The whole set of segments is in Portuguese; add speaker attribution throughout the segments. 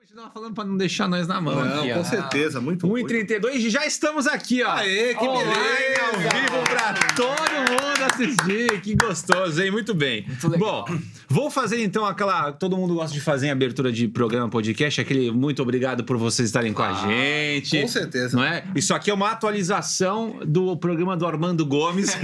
Speaker 1: Continuar falando pra não deixar nós na mão
Speaker 2: Não,
Speaker 1: aqui, ó.
Speaker 2: com certeza, muito bom.
Speaker 1: 1h32 e já estamos aqui, ó.
Speaker 2: Aê, que
Speaker 1: Online,
Speaker 2: beleza!
Speaker 1: ao vivo pra todo mundo assistir. Que gostoso, hein? Muito bem.
Speaker 3: Muito legal.
Speaker 1: Bom, vou fazer então aquela. Todo mundo gosta de fazer em abertura de programa podcast, aquele muito obrigado por vocês estarem com a gente.
Speaker 2: Ah, Com certeza.
Speaker 1: Não é? Isso aqui é uma atualização do programa do Armando Gomes.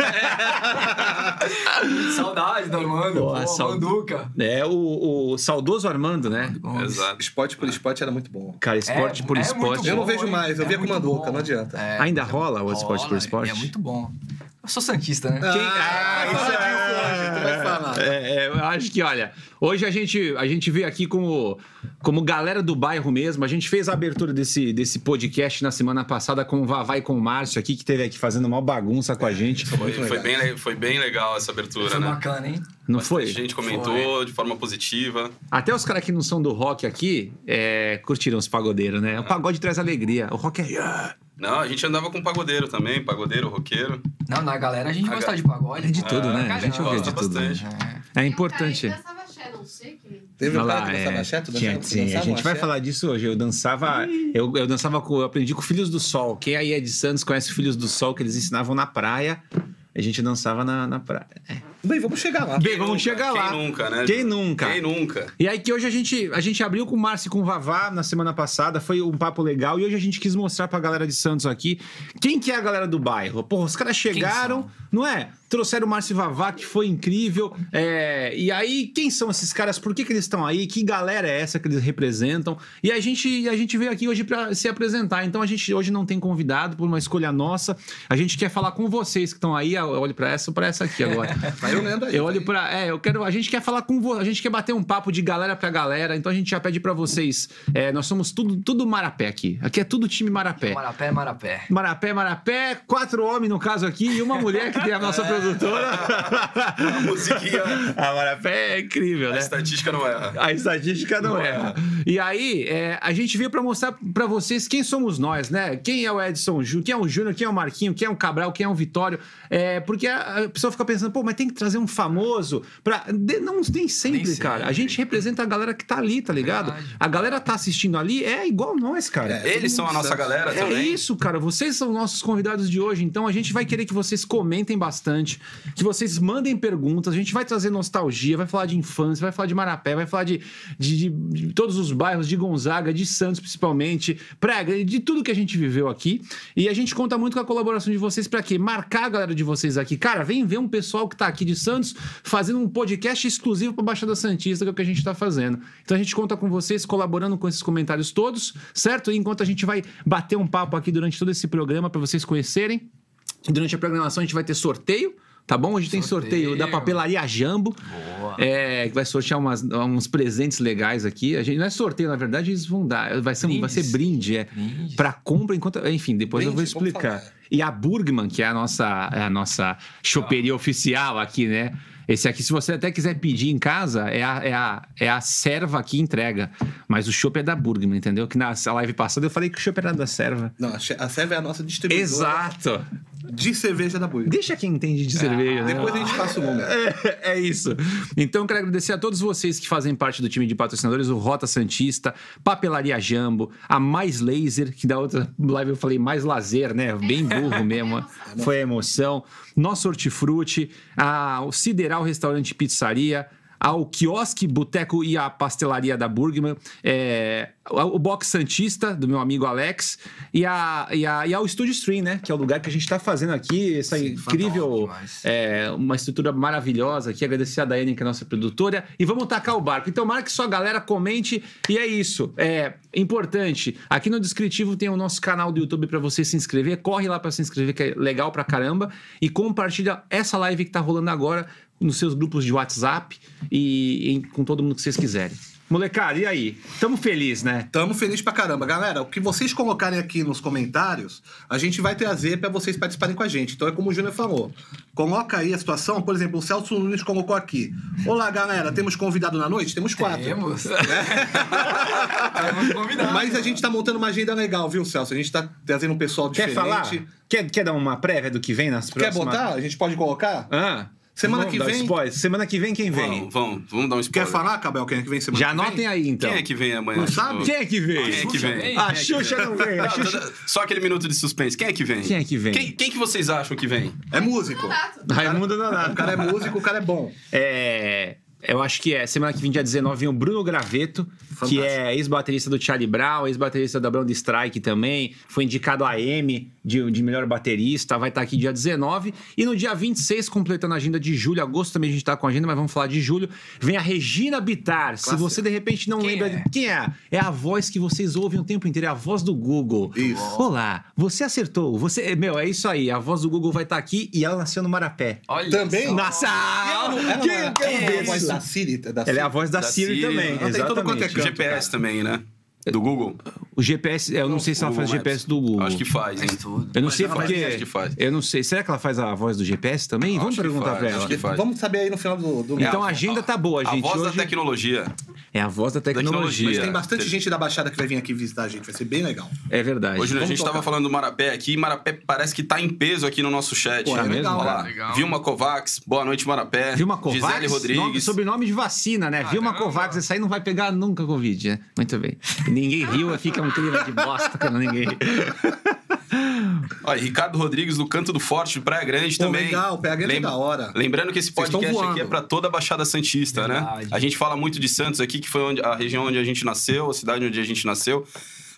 Speaker 3: Saudade do Armando.
Speaker 1: Pô,
Speaker 3: Pô,
Speaker 1: saud-
Speaker 3: Manduca.
Speaker 1: é o, o saudoso Armando, né?
Speaker 2: Exato. Esporte por esporte era muito bom.
Speaker 1: Cara, esporte por
Speaker 3: é muito
Speaker 1: esporte.
Speaker 2: Eu não
Speaker 3: bom,
Speaker 2: vejo
Speaker 3: hein?
Speaker 2: mais, eu
Speaker 3: É
Speaker 2: via com
Speaker 3: muito
Speaker 2: Manduca,
Speaker 3: bom.
Speaker 2: não adianta.
Speaker 3: É,
Speaker 1: Ainda rola o
Speaker 3: rola,
Speaker 1: esporte por esporte?
Speaker 3: e É muito bom. Eu sou Santista, né?
Speaker 2: Quem- Ah,
Speaker 1: isso
Speaker 2: fala
Speaker 1: é-
Speaker 2: disso hoje, tu vai falar.
Speaker 1: É, é, eu acho que, olha, hoje a gente, a gente veio aqui como, como galera do bairro mesmo. A gente fez a abertura desse, desse podcast na semana passada com o Vavá e com o Márcio aqui, que teve aqui fazendo uma bagunça com a gente.
Speaker 4: É, Foi,
Speaker 2: Muito
Speaker 4: foi
Speaker 2: legal.
Speaker 4: bem, le- foi bem legal essa abertura,
Speaker 3: Foi
Speaker 4: né?
Speaker 3: bacana, hein?
Speaker 1: Não
Speaker 4: A
Speaker 1: foi?
Speaker 4: gente comentou de forma positiva.
Speaker 1: Até os caras que não são do rock aqui é, curtiram os pagodeiros, né? O pagode traz alegria. O rock é. yeah,
Speaker 4: Não, a gente andava com pagodeiro também, pagodeiro, roqueiro.
Speaker 3: Não, na galera a gente
Speaker 4: A
Speaker 3: gosta
Speaker 4: ga-
Speaker 3: de pagode.
Speaker 1: É de tudo, né? A
Speaker 3: Caramba.
Speaker 1: gente ouve de tudo. né?
Speaker 4: Bastante.
Speaker 1: É importante.
Speaker 5: Eu dançava axé, não sei que.
Speaker 2: Teve um
Speaker 1: Olha
Speaker 2: cara
Speaker 1: lá, é.
Speaker 2: que dançava axé, tu
Speaker 1: tinha-
Speaker 2: dançava, tu
Speaker 1: sim, a
Speaker 2: dançava
Speaker 1: gente
Speaker 2: um
Speaker 1: vai
Speaker 2: axé?
Speaker 1: falar disso hoje. Eu dançava, eu, eu dançava com, eu aprendi com Filhos do Sol. Quem aí é de Santos conhece Filhos do Sol, que eles ensinavam na praia. A gente dançava na, na praia.
Speaker 2: Bem, vamos chegar lá.
Speaker 1: Bem, vamos
Speaker 4: nunca?
Speaker 1: chegar lá.
Speaker 4: Quem nunca, né?
Speaker 1: Quem nunca?
Speaker 4: Quem nunca?
Speaker 1: E aí que hoje a gente, a gente abriu com o Márcio e com o Vavá na semana passada, foi um papo legal. E hoje a gente quis mostrar pra galera de Santos aqui quem que é a galera do bairro. Porra, os caras chegaram,
Speaker 3: são?
Speaker 1: não é? Trouxeram o Márcio e o Vavá, que foi incrível. É, E aí, quem são esses caras? Por que, que eles estão aí? Que galera é essa que eles representam? E a gente, a gente veio aqui hoje pra se apresentar. Então a gente hoje não tem convidado por uma escolha nossa. A gente quer falar com vocês que estão aí. Eu olho pra essa ou pra essa aqui agora.
Speaker 2: Vai olhando aí.
Speaker 1: Eu olho pra. É, eu quero. A gente quer falar com você. A gente quer bater um papo de galera pra galera. Então a gente já pede pra vocês. é, nós somos tudo, tudo Marapé aqui. Aqui é tudo time Marapé.
Speaker 3: Marapé, Marapé.
Speaker 1: Marapé, Marapé, quatro homens no caso aqui e uma mulher que tem a nossa produtora.
Speaker 4: A musiquinha,
Speaker 1: É. a Marapé é incrível,
Speaker 4: a
Speaker 1: né?
Speaker 4: estatística não erra.
Speaker 1: A estatística não erra. E aí, é, a gente veio pra mostrar pra vocês quem somos nós, né? Quem é o Edson Júnior, quem é o Júnior, quem é o Marquinho, quem é o Cabral, quem é o Vitório. É, porque a, a pessoa fica pensando, pô, mas tem que trazer um famoso pra. De- não, nem sempre,
Speaker 3: Nem
Speaker 1: cara. A
Speaker 3: sempre.
Speaker 1: gente representa a galera que tá ali, tá ligado?
Speaker 3: Verdade.
Speaker 1: A galera tá assistindo ali é igual nós, cara.
Speaker 2: É,
Speaker 4: Eles
Speaker 2: todo
Speaker 4: são a
Speaker 2: mundo
Speaker 4: nossa
Speaker 2: sabe.
Speaker 4: galera
Speaker 1: É
Speaker 4: também.
Speaker 1: isso, cara. Vocês são nossos convidados de hoje, então a gente vai querer que vocês comentem bastante, que vocês mandem perguntas. A gente vai trazer nostalgia, vai falar de infância, vai falar de Marapé, vai falar de, de- de- de todos os bairros, de Gonzaga, de Santos principalmente, Praga, de tudo que a gente viveu aqui. E a gente conta muito com a colaboração de vocês pra quê? Marcar a galera de vocês aqui. Cara, vem ver um pessoal que tá aqui de Santos fazendo um podcast exclusivo pra Baixada Santista, que é o que a gente tá fazendo. Então a gente conta com vocês colaborando com esses comentários todos, certo? E enquanto a gente vai bater um papo aqui durante todo esse programa pra vocês conhecerem, durante a programação a gente vai ter sorteio. Tá bom? Hoje tem sorteio
Speaker 3: Sorteio.
Speaker 1: da papelaria Jambo,
Speaker 3: Boa.
Speaker 1: é, que vai sortear umas- uns presentes legais aqui. A gente, não é sorteio, na verdade, eles vão dar. Vai ser, um- vai ser
Speaker 3: Brindes.
Speaker 1: brinde, é
Speaker 3: Brinde.
Speaker 1: para compra enquanto. Enfim, depois eu vou
Speaker 2: Brinde, vamos
Speaker 1: explicar.
Speaker 2: falar.
Speaker 1: E a Burgman, que é a nossa, é a nossa choperia oficial aqui, né? Esse aqui, se você até quiser pedir em casa, é a, é a, é a serva que entrega. Mas o chopp é da Burgman, entendeu? Que na live passada eu falei que o chopp era da serva.
Speaker 2: Não, a Che- a Serva é a nossa distribuidora
Speaker 1: Exato!
Speaker 2: de cerveja da Burger.
Speaker 1: Deixa quem entende de cerveja, né?
Speaker 2: Depois a gente passa o número.
Speaker 1: É, é isso. Então, eu quero agradecer a todos vocês que fazem parte do time de patrocinadores, o Rota Santista, Papelaria Jambo, a Mais Laser, que da outra live eu falei mais lazer, né? Bem burro mesmo. Foi a emoção. Nosso Hortifruti, a o Sideral Restaurante e Pizzaria, ao quiosque, boteco e a pastelaria da Burgman, é, o Box Santista, do meu amigo Alex, e, a, e, a, e ao Studio Stream, né? Que é o lugar que a gente está fazendo aqui, essa
Speaker 3: Sim,
Speaker 1: incrível
Speaker 3: é fantástico demais.
Speaker 1: é, uma estrutura maravilhosa aqui. Agradecer a Daiane, que é a nossa produtora. E vamos tacar o barco. Então, marque sua galera, comente. E é isso. É importante. Aqui no descritivo tem o nosso canal do YouTube pra você se inscrever. Corre lá pra se inscrever, que é legal pra caramba. E compartilha essa live que tá rolando agora nos seus grupos de WhatsApp e, em- com todo mundo que vocês quiserem. Molecada, e aí? Tamo feliz, né?
Speaker 2: Tamo feliz pra caramba. Galera, o que vocês colocarem aqui nos comentários, a gente vai trazer pra vocês participarem com a gente. Então é como o Júnior falou. Coloca aí a situação, por exemplo, o Celso Nunes colocou aqui. Olá, galera, temos convidado na noite? Temos
Speaker 1: é,
Speaker 2: quatro.
Speaker 3: Temos.
Speaker 1: Né?
Speaker 3: Temos convidado.
Speaker 2: Mas a gente tá montando uma agenda legal, viu, Celso? A gente tá trazendo um pessoal
Speaker 1: Quer
Speaker 2: diferente.
Speaker 1: falar? Quer, quer dar uma prévia do que vem nas
Speaker 2: Quer
Speaker 1: próximas?
Speaker 2: botar? A gente pode colocar?
Speaker 1: Ah,
Speaker 2: Semana
Speaker 6: Vamos
Speaker 2: que
Speaker 6: dar
Speaker 2: vem.
Speaker 6: spoiler. Semana que vem quem vem?
Speaker 4: Vamos, vamos, vamos dar um
Speaker 2: Quer
Speaker 4: spoiler.
Speaker 2: falar, Cabel, quem é que vem semana
Speaker 1: Já
Speaker 2: que vem?
Speaker 1: anotem aí, então.
Speaker 4: Quem é que vem amanhã?
Speaker 2: Não sabe?
Speaker 4: Tipo,
Speaker 1: Quem é que veio?
Speaker 4: Quem é que vem?
Speaker 3: vem?
Speaker 1: A
Speaker 3: Quem é que
Speaker 1: Xuxa
Speaker 3: vem?
Speaker 1: não veio. A
Speaker 4: Não,
Speaker 1: Xuxa...
Speaker 4: toda- Só aquele minuto de suspense. Quem é que vem?
Speaker 1: Quem é que vem?
Speaker 4: Quem, quem que vocês acham que vem?
Speaker 2: É músico.
Speaker 1: Raimundo
Speaker 2: O
Speaker 1: Nonato.
Speaker 2: cara é músico, o cara é bom.
Speaker 1: É, eu acho que é. Semana que vem, dia 19, vem o Bruno Graveto, que é ex-baterista do Charlie Brown, ex-baterista da Brown Strike também. Foi indicado a M de, de melhor baterista. Vai estar aqui dia 19. E no dia 26, completando a agenda de julho, agosto também a gente tá com a agenda, mas vamos falar de julho. Vem a Regina Bitar. Se você de repente não
Speaker 3: Quem
Speaker 1: lembra
Speaker 3: é?
Speaker 1: quem é, é a voz que vocês ouvem o tempo inteiro, é a voz do Google.
Speaker 2: Isso.
Speaker 1: Olá, você acertou. Você, meu, é isso aí. A voz do Google vai estar aqui e ela nasceu no Marapé.
Speaker 3: Olha
Speaker 2: Também?
Speaker 3: só.
Speaker 1: Nossa!
Speaker 2: Ela
Speaker 1: Quem-
Speaker 2: não é-
Speaker 1: quem
Speaker 2: ela não é a voz
Speaker 1: isso?
Speaker 2: da Siri, é da
Speaker 1: Ela é a
Speaker 2: Siri.
Speaker 1: voz da,
Speaker 4: Da
Speaker 1: Siri,
Speaker 4: Siri,
Speaker 1: também.
Speaker 4: ela
Speaker 2: tem
Speaker 1: exatamente.
Speaker 2: todo quanto é canto.
Speaker 4: GPS também, né? Do Google?
Speaker 1: O GPS, eu não, sei se ela
Speaker 4: Google
Speaker 1: faz GPS
Speaker 4: Maps.
Speaker 1: do Google.
Speaker 4: Acho que faz, hein?
Speaker 3: Faz tudo.
Speaker 1: Eu não
Speaker 4: Mas
Speaker 1: sei
Speaker 4: ela
Speaker 1: porque.
Speaker 4: acho que faz.
Speaker 1: Eu não sei. Será que ela faz a voz do GPS também?
Speaker 4: Acho
Speaker 1: Vamos
Speaker 4: que
Speaker 1: perguntar
Speaker 4: faz,
Speaker 1: pra ela.
Speaker 4: acho que faz.
Speaker 2: Vamos saber aí no final do. do...
Speaker 1: Então a
Speaker 4: É,
Speaker 1: agenda tá boa,
Speaker 4: A
Speaker 1: gente.
Speaker 4: voz
Speaker 1: Hoje
Speaker 4: da tecnologia.
Speaker 1: É a voz da tecnologia.
Speaker 4: tecnologia.
Speaker 2: Tem bastante
Speaker 4: Tem-
Speaker 2: gente da Baixada que vai vir aqui visitar a gente, vai ser bem legal.
Speaker 1: É verdade.
Speaker 4: Hoje a
Speaker 2: Vamos
Speaker 4: gente
Speaker 2: tocar.
Speaker 4: tava falando do Marapé aqui, e Marapé parece que tá em peso aqui no nosso chat. né?
Speaker 2: Pô, é
Speaker 4: Olha
Speaker 1: mesmo?
Speaker 4: lá.
Speaker 3: Legal.
Speaker 4: Vilma Kovacs, boa noite, Marapé.
Speaker 1: Vilma Kovacs, nome-
Speaker 4: Gisele Rodrigues.
Speaker 1: sobrenome de vacina, né? Vilma
Speaker 3: Caramba.
Speaker 1: Kovacs, essa aí não vai pegar nunca Covid, né? Muito bem. Ninguém riu, fica um clima de bosta quando ninguém ri.
Speaker 4: Olha, Ricardo Rodrigues do Canto do Forte, de Praia Grande
Speaker 2: Pô,
Speaker 4: também.
Speaker 2: legal, Praia Grande é da hora.
Speaker 4: Lembrando que esse
Speaker 2: Vocês tão
Speaker 4: podcast aqui
Speaker 2: voando.
Speaker 4: é pra toda a Baixada Santista,
Speaker 3: Verdade.
Speaker 4: né? A gente fala muito de Santos aqui, que foi onde- a região onde a gente nasceu, a cidade onde a gente nasceu,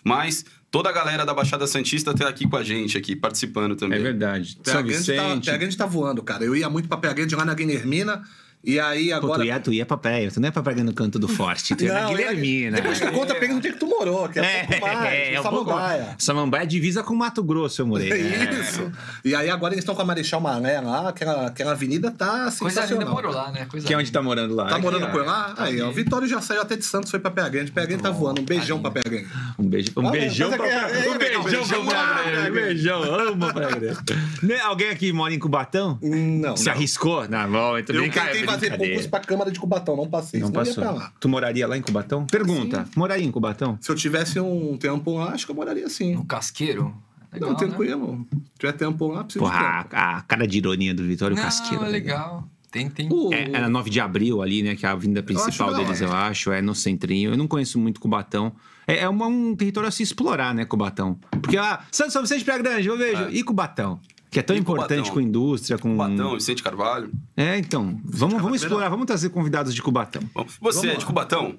Speaker 4: mas toda a galera da Baixada Santista tá aqui com a gente aqui, participando
Speaker 1: É
Speaker 4: também.
Speaker 1: verdade.
Speaker 2: Pé Grande, tá, Pé Grande tá voando, cara. Eu ia muito pra Pé Grande lá na Guilhermina. E aí
Speaker 1: Pô,
Speaker 2: agora.
Speaker 1: tu ia, tu ia pra praia, tu não é pra pegar no canto do forte, tu é na
Speaker 2: Não,
Speaker 1: Guilhermina.
Speaker 2: Depois tu conta pega onde é que tu morou, que é, um pouco mais.
Speaker 1: é, é um pouco-
Speaker 2: Samambaia.
Speaker 1: Samambaia divisa com Mato Grosso, eu morei.
Speaker 2: É
Speaker 1: né?
Speaker 2: isso. E aí agora eles estão com a Marechal Malé lá, aquela, aquela avenida tá
Speaker 3: Coisa linda,
Speaker 2: sensacional.
Speaker 3: morou lá, né? Coisa
Speaker 1: Que é onde
Speaker 3: linda.
Speaker 1: tá morando lá.
Speaker 2: Tá morando por
Speaker 1: por
Speaker 2: lá? Aí, ó. Vitório já saiu até de Santos, foi pra Pé Grande. Pé Grande tá voando. Um beijão pra Pé Grande.
Speaker 1: Um, beijo, um
Speaker 2: Olha,
Speaker 1: beijão
Speaker 2: mas
Speaker 1: pra...
Speaker 2: é que- é, é,
Speaker 1: Um beijão
Speaker 2: beijão
Speaker 1: pra
Speaker 2: pra
Speaker 1: Praia, Um beijão, amo Praia Grande. Né, Alguém aqui mora em Cubatão?
Speaker 2: Não.
Speaker 1: Se arriscou? Não, bom, então
Speaker 2: Eu
Speaker 1: brinca-
Speaker 2: tentei fazer
Speaker 1: brincadeira.
Speaker 2: concurso pra Câmara de Cubatão, não passei.
Speaker 1: Não
Speaker 2: senão eu ia
Speaker 1: passou.
Speaker 2: pra lá.
Speaker 1: Tu moraria lá em Cubatão? Pergunta, moraria em Cubatão?
Speaker 2: Se eu tivesse um tempo lá, acho que eu moraria sim.
Speaker 1: tá
Speaker 3: No casqueiro? Legal,
Speaker 2: não,
Speaker 3: né?
Speaker 2: tranquilo. Se tiver tempo lá, preciso
Speaker 1: Porra,
Speaker 2: de tempo.
Speaker 1: a, a cara de ironia do Vitório
Speaker 3: Não,
Speaker 1: Casqueiro.
Speaker 3: é
Speaker 1: né?
Speaker 3: legal. Tem, tem.
Speaker 2: O-
Speaker 1: É, era 9 de abril ali, né? Que é a avenida principal
Speaker 2: Uhum. acho da
Speaker 1: deles,
Speaker 2: hora.
Speaker 1: eu acho. É no centrinho. Eu não conheço muito Cubatão. É, é uma- um território a se explorar, né, Cubatão? Porque lá, Santo São Vicente Praia Grande, eu vejo. E Cubatão? Que é tão
Speaker 4: E
Speaker 1: importante
Speaker 4: Cubatão?
Speaker 1: com indústria, com.
Speaker 4: Cubatão, Vicente Carvalho.
Speaker 1: É, então. Vamos, vamos explorar, vamos trazer convidados de Cubatão.
Speaker 4: Bom, Você é de Cubatão?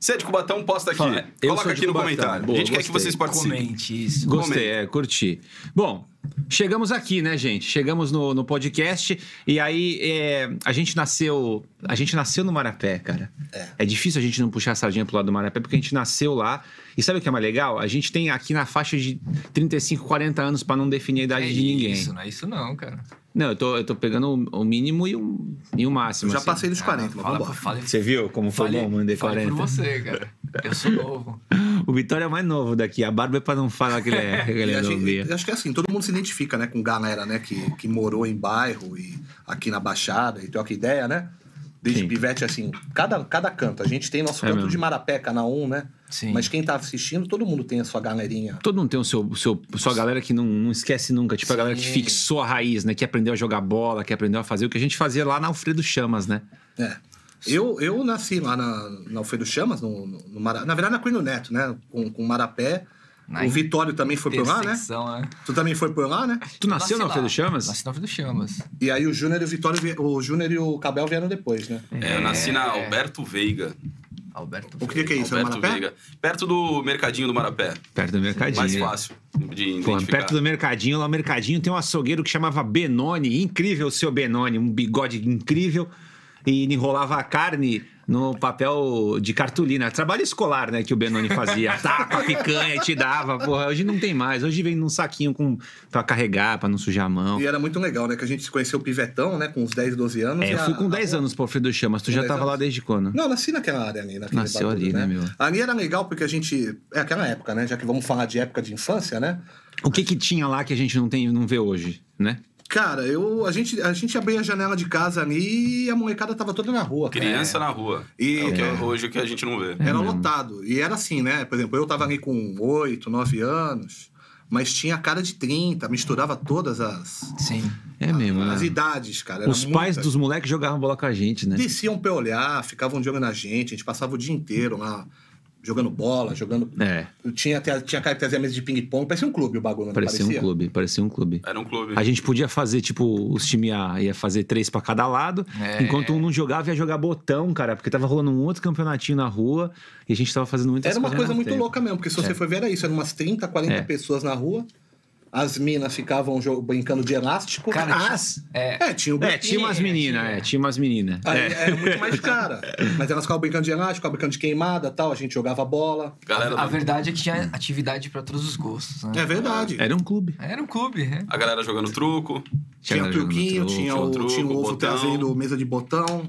Speaker 4: Você é de Cubatão, posta aqui.
Speaker 1: Fala, eu
Speaker 4: Coloca
Speaker 1: sou
Speaker 4: aqui
Speaker 1: de
Speaker 4: no
Speaker 1: Cubatão.
Speaker 4: comentário.
Speaker 1: Boa,
Speaker 4: a gente quer que
Speaker 1: gostei.
Speaker 4: vocês participem.
Speaker 3: Comente isso.
Speaker 1: Gostei, é, curti. Bom, chegamos aqui, né, gente? Chegamos no, no podcast e aí é, a gente nasceu. A gente nasceu no Marapé, cara. É. difícil a gente não puxar a sardinha pro lado do Marapé, porque a gente nasceu lá. E sabe o que é mais legal? A gente tem aqui na faixa de 35, 40 anos pra não definir a idade
Speaker 3: É
Speaker 1: de ninguém.
Speaker 3: Isso, não é isso não, cara.
Speaker 1: Não, eu tô, eu tô pegando o, o mínimo e o, e o máximo.
Speaker 2: Eu já
Speaker 1: assim.
Speaker 2: passei dos
Speaker 3: Ah,
Speaker 2: 40, mas
Speaker 3: fala-
Speaker 2: vambora.
Speaker 3: fala-
Speaker 1: Você viu como foi
Speaker 3: fale-
Speaker 1: bom? Mandei
Speaker 3: fale
Speaker 1: 40.
Speaker 3: por você, cara. Eu sou novo.
Speaker 1: O Vitória é o mais novo daqui. A barba é pra não falar que ele é, que ele
Speaker 2: E
Speaker 1: é
Speaker 2: a gente-
Speaker 1: novo.
Speaker 2: eu acho que é assim, todo mundo se identifica, né, com galera, né, que, que morou em bairro e aqui na Baixada e troca ideia, né? Desde
Speaker 1: Sim.
Speaker 2: pivete, assim, cada, cada canto. A gente tem nosso
Speaker 1: É
Speaker 2: canto
Speaker 1: mesmo.
Speaker 2: de Marapé, Canaã, né?
Speaker 3: Sim.
Speaker 2: Mas quem tá assistindo, todo mundo tem a sua galerinha.
Speaker 1: Todo mundo tem o seu, o seu sua galera que não, não esquece nunca, tipo a
Speaker 3: Sim.
Speaker 1: galera que fixou a raiz, né? Que aprendeu a jogar bola, que aprendeu a fazer o que a gente fazia lá na Alfredo Chamas, né?
Speaker 2: É. Eu, eu nasci lá na, na Alfredo Chamas, no, no, no Mara- na verdade na Coelho Neto, né? Com, com Marapé.
Speaker 3: Na
Speaker 2: o Vitório também foi por lá, né?
Speaker 3: Intersecção, né?
Speaker 2: Tu também foi por lá, né?
Speaker 1: Tu nasceu
Speaker 3: Nasci
Speaker 1: na
Speaker 3: lá.
Speaker 1: Alfredo Chamas?
Speaker 3: Nasci na Alfredo Chamas.
Speaker 2: E aí o Júnior e o Vitório, vie- o Júnior e o Cabel vieram depois, né?
Speaker 4: É, eu nasci na Alberto Veiga.
Speaker 3: Alberto
Speaker 2: O que que é isso?
Speaker 4: Alberto
Speaker 2: Marapé?
Speaker 4: Veiga. Perto do Mercadinho do Marapé.
Speaker 1: Perto do mercadinho.
Speaker 4: Mais fácil de
Speaker 1: Pô,
Speaker 4: identificar.
Speaker 1: perto do mercadinho, lá no mercadinho tem um açougueiro que chamava Benoni, incrível o seu Benoni, um bigode incrível, e ele enrolava a carne no papel de cartolina. Trabalho escolar, né, que o Benoni fazia. Tapa, picanha, e te dava. Porra, hoje não tem mais. Hoje vem num saquinho com, pra carregar, pra não sujar a mão.
Speaker 2: E era muito legal, né? Que a gente se conheceu pivetão, né? Com uns 10, 12 anos.
Speaker 1: É,
Speaker 2: e
Speaker 1: eu
Speaker 2: a-
Speaker 1: fui com 10
Speaker 2: a-
Speaker 1: anos pro Alfredo Chamas. Tu
Speaker 2: tá Com
Speaker 1: já
Speaker 2: 10
Speaker 1: tava lá
Speaker 2: anos?
Speaker 1: desde quando?
Speaker 2: Não, nasci naquela área ali. Naquele
Speaker 1: Nasceu
Speaker 2: bagulho,
Speaker 1: ali, né, meu?
Speaker 2: Ali era legal porque a gente... É aquela época, né? Já que vamos falar de época de infância, né?
Speaker 1: O que que tinha lá que a gente não tem, não vê hoje, né?
Speaker 2: Cara, eu... A gente, a gente abria a janela de casa ali e a molecada tava toda na rua, cara.
Speaker 4: Criança na rua.
Speaker 2: E-
Speaker 4: é o que é hoje o que a
Speaker 1: É.
Speaker 4: gente não vê.
Speaker 2: Era lotado. E era assim, né? Por exemplo, eu tava ali com 8, 9 anos. mas tinha cara de 30, misturava todas as,
Speaker 3: Sim.
Speaker 1: É mesmo, né?
Speaker 2: Ah, as idades, cara. era
Speaker 1: Os pais
Speaker 2: muita-
Speaker 1: dos moleques jogavam bola com a gente, né?
Speaker 2: Desciam pra olhar, ficavam de olho na gente, a gente passava o dia inteiro lá jogando bola, jogando.
Speaker 1: É,
Speaker 2: Tinha, até- tinha cara que trazia mesa de ping-pong, parecia um clube o bagulho, não
Speaker 1: parecia um clube, parecia um clube.
Speaker 4: Era um clube.
Speaker 1: A gente podia fazer, tipo, os times ia, ia fazer três pra cada lado,
Speaker 3: É.
Speaker 1: enquanto um não jogava, ia jogar botão, cara, porque tava rolando um outro campeonatinho na rua e a gente tava fazendo muitas
Speaker 2: Era uma
Speaker 1: coisas
Speaker 2: coisa
Speaker 1: ao
Speaker 2: muito
Speaker 1: mesmo
Speaker 2: louca mesmo, porque se você for ver, era isso. Eram umas 30, 40
Speaker 1: É.
Speaker 2: pessoas na rua. As minas ficavam jo- brincando de elástico.
Speaker 3: Cara,
Speaker 2: as...
Speaker 3: É,
Speaker 2: É, tinha o
Speaker 1: tempo. É, tinha umas meninas, é, tinha umas meninas.
Speaker 2: Aí era muito mais cara. Mas elas ficavam brincando de elástico, ficavam brincando de queimada tal. A gente jogava bola.
Speaker 4: Galera
Speaker 1: tá
Speaker 3: a, a
Speaker 4: do-
Speaker 3: verdade é que tinha atividade pra todos os gostos, né?
Speaker 2: É verdade.
Speaker 1: Era um clube.
Speaker 2: É.
Speaker 3: Era um clube, né?
Speaker 4: A galera jogando truco.
Speaker 2: Tinha o
Speaker 1: galera jogando
Speaker 2: truquinho,
Speaker 1: truco.
Speaker 2: tinha o,
Speaker 4: truco,
Speaker 2: tinha o ovo
Speaker 4: botão.
Speaker 2: traseiro, mesa de botão.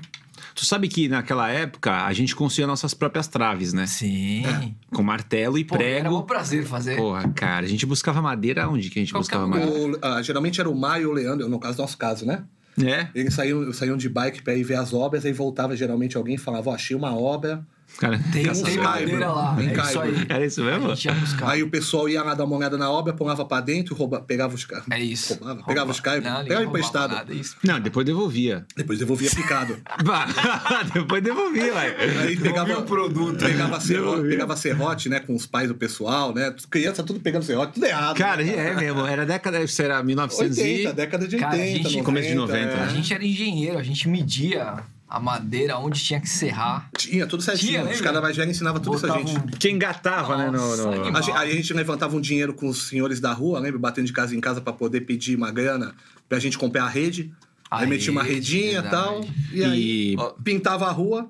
Speaker 1: Tu sabe que naquela época a gente construía nossas próprias traves, né?
Speaker 3: Sim.
Speaker 2: É.
Speaker 1: Com martelo e
Speaker 3: Pô, era um
Speaker 1: prego.
Speaker 3: prazer fazer.
Speaker 1: Porra, cara, a gente buscava madeira onde que a gente
Speaker 3: Qualquer
Speaker 1: buscava
Speaker 3: lugar.
Speaker 1: madeira?
Speaker 2: O- ah, geralmente era o Maio e o Leandro, no caso, nosso caso, né?
Speaker 1: É,
Speaker 2: Eles saíam, saíam de bike pra ir ver as obras, aí voltava geralmente alguém e falava, ó, achei uma obra.
Speaker 1: cara.
Speaker 3: Tem,
Speaker 1: caça-
Speaker 3: tem
Speaker 2: Caçador.
Speaker 3: madeira lá.
Speaker 2: Tem
Speaker 3: É isso aí.
Speaker 2: caibro.
Speaker 1: Era isso mesmo?
Speaker 3: A gente ia buscar.
Speaker 2: Aí o pessoal ia lá dar uma olhada na obra, pulava pra dentro, rouba, pegava os caras.
Speaker 3: É isso.
Speaker 2: Roubava,
Speaker 3: Roubava.
Speaker 2: pegava os caibros,
Speaker 3: Não, ninguém
Speaker 2: pegava
Speaker 3: roubava
Speaker 2: emprestado.
Speaker 3: nada, é isso.
Speaker 1: Não, depois devolvia.
Speaker 2: Depois devolvia picado.
Speaker 1: Bah, depois devolvia, ué.
Speaker 2: Aí pegava
Speaker 3: o produto.
Speaker 2: Pegava serrote,
Speaker 1: Devolvia.
Speaker 2: pegava serrote, né? Com os pais do pessoal, né? Criança tudo pegando serrote, tudo errado.
Speaker 1: Cara,
Speaker 2: né?
Speaker 1: é mesmo. Era década, isso era 1900
Speaker 2: 80,
Speaker 1: e...
Speaker 2: década de 80,
Speaker 3: Cara, a gente-
Speaker 1: começo de 90,
Speaker 2: é.
Speaker 3: A gente era engenheiro, a gente media a madeira onde tinha que serrar.
Speaker 2: Tinha tudo certinho.
Speaker 3: Tinha,
Speaker 2: os
Speaker 3: lembra?
Speaker 2: caras mais velhos ensinavam É tudo isso a
Speaker 3: Botava
Speaker 2: gente.
Speaker 3: um-
Speaker 1: Que engatava, né? No,
Speaker 3: Nossa,
Speaker 1: no...
Speaker 3: animal.
Speaker 2: A gente- aí a gente levantava um dinheiro com os senhores da rua, lembra? Batendo de casa em casa pra poder pedir uma grana pra gente comprar a rede.
Speaker 3: A
Speaker 2: aí metia uma
Speaker 3: rede,
Speaker 2: redinha e tal. E aí
Speaker 1: E
Speaker 4: Ó,
Speaker 2: pintava a rua.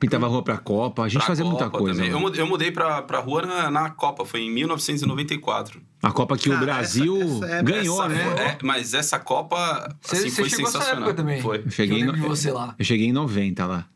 Speaker 1: pintava a rua pra Copa. A gente
Speaker 4: pra
Speaker 1: fazia muita
Speaker 4: Copa
Speaker 1: coisa. né?
Speaker 4: também. Eu
Speaker 1: mano.
Speaker 4: mudei, eu mudei pra, pra rua na, na Copa, foi em 1994.
Speaker 1: A Copa que
Speaker 2: Cara,
Speaker 1: o Brasil
Speaker 2: essa- essa é-
Speaker 1: ganhou,
Speaker 4: Essa
Speaker 1: né?
Speaker 4: foi- é, mas essa Copa
Speaker 3: Você-
Speaker 4: assim,
Speaker 3: você
Speaker 4: foi
Speaker 3: chegou a essa
Speaker 4: sensacional.
Speaker 3: época também?
Speaker 4: Foi.
Speaker 1: Eu cheguei,
Speaker 3: Que eu lembro
Speaker 1: no-
Speaker 3: de você lá.
Speaker 1: eu cheguei em 90 lá.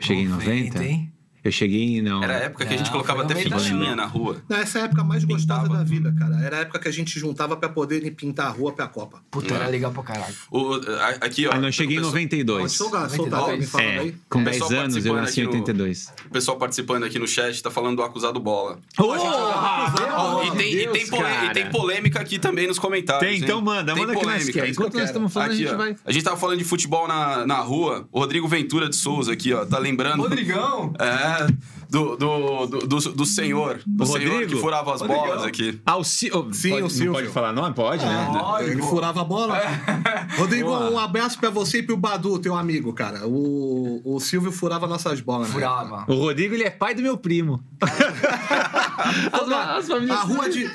Speaker 1: Eu cheguei em 90?
Speaker 3: hein?
Speaker 1: Eu cheguei em... Não.
Speaker 4: Era a época que a gente
Speaker 3: Não,
Speaker 4: colocava
Speaker 3: foi
Speaker 4: até
Speaker 3: 90
Speaker 4: fitinha
Speaker 3: não.
Speaker 4: na rua.
Speaker 2: Nessa época mais gostosa
Speaker 4: Pintava.
Speaker 2: da vida, cara. Era a época que a gente juntava pra poder ir pintar a rua pra Copa.
Speaker 3: Puta,
Speaker 1: É.
Speaker 3: era legal pra caralho.
Speaker 4: O- a- aqui, ó.
Speaker 1: Ah, não, eu cheguei em
Speaker 4: o pessoal-
Speaker 1: 92.
Speaker 2: Soltar, soltar,
Speaker 3: 92.
Speaker 2: me fala
Speaker 1: É,
Speaker 2: aí.
Speaker 1: com
Speaker 4: É,
Speaker 1: 10
Speaker 4: só
Speaker 1: anos eu
Speaker 4: participando
Speaker 1: nasci em
Speaker 4: aqui no-
Speaker 1: 82.
Speaker 4: O pessoal participando aqui no chat tá falando do acusado bola.
Speaker 1: Porra!
Speaker 3: Oh,
Speaker 4: Ó, e, tem, e tem pole- e tem polêmica aqui também nos comentários.
Speaker 1: Tem,
Speaker 4: hein?
Speaker 1: então manda,
Speaker 4: Tem
Speaker 1: manda que nós
Speaker 4: polêmica,
Speaker 1: quer.
Speaker 4: é isso que eu
Speaker 1: Enquanto nós
Speaker 2: quero.
Speaker 1: estamos falando,
Speaker 4: Aqui,
Speaker 1: a gente
Speaker 4: ó,
Speaker 1: vai.
Speaker 4: a gente tava falando de futebol na, na rua. O Rodrigo Ventura de Souza aqui, ó, tá
Speaker 1: Ah,
Speaker 4: lembrando.
Speaker 3: Rodrigão!
Speaker 4: É, do, do, do, do, do senhor. Do
Speaker 1: O
Speaker 4: senhor
Speaker 1: Rodrigo?
Speaker 4: que furava as
Speaker 3: Rodrigão.
Speaker 4: bolas aqui.
Speaker 1: Ah, o Sil... oh,
Speaker 2: Sim,
Speaker 1: pode,
Speaker 2: o
Speaker 1: não
Speaker 2: Silvio.
Speaker 1: pode falar nome? Pode, né?
Speaker 3: Lógico.
Speaker 2: Ele furava a bola. Rodrigo,
Speaker 1: É. Boa.
Speaker 2: um abraço pra você e pro Badu, teu amigo, cara. O, o Silvio furava nossas bolas. né?
Speaker 3: Furava.
Speaker 1: O Rodrigo, ele é pai do meu primo. as, as famílias...
Speaker 2: A rua de.
Speaker 5: um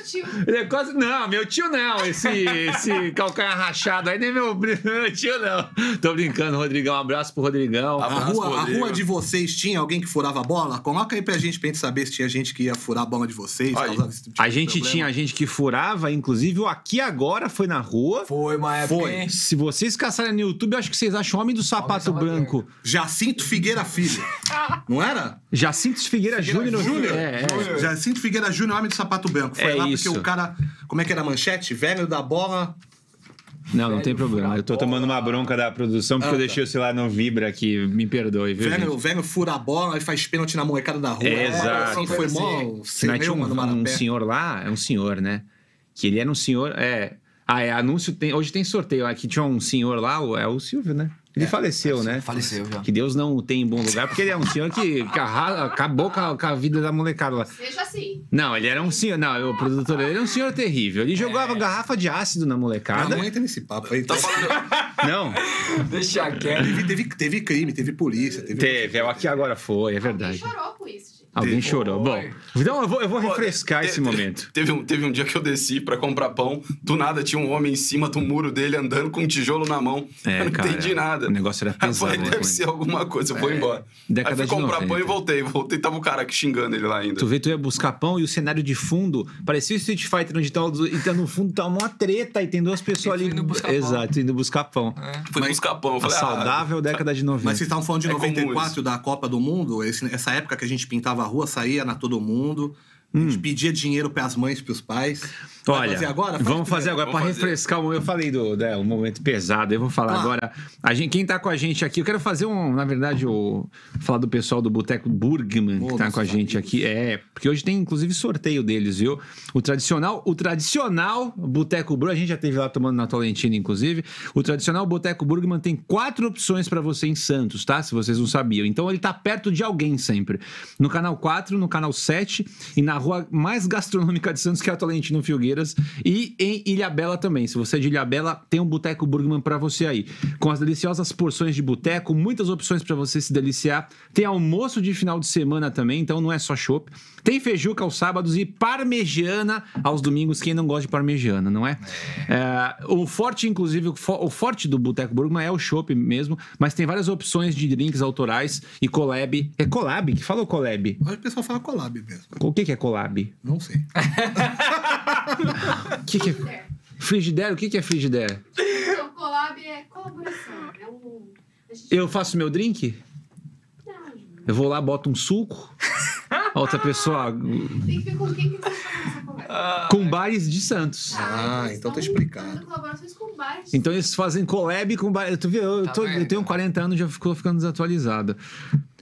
Speaker 1: Ele é quase... Não, meu tio não. Esse, esse calcanhar rachado aí nem meu, pri- meu tio não. Tô brincando, Rodrigão. Um abraço pro Rodrigão.
Speaker 4: Ah,
Speaker 2: A
Speaker 4: Abraço,
Speaker 2: rua, a
Speaker 4: Rodrigo.
Speaker 2: rua de vocês tinha alguém que furava a bola? Coloca aí pra gente, pra gente saber se tinha gente que ia furar a bola de vocês.
Speaker 4: Aí.
Speaker 2: causava esse tipo de
Speaker 1: a gente
Speaker 2: problema.
Speaker 1: tinha gente que furava, inclusive o Aqui Agora foi na rua.
Speaker 3: Foi uma época,
Speaker 2: Foi.
Speaker 3: hein?
Speaker 1: Se vocês caçarem no YouTube, eu acho que vocês acham Homem do Sapato
Speaker 3: Homem do Sapato
Speaker 1: Branco.
Speaker 2: Jacinto Figueira Filho. Não era?
Speaker 1: Jacinto Figueira Júnior.
Speaker 2: Júnior.
Speaker 1: É, é.
Speaker 2: Jacinto Figueira Júnior, homem do sapato branco. Foi
Speaker 1: É
Speaker 2: lá
Speaker 1: isso.
Speaker 2: porque o cara. Como é que era a manchete? Velho da bola.
Speaker 1: Não, não
Speaker 3: Velho,
Speaker 1: tem problema. Eu tô
Speaker 3: fura
Speaker 1: tomando
Speaker 3: bola.
Speaker 1: uma bronca da produção porque
Speaker 2: Ah,
Speaker 1: eu deixei o celular no vibra aqui. Me perdoe, viu?
Speaker 2: Velho,
Speaker 1: gente?
Speaker 2: velho fura a bola e faz pênalti na molecada da rua.
Speaker 1: É,
Speaker 2: Uma parada
Speaker 1: exato.
Speaker 2: Assim, foi
Speaker 3: Sim.
Speaker 2: mó.
Speaker 1: Nós
Speaker 2: Sem
Speaker 1: tinha
Speaker 2: mano,
Speaker 1: um, um
Speaker 2: Marapé.
Speaker 1: senhor lá, é um senhor, né? Que ele era um senhor. É. Ah, é anúncio. Tem, hoje tem sorteio. Aqui tinha um senhor lá, o- é o Silvio, né? Ele faleceu, né?
Speaker 3: Faleceu já.
Speaker 1: Que Deus não o tem em bom lugar, porque ele é um senhor que que arra- acabou com a, com a vida da molecada lá.
Speaker 5: Seja assim.
Speaker 1: Não, ele era um senhor. Não, o produtor ele era um senhor terrível. Ele jogava garrafa de ácido na
Speaker 2: Ah,
Speaker 1: molecada.
Speaker 2: não entra nesse papo aí.
Speaker 4: Tá falando,
Speaker 1: Não.
Speaker 3: Deixa quieto.
Speaker 2: Teve, teve, teve crime, teve polícia, teve.
Speaker 1: Teve, é o aqui agora foi, é verdade.
Speaker 5: Alguém chorou com isso, gente.
Speaker 1: Alguém chorou. Bom, então eu vou, eu vou
Speaker 4: Pô,
Speaker 1: refrescar
Speaker 4: te-
Speaker 1: esse
Speaker 4: te-
Speaker 1: momento.
Speaker 4: Teve um, teve um dia que eu desci pra comprar pão, do nada tinha um homem em cima do muro dele andando com um tijolo na mão. eu não entendi nada.
Speaker 1: É, O negócio era
Speaker 4: Eu falei,
Speaker 1: pesado. né,
Speaker 4: deve
Speaker 1: mano?
Speaker 4: ser alguma coisa, eu vou embora.
Speaker 1: Década
Speaker 4: Aí fui
Speaker 1: de
Speaker 4: comprar
Speaker 1: 90.
Speaker 4: pão e voltei. Voltei, tava o cara aqui xingando ele lá ainda.
Speaker 1: Tu vê, tu ia buscar pão e o cenário de fundo parecia o Street Fighter, onde tá, o- e tá no fundo tá uma treta e tem duas pessoas
Speaker 3: E tu
Speaker 1: ali.
Speaker 3: indo buscar pão.
Speaker 1: Exato, indo buscar pão.
Speaker 4: Fui buscar pão. Eu
Speaker 1: A
Speaker 4: falei, ah,
Speaker 1: é tá saudável década de 90.
Speaker 2: Mas vocês estavam falando de
Speaker 4: É comum
Speaker 2: 94 da Copa do Mundo, esse- essa época que a gente pintava a rua, saía na todo mundo, A gente pedia dinheiro para as mães, para os pais. Vai
Speaker 1: Hum. Olha,
Speaker 2: fazer agora? Faz
Speaker 1: vamos fazer
Speaker 2: primeiro.
Speaker 1: agora,
Speaker 4: Vamos
Speaker 1: para
Speaker 4: fazer.
Speaker 1: refrescar o. Eu falei do né, um momento pesado, eu vou falar
Speaker 2: Ah.
Speaker 1: agora. A gente, quem tá com a gente aqui, eu quero fazer um. Na verdade, o, falar do pessoal do Boteco Burgman, que
Speaker 2: Oh,
Speaker 1: tá
Speaker 2: nossos
Speaker 1: com a gente
Speaker 2: amigos.
Speaker 1: aqui. É, porque hoje tem inclusive sorteio deles, viu? O tradicional, o tradicional Boteco Burgman, a gente já teve lá tomando na Tolentina, inclusive. O tradicional Boteco Burgman tem quatro opções para você em Santos, tá? Se vocês não sabiam. Então ele tá perto de alguém sempre. No canal 4, no canal 7 e na rua mais gastronômica de Santos, que é a Tolentino Filgueiras, e em Ilhabela também. Se você é de Ilhabela, tem um Boteco Burgman para você aí. Com as deliciosas porções de boteco, muitas opções para você se deliciar. Tem almoço de final de semana também, então não é só chopp. Tem feijuca aos sábados e parmegiana aos domingos, quem não gosta de parmegiana, não é? É, o forte, inclusive, o fo- o forte do Boteco Burgman é o chopp mesmo, mas tem várias opções de drinks autorais e collab. É collab? Que fala o collab?
Speaker 2: Hoje o pessoal fala collab mesmo.
Speaker 1: O que, que é collab?
Speaker 2: Não sei.
Speaker 1: O que, que é. Frigidaire? O que, que é frigidaire?
Speaker 5: Então, collab é colaboração. É um. a gente- tá
Speaker 1: Eu faço meu drink?
Speaker 5: Não,
Speaker 1: Eu vou lá, boto um suco. A outra pessoa.
Speaker 5: Tem que ver com quem que tá você está essa collab.
Speaker 1: Com bares de Santos.
Speaker 2: Ah,
Speaker 5: eles
Speaker 2: então tá
Speaker 5: estão
Speaker 2: explicado.
Speaker 5: fazendo colaborações com bares.
Speaker 1: Então eles fazem collab com bares. Tu vê, eu,
Speaker 3: Tá
Speaker 1: tô- eu
Speaker 3: vendo?
Speaker 1: tenho 40 anos já ficou ficando desatualizado.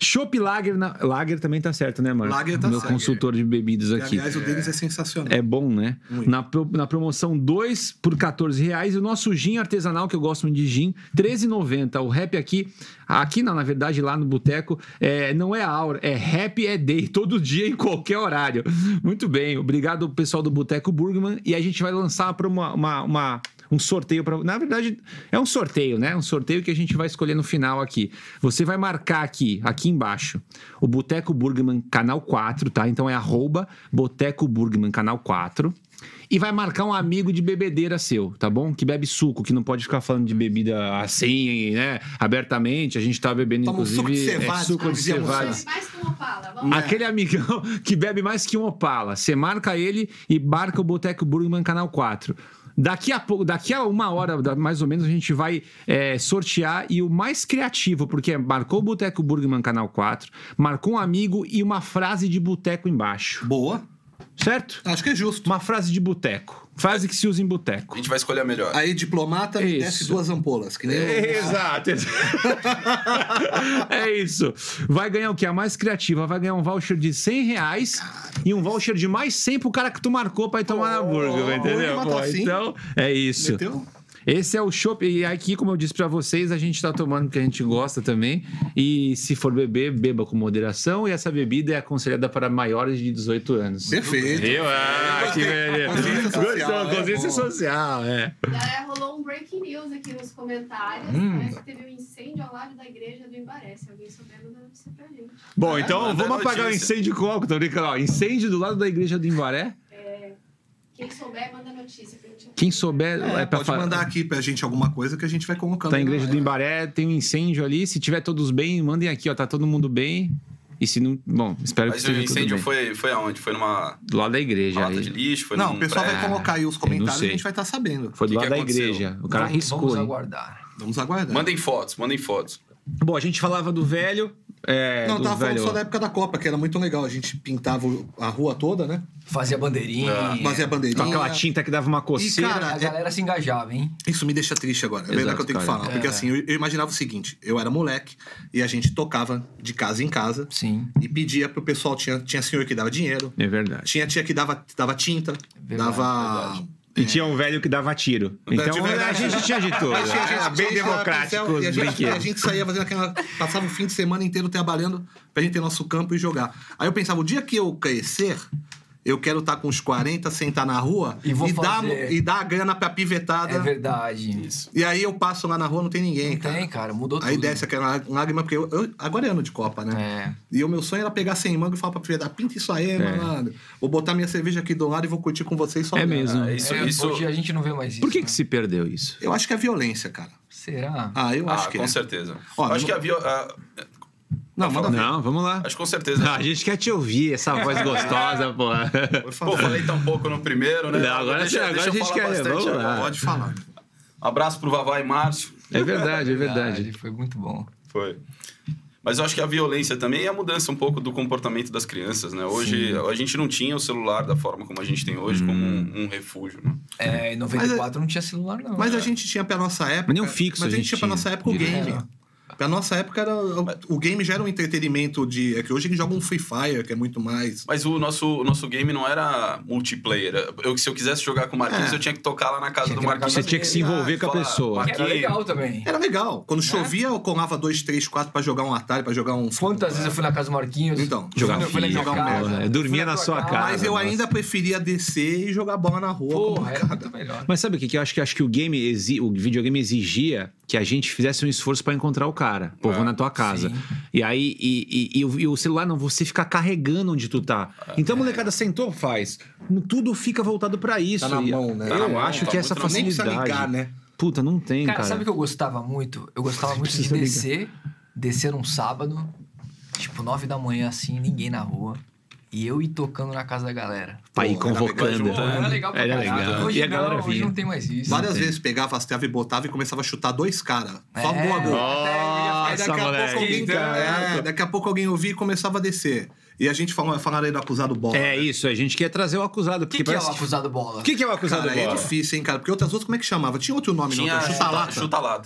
Speaker 1: Chopp Lager. na- Lager também tá certo, né, mano?
Speaker 2: Lager tá
Speaker 1: Meu
Speaker 2: certo.
Speaker 1: consultor de bebidas
Speaker 2: E,
Speaker 1: aqui.
Speaker 2: aliás, o deles é sensacional.
Speaker 1: É bom, né?
Speaker 2: Muito.
Speaker 1: Na, pro- na promoção 2 por 14 reais. E o nosso gin artesanal, que eu gosto muito de gin, 13,90. O rap aqui, aqui não, na verdade, lá no boteco, é, não é hour, é rap é day, todo dia, em qualquer horário. Muito bem, obrigado pessoal do Boteco Burgman. E a gente vai lançar para uma, uma- uma- um sorteio para. Na verdade, é um sorteio, né? Um sorteio que a gente vai escolher no final aqui. Você vai marcar aqui, aqui embaixo, o Boteco Burgman Canal 4, tá? Então é arroba Boteco Burgman Canal 4. E vai marcar um amigo de bebedeira seu, tá bom? Que bebe suco, que não pode ficar falando de bebida assim, né? Abertamente. A gente tá bebendo,
Speaker 2: Toma um
Speaker 1: inclusive.
Speaker 2: suco de cevada,
Speaker 1: é, suco de
Speaker 2: dizíamos
Speaker 1: cevada.
Speaker 2: antes.
Speaker 5: Mais com opala. Vamos lá.
Speaker 1: Aquele amigão que bebe mais que um Opala. Você marca ele e marca o Boteco Burgman Canal 4. Daqui a, pouco, daqui a uma hora, da- mais ou menos, a gente vai é, sortear e o mais criativo, porque marcou o Boteco Burgman Canal 4, marcou um amigo e uma frase de boteco embaixo.
Speaker 2: Boa.
Speaker 1: Certo?
Speaker 2: Acho que é justo.
Speaker 1: Uma frase de boteco. Frase que se usa em boteco.
Speaker 4: A gente vai escolher a melhor.
Speaker 2: Aí, diplomata, me
Speaker 1: Isso.
Speaker 2: desce duas ampolas. Que nem eu.
Speaker 1: Exato. é isso. Vai ganhar o que? A mais criativa. Vai ganhar um voucher de 100 reais e um voucher de mais 100 pro cara que tu marcou pra ir tomar na
Speaker 2: Oh,
Speaker 1: burger, entendeu?
Speaker 2: mas
Speaker 1: Pô,
Speaker 2: tá assim.
Speaker 1: então, é isso.
Speaker 2: Meteu?
Speaker 1: Esse é o chopp. E aqui, como eu disse pra vocês, a gente tá tomando o que a gente gosta também. E se for beber, beba com moderação. E essa bebida é aconselhada para maiores de 18 anos.
Speaker 2: Perfeito.
Speaker 1: Viu? Ah, que beleza.
Speaker 2: Consciência social,
Speaker 1: Gostou,
Speaker 2: é
Speaker 1: consciência
Speaker 2: bom.
Speaker 1: social, é.
Speaker 5: Galera, rolou um breaking news aqui nos comentários. Parece que teve um incêndio ao lado da igreja do Imbaré. Se alguém souber, manda notícia pra gente.
Speaker 1: Bom, então
Speaker 4: manda
Speaker 1: vamos apagar o
Speaker 4: notícia.
Speaker 1: incêndio com álcool, tô brincando. Ó, incêndio do lado da igreja do Imbaré.
Speaker 5: Quem souber, manda notícia pra gente.
Speaker 1: Quem souber é,
Speaker 2: É,
Speaker 1: pra
Speaker 2: pode
Speaker 1: falar.
Speaker 2: mandar aqui né? pra gente alguma coisa que a gente vai colocando.
Speaker 1: Tá a
Speaker 2: aí na
Speaker 1: igreja do
Speaker 2: live.
Speaker 1: Imbaré, tem um incêndio ali. Se tiver todos bem, mandem aqui, ó. Tá todo mundo bem. E se não. Bom, espero que
Speaker 4: Mas o
Speaker 1: esteja tudo
Speaker 4: incêndio
Speaker 1: bem.
Speaker 4: foi, foi aonde? Foi numa
Speaker 1: Do lado da igreja.
Speaker 4: lata
Speaker 1: Aí.
Speaker 4: de lixo? Foi
Speaker 2: Não,
Speaker 4: num
Speaker 2: o pessoal
Speaker 1: Hum,
Speaker 4: prédio?
Speaker 2: vai colocar aí os comentários e
Speaker 1: é, sei.
Speaker 2: a gente vai estar sabendo.
Speaker 1: Foi do
Speaker 4: Que
Speaker 1: lado
Speaker 4: que
Speaker 1: da
Speaker 4: aconteceu?
Speaker 1: igreja. O cara
Speaker 3: vamos,
Speaker 1: arriscou,
Speaker 3: vamos
Speaker 1: hein?
Speaker 3: aguardar.
Speaker 2: Vamos aguardar.
Speaker 4: Mandem fotos, mandem fotos.
Speaker 1: Bom, a gente falava do velho. É,
Speaker 2: Não,
Speaker 1: do
Speaker 2: eu tava
Speaker 1: velho.
Speaker 2: falando só da época da Copa, que era muito legal. A gente pintava o- a rua toda, né?
Speaker 3: Fazia bandeirinha.
Speaker 4: É.
Speaker 2: Fazia
Speaker 1: Com
Speaker 2: bandeirinha.
Speaker 1: aquela tinta que dava uma coceira.
Speaker 2: E, cara,
Speaker 3: A galera se engajava, hein?
Speaker 2: Isso me deixa triste agora. É verdade
Speaker 1: Exato,
Speaker 2: que eu tenho
Speaker 1: cara.
Speaker 2: que falar. Porque assim, eu, eu imaginava o seguinte: eu era moleque e a gente tocava de casa em casa
Speaker 3: Sim.
Speaker 2: e pedia pro pessoal. Tinha, tinha senhor que dava dinheiro,
Speaker 1: É verdade.
Speaker 2: tinha tia que dava, dava tinta,
Speaker 3: Verdade,
Speaker 2: dava.
Speaker 3: verdade.
Speaker 1: E tinha um velho que dava tiro.
Speaker 2: Verdade,
Speaker 1: Então a
Speaker 2: verdade.
Speaker 1: gente tinha de tudo.
Speaker 2: Aí tinha
Speaker 1: é. Era bem
Speaker 2: gente- tinha gente que dava pincel,
Speaker 1: democrático os
Speaker 2: e a gente, a
Speaker 1: brinquedos.
Speaker 2: gente saía fazendo aquela. Passava o fim de semana inteiro trabalhando pra gente ter nosso campo e jogar. Aí eu pensava, o dia que eu crescer, eu quero estar com uns 40, sentar na rua
Speaker 3: E vou
Speaker 2: dar,
Speaker 3: fazer.
Speaker 2: e dar a grana pra pivetada.
Speaker 3: É verdade. Isso.
Speaker 2: e aí eu passo lá na rua, não tem ninguém, cara.
Speaker 3: Tem, cara, mudou
Speaker 2: Aí
Speaker 3: tudo.
Speaker 2: desce aquela lágrima, porque eu, eu- agora é ano de Copa, né?
Speaker 3: É.
Speaker 2: E o meu sonho era pegar sem manga e falar pra filha, pinta isso aí, mano. Vou botar minha cerveja aqui do lado e vou curtir com vocês só. um."
Speaker 1: É mesmo.
Speaker 4: É isso,
Speaker 3: É,
Speaker 4: isso.
Speaker 3: Hoje a gente não vê mais isso.
Speaker 1: Por que,
Speaker 3: né?
Speaker 1: que se perdeu isso?
Speaker 2: Eu acho que é violência, cara.
Speaker 3: Será?
Speaker 2: Ah, eu acho
Speaker 4: ah,
Speaker 2: que
Speaker 4: com
Speaker 2: é.
Speaker 4: certeza.
Speaker 2: Ó,
Speaker 4: acho
Speaker 2: não-
Speaker 4: que havia. ah,
Speaker 2: Não, manda ver.
Speaker 1: Não, vamos lá.
Speaker 4: acho que com certeza.
Speaker 1: Não, a gente quer te ouvir, essa voz gostosa, pô. É
Speaker 2: Por favor.
Speaker 4: Pô, falei tão pouco no primeiro, né?
Speaker 1: Não, agora você- agora a gente
Speaker 4: falar
Speaker 1: quer-
Speaker 4: bastante
Speaker 1: vamos lá.
Speaker 4: agora.
Speaker 2: Pode falar.
Speaker 4: Um abraço pro Vavá e Márcio.
Speaker 1: É verdade, é verdade.
Speaker 3: Foi muito bom.
Speaker 4: Foi. Mas eu acho que a violência também é a mudança um pouco do comportamento das crianças, né? Hoje a gente não tinha o celular da forma como a gente tem hoje, como um, um refúgio, né?
Speaker 3: É, em 94 não tinha celular, não.
Speaker 2: Mas a
Speaker 3: né?
Speaker 2: gente tinha pra nossa época.
Speaker 1: nem um fixo
Speaker 2: Mas
Speaker 1: a
Speaker 2: a gente
Speaker 1: gente
Speaker 2: tinha pra
Speaker 1: tinha.
Speaker 2: nossa época o game.
Speaker 3: Era.
Speaker 2: Pra nossa época era. O game já era um entretenimento de. É que hoje eles jogam um Free Fire, que é muito mais.
Speaker 4: Mas o nosso, o nosso game não era multiplayer. Eu, se eu quisesse jogar com o Marquinhos,
Speaker 2: É.
Speaker 4: eu tinha que tocar lá na casa
Speaker 3: Tinha
Speaker 4: do
Speaker 3: que ir na
Speaker 4: Marquinhos.
Speaker 1: Você tinha que se envolver
Speaker 2: Ah,
Speaker 1: com a
Speaker 4: Falar,
Speaker 1: pessoa.
Speaker 3: Que era
Speaker 4: Marquinhos,
Speaker 3: legal também.
Speaker 2: Era legal.
Speaker 3: Né?
Speaker 2: Quando chovia, eu colava dois, três, quatro pra jogar um Atari, pra jogar um.
Speaker 3: Quantas vezes eu fui na casa do Marquinhos?
Speaker 2: Então,
Speaker 1: Jogar
Speaker 3: Quando eu fui na
Speaker 1: FIFA,
Speaker 3: minha casa,
Speaker 1: bola. Eu dormia
Speaker 3: fui
Speaker 1: na
Speaker 3: tua
Speaker 1: sua casa. né?
Speaker 2: Mas eu
Speaker 1: nossa.
Speaker 2: ainda preferia descer e jogar bola na rua. com
Speaker 3: Porra, era
Speaker 2: molecada.
Speaker 3: muito melhor.
Speaker 1: Mas sabe o que, que eu acho que acho que o game exi- o videogame exigia que a gente fizesse um esforço pra encontrar o cara. Pô,
Speaker 2: É,
Speaker 1: vou na tua casa.
Speaker 3: Sim.
Speaker 1: E aí, e, e- e o- e o celular não, você fica carregando onde tu tá. Então a molecada sentou, faz. Tudo fica voltado pra isso.
Speaker 2: É. Tá na
Speaker 1: E-
Speaker 2: mão, né?
Speaker 4: Tá na
Speaker 1: Eu
Speaker 4: mão,
Speaker 1: acho
Speaker 4: tá
Speaker 1: que
Speaker 4: muito
Speaker 1: essa
Speaker 4: na mão.
Speaker 2: Nem precisa
Speaker 1: facilidade.
Speaker 2: ligar, né?
Speaker 1: Puta, não tem,
Speaker 3: Cara,
Speaker 1: cara.
Speaker 3: sabe o que eu gostava muito? Eu gostava muito de
Speaker 1: precisa ligar.
Speaker 3: descer, descer um sábado, tipo nove da manhã assim, ninguém na rua, e eu ir tocando na casa da galera.
Speaker 1: Aí
Speaker 2: Porra, era
Speaker 1: convocando.
Speaker 4: legal,
Speaker 3: Era legal pra
Speaker 1: Era
Speaker 3: caralho.
Speaker 1: legal.
Speaker 3: Hoje
Speaker 1: E a
Speaker 3: não,
Speaker 1: galera
Speaker 3: Hoje
Speaker 1: vinha.
Speaker 3: não tem mais isso.
Speaker 2: Várias vezes pegava as trevas e botava e começava a chutar dois caras. Só
Speaker 3: É.
Speaker 2: boa gol.
Speaker 1: Nossa,
Speaker 2: Aí daqui a
Speaker 1: moleque.
Speaker 2: pouco alguém,
Speaker 1: Caraca.
Speaker 3: né?
Speaker 2: é, daqui a pouco alguém ouvia e começava a descer. E a gente falou, falaram aí do acusado bola. né?
Speaker 1: É isso, a gente quer trazer o acusado.
Speaker 3: O que,
Speaker 1: Porque
Speaker 3: que é
Speaker 1: parece
Speaker 3: o acusado bola?
Speaker 1: O que, que é o acusado
Speaker 2: Cara, é
Speaker 1: bola?
Speaker 2: difícil, hein, cara? Porque outras outras, como é que chamava? Tinha outro nome, não?
Speaker 4: Tinha
Speaker 2: Era Chuta-lata.
Speaker 4: chuta-lata.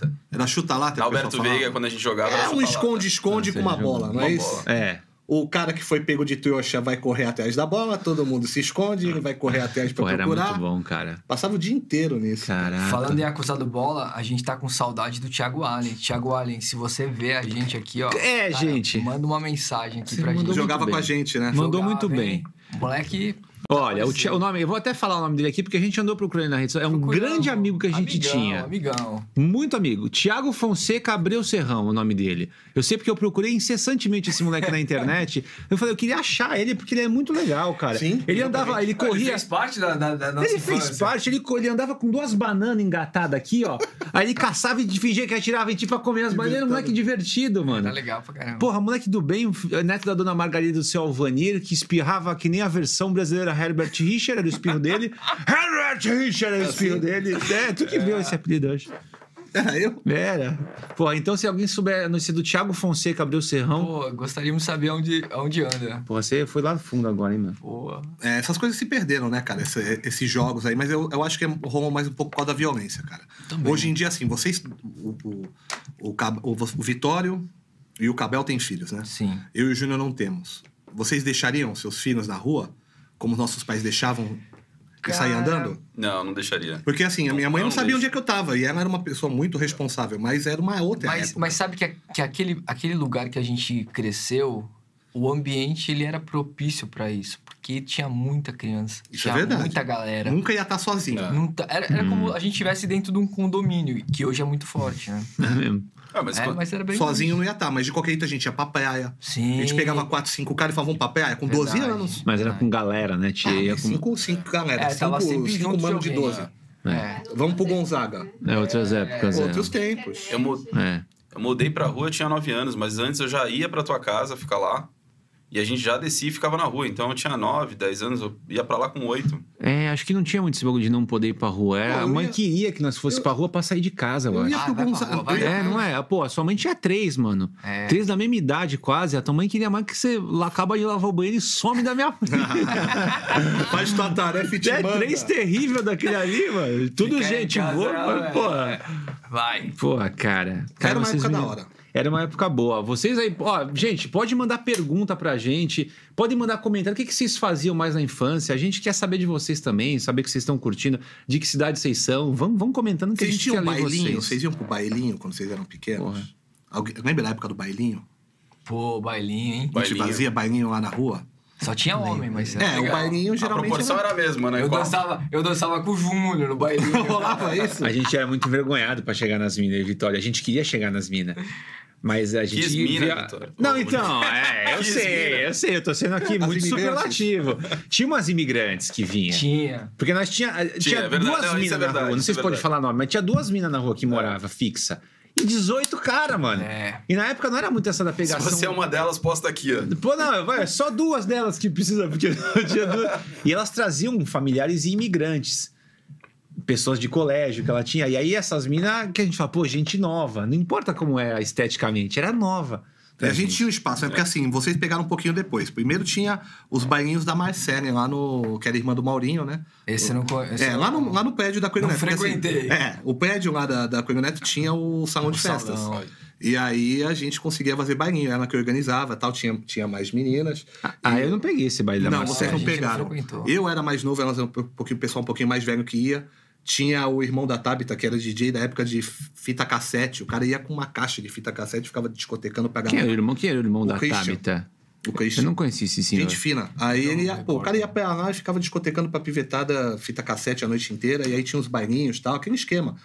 Speaker 4: Chuta-lata.
Speaker 2: Era chuta-lata. que o
Speaker 4: Alberto
Speaker 2: pessoal
Speaker 4: Veiga,
Speaker 2: falava.
Speaker 4: quando a gente jogava, era
Speaker 2: É um
Speaker 4: chuta-lata.
Speaker 2: esconde-esconde com uma bola, não
Speaker 4: Uma
Speaker 2: é isso?
Speaker 4: bola.
Speaker 1: É.
Speaker 2: O cara que foi pego de trouxa vai correr atrás da bola, todo mundo se esconde, ele vai correr atrás pra
Speaker 3: Tipo,
Speaker 1: Pô, era muito
Speaker 2: procurar.
Speaker 1: bom, cara.
Speaker 2: Passava o dia inteiro nisso.
Speaker 1: Caraca.
Speaker 3: Falando em acusado bola, a gente tá com saudade do Thiago Allen. Thiago Allen, se você vê a gente aqui, ó.
Speaker 1: É, gente.
Speaker 3: Manda uma mensagem aqui
Speaker 1: Você
Speaker 3: pra
Speaker 1: mandou
Speaker 3: gente.
Speaker 2: Jogava
Speaker 1: muito
Speaker 2: com a
Speaker 1: bem.
Speaker 2: gente, né?
Speaker 1: Mandou
Speaker 3: Jogava,
Speaker 1: muito bem.
Speaker 3: hein? Moleque.
Speaker 1: Olha, o, Thi- o nome, eu vou até falar o nome dele aqui porque a gente andou procurando na rede social. É um
Speaker 3: procurando.
Speaker 1: grande amigo que a gente
Speaker 3: Amigão,
Speaker 1: tinha.
Speaker 3: Amigão.
Speaker 1: Muito amigo. Tiago Fonseca Abreu Serrão, o nome dele. Eu sei porque eu procurei incessantemente esse moleque na internet. Eu falei, eu queria achar ele porque ele é muito legal, cara.
Speaker 2: Sim,
Speaker 1: ele andava, ele
Speaker 3: Ele
Speaker 1: corria.
Speaker 3: fez parte da, da, da nossa
Speaker 1: Ele fez
Speaker 3: infância.
Speaker 1: parte, ele, co- ele andava com duas bananas engatadas aqui, ó. Aí ele caçava e fingia que atirava em ti pra comer as bananas. Era um moleque divertido, mano.
Speaker 3: Tá legal pra caramba.
Speaker 1: Porra, moleque do bem, neto da dona Margarida do seu Alvanir, que espirrava que nem a versão brasileira Herbert Richard, era o espirro dele. Herbert Richard era o espirro dele. É, tu que viu esse apelido hoje.
Speaker 2: Era eu?
Speaker 1: Era. Porra, então se alguém souber a notícia do Thiago Fonseca abriu o serrão.
Speaker 3: Pô, gostaríamos de saber onde, onde anda.
Speaker 1: Porra, você foi lá no fundo agora, hein, mano?
Speaker 3: Pô.
Speaker 2: É, essas coisas se perderam, né, cara? Esse- esses jogos aí. Mas eu, eu acho que rolou mais um pouco por causa da violência, cara. Hoje em dia, assim, vocês. O, o, o, Cab- o- o Vitório e o Cabel têm filhos, né?
Speaker 3: Sim.
Speaker 2: Eu e o Júnior não temos. Vocês deixariam seus filhos na rua, como nossos pais deixavam e sair
Speaker 3: Cara.
Speaker 2: andando?
Speaker 4: Não, não deixaria.
Speaker 2: Porque assim, a minha mãe
Speaker 4: Não,
Speaker 2: não sabia
Speaker 4: deixa.
Speaker 2: onde é que eu tava. E ela era uma pessoa muito responsável, mas era uma outra
Speaker 3: Mas,
Speaker 2: época.
Speaker 3: mas sabe que, a- que aquele, aquele lugar que a gente cresceu, o ambiente ele era propício pra isso, porque tinha muita criança,
Speaker 2: Isso é
Speaker 3: tinha
Speaker 2: verdade.
Speaker 3: muita galera.
Speaker 2: Nunca ia estar sozinho.
Speaker 4: Não.
Speaker 3: Não tá- era era como
Speaker 2: Hum.
Speaker 3: a gente estivesse dentro de um condomínio, que hoje é muito forte, né?
Speaker 1: É mesmo.
Speaker 4: Ah, mas
Speaker 3: Era-
Speaker 4: quando-
Speaker 3: mas era bem
Speaker 2: Sozinho não ia estar, mas de qualquer jeito a gente ia pra praia.
Speaker 3: Sim.
Speaker 2: A gente pegava quatro, cinco caras e falava, vamos pra praia com 12
Speaker 3: Verdade.
Speaker 2: anos.
Speaker 1: Mas era com galera, né, tia? Ia
Speaker 2: Ah,
Speaker 1: com-
Speaker 2: cinco, cinco galera,
Speaker 3: É, tava
Speaker 2: cinco,
Speaker 3: sempre
Speaker 2: cinco
Speaker 3: junto
Speaker 2: mano de
Speaker 3: alguém,
Speaker 2: 12.
Speaker 3: né?
Speaker 5: Ah,
Speaker 3: É.
Speaker 5: não
Speaker 2: Vamos pro
Speaker 5: sei.
Speaker 2: Gonzaga.
Speaker 1: É, outras épocas, é.
Speaker 2: Outros tempos.
Speaker 4: Eu mu-
Speaker 1: É.
Speaker 4: Eu mudei pra rua, eu tinha 9 anos, mas antes eu já ia pra tua casa ficar lá. E a gente já descia e ficava na rua. Então eu tinha 9, 10 anos, eu ia pra lá com 8.
Speaker 1: É, acho que não tinha muito esse bagulho de não poder ir pra rua. Era,
Speaker 2: Pô, eu
Speaker 1: a mãe
Speaker 2: ia-
Speaker 1: queria que nós fosse pra rua pra sair de casa, eu
Speaker 2: Eu
Speaker 1: acho.
Speaker 2: ia
Speaker 3: Ah,
Speaker 2: pro
Speaker 3: vai pra
Speaker 2: Gonzaga.
Speaker 3: rua, vai.
Speaker 2: eu ia-
Speaker 1: É, não é? Pô, sua mãe tinha três, mano.
Speaker 3: É.
Speaker 1: Três da mesma idade, quase. A tua mãe queria mais que você lá acaba de lavar o banheiro e some da minha frente.
Speaker 2: Faz tua tarefa e te
Speaker 1: é
Speaker 2: manda.
Speaker 1: três terrível daquele ali, mano. Tudo
Speaker 3: Fica em
Speaker 1: gente
Speaker 3: casa,
Speaker 1: boa,
Speaker 3: é,
Speaker 1: mas,
Speaker 3: é.
Speaker 1: porra.
Speaker 3: Vai.
Speaker 1: Porra, cara. cara
Speaker 2: Era uma
Speaker 1: vocês
Speaker 2: época
Speaker 1: me-
Speaker 2: da hora.
Speaker 1: Era uma época boa. Vocês aí, ó, gente, pode mandar pergunta pra gente, pode mandar comentário. O que, que vocês faziam mais na infância? A gente quer saber de vocês também, saber o que vocês estão curtindo, de que cidade vocês são. Vamos, vamos comentando que a
Speaker 2: Vocês
Speaker 1: gente quer
Speaker 2: tinham um
Speaker 1: ler
Speaker 2: bailinho?
Speaker 1: vocês.
Speaker 2: Vocês iam pro bailinho quando vocês eram pequenos? Alguém- Lembra da época do bailinho?
Speaker 3: Pô, bailinho, hein?
Speaker 2: A gente
Speaker 4: Bailinho.
Speaker 2: fazia bailinho lá na rua?
Speaker 3: Só tinha homem, mas era
Speaker 2: É, o
Speaker 3: legal.
Speaker 2: bailinho é
Speaker 4: A
Speaker 2: geralmente.
Speaker 4: proporção era a mesma, né?
Speaker 3: Eu
Speaker 4: Qual-
Speaker 3: dançava, eu dançava com o Júnior no bailinho.
Speaker 2: Rolava isso?
Speaker 1: A gente era muito envergonhado pra chegar nas minas, eu e Vitória. A gente queria chegar nas minas. Mas a gente.
Speaker 4: Quis mina, Vitória.
Speaker 1: Não, então, é, eu
Speaker 4: Quis
Speaker 1: sei,
Speaker 4: mina.
Speaker 1: eu sei, eu tô sendo aqui
Speaker 2: As
Speaker 1: muito
Speaker 2: imigrantes.
Speaker 1: superlativo. Tinha umas imigrantes que vinham.
Speaker 3: Tinha.
Speaker 1: Porque nós tinha, eh, tinha,
Speaker 4: é verdade,
Speaker 1: duas
Speaker 4: não, isso é
Speaker 1: minas na
Speaker 4: verdade,
Speaker 1: rua. Não
Speaker 4: isso
Speaker 1: sei
Speaker 4: é
Speaker 1: se pode
Speaker 4: verdade. É.
Speaker 1: falar nome, mas tinha duas minas na rua que morava fixa. E 18 cara, mano.
Speaker 3: É.
Speaker 1: E na época não era muito essa da
Speaker 4: Se
Speaker 1: pegação.
Speaker 4: você é uma delas, posta aqui, ó.
Speaker 1: Pô, não, vai, é só duas delas que precisa, porque não tinha duas. E elas traziam familiares e imigrantes. Pessoas de colégio que ela tinha. E aí essas minas que a gente fala, pô, gente nova. Não importa como era esteticamente, era nova.
Speaker 2: E a gente tinha um espaço, né? Porque assim, vocês pegaram um pouquinho depois. Primeiro tinha os banhinhos da Marcele, lá no. que era irmã do Maurinho, né?
Speaker 3: Esse eu não conheço.
Speaker 2: É, lá no, lá no prédio da Coelho
Speaker 3: Não
Speaker 2: Neto. porque, assim,
Speaker 3: frequentei.
Speaker 2: é, o prédio lá da, da Coelho Neto tinha o salão de festas. E aí a gente conseguia fazer bailinho, ela que organizava tal, tinha, tinha mais meninas.
Speaker 1: Ah, eu não peguei esse baile da
Speaker 2: Não,
Speaker 1: Marcela.
Speaker 2: vocês
Speaker 3: a
Speaker 2: não
Speaker 3: gente não
Speaker 2: pegaram.
Speaker 3: frequentou.
Speaker 2: eu era mais novo, elas eram um pouquinho, o pessoal um pouquinho mais velho que ia. Tinha o irmão da Tabita, que era DJ da época de fita cassete. O cara ia com uma caixa de fita cassete, ficava discotecando pra
Speaker 1: Quem era o
Speaker 2: galera.
Speaker 1: irmão? Quem era o irmão
Speaker 2: O
Speaker 1: da
Speaker 2: Christian.
Speaker 1: Tabita?
Speaker 2: O
Speaker 1: Eu
Speaker 2: Christian.
Speaker 1: não conheci esse senhor.
Speaker 2: Gente fina. Aí ele ia,
Speaker 3: não
Speaker 2: pô, o
Speaker 3: recordo.
Speaker 2: cara ia pra lá e ficava discotecando pra pivetada fita cassete a noite inteira. E aí tinha uns bailinhos e tal, aquele esquema.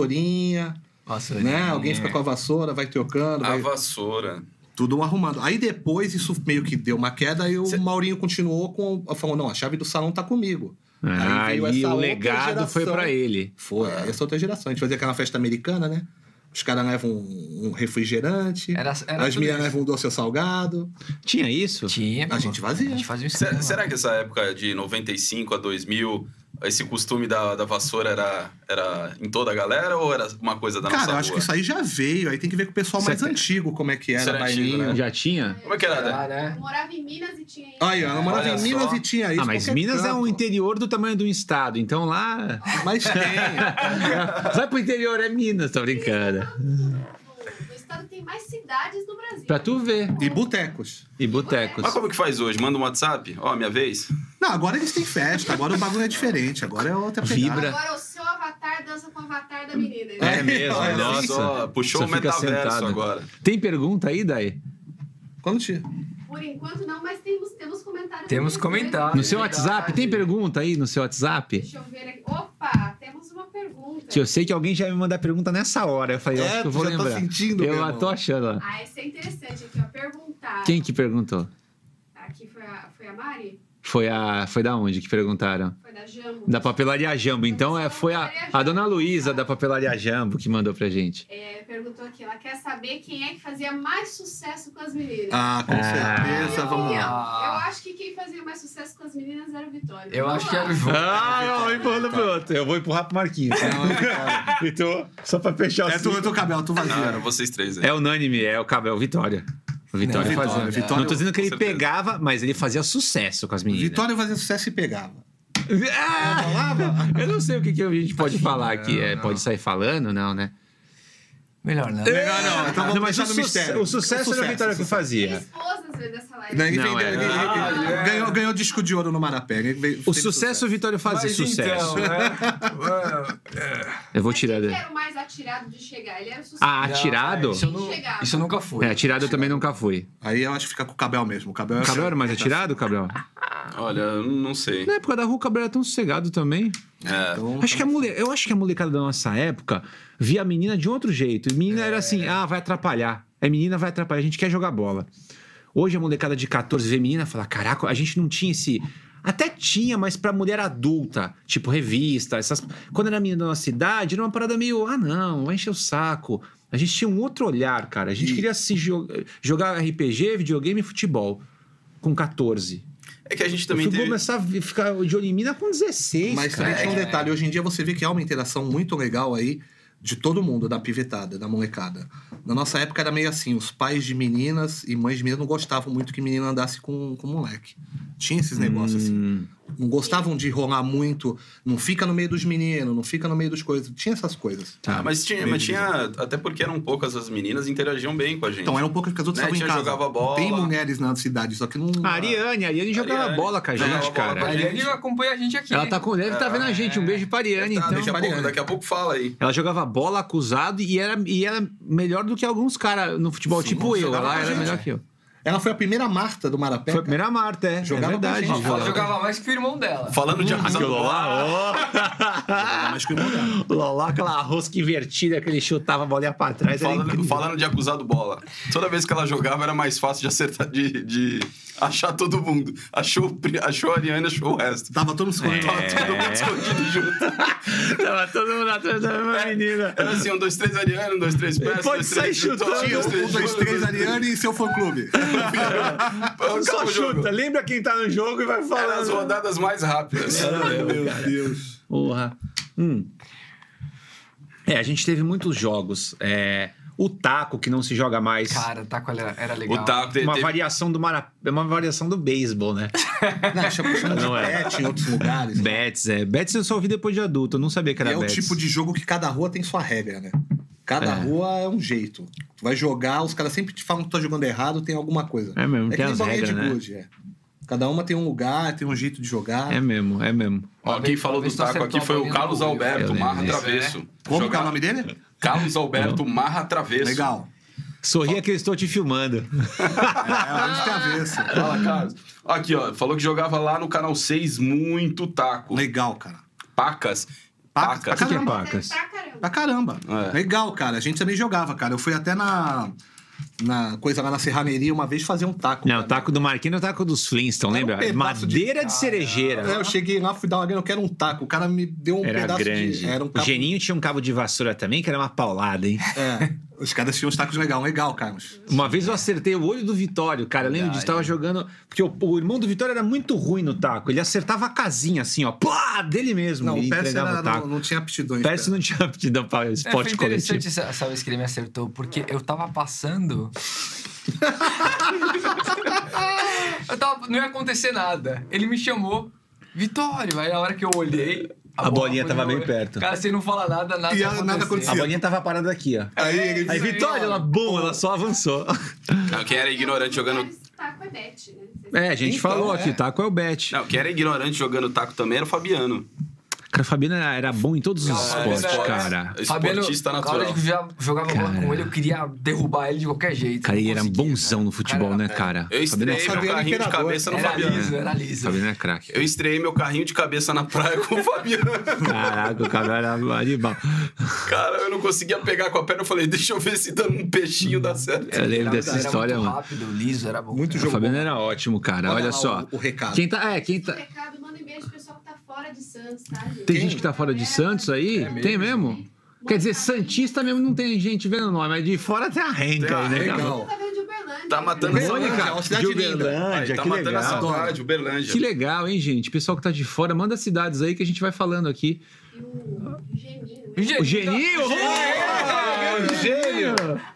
Speaker 2: Vassourinha,
Speaker 3: Nossa, é.
Speaker 2: né? Alguém fica com a vassoura, vai trocando,
Speaker 4: A
Speaker 2: vai
Speaker 4: vassoura.
Speaker 2: tudo arrumando. Aí depois isso meio que deu uma queda e o
Speaker 4: Cê-
Speaker 2: Maurinho continuou com. Falou: não, a chave do salão tá comigo.
Speaker 1: Ah,
Speaker 2: Aí veio
Speaker 1: e
Speaker 2: essa
Speaker 1: o
Speaker 2: outra
Speaker 1: legado foi
Speaker 2: geração.
Speaker 1: pra ele.
Speaker 2: Foi, essa é outra geração. A gente fazia aquela festa americana, né? Os caras levam um um refrigerante,
Speaker 3: Era, era
Speaker 2: as
Speaker 3: tudo
Speaker 2: meninas
Speaker 3: isso.
Speaker 2: levam um doce ou salgado.
Speaker 1: Tinha isso?
Speaker 3: Tinha,
Speaker 2: A
Speaker 3: pô.
Speaker 2: gente fazia.
Speaker 3: A gente fazia um
Speaker 4: Se-
Speaker 3: esquema.
Speaker 4: será que essa época de 95 a 2000, esse costume da, da vassoura era, era em toda a galera ou era uma coisa da
Speaker 2: Cara,
Speaker 4: nossa
Speaker 2: eu acho
Speaker 4: rua?
Speaker 2: que isso aí já veio. Aí tem que ver com o pessoal mais
Speaker 1: Certo.
Speaker 2: antigo como é que
Speaker 4: Isso
Speaker 2: era,
Speaker 4: era antigo,
Speaker 2: bailinho.
Speaker 4: né?
Speaker 1: Já tinha?
Speaker 4: Como é que era, né?
Speaker 3: Ah, né?
Speaker 5: Eu morava em Minas e tinha isso.
Speaker 2: Aí, ó, eu morava
Speaker 4: Olha
Speaker 2: em Minas
Speaker 4: só.
Speaker 2: e tinha isso.
Speaker 1: Ah, mas
Speaker 2: qualquer
Speaker 1: Minas é
Speaker 2: canto.
Speaker 1: um interior do tamanho de um estado, então lá.
Speaker 2: Mas tem.
Speaker 1: Vai pro interior, é Minas, tô brincando.
Speaker 5: No, no estado que tem mais cidades do Brasil.
Speaker 1: Pra tu ver.
Speaker 2: e botecos.
Speaker 1: E botecos.
Speaker 4: Mas como que faz hoje? Manda um WhatsApp? Ó, minha vez?
Speaker 2: Não, agora eles têm festa, agora o bagulho é diferente, agora é outra pegada.
Speaker 1: Vibra.
Speaker 5: Agora o seu avatar dança com o avatar da menina.
Speaker 1: É
Speaker 5: Né?
Speaker 1: mesmo,
Speaker 2: Olha
Speaker 4: Olha
Speaker 1: nossa.
Speaker 4: só, puxou
Speaker 1: Só
Speaker 4: o
Speaker 1: fica
Speaker 4: metaverso
Speaker 1: sentado.
Speaker 4: agora.
Speaker 1: Tem pergunta aí, Dai?
Speaker 2: Quando te...
Speaker 5: Por enquanto não, mas temos, temos comentários.
Speaker 3: Temos
Speaker 5: aqui, né?
Speaker 3: comentários.
Speaker 1: No seu WhatsApp, tem pergunta aí no seu WhatsApp?
Speaker 5: Deixa eu ver aqui. Opa, temos uma pergunta.
Speaker 1: Que eu sei que alguém já vai me mandar pergunta nessa hora. Eu
Speaker 4: É,
Speaker 1: falei, eu acho que eu vou
Speaker 2: já
Speaker 4: tá
Speaker 2: tô
Speaker 1: lembrar.
Speaker 2: sentindo,
Speaker 1: Eu
Speaker 2: meu
Speaker 1: já
Speaker 2: irmão.
Speaker 1: tô achando. ó.
Speaker 5: Ah, essa é interessante aqui, ó. Perguntaram.
Speaker 1: Quem que perguntou?
Speaker 5: Aqui foi a, foi a Mari?
Speaker 1: Foi a. Foi da onde que perguntaram?
Speaker 5: Foi da Jambo?
Speaker 1: Da papelaria Jambo. Então é, foi a, a dona Luísa da papelaria Jambo que mandou pra gente.
Speaker 5: É, perguntou aqui, ela quer saber quem é que fazia mais sucesso com as meninas.
Speaker 2: Ah, com
Speaker 1: Ah.
Speaker 2: certeza, vamos lá.
Speaker 5: Eu
Speaker 3: Ah,
Speaker 5: acho que quem fazia mais sucesso com as meninas era o Vitória.
Speaker 3: eu
Speaker 5: Vamos
Speaker 3: acho que
Speaker 5: lá.
Speaker 3: era o João.
Speaker 1: Ah, não,
Speaker 2: tá.
Speaker 1: empurrando pro outro. Eu vou empurrar pro Marquinhos. Então, só pra fechar o
Speaker 2: É tu, é tu, Cabel, tu
Speaker 4: Ah,
Speaker 2: vazia.
Speaker 4: eram vocês três aí.
Speaker 1: É unânime, é o Cabel, Vitória. O Vitória
Speaker 3: Não,
Speaker 1: fazia.
Speaker 2: Vitória, Vitória,
Speaker 1: não tô dizendo que
Speaker 4: com
Speaker 1: ele
Speaker 4: certeza.
Speaker 1: pegava, mas ele fazia sucesso com as meninas.
Speaker 2: Vitória fazia sucesso e pegava.
Speaker 1: Ah! eu não sei o que, que a gente pode falar aqui. É,
Speaker 3: não.
Speaker 1: Pode sair falando, não, né?
Speaker 3: Melhor não.
Speaker 2: Melhor não, então vamos
Speaker 1: mas
Speaker 2: deixar
Speaker 1: o
Speaker 2: no
Speaker 1: suce-
Speaker 2: mistério.
Speaker 1: O sucesso,
Speaker 2: O sucesso,
Speaker 1: era a Vitória
Speaker 2: o
Speaker 1: que
Speaker 2: sucesso.
Speaker 1: fazia.
Speaker 5: esposa, às vezes, dessa live.
Speaker 2: Né, Ele
Speaker 1: Não,
Speaker 2: vendeu-
Speaker 1: é.
Speaker 2: ele- ele- ele-
Speaker 3: Ah, é.
Speaker 2: ganhou, ganhou disco de ouro no Marapé. ele veio-
Speaker 1: O
Speaker 2: fez
Speaker 1: sucesso, o Vitória fazia sucesso.
Speaker 2: então-
Speaker 3: então, né?
Speaker 1: Eu vou
Speaker 5: Mas
Speaker 1: tirar.
Speaker 5: Quem
Speaker 1: da-
Speaker 5: que era o mais atirado de chegar? Ele era o sucesso.
Speaker 1: Ah, atirado?
Speaker 3: Isso, eu não-
Speaker 5: Chegava.
Speaker 3: isso eu nunca fui.
Speaker 1: É, atirado eu também nunca fui.
Speaker 2: Aí eu acho que fica com o Cabel mesmo. O Cabel, é
Speaker 1: O Cabel era mais atirado, Cabel?
Speaker 4: Olha, eu não sei.
Speaker 1: Na época da rua, o Cabel era tão sossegado também.
Speaker 4: É.
Speaker 2: Então,
Speaker 1: Acho que a mulher, eu acho que a molecada da nossa época via a menina de outro jeito. E menina era assim, ah, vai atrapalhar. É menina vai atrapalhar, a gente quer jogar bola. Hoje a molecada de 14 vê menina e fala: "Caraca, a gente não tinha esse até tinha, mas pra mulher adulta, tipo revista, essas. Quando era menina da nossa idade, era uma parada meio, ah, não, vai encher o saco. A gente tinha um outro olhar, cara. A gente
Speaker 2: E-
Speaker 1: queria se jo- jogar RPG, videogame e futebol com 14.
Speaker 4: É que a gente
Speaker 1: Eu
Speaker 4: também
Speaker 1: fui
Speaker 4: teve...
Speaker 1: começar a vi- ficar de olho em mina com 16,
Speaker 2: Mas
Speaker 1: cara.
Speaker 2: também tinha um
Speaker 3: É.
Speaker 2: detalhe. Hoje em dia você vê que há uma interação muito legal aí de todo mundo, da pivetada, da molecada. Na nossa época era meio assim, os pais de meninas e mães de meninas não gostavam muito que menina andasse com, com moleque. Tinha esses negócios assim.
Speaker 1: Hum.
Speaker 2: Não gostavam de rolar muito, não fica no meio dos meninos, não fica no meio dos coisas. Tinha essas coisas.
Speaker 1: Tá.
Speaker 4: Ah, mas tinha, mas tinha... Até porque eram poucas as meninas interagiam bem com a gente.
Speaker 2: Então era um pouco que as outras
Speaker 4: Né,
Speaker 2: estavam em
Speaker 4: tia
Speaker 2: casa.
Speaker 4: jogava bola.
Speaker 2: Tem mulheres na cidade, só que não...
Speaker 1: A Ariane, a Ariane jogava
Speaker 4: Ariane.
Speaker 1: bola com a gente,
Speaker 4: Jogava bola
Speaker 1: cara.
Speaker 4: com a
Speaker 3: A Ariane acompanha a gente aqui.
Speaker 1: é. Ela
Speaker 3: hein?
Speaker 1: tá com, deve estar vendo a gente. Um beijo pra Ariane,
Speaker 4: Tá,
Speaker 1: então.
Speaker 4: daqui, a pouco,
Speaker 2: Mariana.
Speaker 4: daqui a pouco fala aí.
Speaker 1: Ela jogava bola acusado e era, e era melhor do que alguns caras no futebol,
Speaker 2: Sim,
Speaker 1: tipo eu.
Speaker 2: jogava
Speaker 1: Ela
Speaker 2: com a
Speaker 1: era
Speaker 2: gente.
Speaker 1: melhor que eu.
Speaker 2: Ela foi a primeira Marta do Marapé.
Speaker 1: Foi a primeira Marta, é.
Speaker 2: Jogava
Speaker 1: é
Speaker 2: com a
Speaker 1: verdade.
Speaker 2: gente.
Speaker 3: Ela jogava mais que o irmão dela.
Speaker 4: Falando de acusado...
Speaker 2: Mas que o irmão dela.
Speaker 1: Loló, aquela rosca invertida que ele chutava a bolinha pra trás. era
Speaker 4: Falando,
Speaker 1: é incrível.
Speaker 4: falando de acusado bola. Toda vez que ela jogava, era mais fácil de acertar, de, de achar todo mundo. Achou, o pri- achou a Ariane, achou o resto.
Speaker 2: Tava todo mundo se contando.
Speaker 4: Tava todo mundo escondido junto.
Speaker 1: Tava todo mundo atrás da mesma
Speaker 2: É.
Speaker 1: menina.
Speaker 4: Era assim, um, dois, três, Ariane, um, dois, tris, Pérez,
Speaker 1: Pode
Speaker 4: dois,
Speaker 1: sair
Speaker 4: três, Vitória,
Speaker 1: chutando.
Speaker 2: Tinha um, dois, três, Ariane e seu fã-clube. É,
Speaker 4: Acabou
Speaker 1: Só
Speaker 4: o jogo.
Speaker 1: chuta, lembra quem tá no jogo e vai
Speaker 4: Eram as
Speaker 1: falando.
Speaker 4: rodadas mais rápidas.
Speaker 2: Meu Deus.
Speaker 1: Porra. Hum. É, a gente teve muitos jogos. É, O taco, que não se joga mais.
Speaker 3: Cara, tá com era, era legal.
Speaker 4: O taco te-
Speaker 1: uma
Speaker 4: teve-
Speaker 1: variação do mara... É uma variação do beisebol, né?
Speaker 2: Não, chama chama de
Speaker 1: Não é.
Speaker 2: pet em outros lugares.
Speaker 1: Betts, é. Betts eu só ouvi depois de adulto, eu não sabia que era
Speaker 2: é o
Speaker 1: Betts.
Speaker 2: tipo de jogo que cada rua tem sua regra, né? Cada
Speaker 1: É.
Speaker 2: rua é um jeito. Tu vai jogar, os caras sempre te falam que tu tá jogando errado, tem alguma coisa.
Speaker 1: É mesmo,
Speaker 2: é
Speaker 1: tem
Speaker 2: que nem
Speaker 1: as
Speaker 2: bolinha
Speaker 1: regras,
Speaker 2: de
Speaker 1: né?
Speaker 2: gude, é. Cada uma tem um lugar, tem um jeito de jogar.
Speaker 1: É mesmo, é mesmo.
Speaker 4: Ó, quem falou do
Speaker 3: Talvez
Speaker 2: tá
Speaker 4: taco
Speaker 3: acertou
Speaker 4: aqui
Speaker 3: a
Speaker 4: foi o
Speaker 3: bolinha
Speaker 4: Carlos
Speaker 3: no olho.
Speaker 1: Eu
Speaker 4: Alberto
Speaker 1: lembro
Speaker 4: Marra
Speaker 1: disso.
Speaker 4: Travesso.
Speaker 2: Como que é o
Speaker 4: Jogar-
Speaker 2: nome dele?
Speaker 4: Carlos Alberto Marra Travesso.
Speaker 2: Legal.
Speaker 1: Sorria que eu estou te filmando.
Speaker 2: É, o Luiz Travesso.
Speaker 4: Fala, Carlos. Aqui, ó, falou que jogava lá no canal 6 muito taco.
Speaker 2: Legal, cara.
Speaker 4: Pacas.
Speaker 2: Pacas,
Speaker 4: Pacas.
Speaker 1: O que é
Speaker 2: Caramba.
Speaker 1: pacas?
Speaker 5: Pra caramba.
Speaker 2: Pra caramba.
Speaker 4: É.
Speaker 2: Legal, cara. A gente também jogava, cara. Eu fui até na, na coisa lá na serraneria uma vez fazer um taco.
Speaker 1: Não,
Speaker 2: cara.
Speaker 1: o taco do Marquinhos é o taco dos Flintstone,
Speaker 2: Era um
Speaker 1: lembra?
Speaker 2: pedaço de-
Speaker 1: Madeira de, cerejeira.
Speaker 2: É, eu cheguei lá, fui dar uma grana, eu quero um taco. O cara me deu um
Speaker 1: Era
Speaker 2: pedaço
Speaker 1: grande.
Speaker 2: de. Era um
Speaker 1: O
Speaker 2: taco.
Speaker 1: Geninho tinha um cabo de vassoura também, que era uma paulada, hein?
Speaker 2: É. Os caras tinham uns tacos legal, legal, Carlos.
Speaker 1: Uma vez eu acertei o olho do Vitório, cara. Eu lembro disso, tava jogando. Porque o, o irmão do Vitório era muito ruim no taco. Ele acertava a casinha assim, ó. Plá! Dele mesmo.
Speaker 2: Não,
Speaker 1: e
Speaker 2: o Pérez
Speaker 1: entregava
Speaker 2: era-
Speaker 1: o taco.
Speaker 2: não, não tinha aptidões.
Speaker 1: Parece que não tinha aptidão pra
Speaker 3: É, foi
Speaker 1: esporte coletivo.
Speaker 3: interessante essa, essa vez que ele me acertou, porque eu tava passando. eu tava, não ia acontecer nada. Ele me chamou, Vitório. Aí na hora que eu olhei.
Speaker 1: A
Speaker 3: bola
Speaker 1: bolinha
Speaker 3: foi
Speaker 1: tava
Speaker 3: no
Speaker 1: bem
Speaker 3: olho.
Speaker 1: perto.
Speaker 3: Cara, você não fala nada, nada.
Speaker 2: E a- nada
Speaker 1: A
Speaker 2: aconteceu.
Speaker 1: bolinha tava parada aqui, ó.
Speaker 2: Aí ele.
Speaker 1: Aí,
Speaker 3: Isso aí,
Speaker 1: Vitória,
Speaker 3: ó.
Speaker 1: ela, bom, ela só avançou.
Speaker 4: Não, quem era ignorante jogando.
Speaker 5: Taco é bet, né? Vocês-
Speaker 1: É, a gente
Speaker 2: Então,
Speaker 1: falou
Speaker 2: é.
Speaker 1: aqui, taco é o bet.
Speaker 4: Não, quem era ignorante jogando taco também era o Fabiano.
Speaker 1: Cara, o Fabiano era, era bom em todos os
Speaker 3: Cara,
Speaker 1: esportes,
Speaker 3: era-
Speaker 1: cara.
Speaker 4: Esportista
Speaker 3: na hora
Speaker 4: natural.
Speaker 3: que eu já jogava bola
Speaker 1: Cara.
Speaker 3: com ele, eu queria derrubar ele de qualquer jeito.
Speaker 1: Cara,
Speaker 3: não
Speaker 1: ele era um
Speaker 3: conseguia,
Speaker 1: bonzão
Speaker 3: né?
Speaker 1: no futebol,
Speaker 3: Cara,
Speaker 1: né, cara?
Speaker 4: Eu
Speaker 1: Fabiano é
Speaker 4: estreiei
Speaker 1: craque.
Speaker 4: meu
Speaker 2: Fabiano é
Speaker 4: carrinho de
Speaker 2: imperador.
Speaker 4: cabeça no
Speaker 3: Era
Speaker 4: Fabiano.
Speaker 3: liso, era liso.
Speaker 1: Fabiano é craque.
Speaker 4: Eu estreiei meu carrinho de cabeça na praia com o Fabiano.
Speaker 1: Caraca, o cara era um animal.
Speaker 4: Cara, eu não conseguia pegar com a perna. Eu falei, deixa eu ver se dando um peixinho dá certo.
Speaker 2: É,
Speaker 1: Eu lembro
Speaker 3: Era- um
Speaker 1: dessa
Speaker 3: era
Speaker 1: história,
Speaker 3: muito
Speaker 1: mano.
Speaker 3: rápido, liso, era bom.
Speaker 2: Muito
Speaker 1: O
Speaker 3: cara.
Speaker 2: jogo
Speaker 1: Fabiano
Speaker 2: bom.
Speaker 1: era ótimo, cara. Olha,
Speaker 2: lá
Speaker 1: só.
Speaker 2: O, o recado.
Speaker 1: Quem tá. É, quem
Speaker 5: Esse
Speaker 1: tá.
Speaker 5: recado, manda um beijo pro pessoal que tá fora de Santos, tá? gente?
Speaker 1: Tem gente que tá fora de Santos
Speaker 5: É
Speaker 1: aí? Tem mesmo? Quer dizer, Santista mesmo não tem gente vendo nós, mas de fora tem a renca aí, né, cara?
Speaker 5: Tá vendo de Uberlândia.
Speaker 4: Tá matando
Speaker 5: Uberlândia.
Speaker 2: Uberlândia,
Speaker 1: Mônica,
Speaker 2: é uma cidade
Speaker 1: de
Speaker 2: linda.
Speaker 1: Uberlândia,
Speaker 4: Aí, tá
Speaker 1: que
Speaker 4: matando a
Speaker 1: legal.
Speaker 4: saudade, Uberlândia.
Speaker 1: Que legal, hein, gente? Pessoal que tá de fora, manda as cidades aí que a gente vai falando aqui.
Speaker 5: E o Geninho. né?
Speaker 3: O Geninho
Speaker 1: O Geninho! O
Speaker 3: Geninho!
Speaker 1: Gênio!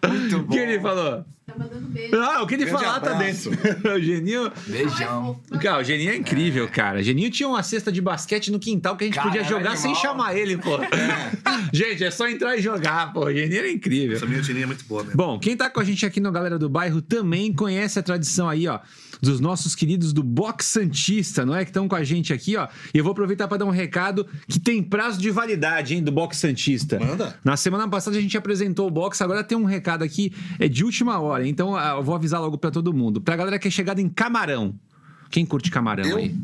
Speaker 3: Muito
Speaker 1: O que ele falou?
Speaker 5: Tá mandando beijo.
Speaker 1: Ah, o que ele
Speaker 2: Grande
Speaker 1: falar tá
Speaker 2: abraço.
Speaker 1: dentro. O Geninho...
Speaker 3: Beijão.
Speaker 1: Cara, o Geninho é incrível, cara. Geninho tinha uma cesta de basquete no quintal que a gente
Speaker 3: Cara,
Speaker 1: podia
Speaker 3: era
Speaker 1: jogar sem
Speaker 3: animal.
Speaker 1: chamar ele, pô. gente, é só entrar e jogar, pô. O Geninho era incrível.
Speaker 2: Essa minha tirinha é muito boa, né?
Speaker 1: Bom, quem tá com a gente aqui no Galera do Bairro também conhece a tradição aí, ó, dos nossos queridos do Box Santista, não é? Que estão com a gente aqui, ó. E eu vou aproveitar para dar um recado que tem prazo de validade, hein, do Box Santista.
Speaker 2: Manda.
Speaker 1: Na semana passada a gente apresentou o box, agora tem um recado aqui, é de última hora, então ah, eu vou avisar logo pra todo mundo. Pra galera que é chegada em Camarão. Quem curte Camarão
Speaker 2: Eu?
Speaker 1: aí?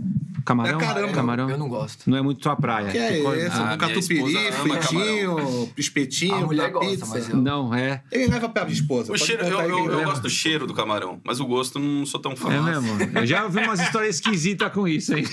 Speaker 1: Camarão?
Speaker 2: É caramba.
Speaker 1: Camarão?
Speaker 3: Eu não gosto.
Speaker 1: Não é muito tua praia.
Speaker 2: Que é
Speaker 1: Ficou-
Speaker 2: esse?
Speaker 1: Ah,
Speaker 2: Um catupiry,
Speaker 4: minha esposa ama
Speaker 2: fritinho,
Speaker 3: A
Speaker 2: espetinho,
Speaker 3: mulher
Speaker 2: pra
Speaker 3: gosta,
Speaker 2: pizza.
Speaker 3: mas eu-
Speaker 1: não, é.
Speaker 2: Ele leva pra esposa.
Speaker 4: O
Speaker 2: pode
Speaker 4: cheiro, eu,
Speaker 2: perguntar aí
Speaker 4: eu-
Speaker 2: quem
Speaker 4: eu
Speaker 2: leva.
Speaker 4: gosto do cheiro do camarão, mas o gosto não sou tão fã.
Speaker 1: É mesmo. Eu já ouvi umas histórias esquisitas com isso, hein?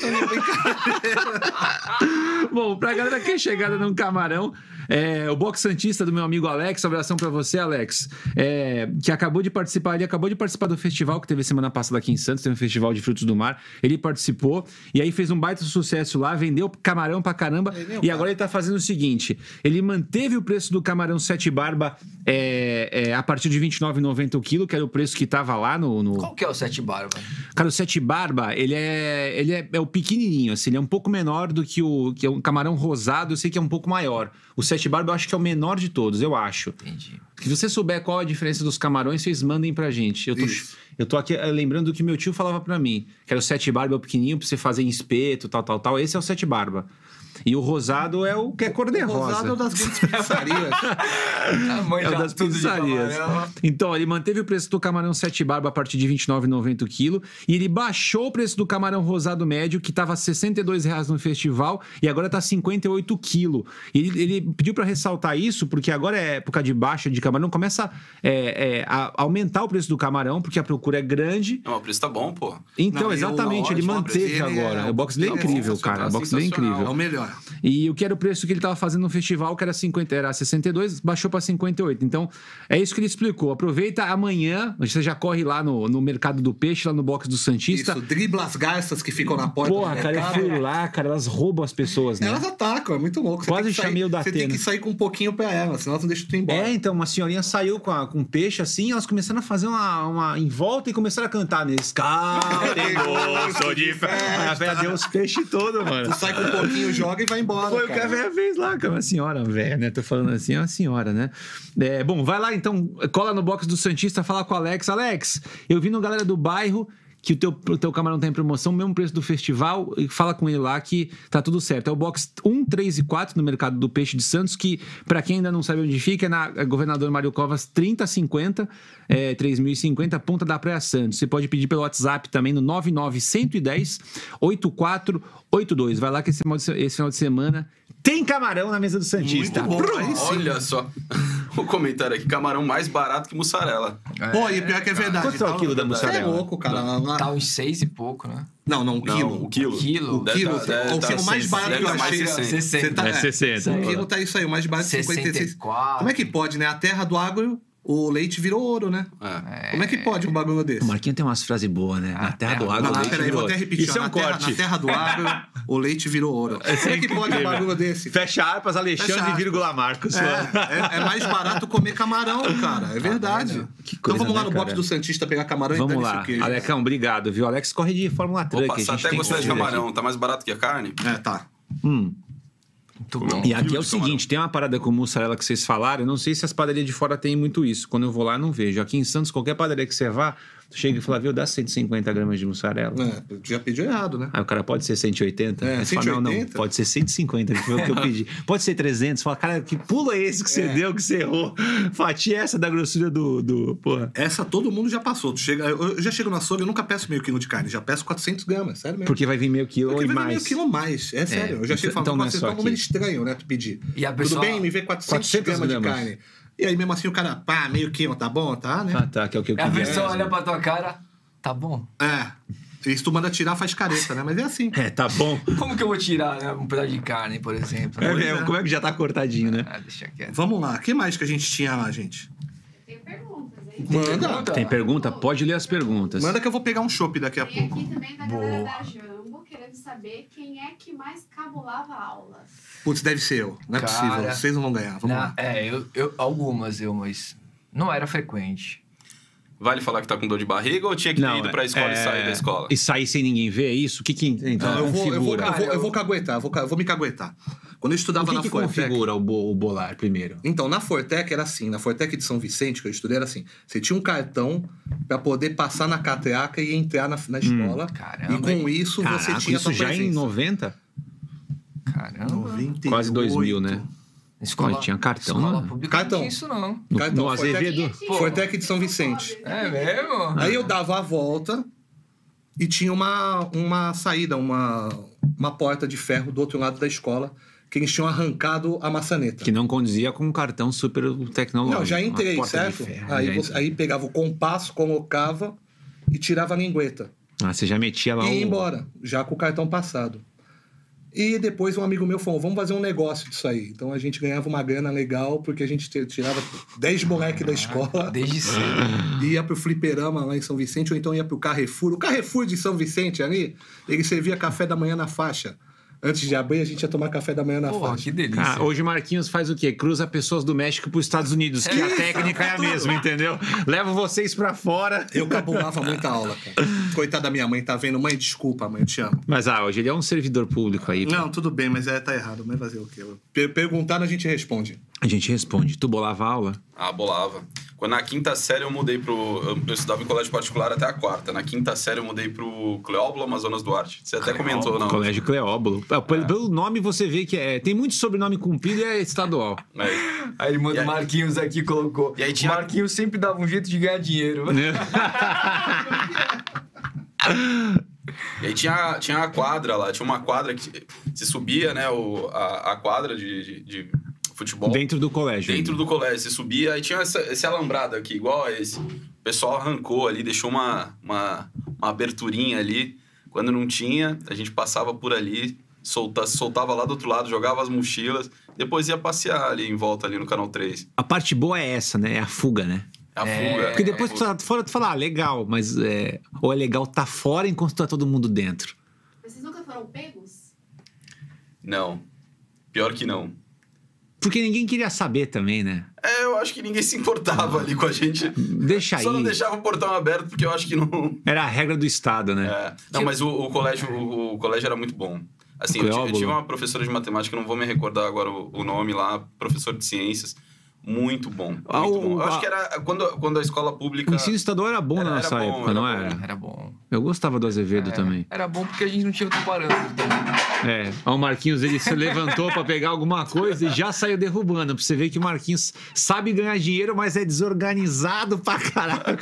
Speaker 1: Bom, pra galera que é chegada num camarão, é, o box santista do meu amigo Alex, um abração pra você, Alex, é, que acabou de participar, ele acabou de participar do festival que teve semana passada aqui em Santos, teve um festival de frutos do mar, ele participou e aí fez um baita sucesso lá, vendeu camarão pra caramba
Speaker 2: Vendeu,
Speaker 1: e
Speaker 2: cara.
Speaker 1: agora ele tá fazendo o seguinte, ele manteve o preço do camarão sete barba é, é, a partir de R$ 29,90 o quilo, que era o preço que tava lá no... no-
Speaker 3: Qual que é o Sete Barba?
Speaker 1: Cara, o sete barba, ele é ele é, é o pequenininho, assim, ele é um pouco menor do que o que é um camarão rosado, eu sei que é um pouco maior. O sete barba eu acho que é o menor de todos, eu acho.
Speaker 3: Entendi.
Speaker 1: Se você souber qual é a diferença dos camarões, vocês mandem pra gente. Eu tô,
Speaker 2: Isso.
Speaker 1: eu tô aqui eh, lembrando do que meu tio falava pra mim, que era o sete barba é o pequenininho pra você fazer em espeto, tal, tal, tal. Esse é o sete barba. E o rosado é o que é cor de
Speaker 2: Rosado é
Speaker 1: rosa.
Speaker 2: das grandes pizzarias.
Speaker 3: A mãe
Speaker 1: É o
Speaker 3: já
Speaker 1: das
Speaker 3: tudo de
Speaker 1: pizzarias.
Speaker 3: camarão.
Speaker 1: Então, ele manteve o preço do camarão sete barba a partir de R$ 29,90 o quilo. E ele baixou o preço do camarão rosado médio, que estava R$ 62,00 no festival, e agora está R$ 58 o quilo. E ele, ele pediu para ressaltar isso, porque agora é época de baixa de camarão, começa é, é, a aumentar o preço do camarão, porque a procura é grande.
Speaker 4: Não, o preço tá bom, pô.
Speaker 1: Então,
Speaker 2: Não, e o-
Speaker 1: exatamente, ele
Speaker 2: ótimo,
Speaker 1: manteve
Speaker 2: ele é-
Speaker 1: agora. o box dele é
Speaker 2: ele é
Speaker 1: incrível, cara. O box dele é
Speaker 4: sensacional.
Speaker 1: incrível.
Speaker 2: É o melhor. Tá.
Speaker 7: E o que era o preço que ele estava fazendo no festival, que era 50, era 62, baixou para 58. Então, é isso que ele explicou. Aproveita amanhã, você já corre lá no, no mercado do peixe, lá no box do Santista.
Speaker 2: Isso, dribla as garças que ficam na porta.
Speaker 7: Porra,
Speaker 2: do
Speaker 1: é
Speaker 7: cara, eu
Speaker 2: mercado. né?
Speaker 7: fui lá, cara, elas roubam as pessoas, né?
Speaker 2: Elas atacam, é muito louco. Você
Speaker 7: Quase
Speaker 2: tem que sair-
Speaker 7: chamei o
Speaker 2: Você tem
Speaker 7: Datena.
Speaker 2: que sair com um pouquinho pra ela, senão elas não deixam tu ir embora.
Speaker 1: É, então, uma senhorinha saiu com, a- com um peixe assim, elas começaram a fazer uma, uma em volta e começaram a cantar
Speaker 7: né?
Speaker 1: nesse cara. tem gosto de festa. A velha deu os peixes todos, mano.
Speaker 2: Tu sai com um pouquinho, joga e vai embora.
Speaker 1: Foi o que é
Speaker 2: cara.
Speaker 1: a velha fez lá, cara. Uma senhora, velha, né? Tô falando assim, é uma senhora, né? É, bom, vai lá então, cola no box do Santista, fala com o Alex. Alex, eu vi no galera do bairro que o teu, o teu camarão tá em promoção, mesmo preço do festival, e fala com ele lá que tá tudo certo. É o box 1, 3 e 4 no mercado do Peixe de Santos, que, pra quem ainda não sabe onde fica, é na Governador Mário Covas 3050, é, 3050, Ponta da Praia Santos. Você pode pedir pelo WhatsApp também no 99110 8482. Vai lá que esse final de se- esse final de semana tem camarão na mesa do Santista.
Speaker 2: Muito bom.
Speaker 4: Pô,
Speaker 2: Aí sim.
Speaker 4: Olha só. o comentário aqui: camarão mais barato que mussarela.
Speaker 2: Pô, e pior que é verdade.
Speaker 1: Quanto é o
Speaker 2: tá-
Speaker 1: quilo da
Speaker 2: Você é
Speaker 1: mussarela?
Speaker 2: louco, cara. lá-
Speaker 3: Tá uns seis e pouco, né?
Speaker 2: Não, não, um
Speaker 4: Não,
Speaker 2: quilo.
Speaker 4: o quilo.
Speaker 3: O quilo.
Speaker 2: O quilo,
Speaker 4: Deve tá- deve
Speaker 2: o
Speaker 4: tá
Speaker 2: quilo mais
Speaker 4: 60,
Speaker 2: barato que eu
Speaker 4: deve tá mais
Speaker 2: achei.
Speaker 4: 60.
Speaker 2: Você tá,
Speaker 1: É 60.
Speaker 2: O quilo tá isso aí, o mais barato de 56.
Speaker 3: 64.
Speaker 2: Como é que pode, né? A terra do agro, o leite virou ouro, né?
Speaker 4: É.
Speaker 2: Como é que pode um bagulho
Speaker 1: O
Speaker 2: desse?
Speaker 1: Marquinho tem umas frases boas, né? Na terra
Speaker 4: Ah,
Speaker 1: do água.
Speaker 2: Não, não, peraí, vou até repetir.
Speaker 1: Isso
Speaker 2: ó,
Speaker 1: é um
Speaker 2: na, terra, na
Speaker 1: corte.
Speaker 2: terra do agro, o leite virou ouro. Como é que pode um bagulho desse?
Speaker 1: Fecha aspas,
Speaker 2: Fecha
Speaker 1: Alexandre
Speaker 2: aspas.
Speaker 1: vírgula Marcos.
Speaker 2: É, é mais barato comer camarão, cara. É verdade.
Speaker 1: Que
Speaker 2: Então
Speaker 1: coisa,
Speaker 2: vamos lá
Speaker 1: né,
Speaker 2: no box
Speaker 1: cara?
Speaker 2: do Santista pegar camarão e
Speaker 1: Vamos
Speaker 2: dane-se
Speaker 1: lá.
Speaker 2: o queijo.
Speaker 1: Alecão, obrigado, viu? Alex corre de Fórmula
Speaker 4: Vou
Speaker 1: 3 que a gente
Speaker 4: passar até
Speaker 1: tem
Speaker 4: gostar de
Speaker 1: corrida aqui.
Speaker 4: camarão. Tá mais barato que a carne?
Speaker 2: É, tá.
Speaker 3: Muito bom.
Speaker 2: Então,
Speaker 4: Como
Speaker 1: E aqui é
Speaker 4: quilo
Speaker 1: o
Speaker 4: de camarão.
Speaker 1: seguinte, tem uma parada com mussarela que vocês falaram, eu não sei se as padarias de fora têm muito isso. Quando eu vou lá, eu não vejo. Aqui em Santos, qualquer padaria que você vá, tu chega e fala, viu, dá 150 gramas de mussarela.
Speaker 2: É, já pediu errado, né?
Speaker 1: Aí o cara pode ser 180?
Speaker 2: É,
Speaker 1: Aí você fala, não, não,
Speaker 2: 180.
Speaker 1: pode ser 150, que foi o que eu pedi. Pode ser 300? Fala, cara, que pulo é esse que você deu, que você errou? Fatia é essa da grossura do... do porra.
Speaker 2: Essa todo mundo já passou. Tu chega, eu eu já chego na sogra, eu nunca peço meio quilo de carne, já peço 400 gramas, sério mesmo.
Speaker 1: Porque vai vir meio quilo
Speaker 2: Porque
Speaker 1: e
Speaker 2: vai vir
Speaker 1: mais.
Speaker 2: meio quilo a mais, é sério. eu já chego
Speaker 1: então-
Speaker 2: falando,
Speaker 1: então não é
Speaker 2: 400
Speaker 1: só
Speaker 2: é um número
Speaker 1: aqui.
Speaker 2: estranho, né, tu pedir.
Speaker 3: E a
Speaker 2: Tudo
Speaker 3: pessoa-
Speaker 2: bem, me vê 400,
Speaker 1: 400
Speaker 2: gramas,
Speaker 1: gramas.
Speaker 2: de carne. E aí mesmo assim o cara, pá, meio quilo, tá bom, tá, né?
Speaker 1: Ah, tá, que é o que eu
Speaker 3: A
Speaker 1: queria.
Speaker 3: pessoa olha pra tua cara, tá bom.
Speaker 2: É. Isso tu manda tirar, faz careta, né? Mas é assim.
Speaker 1: É, tá bom.
Speaker 3: Como que eu vou tirar né, um pedaço de carne, por exemplo?
Speaker 1: É, é, como é que já tá cortadinho, né?
Speaker 3: Ah, deixa quieto.
Speaker 2: Vamos lá, o que mais que a gente tinha lá, gente?
Speaker 5: Tem perguntas, hein?
Speaker 2: Manda.
Speaker 1: Tem pergunta? Pode ler as perguntas.
Speaker 2: Manda que eu vou pegar um chopp daqui a
Speaker 5: Tem
Speaker 2: pouco.
Speaker 5: aqui também da galera da Jambo querendo saber quem é que mais cabulava aulas.
Speaker 2: Putz, deve ser eu. Não é
Speaker 3: Cara.
Speaker 2: possível, vocês não vão ganhar. Vamos
Speaker 3: Não,
Speaker 2: lá.
Speaker 3: é, eu, eu- algumas eu, mas não era frequente.
Speaker 4: Vale falar que tá com dor de barriga ou tinha
Speaker 2: tá
Speaker 4: que ter
Speaker 1: Não,
Speaker 4: ido pra escola e
Speaker 1: é-
Speaker 4: sair da escola?
Speaker 1: E sair sem ninguém ver, é isso? O que que então,
Speaker 2: Não, eu vou, eu, vou,
Speaker 1: configura?
Speaker 2: eu, vou, eu vou
Speaker 3: Cara, eu-
Speaker 2: caguetar, eu vou, ca- eu vou me caguetar. Quando eu estudava
Speaker 1: o que,
Speaker 2: na
Speaker 1: que
Speaker 2: Fortec.
Speaker 1: configura o, bo- o bolar primeiro?
Speaker 2: Então, na Fortec era assim, na Fortec de São Vicente, que eu estudei, era assim: você tinha um cartão pra poder passar na catraca e entrar na, na escola.
Speaker 3: caramba,
Speaker 2: e com isso você
Speaker 1: Hum, Caraca,
Speaker 2: tinha
Speaker 1: isso
Speaker 2: sua
Speaker 1: já é em
Speaker 2: presença.
Speaker 1: 90?
Speaker 3: Caramba.
Speaker 2: 98.
Speaker 1: Quase 2000, né?
Speaker 3: Escola,
Speaker 1: Mas tinha cartão,
Speaker 3: escola
Speaker 1: né?
Speaker 3: pública
Speaker 2: Cartão.
Speaker 3: não tinha isso, não.
Speaker 1: No,
Speaker 2: Cartão,
Speaker 1: no
Speaker 2: Fortec.
Speaker 1: Azevedo?
Speaker 5: Pô,
Speaker 2: Fortec de São Vicente.
Speaker 3: É mesmo?
Speaker 2: Aí eu dava a volta e tinha uma, uma saída, uma, uma porta de ferro do outro lado da escola, que eles tinham arrancado a maçaneta.
Speaker 1: Que não condizia com um cartão super tecnológico.
Speaker 2: Não, já
Speaker 1: uma
Speaker 2: entrei,
Speaker 1: porta de
Speaker 2: certo?
Speaker 1: ferro,
Speaker 2: aí,
Speaker 1: já
Speaker 2: você-
Speaker 1: entrei.
Speaker 2: aí pegava o compasso, colocava e tirava a lingueta.
Speaker 1: Ah, você já metia lá
Speaker 2: e ia
Speaker 1: o...
Speaker 2: embora, já com o cartão passado. E depois um amigo meu falou: vamos fazer um negócio disso aí. Então a gente ganhava uma grana legal, porque a gente te- tirava 10 moleque da escola
Speaker 3: Desde cedo.
Speaker 2: e ia pro fliperama lá em São Vicente, ou então ia pro Carrefour. O Carrefour de São Vicente ali, ele servia café da manhã na faixa. Antes de abrir, a gente ia tomar café da manhã na
Speaker 3: Porra,
Speaker 2: faixa.
Speaker 3: que delícia.
Speaker 1: Ah, hoje o Marquinhos faz o quê? Cruza pessoas do México pros Estados Unidos, que a técnica é a mesma, entendeu? Leva vocês pra fora.
Speaker 2: Eu cabulava muita aula, cara. Coitada da minha mãe, tá vendo? Mãe, desculpa, mãe, eu te amo.
Speaker 1: Mas ah, hoje ele é um servidor público aí. pô.
Speaker 2: Não, tudo bem, mas é, tá errado. Mas fazer o quê? Per- Perguntando, a gente responde.
Speaker 1: A gente responde. Tu bolava aula?
Speaker 4: Ah, bolava. Quando na quinta série eu mudei pro. Eu, eu estudava em colégio particular até a quarta. Na quinta série eu mudei pro Cleóbulo Amazonas Duarte. Você até comentou, não. É.
Speaker 1: Colégio Cleóbulo. Ah, Pelo, pelo nome você vê que é. Tem muito sobrenome cumprido e é estadual.
Speaker 4: É.
Speaker 3: A irmã do Marquinhos aqui colocou.
Speaker 4: E aí tinha-
Speaker 3: Marquinhos sempre dava um jeito de ganhar dinheiro.
Speaker 1: né?
Speaker 4: E aí tinha, tinha a quadra lá, tinha uma quadra que se subia, né? O, a, a quadra de, de, de futebol.
Speaker 1: Dentro do colégio.
Speaker 4: Dentro do colégio, você subia, aí tinha essa, esse alambrado aqui, igual esse. O pessoal arrancou ali, deixou uma, uma, uma aberturinha ali. Quando não tinha, a gente passava por ali, solta, soltava lá do outro lado, jogava as mochilas, depois ia passear ali em volta ali no canal 3.
Speaker 1: A parte boa é essa, né? É a fuga, né?
Speaker 4: É a fuga.
Speaker 1: Porque depois
Speaker 4: é
Speaker 1: tu
Speaker 4: a fuga.
Speaker 1: tá fora, tu fala, ah, legal, mas. É... Ou é legal tá fora enquanto tá todo mundo dentro.
Speaker 5: Mas vocês nunca foram pegos?
Speaker 4: Não. Pior que não.
Speaker 1: Porque ninguém queria saber também, né?
Speaker 4: É, eu acho que ninguém se importava ali com a gente.
Speaker 1: Deixa
Speaker 4: Só não
Speaker 1: aí.
Speaker 4: deixava o portão aberto, porque eu acho que não.
Speaker 1: Era a regra do Estado, né?
Speaker 4: É. Não, mas o, o colégio, o, o colégio era muito bom. Assim,
Speaker 1: O
Speaker 4: eu, ti- eu
Speaker 1: Cleóbulo.
Speaker 4: tive uma professora de matemática, não vou me recordar agora o, o nome lá, professor de ciências. Muito bom. Muito
Speaker 1: Ah, o-
Speaker 4: bom. Eu
Speaker 1: a-
Speaker 4: acho que era quando, quando a escola pública.
Speaker 1: O ensino estadual era bom
Speaker 4: Era-
Speaker 1: na nossa
Speaker 4: era bom, É.
Speaker 1: época,
Speaker 4: era
Speaker 1: não
Speaker 4: bom.
Speaker 1: era?
Speaker 3: Era bom.
Speaker 1: Eu gostava do Azevedo também.
Speaker 3: Era bom porque a gente não tinha outro parâmetro. Então.
Speaker 1: É. Ó, O Marquinhos ele se levantou pra pegar alguma coisa e já saiu derrubando. Pra você ver que o Marquinhos sabe ganhar dinheiro, mas é desorganizado pra caraca.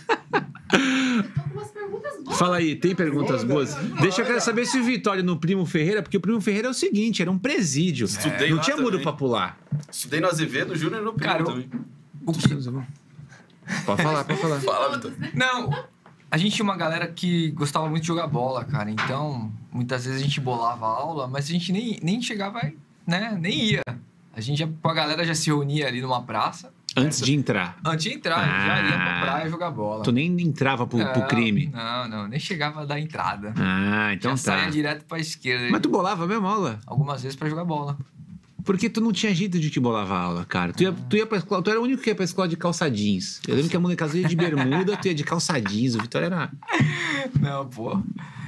Speaker 5: Eu tô com umas perguntas boas.
Speaker 1: Hum. Fala aí, tem perguntas boas? Deixa eu quero saber se o Vitória no Primo Ferreira, porque o Primo Ferreira é o seguinte, era um presídio.
Speaker 4: Estudei
Speaker 1: Não
Speaker 4: lá
Speaker 1: tinha muro
Speaker 4: também.
Speaker 1: pra pular.
Speaker 4: Estudei no Azevedo, Júnior e no Pedro
Speaker 3: Cara, eu-
Speaker 4: também.
Speaker 3: O que-
Speaker 1: Pode falar, pode falar.
Speaker 4: Fala,
Speaker 5: Todos,
Speaker 4: Vitor.
Speaker 5: né?
Speaker 3: Não, a gente tinha uma galera que gostava muito de jogar bola, cara. Então, muitas vezes a gente bolava a aula, mas a gente nem, nem chegava, né? Nem ia. A gente, já- a galera já se reunia ali numa praça.
Speaker 1: Antes de entrar.
Speaker 3: Antes de entrar,
Speaker 1: Ah.
Speaker 3: já ia pra praia jogar bola.
Speaker 1: Tu nem entrava pro, pro
Speaker 3: Não,
Speaker 1: crime.
Speaker 3: Não, não, nem chegava a dar entrada.
Speaker 1: Ah, então
Speaker 3: já saía
Speaker 1: tá.
Speaker 3: direto pra esquerda.
Speaker 1: Mas tu bolava mesmo a aula?
Speaker 3: Algumas vezes pra jogar bola.
Speaker 1: Porque tu não tinha jeito de que bolava aula, cara. Tu, ia, tu, ia pra escola, tu era o único que ia pra escola de calça jeans. Eu lembro que a molecada ia de bermuda, tu ia de calça jeans. O Vitória era.
Speaker 3: Não, pô. A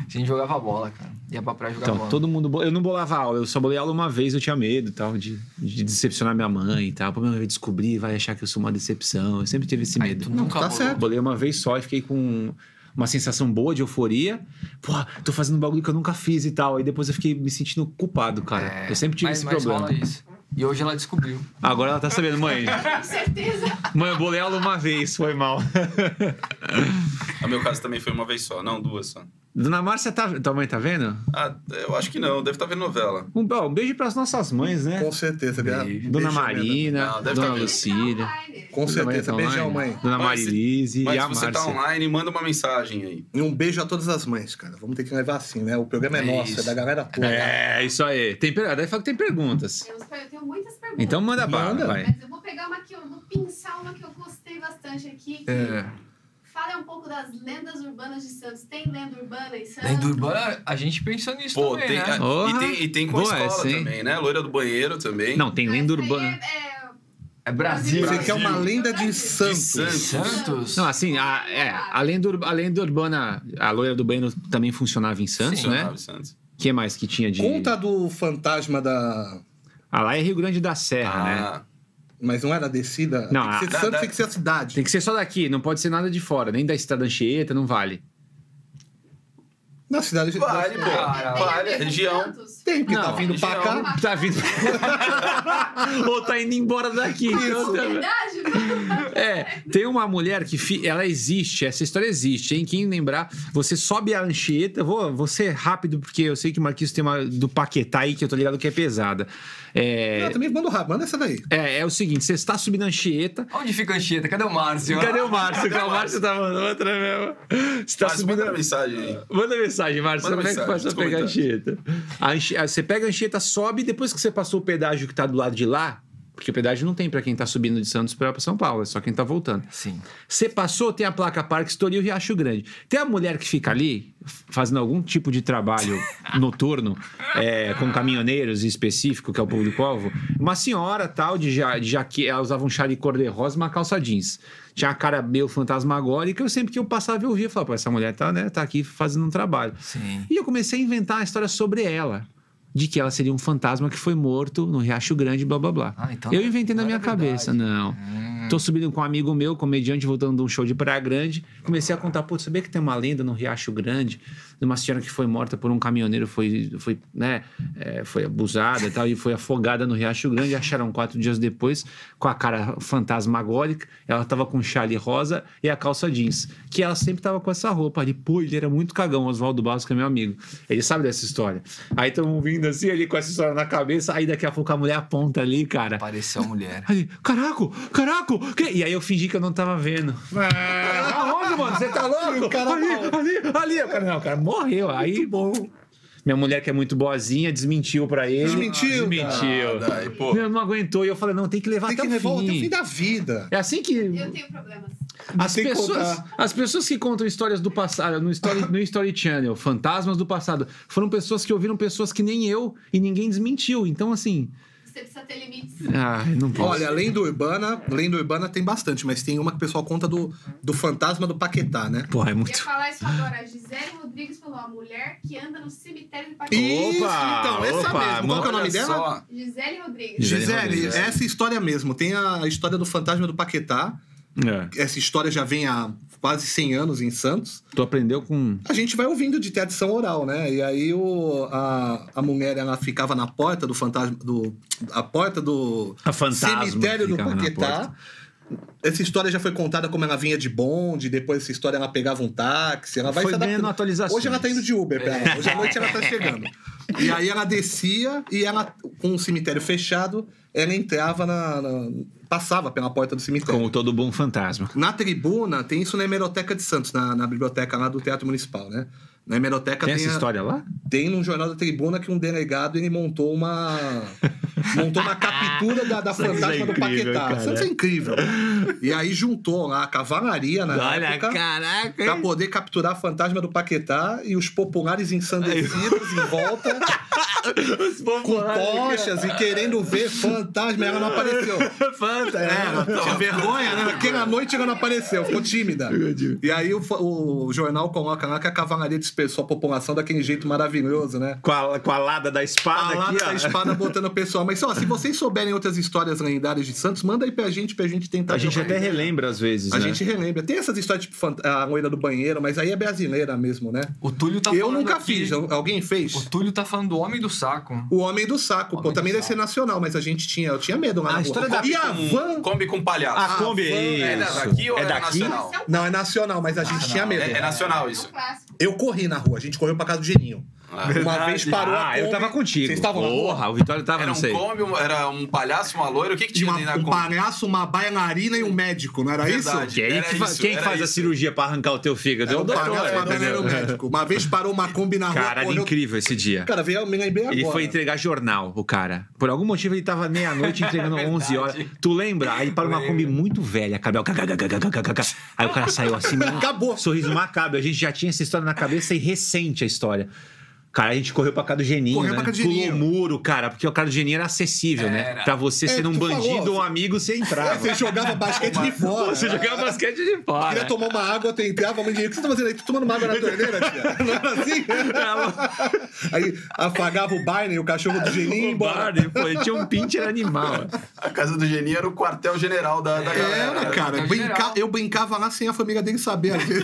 Speaker 3: gente jogava bola, cara. Ia pra praia jogar
Speaker 1: Então,
Speaker 3: bola.
Speaker 1: todo mundo. bo- Eu não bolava aula, eu só bolei aula uma vez, eu tinha medo e tal, de, de decepcionar minha mãe e tal. Pra minha mãe descobrir, vai achar que eu sou uma decepção. Eu sempre tive esse
Speaker 3: Aí
Speaker 1: medo.
Speaker 3: tu nunca
Speaker 2: tá
Speaker 3: bolou.
Speaker 2: certo.
Speaker 1: Bolei uma vez só e fiquei com uma sensação boa de euforia. Pô, tô fazendo um bagulho que eu nunca fiz e tal. Aí depois eu fiquei me sentindo culpado, cara.
Speaker 3: É,
Speaker 1: eu sempre tive
Speaker 3: mas-
Speaker 1: esse
Speaker 3: mas
Speaker 1: problema.
Speaker 3: rola isso. E hoje ela descobriu.
Speaker 1: Agora ela tá sabendo, mãe.
Speaker 5: Com certeza.
Speaker 1: mãe, eu bolei aula uma vez, foi mal.
Speaker 4: No meu caso também foi uma vez só, não duas só.
Speaker 1: Dona Márcia, tá, tua mãe tá vendo?
Speaker 4: Ah, eu acho que não, deve estar vendo novela.
Speaker 1: Um, ó, um beijo pras nossas mães, né?
Speaker 2: Com certeza, cara.
Speaker 1: Dona
Speaker 2: É. Beijo, merda.
Speaker 1: Marina,
Speaker 4: Não, deve
Speaker 1: Dona
Speaker 4: tá vendo.
Speaker 1: Lucília.
Speaker 5: Então,
Speaker 2: Com
Speaker 1: Dona Maria
Speaker 2: certeza.
Speaker 1: tá
Speaker 2: Beijão,
Speaker 1: online,
Speaker 2: mãe.
Speaker 1: Dona
Speaker 4: Mas se-
Speaker 1: Marilise e
Speaker 4: Mas
Speaker 1: a
Speaker 4: se você
Speaker 1: Márcia.
Speaker 4: tá online, manda uma mensagem aí.
Speaker 2: E um beijo a todas as mães, cara. Vamos ter que levar assim, né? O programa é,
Speaker 3: É
Speaker 2: nosso,
Speaker 3: isso.
Speaker 2: é da galera toda.
Speaker 1: É, isso aí. Tem, per- daí fala que tem perguntas.
Speaker 5: Eu, eu tenho muitas perguntas.
Speaker 1: Então manda bala,
Speaker 2: Manda.
Speaker 1: vai.
Speaker 5: Mas eu vou pegar uma que eu vou pinçar uma que eu gostei bastante aqui. Que
Speaker 1: É.
Speaker 5: Fala um pouco das lendas urbanas de Santos. Tem lenda urbana em Santos?
Speaker 3: Lenda urbana, a gente pensou nisso
Speaker 4: Pô,
Speaker 3: também,
Speaker 4: tem,
Speaker 3: né?
Speaker 4: ah,
Speaker 1: Porra.
Speaker 4: e tem, e tem com a
Speaker 1: Boa
Speaker 4: escola
Speaker 1: essa, hein?
Speaker 4: também, né? Loira do banheiro também.
Speaker 1: Não, tem
Speaker 5: Mas
Speaker 1: lenda
Speaker 5: aí
Speaker 1: urbana.
Speaker 5: É, é,
Speaker 3: É Brasil.
Speaker 2: Você quer uma lenda de
Speaker 5: De
Speaker 2: Santos.
Speaker 4: Santos.
Speaker 3: Santos?
Speaker 1: Não, assim, a, é, a, lenda, ur- a lenda urbana, a loira do banheiro também funcionava em Santos,
Speaker 3: Sim.
Speaker 1: né?
Speaker 4: Funcionava, Santos.
Speaker 1: O que mais que tinha de.
Speaker 2: Conta do fantasma da.
Speaker 1: Ah, lá é Rio Grande da Serra, né?
Speaker 4: Ah,
Speaker 2: Mas não era a descida?
Speaker 1: Não,
Speaker 2: tem que ser
Speaker 1: a-
Speaker 2: Santos,
Speaker 4: da-
Speaker 2: tem que ser a cidade.
Speaker 1: Tem que ser só daqui, não pode ser nada de fora, nem da Estrada Anchieta, não vale.
Speaker 2: Na cidade.
Speaker 4: Vale, pô. é um-
Speaker 3: Cara,
Speaker 4: Vale, Ah, região.
Speaker 2: Tem, porque
Speaker 1: Não,
Speaker 2: tá vindo pra
Speaker 4: região.
Speaker 2: cá.
Speaker 1: Tá vindo. Ou tá indo embora daqui. tá-
Speaker 5: Isso. é Verdade, mano.
Speaker 1: É, tem uma mulher que fi- ela existe, essa história existe, hein? Quem lembrar, você sobe a Anchieta, eu vou, vou ser rápido, porque eu sei que o Marquinhos tem uma do Paquetá aí que eu tô ligado que é pesada. É,
Speaker 2: Não, também manda o rabo, manda essa daí.
Speaker 1: é, é o seguinte: você está subindo a Anchieta.
Speaker 3: Onde fica a Anchieta? Cadê o Márcio?
Speaker 1: Cadê o Márcio? Cadê o Márcio tá mandando outra mesmo. Você tá
Speaker 4: Mas
Speaker 1: subindo.
Speaker 4: manda uma mensagem aí.
Speaker 1: Manda mensagem, Márcio.
Speaker 4: Manda
Speaker 1: Como é que
Speaker 4: mensagem,
Speaker 1: faz pra
Speaker 4: nos
Speaker 1: pegar a Anchieta? A Anchi- a- Você pega a Anchieta, sobe, e depois que você passou o pedágio que tá do lado de lá, porque o pedágio não tem pra quem tá subindo de Santos pra pra São Paulo, é só quem tá voltando.
Speaker 3: Sim.
Speaker 1: Você passou, tem a placa Parque Estoril Riacho Grande. Tem a mulher que fica ali f- fazendo algum tipo de trabalho noturno é, com caminhoneiros em específico, que é o público-alvo. Uma senhora tal, de, ja, de jaque, ela usava um chale cor-de-rosa e uma calça jeans. Tinha a cara meio fantasmagórica. Eu sempre que eu passava, eu ouvia. Eu falava, pô, essa mulher tá, né, tá aqui fazendo um trabalho.
Speaker 3: Sim.
Speaker 1: E eu comecei a inventar a história sobre ela. De que ela seria um fantasma que foi morto no Riacho Grande, blá blá blá.
Speaker 3: Ah, então
Speaker 1: eu
Speaker 3: não-
Speaker 1: inventei na
Speaker 3: não
Speaker 1: minha
Speaker 3: era
Speaker 1: cabeça,
Speaker 3: verdade.
Speaker 1: não.
Speaker 3: Hum.
Speaker 1: Tô subindo com um amigo meu, comediante, voltando de um show de Praia Grande. Comecei a contar, pô, sabia que tem uma lenda no Riacho Grande, de uma senhora que foi morta por um caminhoneiro, foi, foi, né, é, foi abusada e tal, e foi afogada no Riacho Grande. Acharam quatro dias depois, com a cara fantasmagórica. Ela tava com chale rosa e a calça jeans, que ela sempre tava com essa roupa ali. Pô, ele era muito cagão, Oswaldo Barros, que é meu amigo. Ele sabe dessa história. Aí tão vindo assim, ali com essa história na cabeça, aí daqui a pouco a mulher aponta ali, cara.
Speaker 3: Apareceu a mulher.
Speaker 1: Aí, caraca, caraca, que- e aí eu fingi que eu não tava vendo. Aonde, mano? Você tá louco?
Speaker 2: É. O cara
Speaker 1: ali, ali, ali, o cara, não, o cara morreu. Aí, bom. Minha mulher, que é muito boazinha, desmentiu pra ele.
Speaker 2: Desmentiu,
Speaker 1: Desmentiu.
Speaker 2: cara. Aí,
Speaker 4: pô.
Speaker 1: Meu, não aguentou. E eu falei, não, tem que levar
Speaker 2: Tem
Speaker 1: até
Speaker 2: que
Speaker 1: o
Speaker 2: levar
Speaker 1: fim.
Speaker 2: até o fim da vida.
Speaker 1: É assim que
Speaker 5: Eu tenho problemas.
Speaker 1: as
Speaker 2: Tem que
Speaker 1: pessoas,
Speaker 2: contar.
Speaker 1: as pessoas que contam histórias do passado, no Story, no Story Channel, fantasmas do passado, foram pessoas que ouviram pessoas que nem eu e ninguém desmentiu. Então, assim.
Speaker 5: Você precisa ter limites.
Speaker 2: Ah,
Speaker 1: Ai, não posso.
Speaker 2: Olha, lenda urbana, lenda urbana tem bastante, mas tem uma que o pessoal conta do, do fantasma do Paquetá, né?
Speaker 1: Porra, é
Speaker 5: Eu ia
Speaker 1: muito.
Speaker 5: falar isso agora. A Gisele Rodrigues falou: a mulher que anda no cemitério do Paquetá.
Speaker 2: Isso, então, essa
Speaker 1: opa,
Speaker 2: mesmo. Qual que é o
Speaker 4: Olha
Speaker 2: nome dela?
Speaker 4: só.
Speaker 5: Gisele Rodrigues.
Speaker 1: Gisele
Speaker 2: Gisele,
Speaker 1: Rodrigues.
Speaker 2: essa história mesmo. Tem a história do fantasma do Paquetá.
Speaker 1: É.
Speaker 2: Essa história já vem há quase 100 anos em Santos.
Speaker 1: Tu aprendeu com.
Speaker 2: A gente vai ouvindo de tradição oral, né? E aí o, a, a mulher ela ficava na porta do fantasma do a porta do
Speaker 1: A fantasma
Speaker 2: cemitério do
Speaker 1: ficava na
Speaker 2: Paquetá. Essa história já foi contada como ela vinha de bonde, depois essa história ela pegava um táxi, ela vai
Speaker 1: Foi É.
Speaker 2: se
Speaker 1: ganhando
Speaker 2: adaptando.
Speaker 1: atualizações.
Speaker 2: Hoje ela tá indo de Uber, pra ela. hoje à noite ela tá chegando. E aí ela descia e ela com o cemitério fechado, ela entrava na, na- passava pela porta do cemitério.
Speaker 1: Como todo bom fantasma.
Speaker 2: Na tribuna, tem isso na Hemeroteca de Santos, na, na biblioteca lá do Teatro Municipal, né? Na Hemeroteca
Speaker 1: Tem
Speaker 2: tem,
Speaker 1: essa
Speaker 2: a-
Speaker 1: história lá?
Speaker 2: tem num jornal da tribuna que um delegado ele montou uma. montou uma captura da, da
Speaker 1: é
Speaker 2: fantasma do
Speaker 1: incrível,
Speaker 2: Paquetá.
Speaker 1: cara.
Speaker 2: Santos é incrível. E aí juntou lá a cavalaria na época.
Speaker 1: caraca.
Speaker 2: Pra poder capturar a fantasma do Paquetá e os populares ensandecidos em volta, com tochas e querendo ver fantasma, ela não apareceu. Era, tinha É, vergonha, né? Aquela noite ela não apareceu, ficou tímida. E aí o, fa- o jornal coloca lá que a cavalaria dispersou a população daquele jeito maravilhoso, né?
Speaker 1: Com a, com a lada da espada
Speaker 2: Lá
Speaker 1: aqui, ó.
Speaker 2: a espada botando o pessoal. Mas ó, se vocês souberem outras histórias lendárias de Santos, manda aí pra gente, pra gente tentar.
Speaker 1: A gente
Speaker 2: jogar.
Speaker 1: até relembra às vezes,
Speaker 2: A
Speaker 1: né?
Speaker 2: gente relembra. Tem essas histórias tipo fant- a loira do banheiro, mas aí é brasileira mesmo, né?
Speaker 3: O Túlio tá
Speaker 2: Eu
Speaker 3: falando
Speaker 2: nunca
Speaker 3: aqui-
Speaker 2: fiz. Al- Alguém
Speaker 3: O
Speaker 2: fez?
Speaker 3: Túlio tá falando do Homem do Saco.
Speaker 2: O Homem do Saco,
Speaker 3: Homem
Speaker 2: pô,
Speaker 3: do
Speaker 2: também deve
Speaker 3: Saco.
Speaker 2: ser nacional, mas a gente tinha, eu tinha medo
Speaker 1: Ah,
Speaker 2: lá
Speaker 1: A
Speaker 2: na rua.
Speaker 1: história da-
Speaker 2: E a
Speaker 4: Com-
Speaker 2: van
Speaker 4: Kombi com palhaço.
Speaker 2: tá
Speaker 1: A Kombi,
Speaker 4: É
Speaker 1: Ah, isso.
Speaker 4: daqui ou é,
Speaker 1: daqui?
Speaker 4: nacional?
Speaker 5: Isso é um
Speaker 2: Não, é nacional, mas a gente
Speaker 1: Ah,
Speaker 2: tinha medo.
Speaker 4: É, é nacional
Speaker 5: É um
Speaker 4: isso.
Speaker 5: clássico.
Speaker 2: Eu corri na rua, a gente correu pra casa do Geninho.
Speaker 4: Ah,
Speaker 2: Uma
Speaker 1: Verdade.
Speaker 2: vez parou a
Speaker 1: Ah, eu
Speaker 2: Kombi.
Speaker 1: tava contigo.
Speaker 2: Vocês estavam na rua?
Speaker 1: Porra, o Vitório tava,
Speaker 4: Era
Speaker 1: não
Speaker 4: um
Speaker 1: sei.
Speaker 4: Kombi, um- era um palhaço, uma loira, o que que tinha
Speaker 2: Uma-
Speaker 4: ali na
Speaker 2: um
Speaker 4: Kombi?
Speaker 2: palhaço, uma bailarina e um médico, não era
Speaker 4: Verdade.
Speaker 2: isso?
Speaker 1: Que aí
Speaker 4: Era
Speaker 1: que fa-
Speaker 4: isso,
Speaker 1: quem é que
Speaker 4: era
Speaker 1: faz a
Speaker 4: isso.
Speaker 1: cirurgia pra arrancar o teu fígado?
Speaker 2: Era
Speaker 1: É o
Speaker 2: um palhaço, uma
Speaker 1: doutor,
Speaker 2: bailarina e um
Speaker 1: entendeu?
Speaker 2: médico. Uma vez parou uma Kombi na rua.
Speaker 1: Cara, era
Speaker 2: correu-
Speaker 1: incrível esse dia.
Speaker 2: Cara, veio, me lembrei agora.
Speaker 1: Ele foi entregar jornal, o cara. Por algum motivo ele tava meia-noite
Speaker 2: É
Speaker 1: entregando
Speaker 3: Verdade.
Speaker 1: 11 horas. Tu lembra? Aí para uma
Speaker 3: Lembro.
Speaker 1: Kombi muito velha, cabelo. Aí o cara saiu assim, meio-
Speaker 2: Acabou.
Speaker 1: sorriso macabro. A gente já tinha essa história na cabeça e recente a história. Cara, a gente correu pra casa do Geninho, né?
Speaker 2: Correu pra casa do Geninho.
Speaker 1: Pulou o muro, cara, porque o cara do Geninho era acessível, né?
Speaker 3: Era.
Speaker 1: Pra você
Speaker 2: É,
Speaker 1: sendo um
Speaker 2: tu falou,
Speaker 1: bandido ou um
Speaker 2: você-
Speaker 1: amigo, você
Speaker 2: Aí
Speaker 1: entrava.
Speaker 2: Você jogava basquete de fora.
Speaker 1: Você jogava basquete de fora.
Speaker 2: Queria tomar uma água, tu entrava, a mãe dizia, o que você tá fazendo aí? Tu tomando uma água na torneira, tia? Não era assim? Aí afagava o Barney, o cachorro do Geninho,
Speaker 1: O
Speaker 2: embora.
Speaker 1: Barney, um pô, ele tinha um pincher animal.
Speaker 4: A casa do Geninho era o quartel-general da, da galera.
Speaker 2: É, Era, cara.
Speaker 3: Era
Speaker 2: brinca-
Speaker 3: geral.
Speaker 2: Eu brincava lá sem a família dele saber, às vezes.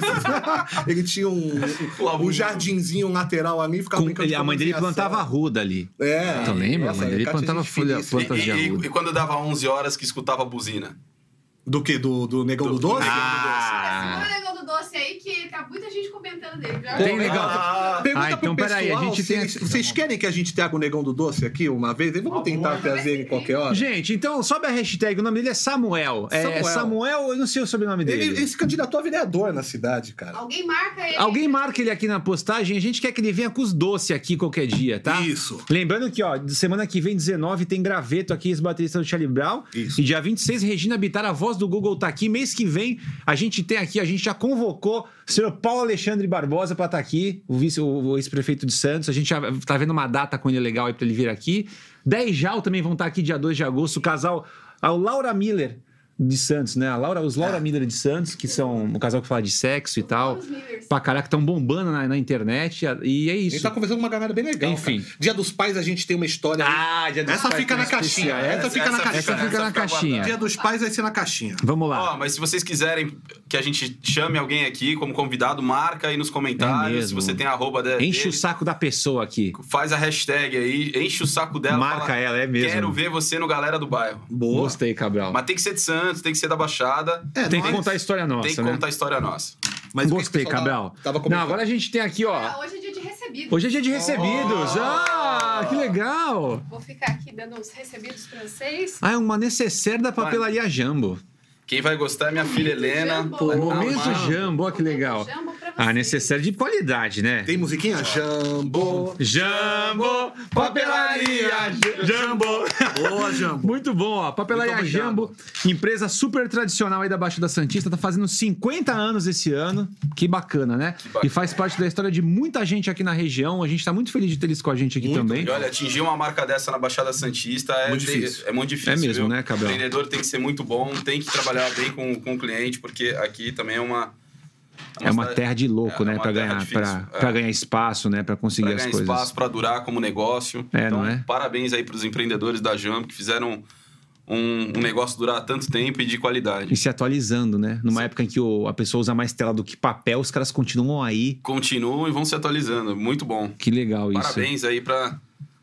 Speaker 2: ele tinha um, um, um jardinzinho lateral ali, ficava
Speaker 1: Com-
Speaker 2: brincando
Speaker 1: ele-
Speaker 2: de
Speaker 1: a mãe dele
Speaker 2: comunicação.
Speaker 1: plantava arruda ali.
Speaker 2: É.
Speaker 1: Tu lembra?
Speaker 2: Nossa,
Speaker 1: a mãe dele
Speaker 2: Cátia,
Speaker 1: plantava
Speaker 2: gente
Speaker 1: folha,
Speaker 2: finíssima.
Speaker 1: plantas
Speaker 4: E-
Speaker 1: de
Speaker 4: e-
Speaker 1: arruda.
Speaker 4: E, quando dava 11 horas que escutava a buzina?
Speaker 2: Do que? Do, do Negão do, Doce?
Speaker 1: Ah.
Speaker 5: Segura o negócio do doce aí, que tá muita gente comentando dele. Já
Speaker 1: Tem legal.
Speaker 4: Ah,
Speaker 2: Pergunta
Speaker 1: Ah, então,
Speaker 2: pro
Speaker 1: peraí,
Speaker 2: pessoal
Speaker 1: a gente
Speaker 2: se
Speaker 1: tem
Speaker 2: eles-
Speaker 1: aqui,
Speaker 2: Vocês querem que a gente traga o Negão do Doce aqui uma vez? Vamos tentar trazer ele em qualquer hora.
Speaker 1: Gente, então sobe a hashtag. O nome dele é Samuel. É
Speaker 2: Samuel.
Speaker 1: Samuel, eu não sei o sobrenome
Speaker 2: Ele,
Speaker 1: dele.
Speaker 2: ele se candidatou a vereador na cidade, cara.
Speaker 5: Alguém marca ele.
Speaker 1: Alguém marca ele aqui na postagem. A gente quer que ele venha com os doces aqui qualquer dia, tá?
Speaker 2: Isso.
Speaker 1: Lembrando que, ó, de semana que vem, 19, tem graveto aqui, ex-baterista do Charlie Brown.
Speaker 2: Isso.
Speaker 1: E dia 26, Regina Bittar, a voz do Google tá aqui. Mês que vem, a gente tem aqui, a gente já convocou o senhor Paulo Alexandre Barbosa pra estar aqui, o, vice- o- o ex-prefeito de Santos. A gente já tá vendo uma data com ele legal aí pra ele vir aqui. 10 Jal também vão estar aqui dia 2 de agosto. O casal, a Laura Miller de Santos, né? A Laura, os
Speaker 2: Ah.
Speaker 1: Laura Miller de Santos, que são o casal que fala de sexo e tal.
Speaker 5: Os Millers.
Speaker 1: Pra caraca, estão bombando na, na internet. E é
Speaker 2: A gente
Speaker 1: isso.
Speaker 2: tá conversando com uma galera bem legal.
Speaker 1: Enfim.
Speaker 2: cara. Dia dos Pais a gente tem uma história. aí.
Speaker 1: Ah, dia dos
Speaker 2: Essa
Speaker 1: pais
Speaker 2: fica
Speaker 1: tem
Speaker 2: na caixinha,
Speaker 1: especial.
Speaker 2: essa fica na caixinha.
Speaker 1: Essa fica na caixinha.
Speaker 2: Dia dos Pais vai ser na caixinha.
Speaker 1: Vamos lá.
Speaker 4: Ó, mas se vocês quiserem que a gente chame alguém aqui como convidado, marca aí nos
Speaker 1: É
Speaker 4: comentários.
Speaker 1: mesmo.
Speaker 4: se você tem a arroba de-
Speaker 1: Enche o
Speaker 4: dele,
Speaker 1: saco da pessoa aqui.
Speaker 4: faz a hashtag aí, enche o saco dela.
Speaker 1: Marca
Speaker 4: fala,
Speaker 1: ela, é mesmo.
Speaker 4: Quero ver você no Galera do Bairro.
Speaker 2: Boa.
Speaker 1: Gostei, Cabral.
Speaker 4: Mas tem que ser de Santos, tem que ser da Baixada.
Speaker 2: É,
Speaker 1: tem
Speaker 2: nós-
Speaker 1: que contar a história nossa,
Speaker 4: tem que
Speaker 1: né?
Speaker 4: contar a história nossa.
Speaker 2: Mas o que
Speaker 1: Gostei,
Speaker 2: que o pessoal
Speaker 1: Cabral.
Speaker 2: tava- Tava
Speaker 1: Não,
Speaker 2: comentando?
Speaker 1: agora a gente tem aqui,
Speaker 5: Ah,
Speaker 1: ó.
Speaker 5: Hoje é dia de recebido.
Speaker 1: Hoje é dia de recebidos. Ah, que legal.
Speaker 5: Vou ficar aqui dando uns recebidos pra vocês.
Speaker 1: Ah, é uma necessaire da papelaria Jambo.
Speaker 4: Quem vai gostar é minha filha Helena.
Speaker 5: Pô,
Speaker 4: Vai
Speaker 5: momento
Speaker 4: amar.
Speaker 1: Momento Jambo, ó, que legal.
Speaker 5: Jambo pra
Speaker 1: Ah, necessário de qualidade, né?
Speaker 2: Tem musiquinha? Jambo.
Speaker 1: Jambo, papelaria, jambo.
Speaker 2: Boa, Jambo.
Speaker 1: Muito bom, ó. Papelaria
Speaker 2: Muito obrigado.
Speaker 1: Jambo, empresa super tradicional aí da Baixada Santista, tá fazendo 50 anos esse ano. Que bacana, né?
Speaker 4: bacana.
Speaker 1: E faz parte da história de muita gente aqui na região. A gente tá muito feliz de ter eles com a gente aqui
Speaker 2: Muito
Speaker 1: também.
Speaker 4: E olha, atingir uma marca dessa na Baixada Santista é
Speaker 2: Muito
Speaker 4: de-
Speaker 2: difícil.
Speaker 4: é muito difícil.
Speaker 1: É mesmo,
Speaker 4: viu?
Speaker 1: né, Cabral?
Speaker 4: O vendedor tem que ser muito bom, tem que trabalhar bem com, com o cliente, porque aqui também é uma.
Speaker 1: É uma
Speaker 4: cidade-
Speaker 1: terra de louco,
Speaker 4: é
Speaker 1: né?
Speaker 4: uma
Speaker 1: Pra
Speaker 4: terra
Speaker 1: ganhar,
Speaker 4: difícil,
Speaker 1: pra,
Speaker 4: é.
Speaker 1: pra ganhar espaço, né? Pra conseguir
Speaker 4: para ganhar
Speaker 1: as coisas.
Speaker 4: espaço, para durar como negócio. Então,
Speaker 1: É, não é?
Speaker 4: Parabéns aí para os empreendedores da Jambo que fizeram um, um negócio durar tanto tempo e de
Speaker 1: E
Speaker 4: qualidade.
Speaker 1: se atualizando, né? Numa época em que o- a pessoa usa mais tela do que papel, os caras continuam aí.
Speaker 4: Continuam e vão se atualizando. Muito bom.
Speaker 1: Que legal isso.
Speaker 4: Parabéns aí para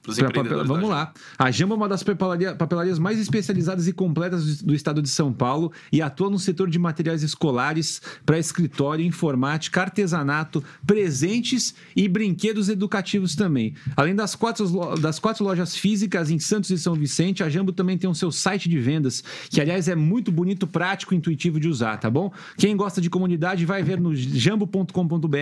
Speaker 4: os
Speaker 1: Pra papel-
Speaker 4: empreendedores.
Speaker 1: Vamos
Speaker 4: da
Speaker 1: lá. A Jamba é uma das papelaria- papelarias mais especializadas e completas do do estado de São Paulo e atua no setor de materiais escolares para escritório, informática, artesanato, presentes e brinquedos educativos também. Além das quatro, lo- das quatro lojas físicas em Santos e São Vicente, a Jambo também tem o seu site de vendas, que aliás é muito bonito, prático e intuitivo de usar, tá bom? Quem gosta de comunidade vai ver no jambo.com.br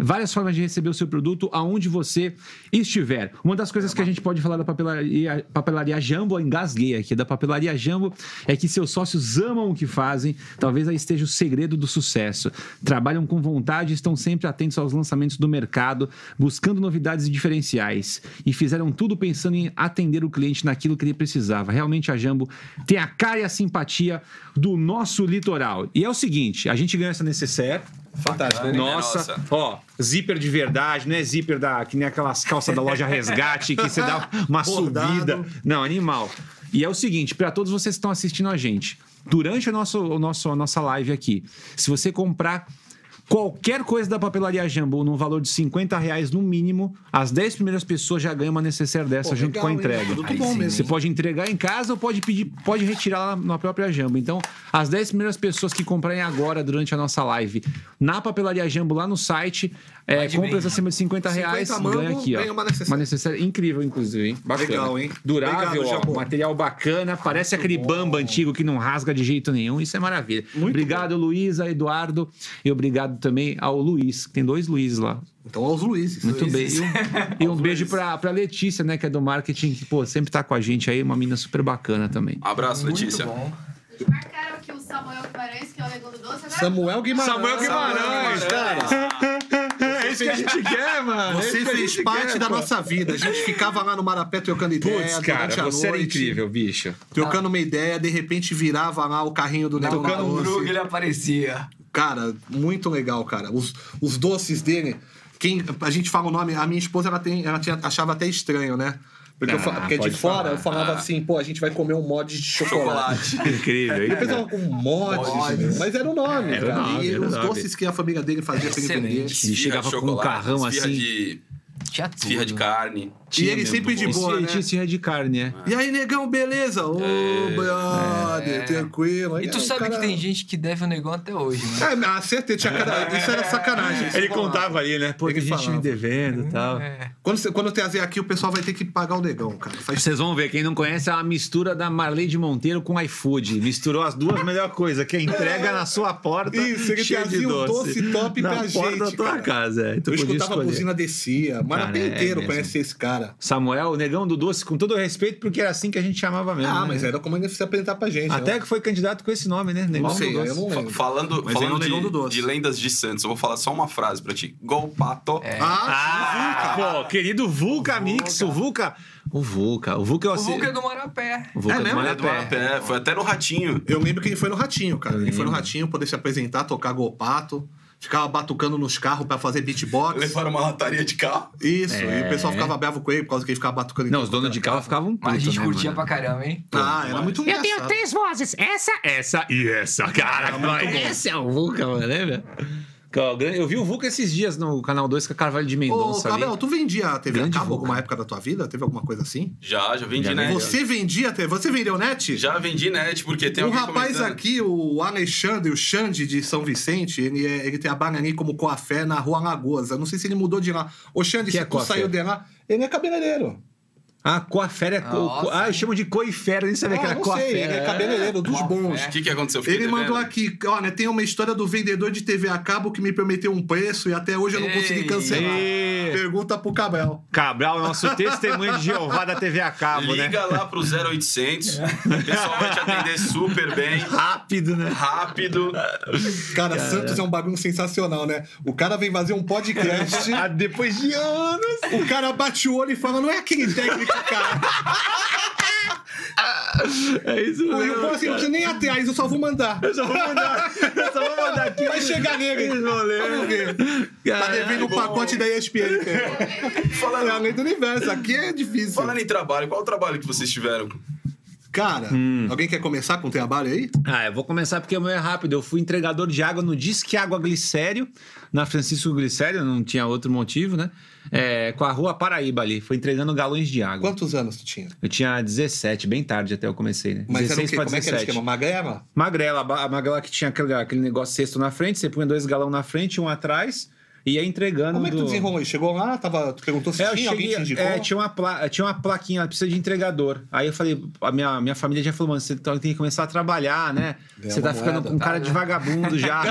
Speaker 1: várias formas de receber o seu produto aonde você estiver. Uma das coisas que a gente pode falar da papelaria, papelaria Jambo, eu engasguei aqui, da papelaria Jambo, é que seus sócios amam o que fazem, talvez aí esteja o segredo do sucesso. Trabalham com vontade, e estão sempre atentos aos lançamentos do mercado, buscando novidades e diferenciais. E fizeram tudo pensando em atender o cliente naquilo que ele precisava. Realmente a Jambo tem a cara e a simpatia do nosso litoral. E é o seguinte, a gente ganha essa necessaire,
Speaker 2: Fantástico.
Speaker 4: Bacana.
Speaker 1: nossa,
Speaker 4: Nossa.
Speaker 1: ó, zíper de verdade, não é zíper da, que nem aquelas calças da loja resgate que você dá uma
Speaker 2: Bordado.
Speaker 1: subida. Não, animal. E é o seguinte, para todos vocês que estão assistindo a gente, durante o nosso, o nosso, a nossa live aqui, se você comprar qualquer coisa da papelaria Jambô no valor de 50 reais no mínimo, as 10 primeiras pessoas já ganham uma necessaire dessa junto com a entrega.
Speaker 2: Tudo
Speaker 3: Aí
Speaker 2: bom
Speaker 3: sim.
Speaker 1: Você
Speaker 2: mesmo.
Speaker 1: pode entregar em casa ou pode pedir, pode retirar lá na própria Jambo. Então, as 10 primeiras pessoas que comprarem agora durante a nossa live na papelaria Jambo, lá no site, é,
Speaker 3: Vai de
Speaker 1: compras
Speaker 3: bem.
Speaker 1: acima de 50 reais,
Speaker 2: 50 mango,
Speaker 1: ganha aqui, ó.
Speaker 2: ganha uma necessaire.
Speaker 1: Uma necessária incrível, inclusive, hein? Bacana.
Speaker 2: Legal, hein?
Speaker 1: Durável,
Speaker 2: Obrigado,
Speaker 1: ó,
Speaker 2: Jambo.
Speaker 1: material bacana, parece aquele bamba antigo que não rasga de jeito nenhum, isso é maravilha. obrigado, Luísa, Eduardo, e obrigado também ao Luiz, que tem dois Luizes lá.
Speaker 2: Então, aos Luizes.
Speaker 1: Muito bem. E um, e um beijo pra, pra Letícia, né, que é do marketing, que, pô, sempre tá com a gente aí, uma mina super bacana também.
Speaker 4: Um abraço,
Speaker 3: Muito
Speaker 4: Letícia.
Speaker 3: bom.
Speaker 5: Eles marcaram aqui o Samuel Guimarães, que é o negão do doce. Agora
Speaker 2: Samuel Guimarães.
Speaker 1: Samuel Guimarães, É isso que a gente quer, mano.
Speaker 2: Você fez parte da nossa vida. A gente ficava lá no Marapé trocando ideia.
Speaker 1: Putz,
Speaker 2: É, durante
Speaker 1: cara,
Speaker 2: a
Speaker 1: você era
Speaker 2: noite,
Speaker 1: incrível, bicho.
Speaker 2: Trocando uma ideia, de repente virava lá o carrinho do Negão
Speaker 3: Tocando um
Speaker 2: Doce.
Speaker 3: drug, ele aparecia.
Speaker 2: Cara, muito legal, cara. Os, os doces dele. Quem, a gente fala o nome, a minha esposa ela, tem, ela tinha- achava até estranho, né? Porque, eu fa-
Speaker 1: Ah,
Speaker 2: porque de
Speaker 1: pode
Speaker 2: fora
Speaker 1: falar.
Speaker 2: eu falava
Speaker 3: Ah.
Speaker 2: assim, pô, a gente vai comer um mod de chocolate.
Speaker 1: Incrível, é
Speaker 2: Depois ela com mods,
Speaker 3: Mods.
Speaker 2: mas era o nome,
Speaker 1: Era o
Speaker 2: cara.
Speaker 1: nome,
Speaker 2: e
Speaker 1: era o
Speaker 2: os
Speaker 1: nome.
Speaker 2: doces que a família dele fazia pra ele vender.
Speaker 3: Excelente.
Speaker 1: E chegava com um
Speaker 4: chocolate,
Speaker 1: carrão
Speaker 4: esfirra
Speaker 1: assim.
Speaker 4: De,
Speaker 3: Tinha tudo.
Speaker 4: esfirra de carne.
Speaker 2: E ele sempre de boa, né?
Speaker 1: Tinha esse red carne, é.
Speaker 2: E aí, negão, beleza? Ô, brother, tranquilo. Aí,
Speaker 3: É. E tu
Speaker 2: o
Speaker 3: sabe
Speaker 2: cara-
Speaker 3: que tem gente que deve o negão até hoje, né?
Speaker 2: É, mas acertei, tinha cara... isso era sacanagem. isso eu falava.
Speaker 1: ali, né? Pô,
Speaker 2: Ele
Speaker 1: tem
Speaker 2: falava.
Speaker 1: devendo e tal.
Speaker 3: É.
Speaker 2: Quando, você- quando eu trazer aqui, o pessoal vai ter que pagar o negão, cara. Faz
Speaker 1: Vocês vão ver, quem não conhece é a mistura da Marley de Monteiro com iFood. Misturou as duas melhor coisa, que é entrega na sua porta.
Speaker 2: Isso, ele
Speaker 1: cheia de
Speaker 2: trazia um doce top
Speaker 1: na
Speaker 2: pra
Speaker 1: porta
Speaker 2: gente,
Speaker 1: da tua
Speaker 2: cara.
Speaker 1: casa. É. Tu
Speaker 2: Eu
Speaker 1: podia
Speaker 2: escutava a
Speaker 1: escolher.
Speaker 2: buzina descia. Marapé
Speaker 1: Cara, é
Speaker 2: inteiro
Speaker 1: mesmo.
Speaker 2: conhecia esse cara.
Speaker 1: Samuel, o negão do doce, com todo o respeito, porque era assim que a gente chamava mesmo.
Speaker 2: Ah,
Speaker 1: né?
Speaker 2: mas era como ele se apresentar pra gente.
Speaker 1: Até
Speaker 2: né?
Speaker 1: que foi candidato com esse nome, né? Negão
Speaker 2: Não sei,
Speaker 1: do doce.
Speaker 2: eu não
Speaker 4: Fa-
Speaker 2: lembro.
Speaker 4: Falando,
Speaker 2: Mas ele é o
Speaker 4: falando
Speaker 2: negão do
Speaker 4: de,
Speaker 2: doce.
Speaker 4: de lendas de Santos, eu vou falar só uma frase pra ti. Golpato.
Speaker 3: É.
Speaker 2: Ah, sim,
Speaker 1: Pô, querido Vulca Mix, o Vulca. O Vulca. O Vulca é o.
Speaker 3: O Hulk é do Marapé.
Speaker 1: O Vulca
Speaker 2: É
Speaker 1: do
Speaker 2: mesmo?
Speaker 4: Ele é do
Speaker 1: Marapé.
Speaker 4: Marapé, Foi até no Ratinho.
Speaker 2: Eu lembro que ele foi no Ratinho, cara. Ele foi no Ratinho poder se apresentar, tocar golpato. Ficava batucando nos carros pra fazer beatbox.
Speaker 4: Levaram uma lataria de carro.
Speaker 2: Isso, e o pessoal ficava bravo com ele por causa que ele ficava batucando
Speaker 1: É.
Speaker 2: em
Speaker 1: Não, os donos de carro ficavam putos,
Speaker 3: Mas a gente
Speaker 1: né,
Speaker 3: curtia
Speaker 1: mano?
Speaker 3: pra caramba, hein?
Speaker 2: Ah, era muito engraçado.
Speaker 1: três vozes. Essa, essa e essa. Cara, esse é o Vulca, mano, né, velho? Cara, o grande- Eu vi o Vulca esses dias no Canal 2 com a Carvalho de
Speaker 2: Ô,
Speaker 1: Mendonça ali.
Speaker 2: Cabel, tu vendia a TV
Speaker 1: Grande
Speaker 2: a cabo
Speaker 1: vulca.
Speaker 2: alguma época da tua vida? Teve alguma coisa assim?
Speaker 4: Já, já vendi
Speaker 1: Já
Speaker 4: net.
Speaker 2: Você vendia a TV? Você vendeu net?
Speaker 4: É, Já vendi net, porque tem
Speaker 2: o
Speaker 4: alguém
Speaker 2: Um rapaz
Speaker 4: comentando.
Speaker 2: aqui, o Alexandre, o Xande de São Vicente, ele, é- ele tem a Banani como coafé na Rua Lagoas. Eu não sei se ele mudou de lá. Ô, Xande,
Speaker 1: Que
Speaker 2: se
Speaker 1: é
Speaker 2: tu
Speaker 1: coafé?
Speaker 2: saiu de lá, ele é cabeleireiro.
Speaker 1: Ah, coafera é. Co...
Speaker 3: Nossa.
Speaker 1: Ah, eu chamo de coifera, nem sabia que
Speaker 2: Ah,
Speaker 1: era
Speaker 2: não sei, ele
Speaker 1: coafera.
Speaker 2: é cabeleireiro dos
Speaker 3: Coafera.
Speaker 2: bons.
Speaker 4: O que, que aconteceu? Fiquei
Speaker 2: Ele mandou
Speaker 4: devendo.
Speaker 2: aqui, olha, tem uma história do vendedor de TV a cabo que me prometeu um preço e até hoje eu não consegui
Speaker 3: Ei.
Speaker 2: cancelar.
Speaker 1: Ei.
Speaker 2: Pergunta pro Cabel.
Speaker 1: Cabral, é nosso testemunho de Jeová da TV a cabo, né?
Speaker 4: Liga lá pro 0800. O pessoal vai te atender super bem,
Speaker 1: Rápido, né?
Speaker 4: rápido.
Speaker 2: Cara, Santos é um bagulho sensacional, né? O cara vem fazer um podcast,
Speaker 1: Ah, depois de anos.
Speaker 2: o cara bate o olho e fala, não é aquele técnico, cara.
Speaker 1: É isso
Speaker 2: Pô, Eu falo assim, não precisa nem ir atrás, eu só vou mandar.
Speaker 1: Eu só vou mandar. Eu só vou mandar aqui.
Speaker 2: Vai chegar nele.
Speaker 1: Eles vão
Speaker 2: Vamos
Speaker 1: ler.
Speaker 2: ver. Tá devendo o pacote da ESPN. cara. É a
Speaker 4: Falando,
Speaker 2: lei do universo, aqui é difícil.
Speaker 4: falando em trabalho, qual o trabalho que vocês tiveram?
Speaker 1: Tá,
Speaker 2: Cara,
Speaker 1: Hum.
Speaker 2: alguém quer começar com o trabalho aí?
Speaker 1: Ah, eu vou começar porque o meu é rápido. Eu fui entregador de água no Disque Água Glicério, na Francisco Glicério, não tinha outro motivo, né? É, com a Rua Paraíba ali. Foi entregando galões de água.
Speaker 2: Quantos anos tu tinha?
Speaker 1: Eu tinha 17, bem tarde até eu comecei, né?
Speaker 2: Mas era o
Speaker 1: 16
Speaker 2: quê?
Speaker 1: pra
Speaker 2: Como é que era o
Speaker 1: 17.
Speaker 2: esquema? Magrela?
Speaker 1: Magrela, a ba- a magrela que tinha aquele, aquele negócio cesto na frente, você punha dois galão na frente, um atrás, e ia entregando.
Speaker 2: Como é que tu
Speaker 1: do-
Speaker 2: desenrolou isso? Chegou lá, tava, tu perguntou se
Speaker 1: É, eu
Speaker 2: tinha, alguém te
Speaker 1: cheguei,
Speaker 2: indicou?
Speaker 1: é, tinha, uma pla, tinha uma plaquinha, ela precisa de entregador. Aí eu falei, a minha, minha família já falou, mano, você tem que começar a trabalhar, né?
Speaker 2: Ganhar
Speaker 1: você tá
Speaker 2: uma
Speaker 1: ficando
Speaker 2: moeda, né?"
Speaker 1: com cara de vagabundo já.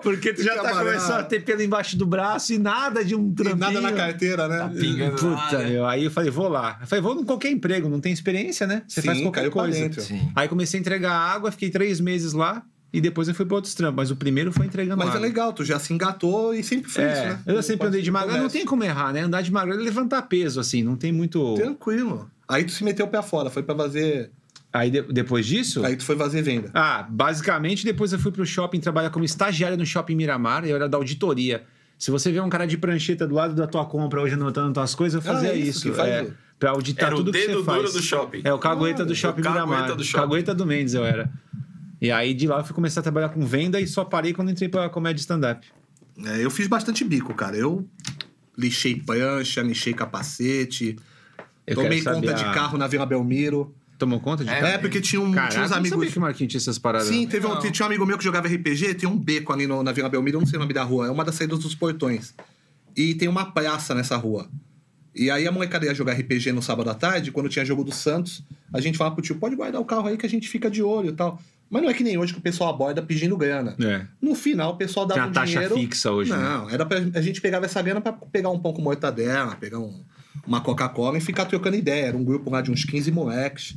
Speaker 1: Porque tu já tá
Speaker 2: Trabalhar.
Speaker 1: começando a ter pelo embaixo do braço e nada de um
Speaker 2: E
Speaker 1: trampinho.
Speaker 2: nada na carteira, né?
Speaker 3: Pingando
Speaker 1: Puta,
Speaker 3: lá, né?
Speaker 1: meu. Aí eu falei, vou lá. Eu falei, vou em qualquer emprego, não tem experiência, né? Você
Speaker 2: Sim,
Speaker 1: faz qualquer
Speaker 2: caiu pra
Speaker 1: coisa.
Speaker 2: dentro.
Speaker 3: Sim.
Speaker 1: Aí comecei a entregar água, fiquei três meses lá e depois eu fui para outros trampos. Mas o primeiro foi entregando
Speaker 2: Mas é
Speaker 1: água.
Speaker 2: legal, tu já se engatou e sempre foi isso,
Speaker 1: Tá É,
Speaker 2: né?
Speaker 1: eu sempre andei de magrela, não tem
Speaker 2: Começa.
Speaker 1: como errar, né? Andar de magrela é levantar peso, assim, não tem muito.
Speaker 2: Tranquilo. Aí tu se meteu o pé fora, foi pra fazer...
Speaker 1: Aí de- depois disso.
Speaker 2: Aí tu foi fazer venda.
Speaker 1: Ah, basicamente depois eu fui pro shopping trabalhar como estagiário no shopping Miramar, eu era da auditoria. Se você vê um cara de prancheta do lado da tua compra hoje anotando tuas coisas, eu
Speaker 2: Ah,
Speaker 1: fazia
Speaker 2: é isso
Speaker 1: isso.
Speaker 2: que faz
Speaker 1: é,
Speaker 2: o-
Speaker 1: pra auditar
Speaker 4: Era o
Speaker 1: tudo que
Speaker 4: dedo
Speaker 1: você
Speaker 4: duro
Speaker 1: faz.
Speaker 4: do shopping.
Speaker 1: É, o cagueta
Speaker 2: Ah,
Speaker 1: do shopping
Speaker 4: cagueta
Speaker 1: Miramar.
Speaker 4: do shopping.
Speaker 1: Cagueta do Mendes eu era. E aí de lá eu fui começar a trabalhar com venda e só parei quando entrei pra comédia stand-up.
Speaker 2: É, eu fiz bastante bico, cara. Eu lixei prancha, lixei capacete,
Speaker 1: Eu
Speaker 2: tomei
Speaker 1: quero saber
Speaker 2: conta de
Speaker 1: a-
Speaker 2: carro na Vila Belmiro.
Speaker 1: Tomou conta de
Speaker 3: É,
Speaker 2: É, porque tinha, um,
Speaker 1: Caraca,
Speaker 2: tinha uns
Speaker 1: não sabia
Speaker 2: amigos...
Speaker 1: que o Marquinhos tinha essas paradas.
Speaker 2: Sim, teve um,
Speaker 3: Não.
Speaker 2: tinha um amigo meu que jogava RPG, tem um beco ali no- na Vila Belmiro, eu não sei o nome da rua, é uma das saídas dos portões. E tem uma praça nessa rua. E aí a molecada ia jogar RPG no sábado à tarde, quando tinha jogo do Santos, a gente falava pro tio, pode guardar o carro aí que a gente fica de olho e tal. Mas não é que nem hoje que o pessoal aborda pedindo grana.
Speaker 1: É.
Speaker 2: No final, o pessoal dava
Speaker 1: Tem
Speaker 2: um
Speaker 1: uma taxa
Speaker 2: dinheiro...
Speaker 1: fixa hoje, né?
Speaker 2: Não, era pra, a gente pegava essa grana pra pegar um pão com mortadela, pegar um- uma Coca-Cola e ficar trocando ideia. Era um grupo lá de uns 15 moleques.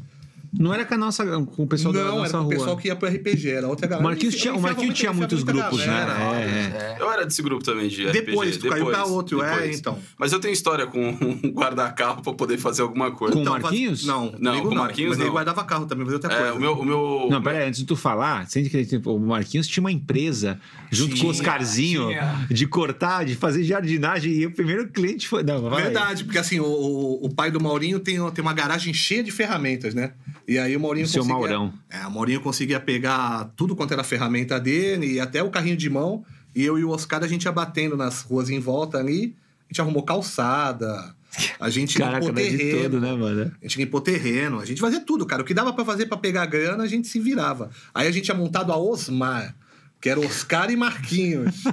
Speaker 1: Não era com a nossa, com o pessoal da
Speaker 2: não,
Speaker 1: nossa
Speaker 2: era o
Speaker 1: rua.
Speaker 2: pessoal que ia pro RPG, era outra galera.
Speaker 1: O Marquinhos
Speaker 2: Eu
Speaker 1: tinha, o
Speaker 2: enfiava
Speaker 1: Marquinhos
Speaker 2: muita-
Speaker 1: tinha
Speaker 2: eu enfiava
Speaker 1: muitos
Speaker 2: muita
Speaker 1: grupos,
Speaker 2: galera.
Speaker 1: né? É, é.
Speaker 4: Eu era desse grupo também de RPG.
Speaker 2: Depois, tu
Speaker 1: um tá
Speaker 2: caiu pra outro, é,
Speaker 4: depois.
Speaker 2: então.
Speaker 4: Mas eu tenho história com um guarda-carro pra poder fazer alguma coisa.
Speaker 1: Com o Marquinhos?
Speaker 2: Não,
Speaker 4: Então, Não,
Speaker 2: comigo
Speaker 4: com o Marquinhos
Speaker 2: Mas ele
Speaker 4: não.
Speaker 2: guardava carro também, fazia outra
Speaker 4: É,
Speaker 2: coisa.
Speaker 4: o meu. O meu
Speaker 1: Não, peraí, antes de tu falar, sem que tipo, o Marquinhos tinha uma empresa junto com o
Speaker 3: Tinha,
Speaker 1: Oscarzinho
Speaker 3: tinha.
Speaker 1: de cortar, de fazer jardinagem. E o primeiro cliente foi. Não, vai.
Speaker 2: Verdade, porque assim, o, o- o pai do Maurinho tem, tem uma garagem cheia de ferramentas, né? E aí o Maurinho
Speaker 1: O seu
Speaker 2: conseguia...
Speaker 1: Maurão.
Speaker 2: É, o Maurinho conseguia pegar tudo quanto era ferramenta dele e até o carrinho de mão. E eu e o Oscar, a gente ia batendo nas ruas em volta ali. A gente arrumou calçada, a gente
Speaker 1: Caraca,
Speaker 2: limpou
Speaker 1: mas de
Speaker 2: terreno.
Speaker 1: todo, né, mano?
Speaker 2: A gente limpou terreno, a gente fazia tudo, cara. O que dava pra fazer pra pegar grana, a gente se virava. Aí a gente tinha montado a Osmar, que era Oscar e Marquinhos.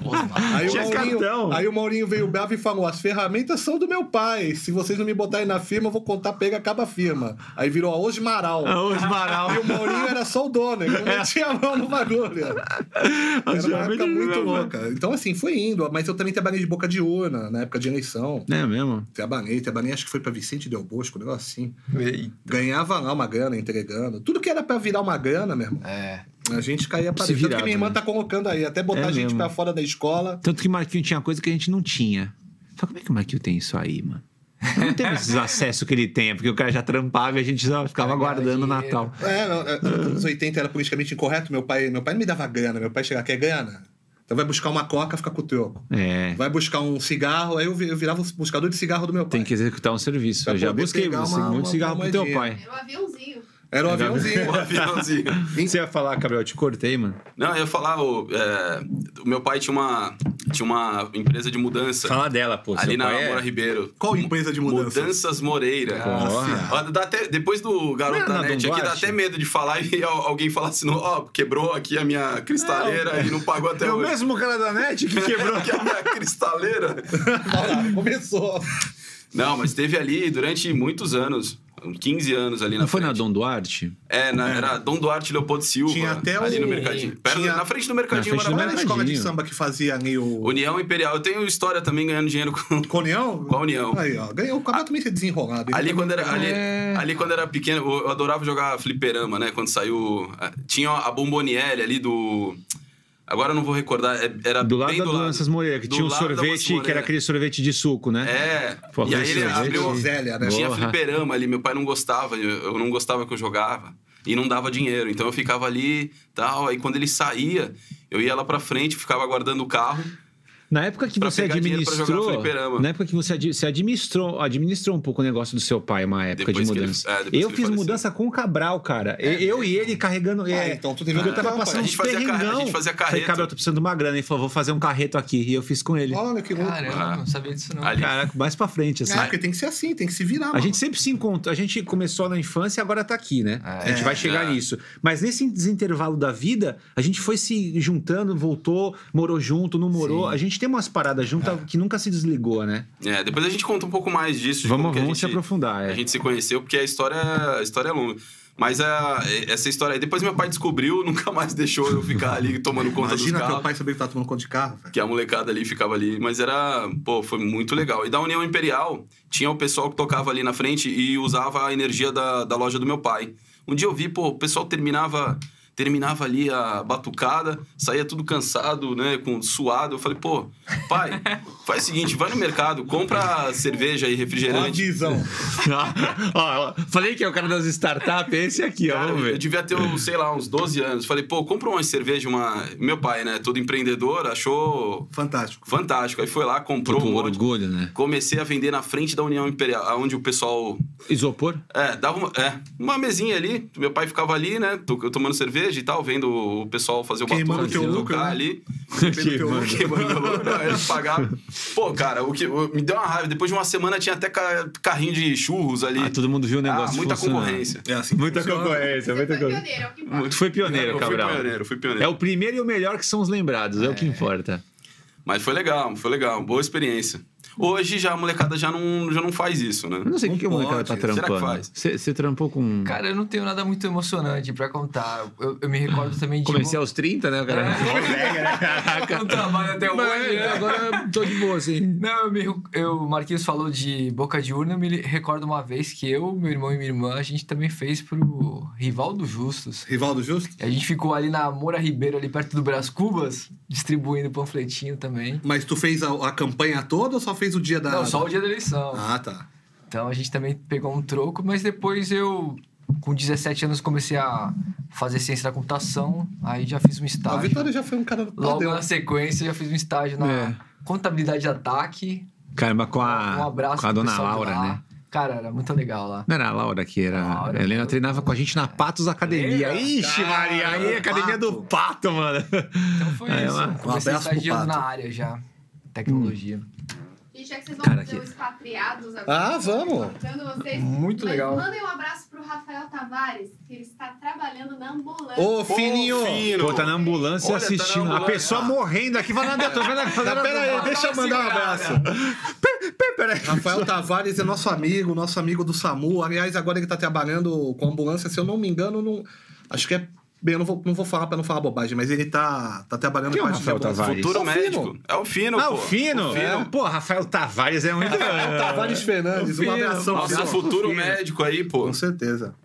Speaker 2: aí, o
Speaker 1: Tinha cartão.
Speaker 2: Maurinho, aí o Maurinho veio bravo e falou: as ferramentas são do meu pai. Se vocês não me botarem na firma, eu vou contar, pega, acaba a firma. Aí virou a Osmaral.
Speaker 1: Ah, Os Maral.
Speaker 2: E o Maurinho era só o dono, ele não
Speaker 1: É.
Speaker 2: metia a mão no bagulho. Era uma época muito
Speaker 1: né?
Speaker 2: louca. Então, assim, foi indo. Mas eu também trabalhei de boca de urna, na época de eleição.
Speaker 1: É mesmo?
Speaker 2: Trabalhei, trabalhei, acho que foi pra Vicente Del Bosco, um negócio assim.
Speaker 3: Ei.
Speaker 2: Ganhava lá uma grana entregando. Tudo que era pra virar uma grana, meu irmão,
Speaker 3: É.
Speaker 2: a gente caía pra
Speaker 1: Se
Speaker 2: dentro. Tanto
Speaker 1: virava,
Speaker 2: que minha irmã
Speaker 1: né?
Speaker 2: tá colocando aí, até botar
Speaker 1: É
Speaker 2: a gente
Speaker 1: mesmo.
Speaker 2: pra fora da escola.
Speaker 1: Tanto que o Marquinhos tinha coisa que a gente não tinha. Fala, como é que o Marquinhos tem isso aí, mano? Eu não teve esses acessos que ele tem, é porque o cara já trampava e a gente só ficava
Speaker 3: Cara,
Speaker 1: guardando o
Speaker 3: dinheiro.
Speaker 1: Natal.
Speaker 2: É, não, é, nos anos 80 era politicamente incorreto. Meu pai, meu pai não me dava grana. Meu pai chegava, quer grana? Então vai buscar uma coca, fica com o troco.
Speaker 1: É.
Speaker 2: Vai buscar um cigarro, aí eu vi- eu virava o buscador de cigarro do meu pai.
Speaker 1: Tem que executar um serviço.
Speaker 2: Pra
Speaker 1: Eu já
Speaker 2: poder
Speaker 1: busquei
Speaker 2: pegar
Speaker 1: você-
Speaker 2: uma-
Speaker 1: muito
Speaker 2: uma-
Speaker 1: cigarro
Speaker 2: uma
Speaker 1: pro teu
Speaker 2: moedinha.
Speaker 1: pai.
Speaker 5: Era um aviãozinho.
Speaker 2: Era um
Speaker 1: Era-
Speaker 2: aviãozinho.
Speaker 4: o aviãozinho.
Speaker 1: Você ia falar, Gabriel, eu te cortei, mano.
Speaker 4: Não, eu ia falar, o, é, o meu pai tinha uma, tinha uma empresa de mudança
Speaker 1: Fala dela, pô.
Speaker 4: ali
Speaker 1: seu
Speaker 4: na
Speaker 1: pai é-
Speaker 4: Moura Ribeiro.
Speaker 2: Qual empresa de mudança?
Speaker 4: Mudanças Moreira.
Speaker 1: Porra.
Speaker 4: Ó, dá até- depois do garoto
Speaker 1: Não é na
Speaker 4: da net aqui, dá
Speaker 1: Dumbarte?
Speaker 4: até medo de falar e al- alguém falar assim: não, ó, quebrou aqui a minha cristaleira e não pagou até
Speaker 1: É o
Speaker 4: hoje.
Speaker 1: mesmo cara da net que quebrou.
Speaker 4: que a minha cristaleira.
Speaker 2: Olha lá, começou.
Speaker 4: Não, mas teve ali durante muitos anos, 15 anos ali na
Speaker 1: Não foi na
Speaker 4: frente.
Speaker 1: Dom Duarte?
Speaker 4: É, na, era Dom Duarte Leopoldo Silva.
Speaker 2: Tinha até
Speaker 4: ali
Speaker 2: o-
Speaker 4: no mercadinho. Perto-
Speaker 2: tinha-
Speaker 4: Na frente do mercadinho
Speaker 1: Na frente do
Speaker 2: Qual
Speaker 4: Guarabara.
Speaker 2: era a escola de
Speaker 1: Mercadinho.
Speaker 2: samba que fazia ali o.
Speaker 4: União Imperial. Eu tenho história também ganhando dinheiro com.
Speaker 2: Com a União?
Speaker 4: Com a União.
Speaker 2: Aí, ó. Ganhou. O cabelo também ser desenrolado. Ele
Speaker 4: Ali
Speaker 2: também-
Speaker 4: quando, era, ali,
Speaker 1: É.
Speaker 4: ali quando era pequeno, eu eu adorava jogar fliperama, né? Quando saiu. ah, Tinha a Bomboniere ali do. Agora eu não vou recordar. é- Era
Speaker 1: Do lado
Speaker 4: bem
Speaker 1: da
Speaker 4: do lado.
Speaker 1: Lanças Moreira, que
Speaker 4: Do
Speaker 1: tinha um
Speaker 4: lado da
Speaker 1: sorvete,
Speaker 4: Lanças
Speaker 1: que era
Speaker 4: Moreira.
Speaker 1: aquele sorvete de suco, né?
Speaker 4: É.
Speaker 1: Pô,
Speaker 4: e aí ele
Speaker 1: sorvete.
Speaker 4: abriu.
Speaker 2: Groselha, né?
Speaker 4: Tinha
Speaker 1: Porra.
Speaker 4: fliperama ali, meu pai não gostava, eu eu não gostava que eu jogava. E não dava dinheiro, então eu ficava ali tal. Aí quando ele saía, eu ia lá pra frente, ficava guardando o carro.
Speaker 1: Na época que
Speaker 4: Pra
Speaker 1: você
Speaker 4: pegar dinheiro pra jogar
Speaker 1: administrou.
Speaker 4: fliperama.
Speaker 1: Na época que você, adi- você administrou, administrou um pouco o negócio do seu pai, uma época
Speaker 4: Depois
Speaker 1: de
Speaker 4: que ele-
Speaker 1: mudança.
Speaker 4: é, depois que ele
Speaker 1: eu fiz
Speaker 4: faleceu. É.
Speaker 1: mudança com o Cabral, cara. E- eu e ele carregando.
Speaker 2: Ah,
Speaker 1: é,
Speaker 2: então tu teve
Speaker 1: eu
Speaker 2: outra
Speaker 1: tava
Speaker 2: tampa.
Speaker 1: passando
Speaker 4: A
Speaker 1: uns
Speaker 4: gente fazia carre- a
Speaker 1: perrengão.
Speaker 4: gente fazia
Speaker 1: Falei,
Speaker 4: carreto.
Speaker 1: Cabral, tô precisando de uma grana. Ele falou, vou fazer um carreto aqui. E eu fiz com ele.
Speaker 2: Olha que louco.
Speaker 3: Caramba, não sabia disso não.
Speaker 4: Ali.
Speaker 1: Caraca, mais pra frente, assim.
Speaker 2: É, porque tem que ser assim, tem que se virar.
Speaker 1: A
Speaker 2: mano.
Speaker 1: gente sempre se encontra. A gente começou na infância e agora tá aqui, né?
Speaker 3: É,
Speaker 1: a gente vai chegar
Speaker 4: é.
Speaker 1: nisso. Mas nesse desintervalo da vida, a gente foi se juntando, voltou, morou junto, não morou. A gente tem umas paradas juntas que nunca se desligou, né?
Speaker 4: É, depois a gente conta um pouco mais disso. de como
Speaker 1: Vamos,
Speaker 4: que
Speaker 1: vamos se
Speaker 4: a gente,
Speaker 1: aprofundar.
Speaker 4: A
Speaker 1: É.
Speaker 4: gente se conheceu, porque a história, a história é longa. Mas a- essa história aí, depois meu pai descobriu, nunca mais deixou eu ficar ali tomando conta
Speaker 2: Imagina
Speaker 4: dos
Speaker 2: teu
Speaker 4: carros.
Speaker 2: pai saber que tá tomando conta de carro, velho.
Speaker 4: Que a molecada ali ficava ali, mas era, pô, foi muito legal. E da União Imperial, tinha o pessoal que tocava ali na frente e usava a energia da, da loja do meu pai. Um dia eu vi, pô, o pessoal terminava terminava ali a batucada, saía tudo cansado, né, com suado. Eu falei, pô, pai, faz o seguinte, vai no mercado, compra cerveja e
Speaker 2: Uma
Speaker 4: refrigerante.
Speaker 2: visão.
Speaker 1: Ó, ó, falei que é o cara das startups, é esse aqui, ó.
Speaker 4: Cara,
Speaker 1: vamos
Speaker 4: eu
Speaker 1: ver.
Speaker 4: devia ter, uns, sei lá, uns 12 anos. Falei, pô, compra uma cerveja, uma. Meu pai, né? Todo empreendedor, achou
Speaker 2: Fantástico.
Speaker 4: fantástico. Aí foi lá, comprou
Speaker 1: Puta, um
Speaker 4: um monte.
Speaker 1: orgulho, né?
Speaker 4: Comecei a vender na frente da União Imperial, onde o pessoal.
Speaker 1: Isopor?
Speaker 4: É, dava uma, é, uma mesinha ali. Meu pai ficava ali, né? to- Eu tomando cerveja e tal, vendo o pessoal fazer o
Speaker 2: Queimando
Speaker 4: batuque,
Speaker 2: teu
Speaker 4: tocar
Speaker 2: lucro, né?
Speaker 4: ali.
Speaker 2: Pelo teu-
Speaker 1: mano.
Speaker 4: Queimando meu lucro, não, eles pagavam. Pô, cara, o que, o- me deu uma raiva. Depois de uma semana tinha até ca- carrinho de churros ali.
Speaker 1: Ah, todo mundo viu o negócio.
Speaker 4: Ah, muita
Speaker 1: funcionando.
Speaker 4: concorrência.
Speaker 2: É assim. que
Speaker 1: Muita
Speaker 2: funciona.
Speaker 1: concorrência,
Speaker 5: Você
Speaker 1: muita
Speaker 5: foi
Speaker 1: concorrência.
Speaker 5: pioneiro, é o que importa.
Speaker 1: Tu foi pioneiro,
Speaker 4: eu
Speaker 1: Cabral.
Speaker 4: Fui pioneiro, fui pioneiro.
Speaker 1: É o primeiro e o melhor que são os lembrados, é o que importa.
Speaker 4: Mas foi legal, foi legal, boa experiência. Hoje já a molecada já não, já não faz isso, né?
Speaker 1: Eu não sei o
Speaker 2: Não
Speaker 1: que, que o molecada
Speaker 2: pode.
Speaker 1: tá
Speaker 4: Será que
Speaker 1: trampando.
Speaker 4: faz?
Speaker 1: Você trampou com.
Speaker 3: Cara, eu não tenho nada muito emocionante pra contar. Eu, eu me recordo também de.
Speaker 1: Comecei aos 30, né, cara?
Speaker 3: É.
Speaker 1: Mó velho, né? Caraca.
Speaker 3: Não trabalho até
Speaker 1: Mas,
Speaker 3: hoje, né?
Speaker 1: Agora eu tô de boa, assim.
Speaker 3: Não, eu me, eu, o Marquinhos falou de boca de urna. Eu me recordo uma vez que eu, meu irmão e minha irmã, a gente também fez pro Rivaldo Justus.
Speaker 2: Rivaldo Justo?
Speaker 3: E a gente ficou ali na Moura Ribeiro, ali perto do Brás Cubas, distribuindo panfletinho também.
Speaker 2: Mas tu fez a, a campanha toda ou só fez o dia da.
Speaker 3: Não, só o dia da eleição.
Speaker 2: Ah, tá.
Speaker 3: Então a gente também pegou um troco, mas depois eu, com 17 anos, comecei a fazer ciência da computação. Aí já fiz um
Speaker 2: A
Speaker 3: estágio.
Speaker 2: Vitória já foi um cara do
Speaker 3: Logo
Speaker 2: padrão.
Speaker 3: na sequência, já fiz um estágio na
Speaker 1: É.
Speaker 3: contabilidade de ataque.
Speaker 1: Caramba, com a,
Speaker 3: um abraço
Speaker 1: com a
Speaker 3: pro
Speaker 1: dona
Speaker 3: pessoal de
Speaker 1: Laura,
Speaker 3: lá.
Speaker 1: né?
Speaker 3: Cara, era muito legal lá.
Speaker 1: Não era a Laura que era.
Speaker 3: Laura.
Speaker 1: a Helena treinava com a gente na Patos Academia.
Speaker 3: Lembra?
Speaker 1: Ixi, Maria, aí
Speaker 2: Cara,
Speaker 1: a academia do pato, mano.
Speaker 3: Então foi
Speaker 1: É,
Speaker 3: isso.
Speaker 1: lá.
Speaker 3: Comecei
Speaker 2: Um abraço pro
Speaker 3: estagiando
Speaker 2: Pato.
Speaker 3: na área já. Tecnologia.
Speaker 5: Gente, já que vocês vão
Speaker 1: Cara,
Speaker 5: fazer
Speaker 1: que-
Speaker 5: os patriados agora.
Speaker 2: Ah, vamos.
Speaker 5: cortando Vocês,
Speaker 3: Muito
Speaker 5: mas
Speaker 3: legal.
Speaker 5: Mandem um abraço pro Rafael Tavares, que ele está trabalhando na ambulância.
Speaker 2: Ô, fininho!
Speaker 4: Ô, fino.
Speaker 1: Pô, tá na ambulância
Speaker 4: Olha, tá na
Speaker 1: assistindo. a
Speaker 4: ambulância.
Speaker 1: pessoa morrendo aqui, falando, eu tô vendo a galera.
Speaker 2: Pera aí, deixa eu mandar um abraço. Tá
Speaker 1: Peraí.
Speaker 2: Rafael Tavares é nosso amigo, nosso amigo do SAMU. Aliás, agora ele tá trabalhando com ambulância, se eu não me engano, não. Acho que é. Bem, eu não vou, não vou falar pra não falar bobagem, mas ele tá, tá trabalhando
Speaker 1: Quem é o
Speaker 2: parte de
Speaker 1: Rafael
Speaker 2: ambulância.
Speaker 1: Tavares?
Speaker 4: Futuro
Speaker 2: Ô, Fino!
Speaker 4: médico. É o Fino,
Speaker 1: Ah,
Speaker 4: pô.
Speaker 1: o Fino? É. Pô, Rafael Tavares é muito.
Speaker 2: Tavares Fernandes,
Speaker 1: Fino.
Speaker 2: um abração.
Speaker 4: Nosso
Speaker 2: Fino.
Speaker 4: futuro médico aí, pô.
Speaker 2: Com certeza.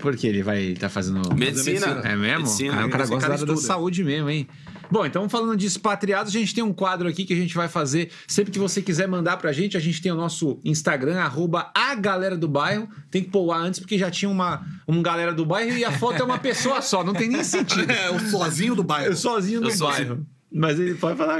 Speaker 1: Porque ele vai estar fazendo.
Speaker 4: Medicina.
Speaker 1: É mesmo?
Speaker 4: Medicina.
Speaker 1: Ah, o cara
Speaker 2: Esse
Speaker 1: gosta
Speaker 2: cara
Speaker 1: da área da
Speaker 2: estuda.
Speaker 1: saúde mesmo, hein? Bom, então falando de expatriados, a gente tem um quadro aqui que a gente vai fazer. Sempre que você quiser mandar pra gente, a gente tem o nosso Instagram, arroba a galera do bairro. Tem que pôr o A antes, porque já tinha uma um galera do bairro e a foto é uma pessoa só, não tem nem sentido.
Speaker 2: É, o sozinho do bairro.
Speaker 1: Eu sozinho no
Speaker 4: Eu sozinho.
Speaker 1: bairro. Mas ele pode falar,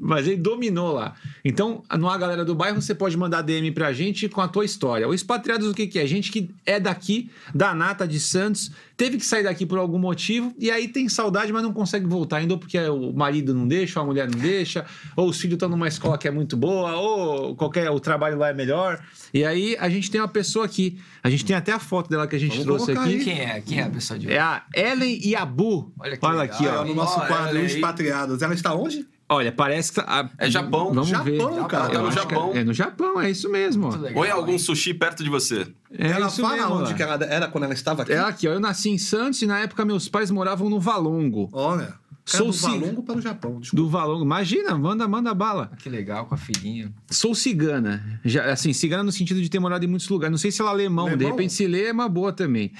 Speaker 1: mas ele dominou lá. Então, no A Galera do Bairro, você pode mandar DM pra gente com a tua história. O Expatriados, o que, que é? Gente que é daqui, da Nata de Santos, teve que sair daqui por algum motivo, e aí tem saudade, mas não consegue voltar ainda, ou porque o marido não deixa, ou a mulher não deixa, ou os filhos estão numa escola que é muito boa, ou qualquer o trabalho lá é melhor. E aí a gente tem uma pessoa aqui, a gente tem até a foto dela que a gente
Speaker 2: Vamos
Speaker 1: trouxe
Speaker 2: colocar
Speaker 1: aqui.
Speaker 2: aí.
Speaker 3: Quem é? Quem é a pessoa de
Speaker 1: É a Ellen Iabu.
Speaker 3: Olha que
Speaker 1: Olha
Speaker 3: legal,
Speaker 1: aqui, ó.
Speaker 2: Aí, ó, É, no nosso
Speaker 4: Olha,
Speaker 2: quadro
Speaker 4: olha aí.
Speaker 2: Expatriados. Ela está onde?
Speaker 1: Olha, parece que. tá- ah,
Speaker 4: É Japão.
Speaker 1: Vamos
Speaker 2: Japão,
Speaker 1: ver.
Speaker 2: cara.
Speaker 4: Tá
Speaker 1: Eu
Speaker 4: no
Speaker 1: acho que
Speaker 4: Japão.
Speaker 1: É, é no Japão, é isso mesmo. ó.
Speaker 3: Muito legal.
Speaker 4: Ou é algum sushi perto de você?
Speaker 1: É
Speaker 2: ela
Speaker 1: isso
Speaker 2: fala
Speaker 1: mesmo,
Speaker 2: onde
Speaker 1: ó.
Speaker 2: que ela era quando ela estava aqui?
Speaker 1: Ela É aqui, ó. Eu nasci em Santos e na época meus pais moravam no Valongo.
Speaker 2: Olha.
Speaker 1: Sou
Speaker 2: Sou do
Speaker 1: sim.
Speaker 2: Valongo para o Japão. Desculpa.
Speaker 1: Do Valongo. Imagina, manda, manda bala.
Speaker 3: Que legal, com a filhinha.
Speaker 1: Sou cigana. Já, assim, cigana no sentido de ter morado em muitos lugares. Não sei se ela é alemão, de
Speaker 2: Alemão?
Speaker 1: repente se lê é uma boa também.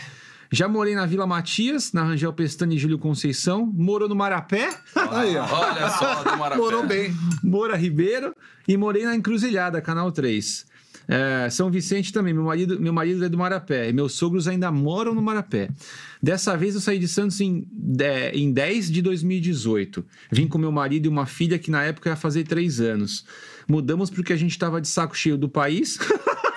Speaker 1: Já morei na Vila Matias, na Rangel Pestana e Júlio Conceição. Morou no Marapé,
Speaker 2: Aí, ó.
Speaker 4: Olha só, do Marapé.
Speaker 2: Morou bem.
Speaker 1: Moura Ribeiro. E morei na Encruzilhada, Canal 3. É, São Vicente também. Meu marido, meu marido é do Marapé. E meus sogros ainda moram no Marapé. Dessa vez eu saí de Santos em, de- em 10 de 2018. Vim com meu marido e uma filha que na época ia fazer 3 anos. Mudamos porque a gente estava de saco cheio do país.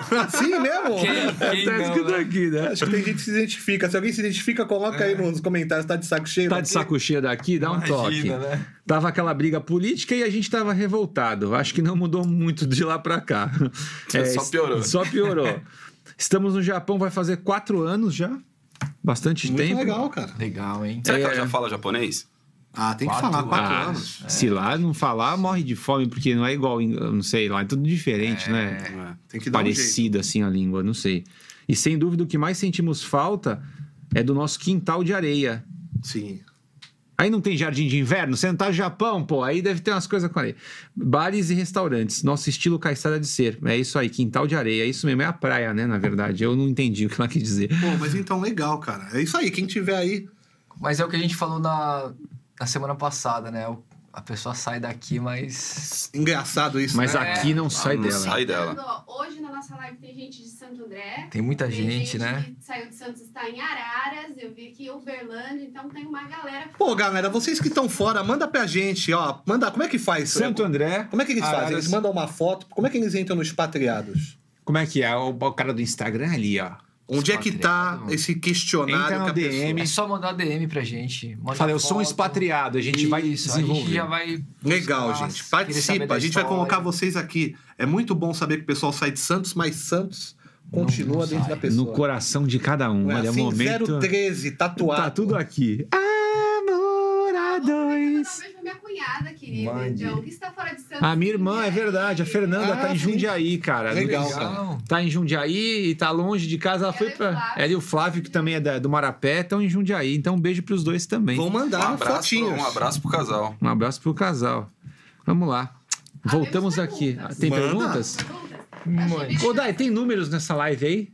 Speaker 2: Assim mesmo?
Speaker 3: Quem, quem
Speaker 1: tá
Speaker 3: não,
Speaker 1: escrito
Speaker 3: né?
Speaker 1: aqui, né?
Speaker 2: Acho que tem gente que se identifica. Se alguém se identifica, coloca aí nos comentários. Tá de saco cheio?
Speaker 1: É. Tá de
Speaker 2: daqui?
Speaker 1: saco cheio daqui, dá um toque.
Speaker 3: Imagina, né?
Speaker 1: Tava aquela briga política e a gente tava revoltado. Acho que não mudou muito de lá pra cá.
Speaker 2: É,
Speaker 4: Só piorou.
Speaker 1: Só piorou. Estamos no Japão, vai fazer quatro anos já. Bastante
Speaker 2: Muito
Speaker 1: tempo.
Speaker 2: legal, cara.
Speaker 3: Legal, hein?
Speaker 4: Será que
Speaker 1: É.
Speaker 4: ela já fala japonês?
Speaker 2: Ah, tem
Speaker 3: Quatro
Speaker 2: que falar. Quatro
Speaker 1: Ah,
Speaker 2: anos.
Speaker 1: Se lá não falar, morre de fome, porque não é igual, em- não sei, lá é tudo diferente, né?
Speaker 4: é.
Speaker 2: Tem que dar um jeito.
Speaker 1: parecida assim a língua, não sei. E sem dúvida o que mais sentimos falta é do nosso quintal de areia.
Speaker 2: Sim.
Speaker 1: Aí não tem jardim de inverno? Você não tá no Japão, pô. Aí deve ter umas coisas com areia. Bares e restaurantes. Nosso estilo caiçada de ser. É isso aí, quintal de areia. É isso mesmo, é a praia, né? Na verdade, eu não entendi o que ela quis dizer.
Speaker 2: Pô, mas então legal, cara. É isso aí. Quem tiver aí.
Speaker 3: Mas é o que a gente falou na, na semana passada, né? O- A pessoa sai daqui, mas.
Speaker 2: Engraçado isso.
Speaker 1: Mas
Speaker 2: né?
Speaker 3: É,
Speaker 1: aqui não sai
Speaker 4: Ah, não
Speaker 1: dela.
Speaker 4: sai. Ai, dela.
Speaker 5: Lembrando, ó, Hoje na nossa live tem gente de Santo André.
Speaker 3: Tem muita
Speaker 5: tem
Speaker 3: gente, né?
Speaker 5: que saiu de Santos está em Araras. Eu vi aqui em Uberlândia. Então tem uma galera.
Speaker 2: Pô, galera, vocês que estão fora, manda pra gente, ó. Manda. Como é que faz?
Speaker 1: Santo André.
Speaker 2: Como é que eles fazem?
Speaker 1: Araras.
Speaker 2: Eles mandam uma foto. Como é que eles entram nos patriados?
Speaker 1: Como é que é? O, o cara do Instagram ali, ó.
Speaker 2: Onde é que tá
Speaker 3: Expatriado.
Speaker 2: esse questionário
Speaker 1: Entra no
Speaker 2: que a
Speaker 1: DM.
Speaker 3: É só mandar DM pra gente. manda
Speaker 1: Fala, eu sou um
Speaker 3: foto.
Speaker 1: expatriado. A gente vai
Speaker 3: Isso,
Speaker 1: desenvolver.
Speaker 3: A gente já vai.
Speaker 2: Legal,
Speaker 3: buscar,
Speaker 2: gente.
Speaker 3: querer saber
Speaker 2: Participa.
Speaker 3: da
Speaker 2: A gente vai
Speaker 3: história.
Speaker 2: colocar vocês aqui. É muito bom saber que o pessoal sai de Santos, mas Santos continua
Speaker 3: não
Speaker 2: dentro
Speaker 3: sai.
Speaker 2: da pessoa.
Speaker 1: No coração de cada um.
Speaker 2: Não é
Speaker 1: Olha,
Speaker 2: assim?
Speaker 1: momento.
Speaker 2: 013, tatuado.
Speaker 1: Tá tudo aqui. Amor a
Speaker 5: Um
Speaker 1: dois.
Speaker 5: beijo pra minha cunhada, querida.
Speaker 3: Mande.
Speaker 5: Então, que está fora de Santos.
Speaker 1: A minha irmã, é verdade. A Fernanda
Speaker 2: Ah,
Speaker 1: tá em
Speaker 2: sim.
Speaker 1: Jundiaí, cara.
Speaker 2: Legal,
Speaker 3: Legal.
Speaker 1: tá em Jundiaí e tá longe de casa. Ela
Speaker 5: Ela
Speaker 1: foi
Speaker 5: e É o
Speaker 1: pra.
Speaker 5: Flávio.
Speaker 1: Ela e o Flávio, que também é da- do Marapé, estão em Jundiaí. Então, um beijo pros dois também.
Speaker 2: Vão
Speaker 4: Um
Speaker 2: mandar
Speaker 4: abraço, pro,
Speaker 2: Tá fotinhos.
Speaker 4: um abraço pro casal.
Speaker 1: Um abraço pro casal. Vamos lá.
Speaker 5: Ah,
Speaker 1: Voltamos
Speaker 5: Temos
Speaker 1: aqui.
Speaker 5: perguntas.
Speaker 1: Tem
Speaker 2: Manda.
Speaker 5: Ah, tá.
Speaker 1: perguntas?
Speaker 3: Mãe.
Speaker 1: Ô, Dai, tem números nessa live aí?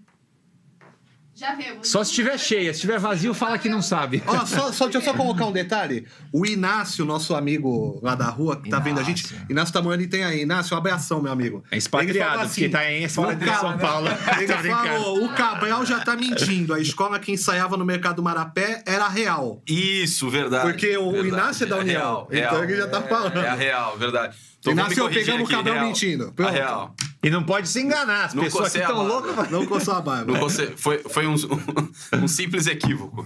Speaker 5: Já vemos.
Speaker 1: Só se estiver cheia. Se estiver vazio, fala que não sabe.
Speaker 2: Ó, só, só, deixa eu só colocar um detalhe. O Inácio, nosso amigo lá da rua, que tá vendo a gente.
Speaker 3: Inácio.
Speaker 2: Inácio tá morando em tem aí. Inácio, um abração, meu amigo.
Speaker 1: É expatriado, porque tá em- fora de São
Speaker 2: né?"
Speaker 1: Paulo.
Speaker 2: Ele
Speaker 1: Tá brincando.
Speaker 2: falou, o Cabral já tá mentindo. A escola que ensaiava no Mercado Marapé era real.
Speaker 4: Isso, verdade.
Speaker 2: Porque o
Speaker 4: verdade.
Speaker 2: Inácio é da União.
Speaker 4: real,
Speaker 2: então
Speaker 4: real.
Speaker 2: ele já tá falando.
Speaker 4: É a real, verdade. Tô
Speaker 2: Inácio,
Speaker 4: vou me corrigir
Speaker 2: pegamos o
Speaker 4: aqui,
Speaker 2: Cabral
Speaker 4: real.
Speaker 2: mentindo.
Speaker 4: A
Speaker 2: Pronto.
Speaker 4: real.
Speaker 1: E não pode se enganar. As
Speaker 4: Não
Speaker 1: pessoas que
Speaker 4: cocei a
Speaker 1: estão
Speaker 4: barba.
Speaker 1: loucas. mas-
Speaker 2: Não coçou a barba.
Speaker 4: Não conse- Foi, foi um, um simples equívoco.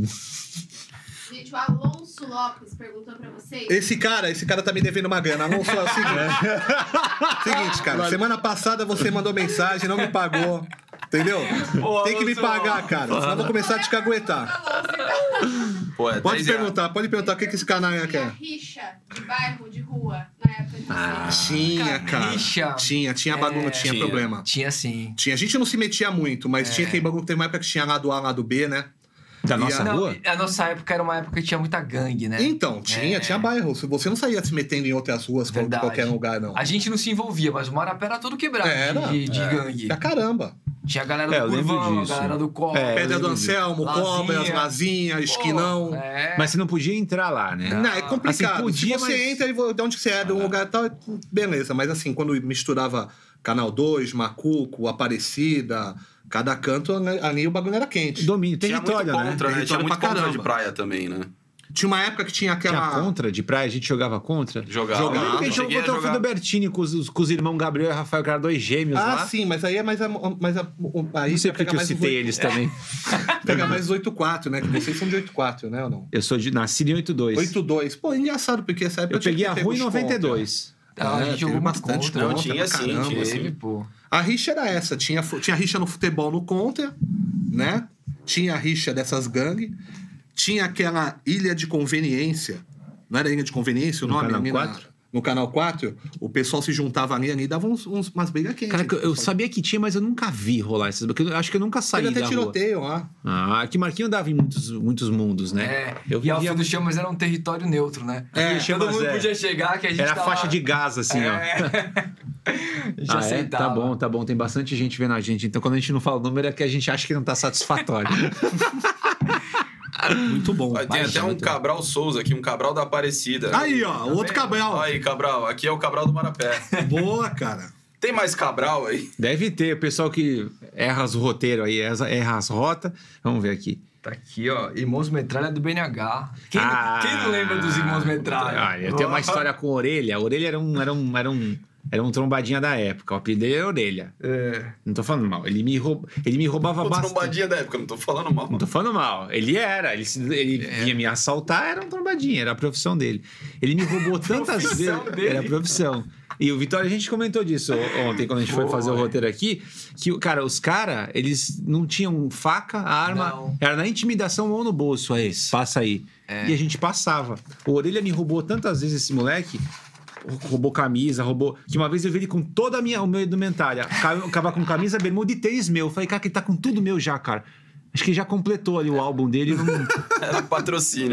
Speaker 5: Gente, o Alonso Lopes perguntou pra vocês.
Speaker 2: Esse cara, esse cara tá me devendo uma grana. Alonso, é o seguinte. seguinte, cara, semana passada você mandou mensagem, não me pagou. Entendeu?
Speaker 4: Ô,
Speaker 2: Tem que me
Speaker 4: Alonso.
Speaker 2: pagar, cara. Senão eu vou
Speaker 5: é
Speaker 2: começar a te caguetar.
Speaker 5: então?
Speaker 4: Pô, é
Speaker 2: Pode
Speaker 4: 10 reais.
Speaker 2: perguntar, pode perguntar Tá, o que, é? que esse canalha
Speaker 5: Tinha
Speaker 2: quer.
Speaker 5: rixa de bairro, de rua, na época de
Speaker 2: Ah,
Speaker 5: vocês.
Speaker 2: Tinha, cara.
Speaker 3: Rixa. É.
Speaker 2: Tinha, tinha bagulho, tinha,
Speaker 4: tinha.
Speaker 2: problema.
Speaker 3: Tinha sim.
Speaker 2: Tinha, a gente não se metia muito, mas
Speaker 3: É.
Speaker 2: tinha aquele bagulho que tem uma época que tinha lado A, lado B, né?
Speaker 1: Da
Speaker 2: E
Speaker 1: nossa
Speaker 2: a-
Speaker 3: Não,
Speaker 1: rua?
Speaker 3: a nossa época era uma época que tinha muita gangue, né?
Speaker 2: Então, tinha,
Speaker 3: É.
Speaker 2: tinha bairro. Se Você não saía se metendo em outras ruas, qual-
Speaker 3: Verdade.
Speaker 2: qualquer lugar, não.
Speaker 3: A gente não se envolvia, mas o Marapé era todo quebrado
Speaker 2: Era,
Speaker 3: de, de
Speaker 2: é.
Speaker 3: gangue.
Speaker 2: Pra caramba.
Speaker 3: Tinha a galera
Speaker 1: É, eu
Speaker 3: do
Speaker 1: lembro
Speaker 3: Curvão,
Speaker 1: disso.
Speaker 3: a galera do Colo.
Speaker 1: É,
Speaker 2: Pedra do
Speaker 1: lembro disso.
Speaker 2: Anselmo,
Speaker 3: Lazinha.
Speaker 2: Cobras, Lazinha, Esquinão.
Speaker 3: É.
Speaker 1: Mas você não podia entrar lá, né?
Speaker 2: Não, é complicado.
Speaker 1: Assim, podia,
Speaker 2: Se você
Speaker 1: mas-
Speaker 2: entra e vo- de onde você é, de um lugar e tal, beleza. Mas assim, quando misturava Canal 2, Macuco, Aparecida, cada canto, né, ali o bagulho era quente.
Speaker 1: Domínio,
Speaker 4: Tinha muito
Speaker 1: território, né?
Speaker 4: contra, né?
Speaker 2: Território
Speaker 4: Tinha muito
Speaker 2: pra
Speaker 4: contra
Speaker 2: caramba.
Speaker 4: de praia também, né?
Speaker 2: Tinha uma época que tinha aquela.
Speaker 1: Tinha contra de praia, a gente jogava contra.
Speaker 4: Jogava.
Speaker 2: Jogava.
Speaker 1: Eu lembro que a gente
Speaker 4: Cheguei
Speaker 1: jogou
Speaker 4: a
Speaker 1: contra o
Speaker 4: jogar.
Speaker 1: Fido Bertini com os, com os irmãos Gabriel e Rafael, que eram dois gêmeos
Speaker 2: Ah,
Speaker 1: lá.
Speaker 2: sim, mas aí é mais. A, mais a, o- aí
Speaker 1: Não sei porque
Speaker 2: já pega
Speaker 1: que eu
Speaker 2: mais um É. os
Speaker 1: citei
Speaker 2: oito-
Speaker 1: eles também.
Speaker 2: Pega mais os 8-4, né? Que vocês são de 8-4, né ou não?
Speaker 1: Eu sou de, nascido em 82.
Speaker 2: 8-2. Pô, é engraçado, porque essa época
Speaker 1: Eu
Speaker 2: tinha que
Speaker 1: peguei a
Speaker 2: ter
Speaker 1: rua em
Speaker 2: os contra.
Speaker 1: 92.
Speaker 3: Então, a
Speaker 2: É,
Speaker 3: gente
Speaker 2: teve
Speaker 3: jogou
Speaker 2: bastante
Speaker 3: bastante contra. né?
Speaker 4: Não,
Speaker 2: contra
Speaker 4: tinha
Speaker 2: pra
Speaker 4: sim,
Speaker 2: caramba,
Speaker 4: tinha
Speaker 2: assim.
Speaker 3: Teve, pô.
Speaker 2: A rixa era essa. Tinha, fu- tinha rixa no futebol no Contra, né? Tinha a rixa dessas gangues. Tinha aquela ilha de conveniência Não era linha de conveniência o
Speaker 1: No
Speaker 2: nome?
Speaker 1: Canal
Speaker 2: ali na-
Speaker 1: 4?
Speaker 2: no Canal 4, o pessoal se juntava ali ali e dava uns, uns, umas brigas quentes.
Speaker 1: Cara, que eu, eu sabia que tinha, mas eu nunca vi rolar essas. Porque eu acho que eu nunca saí
Speaker 2: Teve
Speaker 1: da
Speaker 2: até
Speaker 1: rua.
Speaker 2: tiroteio lá.
Speaker 1: Ah, que Marquinho dava em muitos, muitos mundos, né?
Speaker 3: É,
Speaker 1: Eu
Speaker 3: e
Speaker 1: vivia-
Speaker 3: Alfredo Chamas era um território neutro, né?
Speaker 1: É,
Speaker 3: Todo mundo
Speaker 1: é.
Speaker 3: podia chegar que a gente
Speaker 1: Era
Speaker 3: tava...
Speaker 1: faixa de gás, assim, ó.
Speaker 3: Já
Speaker 1: Ah, é?
Speaker 3: aceitava.
Speaker 1: Tá bom, tá bom. Tem bastante gente vendo a gente. Então, quando a gente não fala o número, é que a gente acha que não tá satisfatório. Muito bom.
Speaker 4: Ah, Tem até um Cabral Souza aqui, um Cabral da Aparecida. né?
Speaker 2: Aí, ó, o outro Cabral.
Speaker 4: Aí, Cabral, aqui é o Cabral do Marapé.
Speaker 2: Boa, cara.
Speaker 4: Tem mais Cabral aí?
Speaker 1: Deve ter. O pessoal que erra os roteiros aí, erra erra as rotas. Vamos ver aqui.
Speaker 3: Tá aqui, ó. Irmãos Metralha do BNH. Quem,
Speaker 1: Ah,
Speaker 3: quem não lembra dos Irmãos Metralha?
Speaker 1: Ah, eu tenho uma história com orelha. A orelha era um, era um, era um, era um trombadinha da época. O apelido dele era orelha.
Speaker 3: É.
Speaker 1: Não tô falando mal. Ele me, roub... ele me roubava
Speaker 4: Pô,
Speaker 1: bastante.
Speaker 4: trombadinha da época, não tô falando mal.
Speaker 1: Não tô falando mal. Ele era. Ele, se- ele
Speaker 3: É.
Speaker 1: vinha me assaltar, era um trombadinha, era a profissão dele. Ele me roubou tantas vezes.
Speaker 3: Profissão dele.
Speaker 1: Era a profissão. E o Vitória, a gente comentou disso ontem, quando a gente foi fazer o
Speaker 3: Foi.
Speaker 1: roteiro aqui, que, cara, os caras, eles não tinham faca, arma,
Speaker 3: Não.
Speaker 1: era na intimidação ou no bolso, aí, passa aí.
Speaker 2: É.
Speaker 1: E a gente passava. O Orelha me roubou tantas vezes esse moleque, roubou camisa, roubou... Que uma vez eu vi ele com toda a minha, o meu indumentária, Ca- tava com camisa, bermuda e tênis meu. Eu falei, cara, que ele tá com tudo meu já, cara. Acho que ele já completou ali o álbum dele, não-
Speaker 4: Era patrocínio.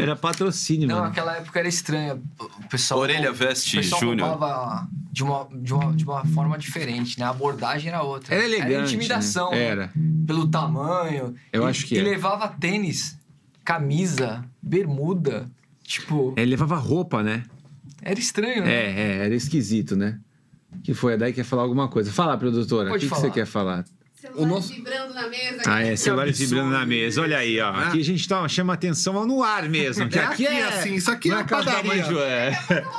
Speaker 1: era patrocínio,
Speaker 3: Não,
Speaker 1: mano.
Speaker 3: naquela época era estranha. O pessoal.
Speaker 4: Orelha
Speaker 3: o
Speaker 4: Veste
Speaker 3: pessoal
Speaker 4: Júnior.
Speaker 3: roubava de uma, de, uma, de uma forma diferente, né? A abordagem era outra.
Speaker 1: Era elegante,
Speaker 3: Era intimidação.
Speaker 1: né? Era.
Speaker 5: Hum.
Speaker 3: Pelo tamanho.
Speaker 1: Eu
Speaker 3: E-
Speaker 1: acho que
Speaker 3: E
Speaker 1: é.
Speaker 3: levava tênis, camisa, bermuda. Tipo,
Speaker 1: Ele levava roupa, né?
Speaker 3: era estranho, né?
Speaker 1: É, é, era esquisito, né? Que foi, a Dai quer falar alguma coisa. Fala, produtora, o
Speaker 3: Pode
Speaker 1: que, que
Speaker 3: falar.
Speaker 1: você quer falar?
Speaker 5: Celular
Speaker 2: nosso-
Speaker 5: vibrando na mesa.
Speaker 1: Ah, é, celulares
Speaker 4: absurdo
Speaker 1: vibrando na mesa. Olha aí, ó. Aqui a gente tá, chama atenção no ar mesmo. Que
Speaker 2: É
Speaker 1: aqui
Speaker 2: aqui,
Speaker 1: é
Speaker 2: assim, isso aqui
Speaker 1: não
Speaker 2: é
Speaker 1: a casa da mãe
Speaker 2: padaria.
Speaker 1: Jo- é.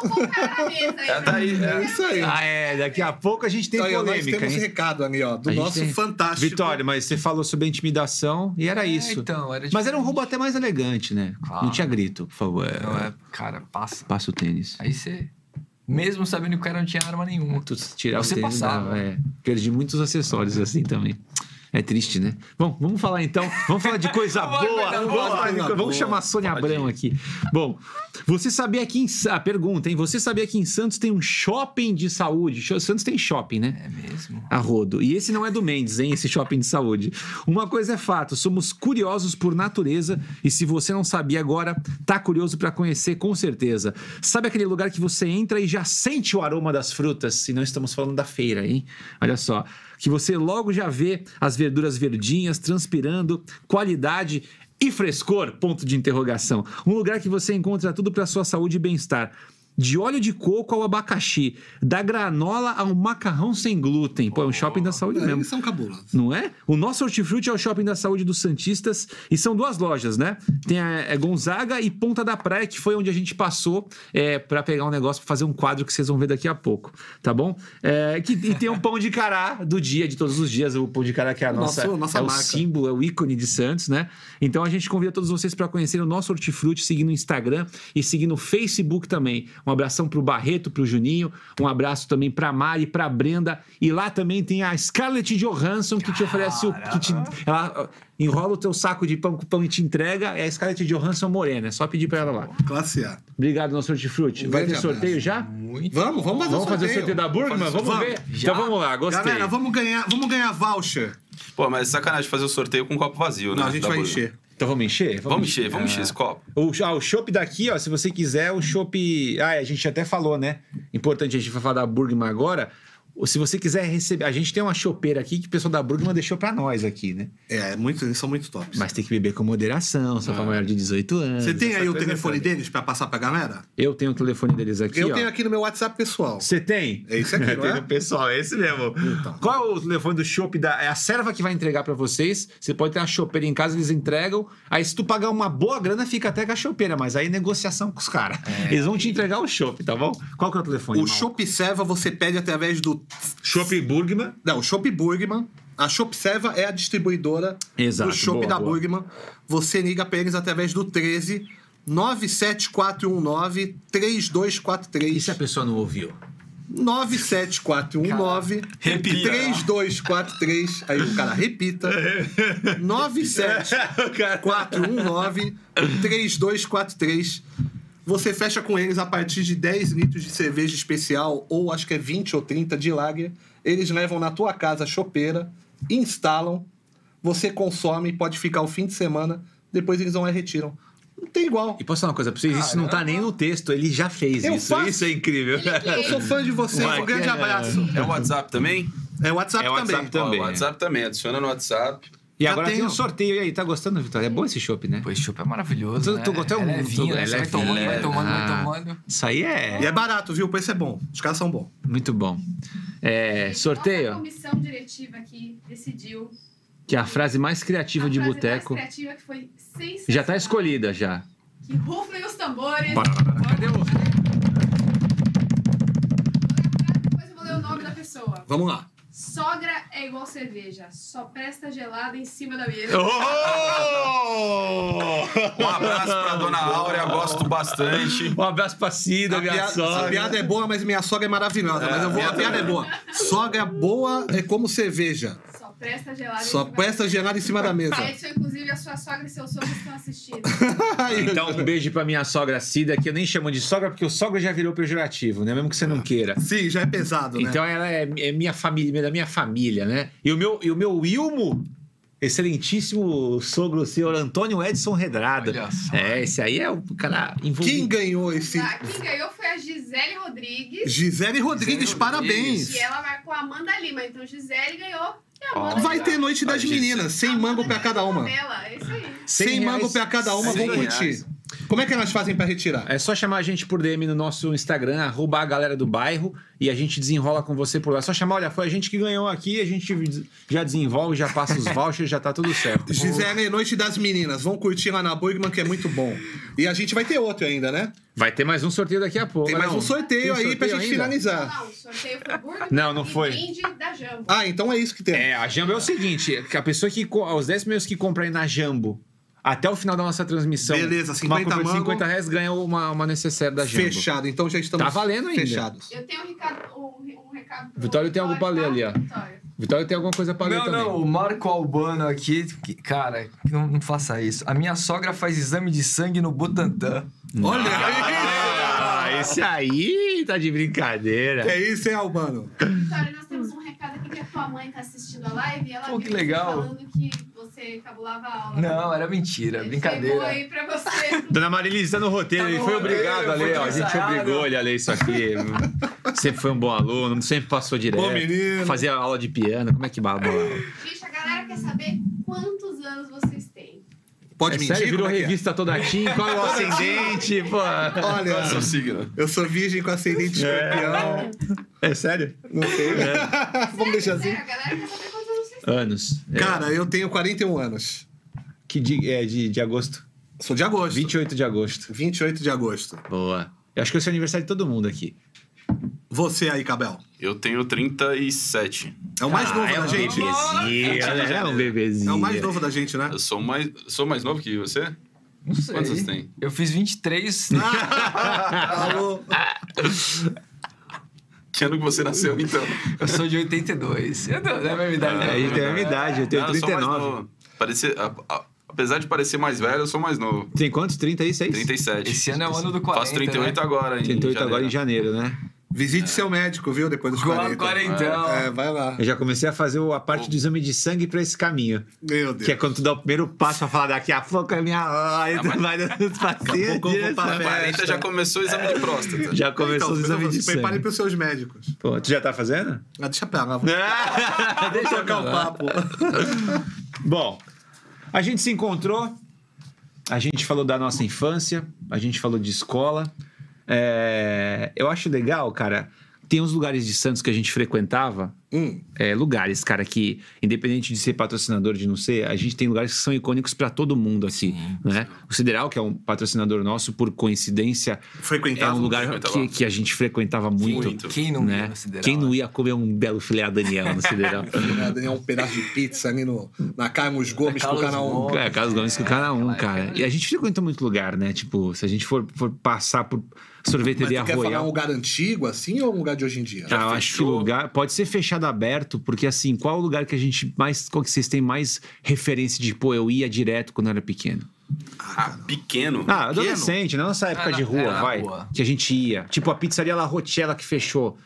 Speaker 5: Vou colocar na mesa aí.
Speaker 4: É, tá aí,
Speaker 5: pra
Speaker 4: é
Speaker 5: mim.
Speaker 2: isso aí.
Speaker 1: Ah, é, daqui a pouco a gente tem
Speaker 2: Aí, ó, nós
Speaker 1: polêmica,
Speaker 2: temos
Speaker 1: hein?
Speaker 2: recado ali, ó, do
Speaker 1: A gente
Speaker 2: nosso
Speaker 1: tem-
Speaker 2: fantástico.
Speaker 1: Vitória, mas você falou sobre a intimidação e era
Speaker 3: É,
Speaker 1: isso.
Speaker 3: então, era
Speaker 1: mas era um
Speaker 3: diferente.
Speaker 1: roubo até mais elegante, né?
Speaker 3: Claro.
Speaker 1: Não tinha grito, por favor.
Speaker 3: Não, é, cara, passa.
Speaker 1: Passa o tênis.
Speaker 3: Aí você. Mesmo sabendo que o cara não tinha arma nenhuma.
Speaker 1: Tu tirava o
Speaker 3: Você
Speaker 1: tênis,
Speaker 3: passava.
Speaker 1: dava, é. Perdi muitos acessórios assim também. É triste, né? Bom, vamos falar então. Vamos falar de coisa
Speaker 3: Vamos
Speaker 1: boa.
Speaker 3: falar de
Speaker 1: Vamos,
Speaker 3: coisa
Speaker 1: falar de
Speaker 2: boa.
Speaker 1: coisa- vamos chamar a Sônia Abrão aqui. Bom, você sabia que em... Sa- A pergunta, hein? Você sabia que em Santos tem um shopping de saúde? Cho- Santos tem shopping, né?
Speaker 3: É mesmo.
Speaker 1: A rodo. E esse não é do Mendes, hein? Esse shopping de saúde. Uma coisa é fato, somos curiosos por natureza e se você não sabia agora, tá curioso pra conhecer com certeza. Sabe aquele lugar que você entra e já sente o aroma das frutas? E não estamos falando da feira, hein? Olha só. Que você logo já vê as verduras verdinhas transpirando, qualidade e frescor, ponto de interrogação. Um lugar que você encontra tudo para sua saúde e bem-estar. De óleo de coco ao abacaxi, da granola ao macarrão sem glúten. Pô, é um shopping da saúde
Speaker 2: Eles
Speaker 1: mesmo.
Speaker 2: são cabulosos.
Speaker 1: Não é? O nosso hortifruti é o shopping da saúde dos Santistas e são duas lojas, né? Tem a é, Gonzaga e Ponta da Praia, que foi onde a gente passou é, para pegar um negócio, pra fazer um quadro que vocês vão ver daqui a pouco, tá bom? É, que, e tem um pão de cará do dia, de todos os dias, o pão de cará que é a nossa,
Speaker 2: Nosso- nossa
Speaker 1: é o
Speaker 2: marca.
Speaker 1: símbolo, é o ícone de Santos, né? Então a gente convida todos vocês para conhecerem o nosso hortifruti, seguindo o Instagram e seguindo o Facebook também. Um abração pro Barreto, pro Juninho, um abraço também pra Mari, pra Brenda. E lá também tem a Scarlett Johansson que te oferece o. Que te, ela ó, enrola o teu saco de pão com pão e te entrega. É a Scarlett Johansson Morena. É só pedir pra ela lá.
Speaker 2: Classe A.
Speaker 1: Obrigado, nosso hortifruti.
Speaker 2: Um
Speaker 1: Vai ter
Speaker 2: grande
Speaker 1: sorteio
Speaker 2: abraço.
Speaker 1: já?
Speaker 3: Muito.
Speaker 2: Vamos, vamos fazer
Speaker 1: Vamos
Speaker 2: o
Speaker 1: fazer o sorteio da Burgman? Vamos,
Speaker 2: Vamos.
Speaker 1: ver?
Speaker 3: Já?
Speaker 1: Então vamos lá, gostei.
Speaker 2: Galera, vamos ganhar, vamos ganhar voucher.
Speaker 4: Pô, mas é sacanagem fazer o sorteio com um copo vazio, né?
Speaker 2: Não, a gente
Speaker 4: Da
Speaker 2: vai
Speaker 4: Burger.
Speaker 2: encher.
Speaker 1: Então vamos encher?
Speaker 4: Vamos encher, vamos encher esse copo.
Speaker 1: O, ah, o chopp daqui, ó, se você quiser, o chopp. Ah, a gente até falou, né? Importante, a gente vai falar da Burgman agora. Ou Se você quiser receber. A gente tem uma chopeira aqui que o pessoal da Burgman deixou pra nós aqui, né?
Speaker 2: É, muito, eles são muito tops.
Speaker 1: Mas tem que beber com moderação, só pra maior de 18 anos.
Speaker 2: Ah. Você tem
Speaker 1: essa
Speaker 2: aí o
Speaker 1: coisa
Speaker 2: telefone
Speaker 1: toda.
Speaker 2: deles pra passar pra galera?
Speaker 1: Eu tenho o telefone deles aqui.
Speaker 2: Eu
Speaker 1: ó.
Speaker 2: tenho aqui no meu WhatsApp pessoal.
Speaker 1: Você tem?
Speaker 2: É isso aqui, não
Speaker 1: Tem
Speaker 2: é?
Speaker 1: do pessoal, é esse mesmo.
Speaker 2: Então.
Speaker 1: Qual é o telefone do chopp da. É a serva que vai entregar pra vocês. Você pode ter uma chopeira em casa, eles entregam. Aí, se tu pagar uma boa grana, fica até com a chopeira, mas aí é negociação com os caras. Eles vão te entregar o chopp, tá bom? Qual que é o telefone?
Speaker 2: É. O
Speaker 1: Mauro?
Speaker 2: Shop Serva você pede através do.
Speaker 1: Chopp Burgman.
Speaker 2: Não, o Shop Burgman. A Shop Serva é a distribuidora
Speaker 1: Exato,
Speaker 2: do Shop
Speaker 1: boa,
Speaker 2: da
Speaker 1: boa.
Speaker 2: Burgman. Você liga pra eles através do 13 97419 3243.
Speaker 1: E se a pessoa não ouviu?
Speaker 2: 97419
Speaker 3: Repita.
Speaker 2: 3243. Aí o cara repita. um 97 419 3243. Você fecha com eles a partir de 10 litros de cerveja especial, ou acho que é 20 ou 30 de lager. Eles levam na tua casa a chopeira, instalam, você consome, pode ficar o fim de semana, depois eles vão lá e retiram. Não tem igual.
Speaker 1: E posso falar uma coisa pra vocês? isso não tá nem no texto, ele já fez
Speaker 2: Eu
Speaker 1: isso.
Speaker 2: faço.
Speaker 1: Isso é incrível.
Speaker 2: Eu sou fã de vocês,
Speaker 1: Vai,
Speaker 2: um grande
Speaker 1: é.
Speaker 2: abraço.
Speaker 4: É o WhatsApp também?
Speaker 2: É o WhatsApp,
Speaker 1: É o WhatsApp
Speaker 2: também.
Speaker 1: Também.
Speaker 4: Ó, o WhatsApp também, adiciona no WhatsApp.
Speaker 1: E
Speaker 2: Já
Speaker 1: agora tem
Speaker 2: tenho.
Speaker 1: um sorteio. E aí, tá gostando, Vitória? É bom esse chopp, né?
Speaker 3: Pô, esse chopp é maravilhoso.
Speaker 1: Tu-
Speaker 3: né?
Speaker 1: tu gostou?
Speaker 3: É
Speaker 1: Tu-
Speaker 3: levinho, né?
Speaker 1: é
Speaker 3: Você vai
Speaker 1: levinho,
Speaker 3: tomando, vai
Speaker 1: leve.
Speaker 3: tomando, vai
Speaker 1: Ah.
Speaker 3: tomando.
Speaker 1: Isso aí
Speaker 2: E
Speaker 1: é
Speaker 2: é barato, viu? O preço é bom. Os caras são bons.
Speaker 1: muito bom. É,
Speaker 5: A
Speaker 1: sorteio,
Speaker 5: comissão diretiva aqui decidiu.
Speaker 1: que é a frase mais criativa
Speaker 5: a
Speaker 1: de
Speaker 5: frase
Speaker 1: boteco.
Speaker 5: mais criativa que foi sensacional.
Speaker 1: Já tá escolhida já.
Speaker 5: Que rufem os tambores.
Speaker 1: Cadê o.
Speaker 5: Depois eu vou ler o nome da pessoa.
Speaker 2: Vamos lá.
Speaker 5: Sogra é igual cerveja, só presta gelada em cima da
Speaker 1: Oh!
Speaker 5: mesa.
Speaker 4: Um abraço pra dona Áurea, gosto bastante.
Speaker 1: Um abraço pra Cida,
Speaker 2: A
Speaker 1: minha
Speaker 2: piada, a
Speaker 1: sogra.
Speaker 2: piada é boa, mas minha sogra é maravilhosa. mas eu vou, a piada é boa. Sogra boa é como cerveja.
Speaker 5: Só presta gelada em
Speaker 2: Só
Speaker 5: cima
Speaker 2: presta
Speaker 5: da
Speaker 2: gelada em cima da mesa.
Speaker 5: mesa. Edson, é inclusive, a sua sogra e seu sogro estão assistindo.
Speaker 2: é
Speaker 1: Então, um beijo pra minha sogra Cida, que eu nem chamo de sogra, porque o sogra já virou pejorativo, né? Mesmo que você não queira.
Speaker 2: Sim, já é pesado, né?
Speaker 1: Então ela é, é minha família, é da minha família, né? E o meu, e o meu Ilmo, excelentíssimo sogro, o senhor Antônio Edson Redrada.
Speaker 3: Olha só.
Speaker 1: É, esse aí é o cara
Speaker 2: Quem
Speaker 1: envolvido.
Speaker 2: ganhou esse?
Speaker 5: Ah, Quem ganhou foi a Gisele Rodrigues.
Speaker 2: Gisele Rodrigues,
Speaker 4: Gisele
Speaker 2: parabéns.
Speaker 5: E ela marcou a Amanda Lima. Então Gisele ganhou. E a Amanda
Speaker 2: Vai ter noite das
Speaker 4: Ah, Gisele.
Speaker 2: meninas, sem mango pra cada uma.
Speaker 5: Ela, é isso aí.
Speaker 2: 100
Speaker 1: reais,
Speaker 2: mango pra cada uma, vão
Speaker 4: 100
Speaker 2: curtir.
Speaker 4: reais.
Speaker 2: Como é que elas fazem pra retirar?
Speaker 1: É só chamar a gente por DM no nosso Instagram, arroba a galera do bairro, e a gente desenrola com você por lá. É só chamar, olha, foi a gente que ganhou aqui, a gente já desenvolve, já passa os vouchers, já tá tudo certo.
Speaker 2: Gisele, noite das meninas, vão curtir lá na Burgman, que é muito bom. E a gente vai ter outro ainda, né?
Speaker 1: Vai ter mais um sorteio daqui a pouco.
Speaker 2: Tem mais
Speaker 1: Não,
Speaker 2: um sorteio
Speaker 1: tem
Speaker 2: aí pra
Speaker 1: sorteio
Speaker 2: gente
Speaker 1: ainda?
Speaker 5: Não,
Speaker 2: finalizar.
Speaker 5: não, o sorteio foi burger
Speaker 1: Não, não
Speaker 5: e
Speaker 1: foi.
Speaker 5: brinde da Jambo.
Speaker 2: é. Ah, então é isso que tem.
Speaker 1: É, a Jambo é o seguinte, que a pessoa que co- aos 10 primeiros que comprarem na Jambo até o final da nossa transmissão,
Speaker 2: Beleza,
Speaker 1: uma
Speaker 2: 50
Speaker 1: compra de
Speaker 2: mango.
Speaker 1: 50 reais ganha uma, uma necessaire da Jambo.
Speaker 2: Fechado, então já estamos
Speaker 1: Tá valendo ainda.
Speaker 2: fechados.
Speaker 5: Eu tenho um recado. Um, um recado pro
Speaker 1: Vitória tem algo pra ler ali, ó.
Speaker 5: tá? Vitória.
Speaker 1: Vitória tem alguma coisa pra ler
Speaker 3: Não,
Speaker 1: também.
Speaker 3: não, o Marco Albano aqui, que- cara, não, não faça isso. A minha sogra faz exame de sangue no Butantã.
Speaker 2: Olha aí!
Speaker 1: Ah, esse aí tá de brincadeira.
Speaker 2: É isso, hein, Albano?
Speaker 5: Vitória, nós temos um recado aqui que a tua mãe tá assistindo a live e ela
Speaker 3: Pô,
Speaker 5: viu
Speaker 3: que legal.
Speaker 5: você falando que você cabulava a aula.
Speaker 3: Não, era mentira,
Speaker 5: Ele
Speaker 3: brincadeira.
Speaker 5: Pegou aí pra você.
Speaker 1: Dona Marilis tá no roteiro,
Speaker 3: Tá no
Speaker 1: ele foi
Speaker 3: roteiro,
Speaker 1: obrigado a
Speaker 3: foi
Speaker 1: ler, ó. A gente
Speaker 3: ensaiado.
Speaker 1: obrigou ele a ler isso aqui. sempre foi um bom aluno, sempre passou direto.
Speaker 2: Bom menino.
Speaker 1: Fazia aula de piano, como é que baba?
Speaker 5: Gente, a galera quer saber quantos anos vocês têm.
Speaker 2: Pode
Speaker 1: É
Speaker 2: mentir?
Speaker 1: sério, virou
Speaker 2: Como é que é?
Speaker 1: revista toda Tim, qual é o ascendente, pô.
Speaker 2: Olha,
Speaker 4: Qual é o seu signo?
Speaker 2: eu sou virgem com ascendente escorpião.
Speaker 1: É sério?
Speaker 2: Não sei.
Speaker 1: É.
Speaker 2: Vamos deixar assim.
Speaker 5: Sério, a galera quer saber quantos anos vocês
Speaker 1: Anos. É.
Speaker 2: Cara, eu tenho 41 anos.
Speaker 1: Que de, é de, de agosto.
Speaker 2: Sou de agosto.
Speaker 1: 28 de agosto.
Speaker 2: 28 de agosto.
Speaker 1: Boa. Eu acho que esse é o aniversário de todo mundo aqui.
Speaker 2: Você aí, Cabel.
Speaker 4: Eu tenho 37.
Speaker 2: É o mais
Speaker 1: Ah,
Speaker 2: novo
Speaker 1: é
Speaker 2: da
Speaker 1: um
Speaker 2: gente.
Speaker 1: Bebezinho, né? É um bebezinho.
Speaker 2: É o mais novo da gente, né?
Speaker 4: Eu sou mais, sou mais novo que você?
Speaker 3: Não sei.
Speaker 4: Quantos você tem?
Speaker 3: Eu fiz 23.
Speaker 2: Alô?
Speaker 4: Que ano que você nasceu, então?
Speaker 3: Eu sou de 82. Eu não, não é a mesma idade.
Speaker 1: Ah,
Speaker 3: não.
Speaker 1: Aí tem a minha idade, eu tenho
Speaker 4: Ah, eu sou mais
Speaker 1: 39.
Speaker 4: novo. Parecer, a- a- apesar de parecer mais velho, eu sou mais novo.
Speaker 1: Tem quantos? 30 aí, 6?
Speaker 4: 37.
Speaker 3: Esse ano é o ano do 40.
Speaker 4: Faço 38
Speaker 3: né?
Speaker 4: agora, em
Speaker 1: 38 agora em
Speaker 4: janeiro.
Speaker 1: janeiro, né?
Speaker 2: Visite seu médico, viu? Depois dos
Speaker 3: Agora,
Speaker 2: 40.
Speaker 3: quarentão.
Speaker 2: É, vai lá.
Speaker 1: Eu já comecei a fazer o- a parte do exame de sangue pra esse caminho.
Speaker 2: Meu Deus.
Speaker 1: Que é quando tu dá o primeiro passo pra falar daqui a pouco é minha hora, e tu vai dando os passinhos.
Speaker 2: pouco eu vou pra
Speaker 1: direto. né?
Speaker 4: 40 já começou o exame de próstata.
Speaker 1: Já começou
Speaker 2: Então,
Speaker 1: os exames de
Speaker 2: se preparem
Speaker 1: sangue.
Speaker 2: pros seus médicos.
Speaker 1: Pô, tu já tá fazendo?
Speaker 2: Ah, deixa pra lá. Vamos
Speaker 1: Deixa eu
Speaker 2: trocar o
Speaker 1: falar.
Speaker 2: papo.
Speaker 1: Bom, a gente se encontrou, a gente falou da nossa infância, a gente falou de escola. É, eu acho legal, cara. Tem uns lugares de Santos que a gente frequentava,
Speaker 2: Hum,
Speaker 1: é, lugares, cara, que independente de ser patrocinador de não ser, a gente tem lugares que são icônicos pra todo mundo aqui, né? O Sideral, que é um patrocinador nosso, por coincidência,
Speaker 2: frequentava.
Speaker 1: é um lugar
Speaker 4: frequentava.
Speaker 1: que, que a gente frequentava é muito,
Speaker 4: Muito.
Speaker 3: Quem não
Speaker 1: né? Quem não ia comer um belo filé a Daniel no Sideral?
Speaker 2: É um pedaço de pizza ali no, na Carlos Gomes pro
Speaker 3: Carlos
Speaker 2: canal 1.
Speaker 3: Gomes.
Speaker 1: É, Carlos Gomes com cada um,
Speaker 3: aquela-
Speaker 1: cara.
Speaker 3: aquela-
Speaker 1: E a gente frequenta muito lugar, né? Tipo, se a gente for, for passar por
Speaker 2: Mas
Speaker 1: sorveteria
Speaker 2: tu quer falar um
Speaker 1: Royal.
Speaker 2: lugar antigo assim ou um lugar de hoje em dia?
Speaker 1: Ah, eu acho que
Speaker 4: fechou?
Speaker 1: lugar. Pode ser fechado aberto, porque assim, qual o lugar que a gente mais. Qual que vocês têm mais referência de, pô, eu ia direto quando eu era pequeno?
Speaker 4: Ah, pequeno.
Speaker 1: Ah, adolescente, não nessa
Speaker 2: Ah,
Speaker 1: época
Speaker 3: Era-
Speaker 1: de
Speaker 2: é,
Speaker 1: rua,
Speaker 3: era
Speaker 1: vai.
Speaker 3: rua.
Speaker 1: Que a gente ia. Tipo a pizzaria La Rochella que fechou.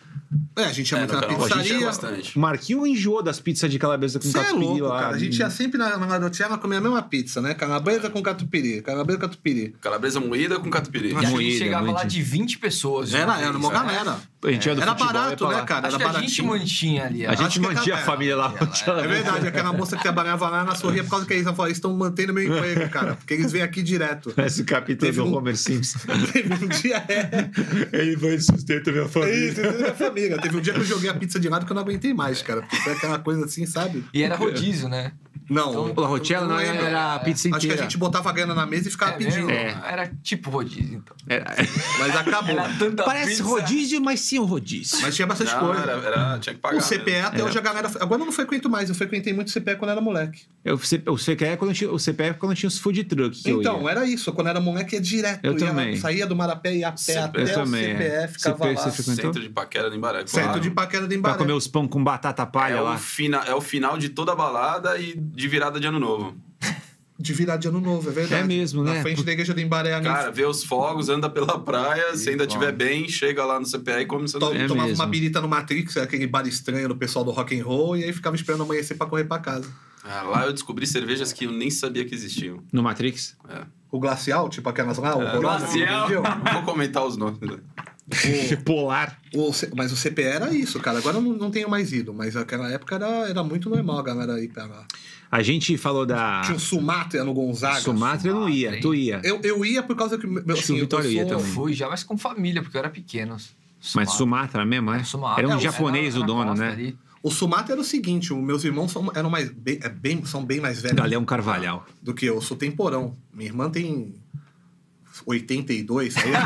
Speaker 2: É, a gente ia muito
Speaker 4: É,
Speaker 2: na
Speaker 4: no Carol, a gente ia
Speaker 2: pizzaria.
Speaker 4: bastante.
Speaker 1: O Marquinho enjoou das pizzas de calabresa com
Speaker 2: Você é
Speaker 1: Um catupiry
Speaker 2: louco,
Speaker 1: lá. né?
Speaker 2: cara. A gente ia sempre na, na Marotiana comer a mesma pizza, né? Calabresa com catupiry. Calabresa com catupiry.
Speaker 4: Calabresa moída com catupiry.
Speaker 3: E a gente
Speaker 1: Moída,
Speaker 3: chegava lá
Speaker 1: moída.
Speaker 3: de 20 pessoas. de
Speaker 2: Era,
Speaker 3: uma
Speaker 2: era
Speaker 3: vez,
Speaker 2: uma
Speaker 3: né?
Speaker 2: galera.
Speaker 1: A gente ia do
Speaker 2: Era
Speaker 1: futebol, ia pra
Speaker 2: barato,
Speaker 1: lá.
Speaker 2: né, cara?
Speaker 3: Acho
Speaker 2: Era
Speaker 3: que a gente
Speaker 2: baratinho.
Speaker 3: mantinha ali. ó.
Speaker 1: A
Speaker 2: Acho
Speaker 1: gente
Speaker 2: que é
Speaker 1: mantinha a
Speaker 2: capaz.
Speaker 1: família lá. Rochella.
Speaker 2: É verdade, aquela moça que trabalhava lá, ela sorria por causa que eles falaram, estão mantendo meu emprego, cara. Porque eles vêm aqui direto.
Speaker 1: Parece o capitão
Speaker 2: Teve
Speaker 1: do
Speaker 2: um-
Speaker 1: Homer Simpson.
Speaker 2: Teve um dia, é.
Speaker 1: Ele vai sustentar minha
Speaker 2: é Isso, isso é minha família. Teve um dia que eu joguei a pizza de lado que eu não aguentei mais, cara. Porque foi aquela coisa assim, sabe?
Speaker 3: E era rodízio, né?
Speaker 2: Não.
Speaker 1: La Rochella não
Speaker 2: Eu
Speaker 1: era,
Speaker 2: lembro.
Speaker 1: era a pizza
Speaker 2: Acho que a
Speaker 1: inteira.
Speaker 2: gente botava a grana na mesa e ficava
Speaker 3: É mesmo?
Speaker 2: pedindo.
Speaker 3: Era tipo rodízio, então.
Speaker 1: Era-
Speaker 2: Mas acabou.
Speaker 3: Era tanta
Speaker 1: Parece
Speaker 3: pizza.
Speaker 1: rodízio, mas sim um rodízio.
Speaker 2: Mas tinha bastante
Speaker 4: Não,
Speaker 2: coisa.
Speaker 4: era, era- tinha que pagar.
Speaker 2: o CPE até
Speaker 1: É.
Speaker 2: hoje a galera. Agora eu não frequento mais, eu frequentei muito CPE quando era moleque.
Speaker 1: Eu, o CPE é quando tinha, o CPE é quando tinha os food truck que eu
Speaker 2: então,
Speaker 1: ia.
Speaker 2: era isso. Quando era moleque ia direto.
Speaker 1: Eu
Speaker 2: ia,
Speaker 1: também.
Speaker 2: Saía do Marapé e ia a pé
Speaker 4: CPE,
Speaker 2: até
Speaker 1: eu
Speaker 2: o
Speaker 1: também,
Speaker 2: CPE,
Speaker 1: é.
Speaker 2: ficava
Speaker 1: CPE,
Speaker 2: lá.
Speaker 1: você fica-
Speaker 2: Centro
Speaker 4: Centro de paquera em Baré. claro.
Speaker 2: de Paquera de
Speaker 1: Pra
Speaker 2: Embaré.
Speaker 1: comer os pão com batata palha
Speaker 4: é
Speaker 1: lá.
Speaker 4: o, fina, é o final de toda a balada e de virada de ano novo.
Speaker 2: De virar de ano novo, é verdade.
Speaker 1: É mesmo, né?
Speaker 2: Na frente
Speaker 1: Por-
Speaker 2: da igreja do Embaré, ali,
Speaker 4: Cara, vê os fogos, anda pela praia, se ainda
Speaker 3: bom.
Speaker 4: estiver bem, chega lá no CPE e come seu
Speaker 2: to-
Speaker 1: É
Speaker 2: tomava
Speaker 1: mesmo.
Speaker 2: uma birita no Matrix, aquele bar estranho do pessoal do rock and roll, e aí ficava esperando amanhecer pra correr pra casa.
Speaker 4: Ah, lá eu descobri cervejas que eu nem sabia que existiam.
Speaker 1: No Matrix.
Speaker 2: O glacial, tipo aquelas lá, o
Speaker 4: É.
Speaker 2: horroroso, entendeu?
Speaker 4: Não Vou comentar os nomes. né?
Speaker 1: Polar.
Speaker 2: O C- mas o CPE era isso, cara. Agora eu não, não tenho mais ido, mas naquela época era, era muito normal a galera ir pra lá.
Speaker 1: A gente falou da
Speaker 2: Tinha um o Sumatra no Gonzaga.
Speaker 1: Ah. Sumatra, eu não ia.
Speaker 3: Sumatra,
Speaker 1: Tu ia.
Speaker 2: Eu, eu ia por causa que. Meu,
Speaker 1: Acho que o
Speaker 2: assim, eu
Speaker 1: Vitório ia
Speaker 2: sou-
Speaker 3: Eu
Speaker 1: também.
Speaker 3: fui já, mas com família, porque eu era pequeno.
Speaker 1: Mas Sumatra mesmo, é?
Speaker 3: Sumatra.
Speaker 1: Era um
Speaker 3: É,
Speaker 1: japonês
Speaker 3: era
Speaker 1: o
Speaker 3: na
Speaker 1: dono,
Speaker 3: costa
Speaker 1: né?
Speaker 3: ali.
Speaker 2: O Sumatra era o seguinte: os meus irmãos são, eram mais, bem, é bem- são bem mais velhos
Speaker 1: Galeão Carvalhal.
Speaker 2: do que eu. Eu sou temporão. Minha irmã tem 82. Aí eu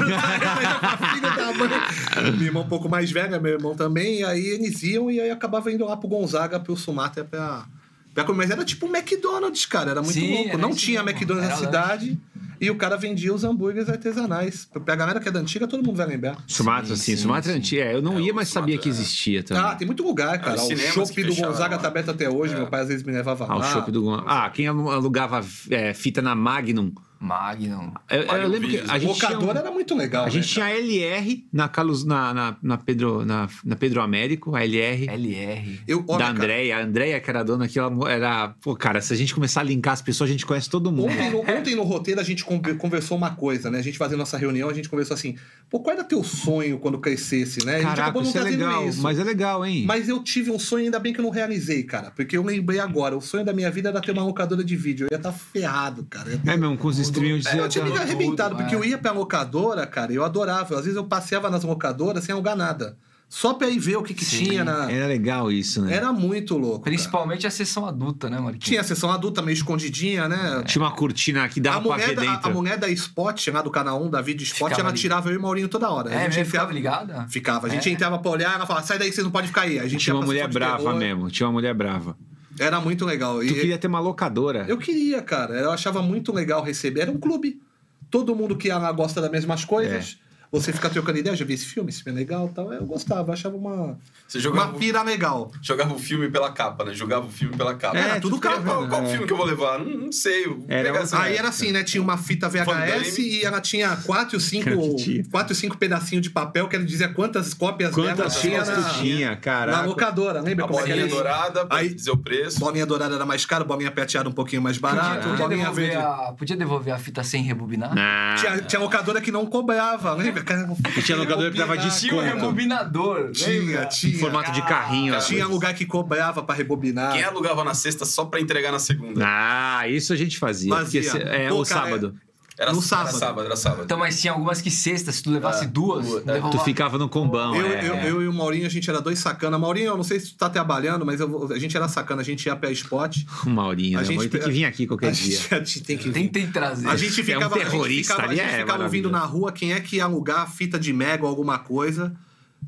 Speaker 2: filho da mãe. Minha irmã um pouco mais velha, meu irmão também. E aí eles iam e aí acabava indo lá pro Gonzaga, pro Sumatra, é pra. pra comer. Mas era tipo um McDonald's, cara. Era muito
Speaker 3: Sim,
Speaker 2: louco.
Speaker 3: era
Speaker 2: Não
Speaker 3: isso
Speaker 2: tinha
Speaker 3: mesmo.
Speaker 2: McDonald's na
Speaker 3: Era
Speaker 2: cidade. E o cara vendia os hambúrgueres artesanais. Pra galera que é da antiga, todo mundo vai lembrar.
Speaker 1: Sumatra, sim.
Speaker 3: sim,
Speaker 1: Sumatra
Speaker 3: sim.
Speaker 1: antigo. É, eu não
Speaker 4: É,
Speaker 1: ia,
Speaker 4: o
Speaker 1: mas sabia
Speaker 4: Sumatra
Speaker 1: que
Speaker 4: era-
Speaker 1: existia também.
Speaker 2: Ah, tem muito lugar,
Speaker 4: Ah,
Speaker 2: cara.
Speaker 4: os
Speaker 2: o
Speaker 4: cinemas
Speaker 2: shopping
Speaker 4: que
Speaker 2: do
Speaker 4: fecharam
Speaker 2: Gonzaga
Speaker 4: lá. É.
Speaker 2: tá aberto até hoje. Meu pai às vezes me levava
Speaker 1: Ah, o
Speaker 2: lá.
Speaker 1: chopp do Gon- Ah, quem alu- alugava é, fita na Magnum.
Speaker 3: Magnum.
Speaker 1: Eu, eu
Speaker 4: Magnum
Speaker 1: lembro que
Speaker 4: Videos.
Speaker 1: a
Speaker 2: A
Speaker 1: gente tinha,
Speaker 2: locadora
Speaker 1: um-
Speaker 2: era muito legal.
Speaker 1: a
Speaker 2: né,
Speaker 1: gente
Speaker 2: cara?
Speaker 1: tinha a LR na, Carlos, na, na, na Pedro, na, na Pedro Américo, a LR.
Speaker 3: LR.
Speaker 2: Eu,
Speaker 1: da
Speaker 2: olha, cara,
Speaker 1: Andréia. A Andréia, que era a dona que ela mo- era. Pô, cara, se a gente começar a linkar as pessoas, a gente conhece todo mundo.
Speaker 2: Ontem, no, ontem no roteiro a gente con- conversou uma coisa, né? A gente fazendo nossa reunião, a gente conversou assim: pô, qual era teu sonho quando crescesse, né? A gente
Speaker 1: Caraca,
Speaker 2: acabou não
Speaker 1: isso é
Speaker 2: trazendo
Speaker 1: legal.
Speaker 2: isso.
Speaker 1: Mas é legal, hein?
Speaker 2: Mas eu tive um sonho, ainda bem que eu não realizei, cara. Porque eu lembrei agora: o sonho da minha vida era ter uma locadora de vídeo. Eu ia estar ferrado, cara. Eu ia ter-
Speaker 1: É mesmo, com os streams
Speaker 3: é,
Speaker 1: de.
Speaker 2: Eu tinha me
Speaker 3: Tudo,
Speaker 2: arrebentado, porque
Speaker 3: é.
Speaker 2: eu ia pra locadora, cara, e eu adorava. Às vezes eu passeava nas locadoras sem alugar nada. Só pra ir ver o que, que
Speaker 3: Sim,
Speaker 2: tinha na.
Speaker 1: Era legal isso, né?
Speaker 2: Era muito louco. cara.
Speaker 3: Principalmente a sessão adulta, né, Marquinhos?
Speaker 2: Tinha a sessão adulta meio escondidinha, né?
Speaker 1: Tinha uma cortina que
Speaker 2: A
Speaker 1: dava pra
Speaker 2: mulher,
Speaker 1: ver
Speaker 2: da, a- a
Speaker 1: dentro.
Speaker 2: mulher da Spot, lá do canal 1, da Vídeo Spot,
Speaker 3: Ficava
Speaker 2: ela
Speaker 3: ali.
Speaker 2: tirava eu e o Maurinho toda hora.
Speaker 3: É,
Speaker 2: a gente
Speaker 3: mesmo, ficava
Speaker 2: enfiava,
Speaker 3: ligada?
Speaker 2: ficava. A gente
Speaker 3: É.
Speaker 2: entrava pra olhar, ela falava, sai daí, vocês não podem ficar aí. A gente
Speaker 1: Tinha
Speaker 2: ia
Speaker 1: uma
Speaker 2: pra
Speaker 1: mulher
Speaker 2: sessão de
Speaker 1: brava
Speaker 2: terror.
Speaker 1: mesmo. Tinha uma mulher brava.
Speaker 2: Era muito legal.
Speaker 1: Tu
Speaker 2: E-
Speaker 1: queria ter uma locadora.
Speaker 2: Eu queria, cara. Eu achava muito legal receber. Era um clube. Todo mundo que ia lá gosta das mesmas coisas. Você fica trocando ideia, já vi esse filme, esse filme é legal e tal. Eu gostava, achava uma,
Speaker 4: Você
Speaker 2: uma
Speaker 4: jogava,
Speaker 2: pira legal.
Speaker 4: jogava o filme pela capa, né? Jogava o filme pela capa.
Speaker 2: Era tudo
Speaker 4: Cara,
Speaker 2: capa,
Speaker 4: qual, qual filme que eu vou levar? Não, não sei. eu vou
Speaker 1: Era
Speaker 4: pegar
Speaker 1: um-
Speaker 4: essa-
Speaker 2: Aí era assim, né? Tinha uma fita VHS
Speaker 4: Fandango.
Speaker 2: e ela tinha quatro, cinco,
Speaker 1: Cara, que tinha.
Speaker 2: quatro, cinco pedacinhos de papel que ele dizia quantas cópias dela
Speaker 1: Quantas
Speaker 2: tinha
Speaker 1: tinhas
Speaker 2: na,
Speaker 1: tu tinha,
Speaker 2: na
Speaker 1: caraca?
Speaker 2: locadora. Lembra
Speaker 4: A
Speaker 2: como é que era
Speaker 4: bolinha
Speaker 2: isso?
Speaker 4: dourada, pra
Speaker 2: Aí-
Speaker 4: dizer o preço.
Speaker 2: Bolinha dourada era mais cara, bolinha prateada um pouquinho mais barato,
Speaker 3: Podia, podia
Speaker 2: bolinha
Speaker 3: devolver
Speaker 2: verde. Né?
Speaker 3: a, podia devolver a fita sem rebobinar?
Speaker 1: Ah,
Speaker 2: Tinha, tinha locadora que não cobrava, lembra? Cara,
Speaker 1: E tinha locadora que dava
Speaker 2: rebobinar.
Speaker 3: Tinha um
Speaker 1: desconto.
Speaker 3: rebobinador,
Speaker 2: Tinha,
Speaker 3: lembra?
Speaker 1: em
Speaker 2: tinha.
Speaker 1: formato de carrinho. assim.
Speaker 4: Cara,
Speaker 1: as
Speaker 2: Tinha
Speaker 1: coisas.
Speaker 2: lugar que cobrava pra rebobinar.
Speaker 4: Quem alugava na sexta só pra entregar na segunda?
Speaker 1: Ah, isso a gente fazia.
Speaker 2: Fazia.
Speaker 1: porque se- é,
Speaker 2: Pô,
Speaker 1: ou
Speaker 2: cara,
Speaker 1: sábado.
Speaker 4: Era,
Speaker 2: no
Speaker 4: era
Speaker 2: sábado.
Speaker 4: sábado, era sábado.
Speaker 3: Então, mas tinha algumas que sexta, se tu levasse
Speaker 4: É,
Speaker 2: Ah,
Speaker 3: duas,
Speaker 4: duas,
Speaker 2: tá.
Speaker 3: tu
Speaker 4: é.
Speaker 3: levava-
Speaker 1: Tu ficava no combão.
Speaker 2: Eu,
Speaker 1: é.
Speaker 2: eu, eu e o Maurinho, a gente era dois sacana. Maurinho, eu não sei se tu tá trabalhando, mas eu vou- a gente era sacana. A gente ia pra spot.
Speaker 1: O Maurinho,
Speaker 2: A
Speaker 1: né?
Speaker 2: gente
Speaker 1: Maurinho tem
Speaker 2: pe-
Speaker 1: que vir aqui
Speaker 2: A
Speaker 1: qualquer dia.
Speaker 2: gente, a gente tem que
Speaker 3: Tentei trazer.
Speaker 2: A gente
Speaker 1: É um
Speaker 2: ficava,
Speaker 1: terrorista,
Speaker 2: a gente ficava,
Speaker 1: ali
Speaker 2: a gente
Speaker 1: é
Speaker 2: ficava ouvindo
Speaker 1: maravilha.
Speaker 2: na rua quem é que ia alugar fita de mega ou alguma coisa.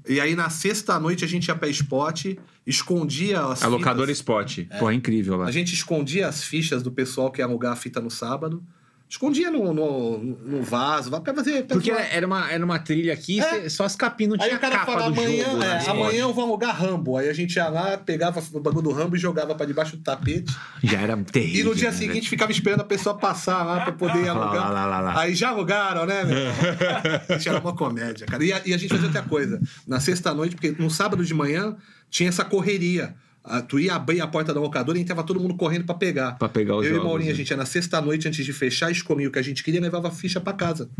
Speaker 2: E aí na sexta noite a gente ia pra spot, escondia as
Speaker 1: A locadora
Speaker 2: fitas.
Speaker 1: Spot. Pô, é incrível lá.
Speaker 2: A gente escondia as fichas do pessoal que ia alugar a fita no sábado. Escondia no, no, no vaso, lá pra fazer. pra
Speaker 1: Porque
Speaker 2: zoar.
Speaker 1: era uma, era uma trilha aqui,
Speaker 2: É.
Speaker 1: cê- só as capinhas, não
Speaker 2: Aí
Speaker 1: tinha
Speaker 2: o cara
Speaker 1: capa
Speaker 2: fala,
Speaker 1: do
Speaker 2: amanhã,
Speaker 1: jogo.
Speaker 2: é,
Speaker 1: né?
Speaker 2: amanhã eu vou alugar Rambo. Aí a gente ia lá, pegava o bagulho do Rambo e jogava pra debaixo do tapete.
Speaker 1: Já era terrível.
Speaker 2: E no dia
Speaker 1: né,
Speaker 2: seguinte ficava esperando a pessoa passar lá pra poder
Speaker 1: velho? Lá, lá,
Speaker 2: alugar.
Speaker 1: lá, lá, lá.
Speaker 2: Aí já alugaram, né, meu? Gente, era uma comédia, cara. E a, e a gente fazia outra coisa. Na sexta-noite, porque no sábado de manhã tinha essa correria. Ah, tu ia abrir a porta da locadora e tava todo mundo correndo pra pegar.
Speaker 1: Pra pegar
Speaker 2: Eu
Speaker 1: os
Speaker 2: e Maurinho,
Speaker 1: jogos. né?
Speaker 2: a gente ia na sexta-noite antes de fechar, escolhia o que a gente queria e levava a ficha pra casa.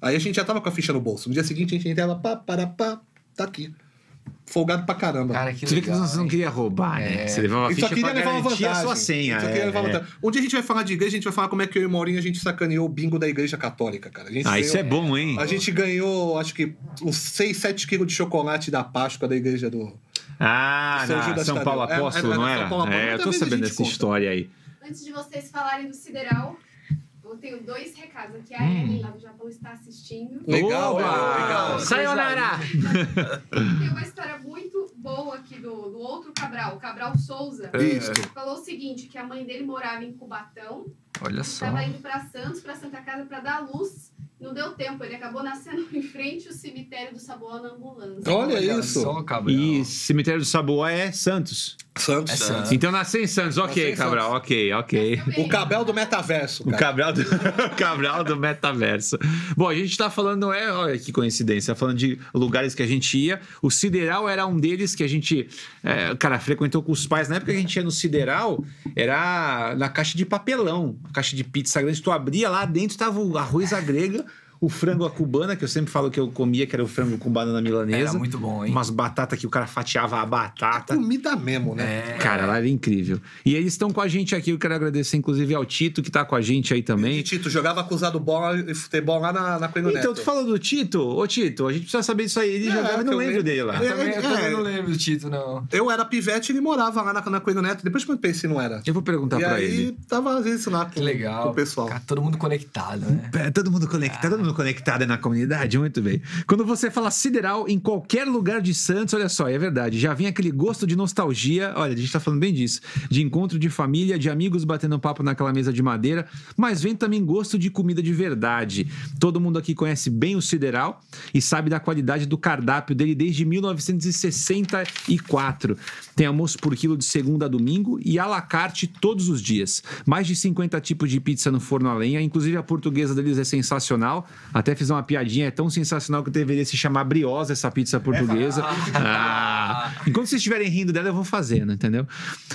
Speaker 2: Aí a gente já tava com a ficha no bolso. No dia seguinte a gente entrava, pá, para, pá, tá aqui. Folgado pra caramba.
Speaker 3: Cara, que
Speaker 1: Você vê que
Speaker 3: legal,
Speaker 1: você não
Speaker 3: hein?
Speaker 1: queria roubar, né? Você levava a
Speaker 2: Ele só
Speaker 1: ficha
Speaker 2: queria
Speaker 1: pra
Speaker 2: levar uma
Speaker 1: garantir a
Speaker 2: vantagem.
Speaker 1: sua senha.
Speaker 2: Ele só
Speaker 1: é,
Speaker 2: queria levar uma
Speaker 1: é.
Speaker 2: vantagem. Um dia a gente vai falar de igreja, a gente vai falar como é que eu e o Maurinho a gente sacaneou o bingo da igreja católica, cara. A gente
Speaker 1: Ah, isso é
Speaker 2: ganhou-
Speaker 1: bom, hein?
Speaker 2: A gente ganhou, acho que, uns 6, 7 quilos de chocolate da Páscoa da igreja do.
Speaker 1: Ah,
Speaker 2: São
Speaker 1: na
Speaker 2: Judas
Speaker 1: São Paulo
Speaker 2: Tadeu. É,
Speaker 1: Apóstolo,
Speaker 2: é,
Speaker 1: não
Speaker 2: é,
Speaker 1: era?
Speaker 2: São Paulo Apóstolo.
Speaker 1: É, eu tô
Speaker 2: Muita vez a
Speaker 1: sabendo
Speaker 2: gente
Speaker 1: dessa
Speaker 2: conta.
Speaker 1: história aí.
Speaker 5: Antes de vocês falarem do Sideral, eu tenho dois recados aqui. A
Speaker 2: Hum.
Speaker 5: Ellen, lá do Japão, está assistindo.
Speaker 2: Legal,
Speaker 1: Oba!
Speaker 2: é, legal.
Speaker 1: Sayonara!
Speaker 5: Tem uma história muito boa aqui do, do outro Cabral, o Cabral Souza.
Speaker 2: É. Isso.
Speaker 5: Falou o seguinte, que a mãe dele morava em Cubatão,
Speaker 3: Olha só.
Speaker 5: estava indo para Santos, para Santa Casa, para dar luz. Não deu tempo, ele acabou nascendo em frente ao cemitério do Saboá na ambulância.
Speaker 2: Olha isso.
Speaker 3: Só, Cabral.
Speaker 1: E cemitério do Saboá é Santos.
Speaker 2: Santos.
Speaker 3: É Santos.
Speaker 1: Então nasceu em Santos,
Speaker 2: Nasceu
Speaker 1: ok,
Speaker 2: em
Speaker 1: Cabral,
Speaker 2: Santos.
Speaker 1: ok, ok.
Speaker 5: Então,
Speaker 2: O Cabel do metaverso.
Speaker 1: O
Speaker 2: Cara.
Speaker 1: Cabral do, o Cabral do metaverso. Bom, a gente tá falando, é, olha que coincidência, tá falando de lugares que a gente ia. O Sideral era um deles que a gente, é, cara, frequentou com os pais. Na época que a gente ia no Sideral, era na caixa de papelão, a caixa de pizza grande. Tu abria lá dentro, tava o arroz à grega, o frango à cubana, que eu sempre falo que eu comia, que era o frango com banana
Speaker 3: Era
Speaker 1: milanesa.
Speaker 3: muito bom, hein?
Speaker 1: Umas batatas que o cara fatiava a batata.
Speaker 2: Comida mesmo, né?
Speaker 3: É,
Speaker 1: Cara, lá era incrível. E eles estão com a gente aqui. Eu quero agradecer, inclusive, ao Tito, que tá com a gente aí também.
Speaker 2: E Tito jogava acusado bola e futebol lá na, na Coelho
Speaker 1: Então,
Speaker 2: Neto.
Speaker 1: tu falou do Tito? Ô, Tito, a gente precisa saber disso aí. Ele
Speaker 2: É,
Speaker 1: jogava, eu
Speaker 2: que
Speaker 1: não
Speaker 2: eu
Speaker 1: lembro
Speaker 2: lembro.
Speaker 1: dele lá.
Speaker 3: eu também, eu também
Speaker 2: É.
Speaker 3: não lembro do título, não.
Speaker 2: Eu era pivete e ele morava lá na, na Coelho Neto. Depois que eu pensei, não era.
Speaker 1: Eu vou perguntar
Speaker 2: e
Speaker 1: pra
Speaker 2: aí
Speaker 1: ele.
Speaker 2: tava às vezes lá com,
Speaker 3: Que legal.
Speaker 2: com o pessoal.
Speaker 3: Cara, todo mundo conectado, né?
Speaker 1: Pera, Todo mundo conectado, todo mundo conectado na comunidade, muito bem. Quando você fala sideral em qualquer lugar de Santos, olha só, é verdade, já vem aquele gosto de nostalgia, olha, a gente tá falando bem disso, de encontro de família, de amigos batendo papo naquela mesa de madeira, mas vem também gosto de comida de verdade. Todo mundo aqui conhece bem o sideral e sabe da qualidade do cardápio dele desde 1964. Tem almoço por quilo de segunda a domingo e à la carte todos os dias. Mais de 50 tipos de pizza no forno a lenha, inclusive a portuguesa deles é sensacional. Até fiz uma piadinha, é tão sensacional que deveria se chamar briosa essa pizza portuguesa. Ah, enquanto vocês estiverem rindo dela, eu vou fazendo, entendeu?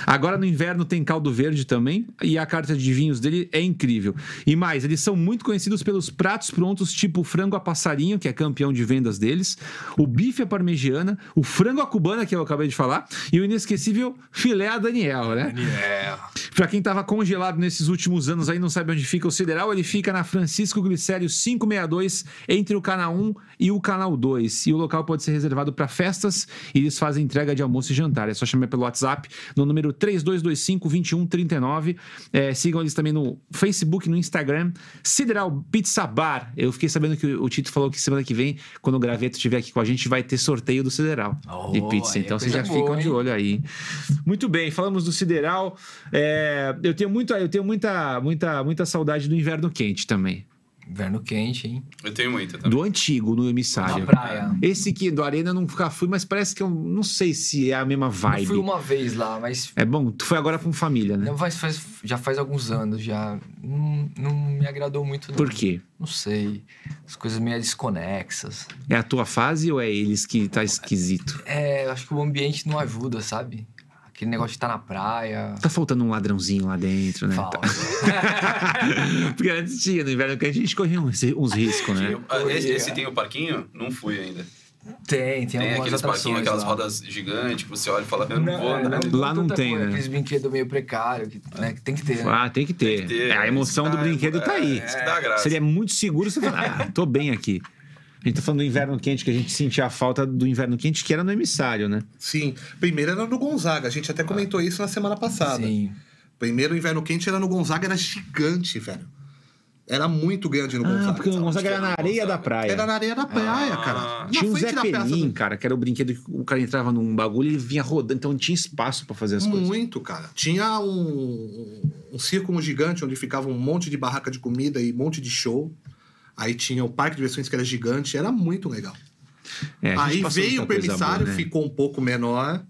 Speaker 1: Agora no inverno tem caldo verde também e a carta de vinhos dele é incrível. E mais, eles são muito conhecidos pelos pratos prontos, tipo o frango a passarinho, que é campeão de vendas deles, o bife à parmegiana, o frango à cubana, que eu acabei de falar, e o inesquecível filé a Daniel, né?
Speaker 4: É,
Speaker 1: Pra quem tava congelado nesses últimos anos aí, não sabe onde fica o Sideral, ele fica na Francisco Glicério 562, entre o canal 1 e o canal 2. E o local pode ser reservado para festas e eles fazem entrega de almoço e jantar. É só chamar pelo WhatsApp no número 3225-2139. É, sigam eles também no Facebook, no Instagram, Sideral Pizza Bar. Eu fiquei sabendo que o o Tito falou que semana que vem, quando o Graveto estiver aqui com a gente, vai ter sorteio do Sideral
Speaker 3: Oh,
Speaker 1: de pizza.
Speaker 3: aí é
Speaker 1: Então vocês já
Speaker 3: coisa boa,
Speaker 1: ficam de
Speaker 3: hein?
Speaker 1: olho aí. Muito bem, falamos do sideral. É, eu tenho muito, eu tenho muita, muita, muita saudade do inverno quente também.
Speaker 3: Inverno quente, hein?
Speaker 4: Eu tenho muita também.
Speaker 1: Do antigo, no
Speaker 3: Na
Speaker 2: Tá,
Speaker 1: emissário.
Speaker 3: praia.
Speaker 1: Esse aqui do Arena eu nunca fui, mas parece que eu não sei se é a mesma
Speaker 3: Eu
Speaker 1: vibe.
Speaker 3: fui uma vez lá, mas
Speaker 1: É bom, tu foi agora com família, né?
Speaker 3: não faz, faz- já faz alguns anos, já não, não me agradou muito. Não.
Speaker 1: Por quê?
Speaker 3: Não sei. As coisas meio desconexas.
Speaker 1: É a tua fase ou é eles que tá esquisito?
Speaker 3: É, eu acho que o ambiente não ajuda, sabe? Aquele negócio de estar na praia.
Speaker 1: Tá faltando um ladrãozinho lá dentro, né?
Speaker 3: Falta.
Speaker 1: Porque antes tinha, no inverno quente a gente corria uns, uns riscos, né?
Speaker 4: Tinha- ah, esse, esse tem o parquinho? Não fui ainda.
Speaker 3: Tem, tem,
Speaker 4: Tem
Speaker 1: um
Speaker 3: algumas
Speaker 4: aqueles parquinhos,
Speaker 3: atrações
Speaker 4: aquelas
Speaker 3: lá.
Speaker 4: rodas gigantes que você olha e fala, eu não, vou andar.
Speaker 3: é,
Speaker 4: nisso.
Speaker 1: Lá não
Speaker 3: tanta
Speaker 1: tem,
Speaker 3: coisa,
Speaker 1: né?
Speaker 3: Aqueles brinquedos meio precários, que, né, que tem que ter. né?
Speaker 1: Ah, tem que ter.
Speaker 4: que ter,
Speaker 1: É, a
Speaker 4: né?
Speaker 1: emoção
Speaker 4: Isso
Speaker 1: do
Speaker 4: dá-
Speaker 1: brinquedo tá aí.
Speaker 4: é, isso que dá graça.
Speaker 1: Se ele é muito seguro, você fala, ah, tô bem aqui. A gente tá falando do inverno quente, que a gente sentia a falta do inverno quente, que era no emissário, né?
Speaker 2: Sim. Primeiro era no Gonzaga. A gente até comentou isso na semana passada.
Speaker 3: Sim.
Speaker 2: Primeiro o inverno quente era no Gonzaga, era gigante, velho. Era muito grande no
Speaker 1: Ah,
Speaker 2: Gonzaga.
Speaker 1: porque o Gonzaga era na areia da praia.
Speaker 2: Era na areia da praia,
Speaker 4: Ah.
Speaker 2: cara. Na
Speaker 1: Tinha o
Speaker 2: frente
Speaker 1: Zé
Speaker 2: da praça
Speaker 1: Pelim, cara, que era o brinquedo que o cara entrava num bagulho e ele vinha rodando. Então tinha espaço pra fazer as coisas.
Speaker 2: Muito, cara. Tinha um, um círculo gigante onde ficava um monte de barraca de comida e um monte de show. Aí tinha o parque de diversões que era gigante, era muito legal.
Speaker 1: É, a gente
Speaker 2: Aí
Speaker 1: passou
Speaker 2: veio
Speaker 1: muita
Speaker 2: o
Speaker 1: coisa boa,
Speaker 2: permissário,
Speaker 1: né?
Speaker 2: ficou um pouco menor,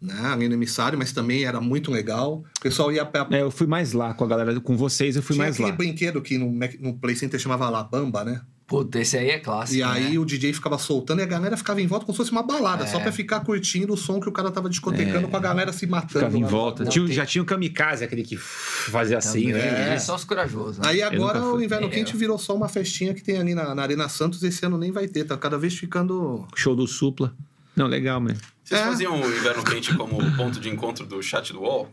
Speaker 2: né? Ali no emissário, mas também era muito legal. O pessoal ia pra.
Speaker 1: É, eu fui mais lá com a galera, com vocês eu fui
Speaker 2: tinha
Speaker 1: mais
Speaker 2: aquele
Speaker 1: lá.
Speaker 2: brinquedo que no, Mac- no Play Center chamava Alabamba, né?
Speaker 3: Puta, esse aí é
Speaker 1: Ah,
Speaker 3: clássico.
Speaker 2: e aí
Speaker 3: né?
Speaker 2: o DJ ficava soltando e a galera ficava em volta como se fosse uma balada,
Speaker 1: É.
Speaker 2: só pra ficar curtindo o som que o cara tava discotecando com a galera se matando.
Speaker 1: Ficava em
Speaker 2: lá.
Speaker 1: volta.
Speaker 3: Não,
Speaker 1: Tinha, um,
Speaker 3: tem-
Speaker 1: Já tinha o kamikaze, aquele que fazia assim,
Speaker 3: Também,
Speaker 1: né?
Speaker 2: É.
Speaker 3: eles são os corajosos. Né?
Speaker 2: Aí agora
Speaker 1: nunca
Speaker 2: o
Speaker 1: fui.
Speaker 2: Inverno
Speaker 3: É.
Speaker 2: Quente virou só uma festinha que tem ali na, na Arena Santos. Esse ano nem vai ter, tá cada vez ficando.
Speaker 1: Show do Supla. Não, legal, mesmo.
Speaker 4: Vocês
Speaker 2: É.
Speaker 4: faziam o inverno quente como ponto de encontro do chat do UOL?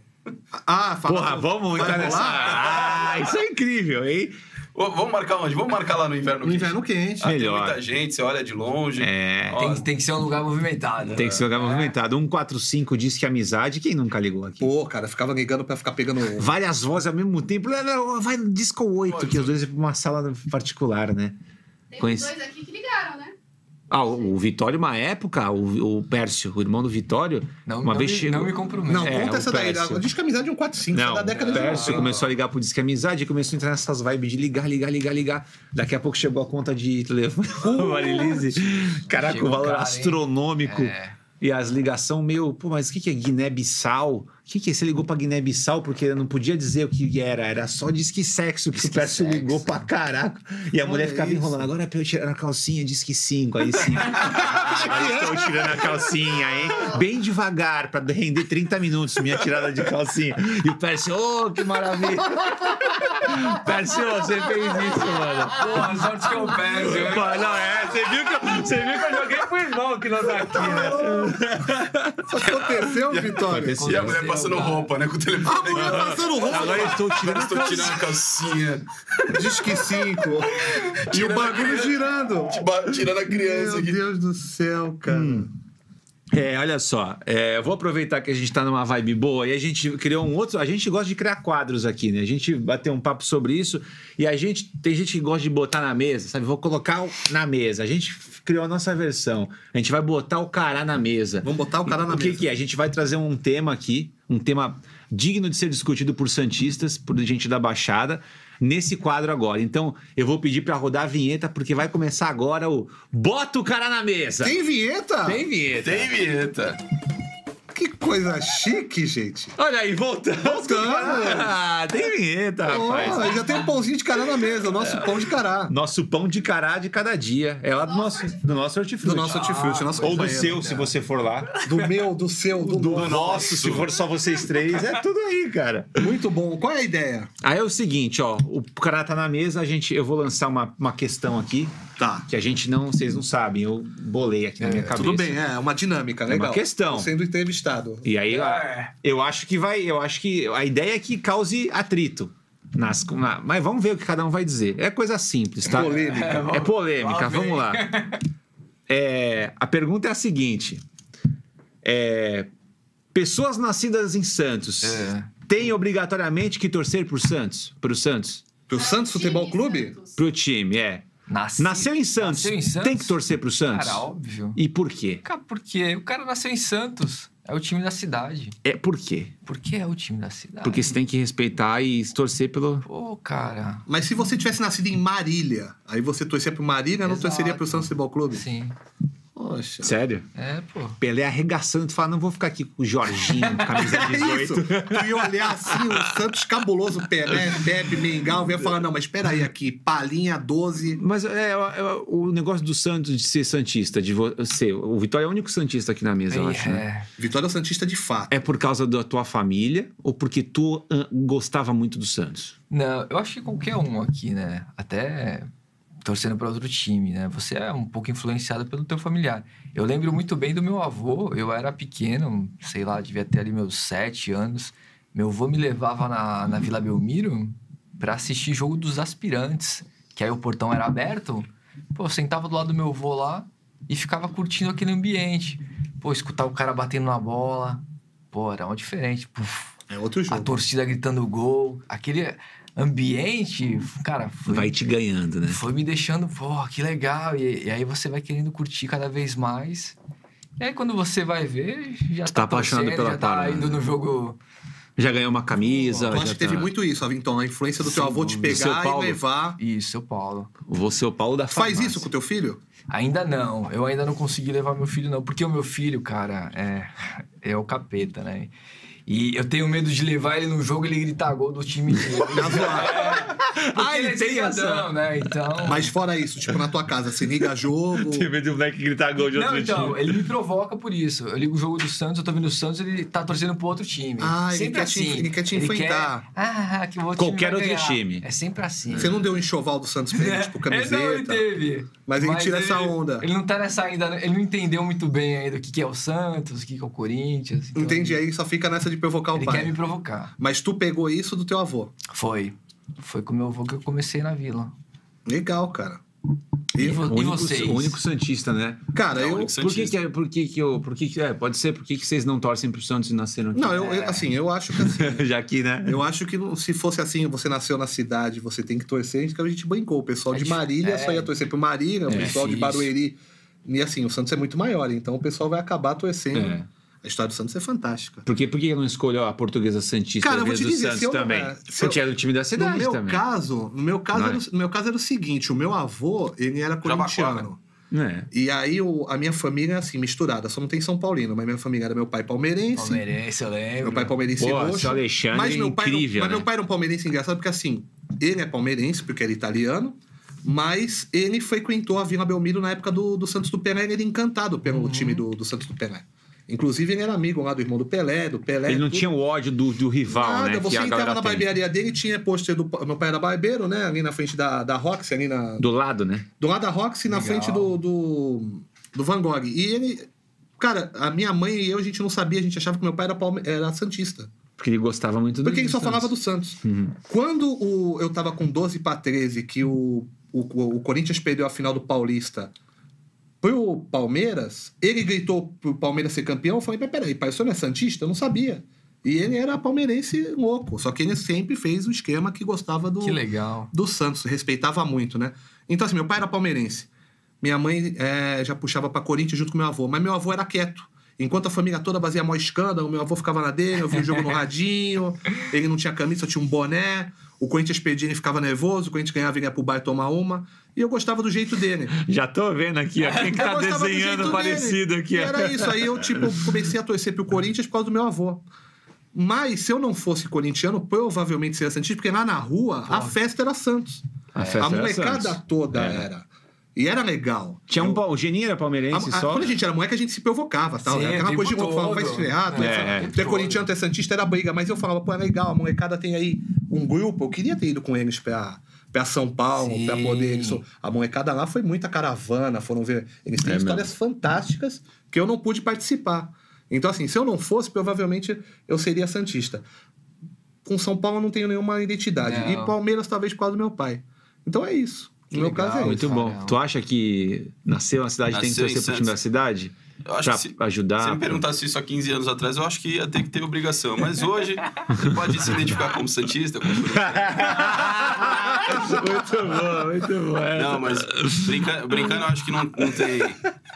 Speaker 2: Ah, fala.
Speaker 1: Porra, vamos
Speaker 2: vai
Speaker 1: entrar nessa.
Speaker 2: rolar?
Speaker 1: Ah, isso é incrível, hein?
Speaker 4: Ô, Vamos marcar onde? Vamos marcar lá no inverno
Speaker 2: No
Speaker 4: quente.
Speaker 2: Inverno Quente.
Speaker 4: Ah, tem
Speaker 1: Melhor.
Speaker 4: muita gente, você olha de longe.
Speaker 1: É.
Speaker 4: Ó,
Speaker 3: Tem, tem que ser um lugar movimentado.
Speaker 1: Tem que ser um lugar movimentado. 145 diz que é amizade. Quem nunca ligou aqui?
Speaker 2: Pô, cara, ficava ligando pra ficar pegando.
Speaker 1: Várias vozes ao mesmo tempo. Vai no disco 8, que os dois é pra uma sala particular, né?
Speaker 5: Tem
Speaker 1: Conheci-
Speaker 5: dois aqui que ligaram, né?
Speaker 1: Ah, o o Vitório, uma época, o, o Pércio, o irmão do Vitório,
Speaker 3: Não,
Speaker 1: uma
Speaker 3: não,
Speaker 1: vez
Speaker 3: me,
Speaker 1: chegou.
Speaker 3: não me comprometo.
Speaker 2: Não,
Speaker 1: É,
Speaker 2: conta
Speaker 1: o
Speaker 2: essa daí.
Speaker 1: Pércio.
Speaker 2: Diz que a amizade é um 4-5,
Speaker 1: Não,
Speaker 2: é da década
Speaker 1: o
Speaker 2: de
Speaker 1: Pércio
Speaker 2: 90.
Speaker 1: começou a ligar pro Disque Amizade e começou a entrar nessas vibes de ligar, ligar, ligar, ligar. Daqui a pouco chegou a conta de telefone. Marilise. Caraca,
Speaker 3: Chegou
Speaker 1: o valor
Speaker 3: cara, hein?
Speaker 1: astronômico.
Speaker 3: É.
Speaker 1: E as ligação meio, pô, mas o que, que é Guiné-Bissau? O que, que é? Você ligou pra Guiné-Bissau porque não podia dizer o que era, era só disque sexo, que o
Speaker 3: Disque
Speaker 1: Pércio
Speaker 3: sexo.
Speaker 1: ligou pra caraca. E a
Speaker 2: Olha
Speaker 1: mulher ficava
Speaker 2: isso.
Speaker 1: enrolando, agora é pra eu tirar a calcinha, disque 5, aí sim. Agora estou tirando a calcinha, hein? Bem devagar, pra render 30 minutos minha tirada de calcinha. E o Pércio, ô, que maravilha! Pércio, você fez isso, mano.
Speaker 3: Porra, sorte que eu pego.
Speaker 1: Pô, não, é, você viu que eu, você viu que eu joguei pro irmão que nós aqui, né?
Speaker 2: Isso aconteceu, Vitória?
Speaker 1: Aconteceu.
Speaker 4: E a mulher passando
Speaker 3: Cara.
Speaker 4: roupa, né? Com o telefone.
Speaker 2: A mulher passando roupa.
Speaker 1: Agora eu estou tirando a
Speaker 4: Estou
Speaker 1: calcinha.
Speaker 4: tirando a calcinha.
Speaker 2: Diz que 5. E o bagulho girando.
Speaker 4: Ba- Tirando a criança
Speaker 2: Meu
Speaker 4: aqui.
Speaker 2: Deus do céu, cara.
Speaker 1: Hum. É, olha só, é, eu vou aproveitar que a gente tá numa vibe boa e a gente criou um outro. A gente gosta de criar quadros aqui, né? A gente bateu um papo sobre isso e a gente tem gente que gosta de botar na mesa, sabe? Vou colocar o- na mesa. A gente f- criou a nossa versão. A gente vai botar o cará na mesa.
Speaker 2: Vamos botar o cara na
Speaker 1: o que,
Speaker 2: mesa.
Speaker 1: que é? A gente vai trazer um tema aqui, um tema digno de ser discutido por Santistas, por gente da Baixada, nesse quadro agora. Então, eu vou pedir pra rodar a vinheta, porque vai começar agora o Bota o Cara na Mesa!
Speaker 2: Tem vinheta?
Speaker 1: é Tem vinheta!
Speaker 4: Tem vinheta.
Speaker 2: Que coisa chique, gente.
Speaker 1: Olha aí, voltamos.
Speaker 2: Voltamos.
Speaker 1: Ah, tem vinheta, rapaz.
Speaker 2: Ó, já tem um pãozinho de cará na mesa, o nosso pão de cará.
Speaker 1: Nosso pão de cará de cada dia. É lá do nosso, do nosso hortifruti.
Speaker 2: Do nosso hortifruti, nosso
Speaker 1: Ou do
Speaker 2: companheiro.
Speaker 1: seu, se você for lá.
Speaker 2: Do meu, do seu, do,
Speaker 1: Do
Speaker 2: nosso.
Speaker 1: nosso, se for só vocês três. É tudo aí, cara.
Speaker 2: Muito bom. Qual é a ideia?
Speaker 1: Aí é o seguinte, ó. O cará tá na mesa, a gente, eu vou lançar uma, uma questão aqui
Speaker 2: Tá.
Speaker 1: que a gente não, vocês não sabem. Eu bolei aqui na minha cabeça.
Speaker 2: Tudo bem, é uma dinâmica,
Speaker 1: uma
Speaker 2: legal.
Speaker 1: questão.
Speaker 2: Sendo entrevistado.
Speaker 1: E aí,
Speaker 3: É.
Speaker 1: eu acho que vai. Eu acho que a ideia é que cause atrito. Nas, na- mas vamos ver o que cada um vai dizer. É coisa simples, tá?
Speaker 2: Polêmica.
Speaker 1: É,
Speaker 3: vamos-
Speaker 1: polêmica,
Speaker 3: lá vem.
Speaker 1: vamos lá. É, a pergunta é a seguinte: É, pessoas nascidas em Santos
Speaker 3: É.
Speaker 1: têm obrigatoriamente que torcer por Santos, pro Santos,
Speaker 2: Pro
Speaker 5: Pra
Speaker 2: Santos
Speaker 5: time
Speaker 2: Futebol Clube?
Speaker 5: Santos.
Speaker 1: pro time, é.
Speaker 3: Nasci-
Speaker 1: Nasceu em Santos,
Speaker 3: nasceu em Santos?
Speaker 1: tem que torcer pro Santos.
Speaker 3: Cara, óbvio.
Speaker 1: E por quê?
Speaker 3: Cara, por quê? O cara nasceu em Santos. É o time da cidade.
Speaker 1: É por quê?
Speaker 3: Por que é o time da cidade?
Speaker 1: Porque você tem que respeitar e torcer pelo
Speaker 3: Pô, cara.
Speaker 2: Mas se você tivesse nascido em Marília, aí você torcia pro Marília, não
Speaker 3: Exato.
Speaker 2: torceria pro Santos Futebol Clube?
Speaker 3: Sim.
Speaker 2: Poxa.
Speaker 1: Sério?
Speaker 3: É, pô.
Speaker 1: Pelé arregaçando, tu fala, não vou ficar aqui com o Jorginho, camisa
Speaker 2: É
Speaker 1: 18.
Speaker 2: isso. Tu ia olhar assim, o Santos cabuloso, Pelé, Pepe, Mengão, ia falar, não, mas peraí aqui, Palinha, 12...
Speaker 1: Mas é, eu- eu- o negócio do Santos de ser Santista, de você. O Vitória é o único Santista aqui na mesa, eu
Speaker 3: Ei,
Speaker 1: acho, né?
Speaker 3: é.
Speaker 2: Vitória Santista de fato.
Speaker 1: É por causa da tua família ou porque tu ah, gostava muito do Santos?
Speaker 3: Não, eu acho que qualquer um aqui, né? Até torcendo para outro time, né? Você é um pouco influenciado pelo teu familiar. Eu lembro muito bem do meu avô. Eu era pequeno, sei lá, devia ter ali meus sete anos. Meu avô me levava na, na Vila Belmiro para assistir jogo dos aspirantes, que aí o portão era aberto. Pô, eu sentava do lado do meu avô lá e ficava curtindo aquele ambiente. Pô, escutar o cara batendo na bola. Pô, era uma diferente. Puf,
Speaker 2: É outro
Speaker 3: a
Speaker 2: jogo.
Speaker 3: torcida gritando gol, aquele, ambiente, cara, foi,
Speaker 1: Vai te ganhando, né?
Speaker 3: foi me deixando, pô, que legal. E, e aí você vai querendo curtir cada vez mais. E aí quando você vai ver, já
Speaker 1: Você tá apaixonado
Speaker 3: torcendo,
Speaker 1: pela
Speaker 3: já tá
Speaker 1: parada, né?
Speaker 3: indo no jogo.
Speaker 1: Já ganhou uma camisa.
Speaker 2: Eu
Speaker 1: já
Speaker 2: acho que teve
Speaker 1: tá-
Speaker 2: muito isso, então, a influência do teu
Speaker 3: Sim,
Speaker 2: avô te
Speaker 3: do
Speaker 1: seu
Speaker 2: pegar
Speaker 1: Paulo.
Speaker 2: e levar.
Speaker 3: Isso, São Paulo.
Speaker 1: Você é o Paulo
Speaker 3: Tá
Speaker 1: da
Speaker 2: Faz
Speaker 1: farmácia.
Speaker 2: isso com o teu filho?
Speaker 3: Ainda não, eu ainda não consegui levar meu filho, não, porque o meu filho, cara, é, é o capeta, né? E eu tenho medo de levar ele no jogo e ele gritar gol do time dele.
Speaker 1: Ah, ele
Speaker 3: é
Speaker 1: tem essa?
Speaker 3: cidadão, né? Então.
Speaker 2: Mas fora isso, tipo, na tua casa, se liga jogo.
Speaker 3: Tipo,
Speaker 1: medo de um moleque gritar gol de
Speaker 3: Não, então, ele me provoca por isso. Eu ligo o jogo do Santos, eu tô vendo o Santos, ele tá torcendo pro outro time.
Speaker 2: Ah, ele
Speaker 3: sempre
Speaker 2: quer te-
Speaker 3: assim.
Speaker 2: ele quer te enfrentar.
Speaker 3: Ah, que o outro
Speaker 1: Qualquer
Speaker 3: time vai
Speaker 1: outro
Speaker 3: ganhar.
Speaker 1: time.
Speaker 3: É sempre assim.
Speaker 2: Você não deu um enxoval do Santos pra ele, tipo, camiseta.
Speaker 3: É, não, ele teve.
Speaker 2: Mas ele tira essa onda.
Speaker 3: Ele não tá nessa ainda, né? ele não entendeu muito bem ainda o que, que é o Santos, o que, que é o Corinthians. então
Speaker 2: Entendi,
Speaker 3: ele-
Speaker 2: aí só fica nessa de provocar o
Speaker 3: Ele
Speaker 2: pai.
Speaker 3: quer me provocar.
Speaker 2: Mas tu pegou isso do teu avô.
Speaker 3: Foi. Foi com meu avô que eu comecei na vila.
Speaker 2: Legal, cara.
Speaker 3: E,
Speaker 2: E,
Speaker 3: vo-
Speaker 1: O
Speaker 3: e
Speaker 1: único,
Speaker 3: vocês?
Speaker 1: o único Santista, né?
Speaker 2: cara,
Speaker 4: É o
Speaker 2: eu.
Speaker 4: único
Speaker 1: Por que
Speaker 4: Santista.
Speaker 1: que, é, por que que eu... Por que que, é, pode ser. Por que que vocês não torcem pro Santos e nasceram aqui?
Speaker 2: Não, eu, eu- assim, eu acho que assim.
Speaker 1: Já aqui, né?
Speaker 2: Eu acho que se fosse assim, você nasceu na cidade, você tem que torcer, que a gente brincou. O pessoal
Speaker 3: É
Speaker 2: de
Speaker 3: difí-
Speaker 2: Marília
Speaker 3: é.
Speaker 2: só ia torcer pro Marília, o
Speaker 3: É
Speaker 2: pessoal de
Speaker 3: difícil.
Speaker 2: Barueri. E assim, o Santos é muito maior, então o pessoal vai acabar torcendo.
Speaker 1: É.
Speaker 2: A história do Santos é fantástica.
Speaker 1: Porque, por que eu não escolho a portuguesa Santista
Speaker 2: Cara, eu
Speaker 1: ao
Speaker 2: vou
Speaker 1: invés
Speaker 2: te
Speaker 1: do
Speaker 2: dizer,
Speaker 1: Santos
Speaker 2: se eu não-
Speaker 1: também?
Speaker 2: se eu-
Speaker 1: Porque era o time da
Speaker 2: No
Speaker 1: cidade
Speaker 2: meu
Speaker 1: é também.
Speaker 2: caso, no meu caso,
Speaker 1: Não
Speaker 2: era,
Speaker 1: é?
Speaker 2: o- no meu caso era o seguinte: o meu avô, ele era
Speaker 4: Jabaquara.
Speaker 2: corintiano.
Speaker 1: É.
Speaker 2: E aí o- a minha família é assim, misturada, só não tem São Paulino, mas minha família era meu pai palmeirense.
Speaker 3: Palmeirense, eu lembro.
Speaker 2: Meu pai palmeirense
Speaker 1: Pô,
Speaker 2: roxo.
Speaker 1: seu Alexandre
Speaker 2: mas meu
Speaker 1: é
Speaker 2: pai,
Speaker 1: incrível,
Speaker 2: mas
Speaker 1: né?
Speaker 2: meu pai era um palmeirense engraçado, porque assim, ele é palmeirense, porque ele é italiano, mas ele frequentou a Vila Belmiro na época do, do Santos do Pelé, ele era encantado pelo
Speaker 1: Uhum.
Speaker 2: time do, do Santos do Pelé. Inclusive, ele era amigo lá do irmão do Pelé, do Pelé.
Speaker 1: Ele não
Speaker 2: é tudo.
Speaker 1: tinha o ódio do, do rival,
Speaker 2: Nada,
Speaker 1: né?
Speaker 2: você
Speaker 1: que a
Speaker 2: entrava
Speaker 1: galera
Speaker 2: na
Speaker 1: tem.
Speaker 2: barbearia dele tinha pôster do. Meu pai era barbeiro, né? Ali na frente da, da Roxy, ali na.
Speaker 1: Do lado, né?
Speaker 2: Do lado da Roxy, na
Speaker 3: Legal.
Speaker 2: frente do, do, do Van Gogh. E ele. Cara, a minha mãe e eu, a gente não sabia, a gente achava que meu pai era, palme... era Santista.
Speaker 1: Porque ele gostava muito do
Speaker 2: Porque ele só
Speaker 1: Santos.
Speaker 2: falava do Santos. Quando o, eu tava com 12 pra 13, que o, o, o Corinthians perdeu a final do Paulista pro Palmeiras, ele gritou pro Palmeiras ser campeão. Eu falei, mas peraí, pai, o senhor não é Santista? Eu não sabia. E ele era palmeirense louco. Só que ele sempre fez o esquema que gostava do,
Speaker 3: Que legal.
Speaker 2: do Santos, respeitava muito, né? Então, assim, meu pai era palmeirense. Minha mãe eh, já puxava pra Corinthians junto com meu avô, mas meu avô era quieto. Enquanto a família toda fazia mó escândalo, meu avô ficava na dele, eu via o jogo no radinho, ele não tinha camisa, só tinha um boné. O Corinthians perdia, ele ficava nervoso, o Corinthians ganhava, ele ia pro bar tomar uma. E eu gostava do jeito dele.
Speaker 1: Já tô vendo aqui, ó. Quem que
Speaker 2: É, Eu
Speaker 1: tá
Speaker 2: gostava do
Speaker 1: desenhando
Speaker 2: jeito
Speaker 1: parecido
Speaker 2: dele.
Speaker 1: aqui,
Speaker 2: E
Speaker 1: ó?
Speaker 2: era isso. Aí eu, tipo, comecei a torcer pro Corinthians por causa do meu avô. Mas se eu não fosse corintiano, provavelmente seria Santista, porque lá na rua a festa era Santos.
Speaker 1: A festa
Speaker 2: a
Speaker 1: era
Speaker 2: molecada
Speaker 1: Santos. É.
Speaker 2: toda
Speaker 1: Era.
Speaker 2: era. E era legal.
Speaker 1: Tinha um... pau- O Geninho era
Speaker 2: A-
Speaker 1: palmeirense
Speaker 2: a-
Speaker 1: só.
Speaker 2: quando a gente era moleque, a gente se provocava, tal.
Speaker 3: Sim,
Speaker 2: né?
Speaker 3: o
Speaker 2: Aquela
Speaker 3: tempo
Speaker 2: coisa de
Speaker 3: todo.
Speaker 2: falar, vai se ferrar, tu
Speaker 1: É,
Speaker 2: é,
Speaker 1: é.
Speaker 2: tu é corintiano, tu é santista, era briga. Mas eu falava, pô, é legal, a molecada tem aí um grupo. Eu queria ter ido com eles pra, pra São Paulo,
Speaker 3: Sim.
Speaker 2: pra poder... eles- a molecada lá foi muita caravana, foram ver... Eles têm
Speaker 1: É
Speaker 2: histórias fantásticas que eu não pude participar. Então, assim, se eu não fosse, provavelmente eu seria santista. Com São Paulo eu não tenho nenhuma identidade.
Speaker 3: Não.
Speaker 2: E Palmeiras, talvez, por causa do meu pai. Então é isso.
Speaker 3: Que
Speaker 2: no meu
Speaker 3: legal.
Speaker 2: caso é isso.
Speaker 1: Ah, Muito bom.
Speaker 3: Farel.
Speaker 1: Tu acha que nasceu na cidade tem que
Speaker 4: Nasceu em
Speaker 1: torcer pro time
Speaker 4: Santos.
Speaker 1: da cidade?
Speaker 4: Eu acho
Speaker 1: pra
Speaker 4: que se-
Speaker 1: ajudar?
Speaker 4: Se me
Speaker 1: pra-
Speaker 4: perguntasse isso há 15 anos atrás, eu acho que ia ter que ter obrigação. Mas hoje, você pode se identificar como Santista, como corintiano.
Speaker 1: muito bom, muito bom. é.
Speaker 4: Não, mas brinca- brincando, eu acho que não, não tem,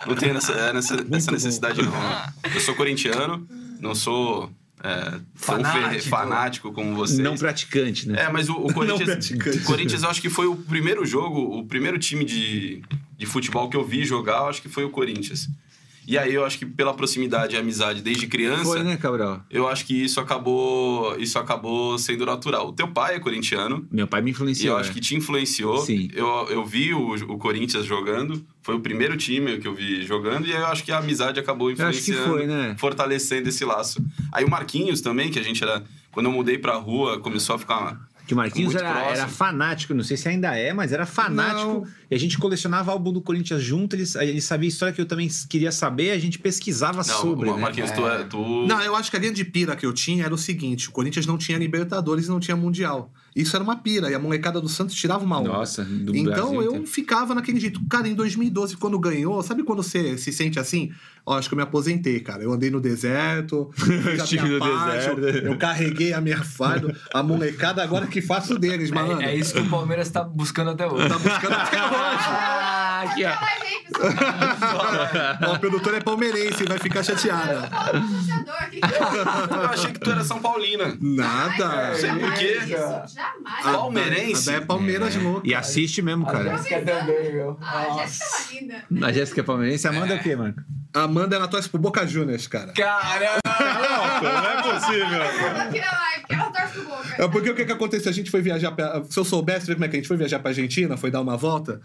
Speaker 4: não tem essa, é, nessa- essa necessidade, não. né? Eu sou corintiano, não sou é, tão
Speaker 3: Fanático.
Speaker 4: fer- fanático como vocês.
Speaker 1: Não praticante, né?
Speaker 4: É, mas o, o Corinthians. o Corinthians, eu acho que foi o primeiro jogo, o primeiro time de, de futebol que eu vi jogar, eu acho que foi o Corinthians. E aí eu acho que pela proximidade e amizade desde criança,
Speaker 1: Foi, né, Cabral?
Speaker 4: eu acho que isso acabou, isso acabou sendo natural. O teu pai é corintiano.
Speaker 1: Meu pai me
Speaker 4: E
Speaker 1: influenciou.
Speaker 4: eu acho
Speaker 1: é.
Speaker 4: que te influenciou.
Speaker 1: Sim.
Speaker 4: Eu, eu vi o, o Corinthians jogando, foi o primeiro time que eu vi jogando, e eu acho que a amizade acabou
Speaker 1: Eu acho que
Speaker 4: influenciando,
Speaker 1: foi, né?
Speaker 4: fortalecendo esse laço. Aí o Marquinhos também, que a gente era. Quando eu mudei pra rua, começou a ficar.
Speaker 1: Que o Marquinhos
Speaker 4: Muito
Speaker 1: era,
Speaker 4: próximo.
Speaker 1: era fanático, não sei se ainda é, mas era fanático. E a gente colecionava álbum do Corinthians junto, ele, ele sabia a história que eu também queria saber, a gente pesquisava
Speaker 4: Não,
Speaker 1: sobre.
Speaker 4: o
Speaker 1: né?
Speaker 4: Marquinhos, tu, é- tu.
Speaker 2: Não, eu acho que a grande pira que eu tinha era o seguinte: o Corinthians não tinha Libertadores e não tinha Mundial. Isso era uma pira, e a molecada do Santos tirava uma onda.
Speaker 1: Nossa, do
Speaker 2: então
Speaker 1: Brasil
Speaker 2: eu
Speaker 1: inteiro.
Speaker 2: ficava naquele jeito. Cara, em 2012, quando ganhou, sabe quando você se sente assim? Ó, acho que eu me aposentei, cara. Eu andei no deserto, fiz a
Speaker 1: Estive
Speaker 2: minha
Speaker 1: no
Speaker 2: parte,
Speaker 1: deserto.
Speaker 2: Eu, eu carreguei a minha fardo. A molecada agora que que faço deles, malandro.
Speaker 3: É, é isso que o Palmeiras tá buscando até hoje. Tá buscando até hoje.
Speaker 1: Ah, aqui, ó.
Speaker 5: Mas aí, pessoal,
Speaker 2: Ó, a produtora é palmeirense, vai ficar chateada.
Speaker 5: fala pro puxador, que que é
Speaker 4: Eu achei que tu era São Paulina.
Speaker 2: Nada.
Speaker 3: É,
Speaker 4: Sei por quê.
Speaker 5: isso? Jamais.
Speaker 4: Ah, palmeirense?
Speaker 2: Daí é Palmeiras louco.
Speaker 1: E assiste mesmo, cara.
Speaker 3: Jéssica também, meu.
Speaker 5: Ah,
Speaker 3: Nossa.
Speaker 5: Jéssica é uma linda.
Speaker 1: A Jéssica é palmeirense. Amanda é o quê, Marco?
Speaker 2: Amanda, ela torce pro Boca Juniors, cara.
Speaker 3: Caramba!
Speaker 1: não é possível.
Speaker 5: Ela tira live, porque ela torce o boca.
Speaker 2: É porque o que, que aconteceu? A gente foi viajar pra... Se eu soubesse ver como é que a gente foi viajar pra Argentina, foi dar uma volta.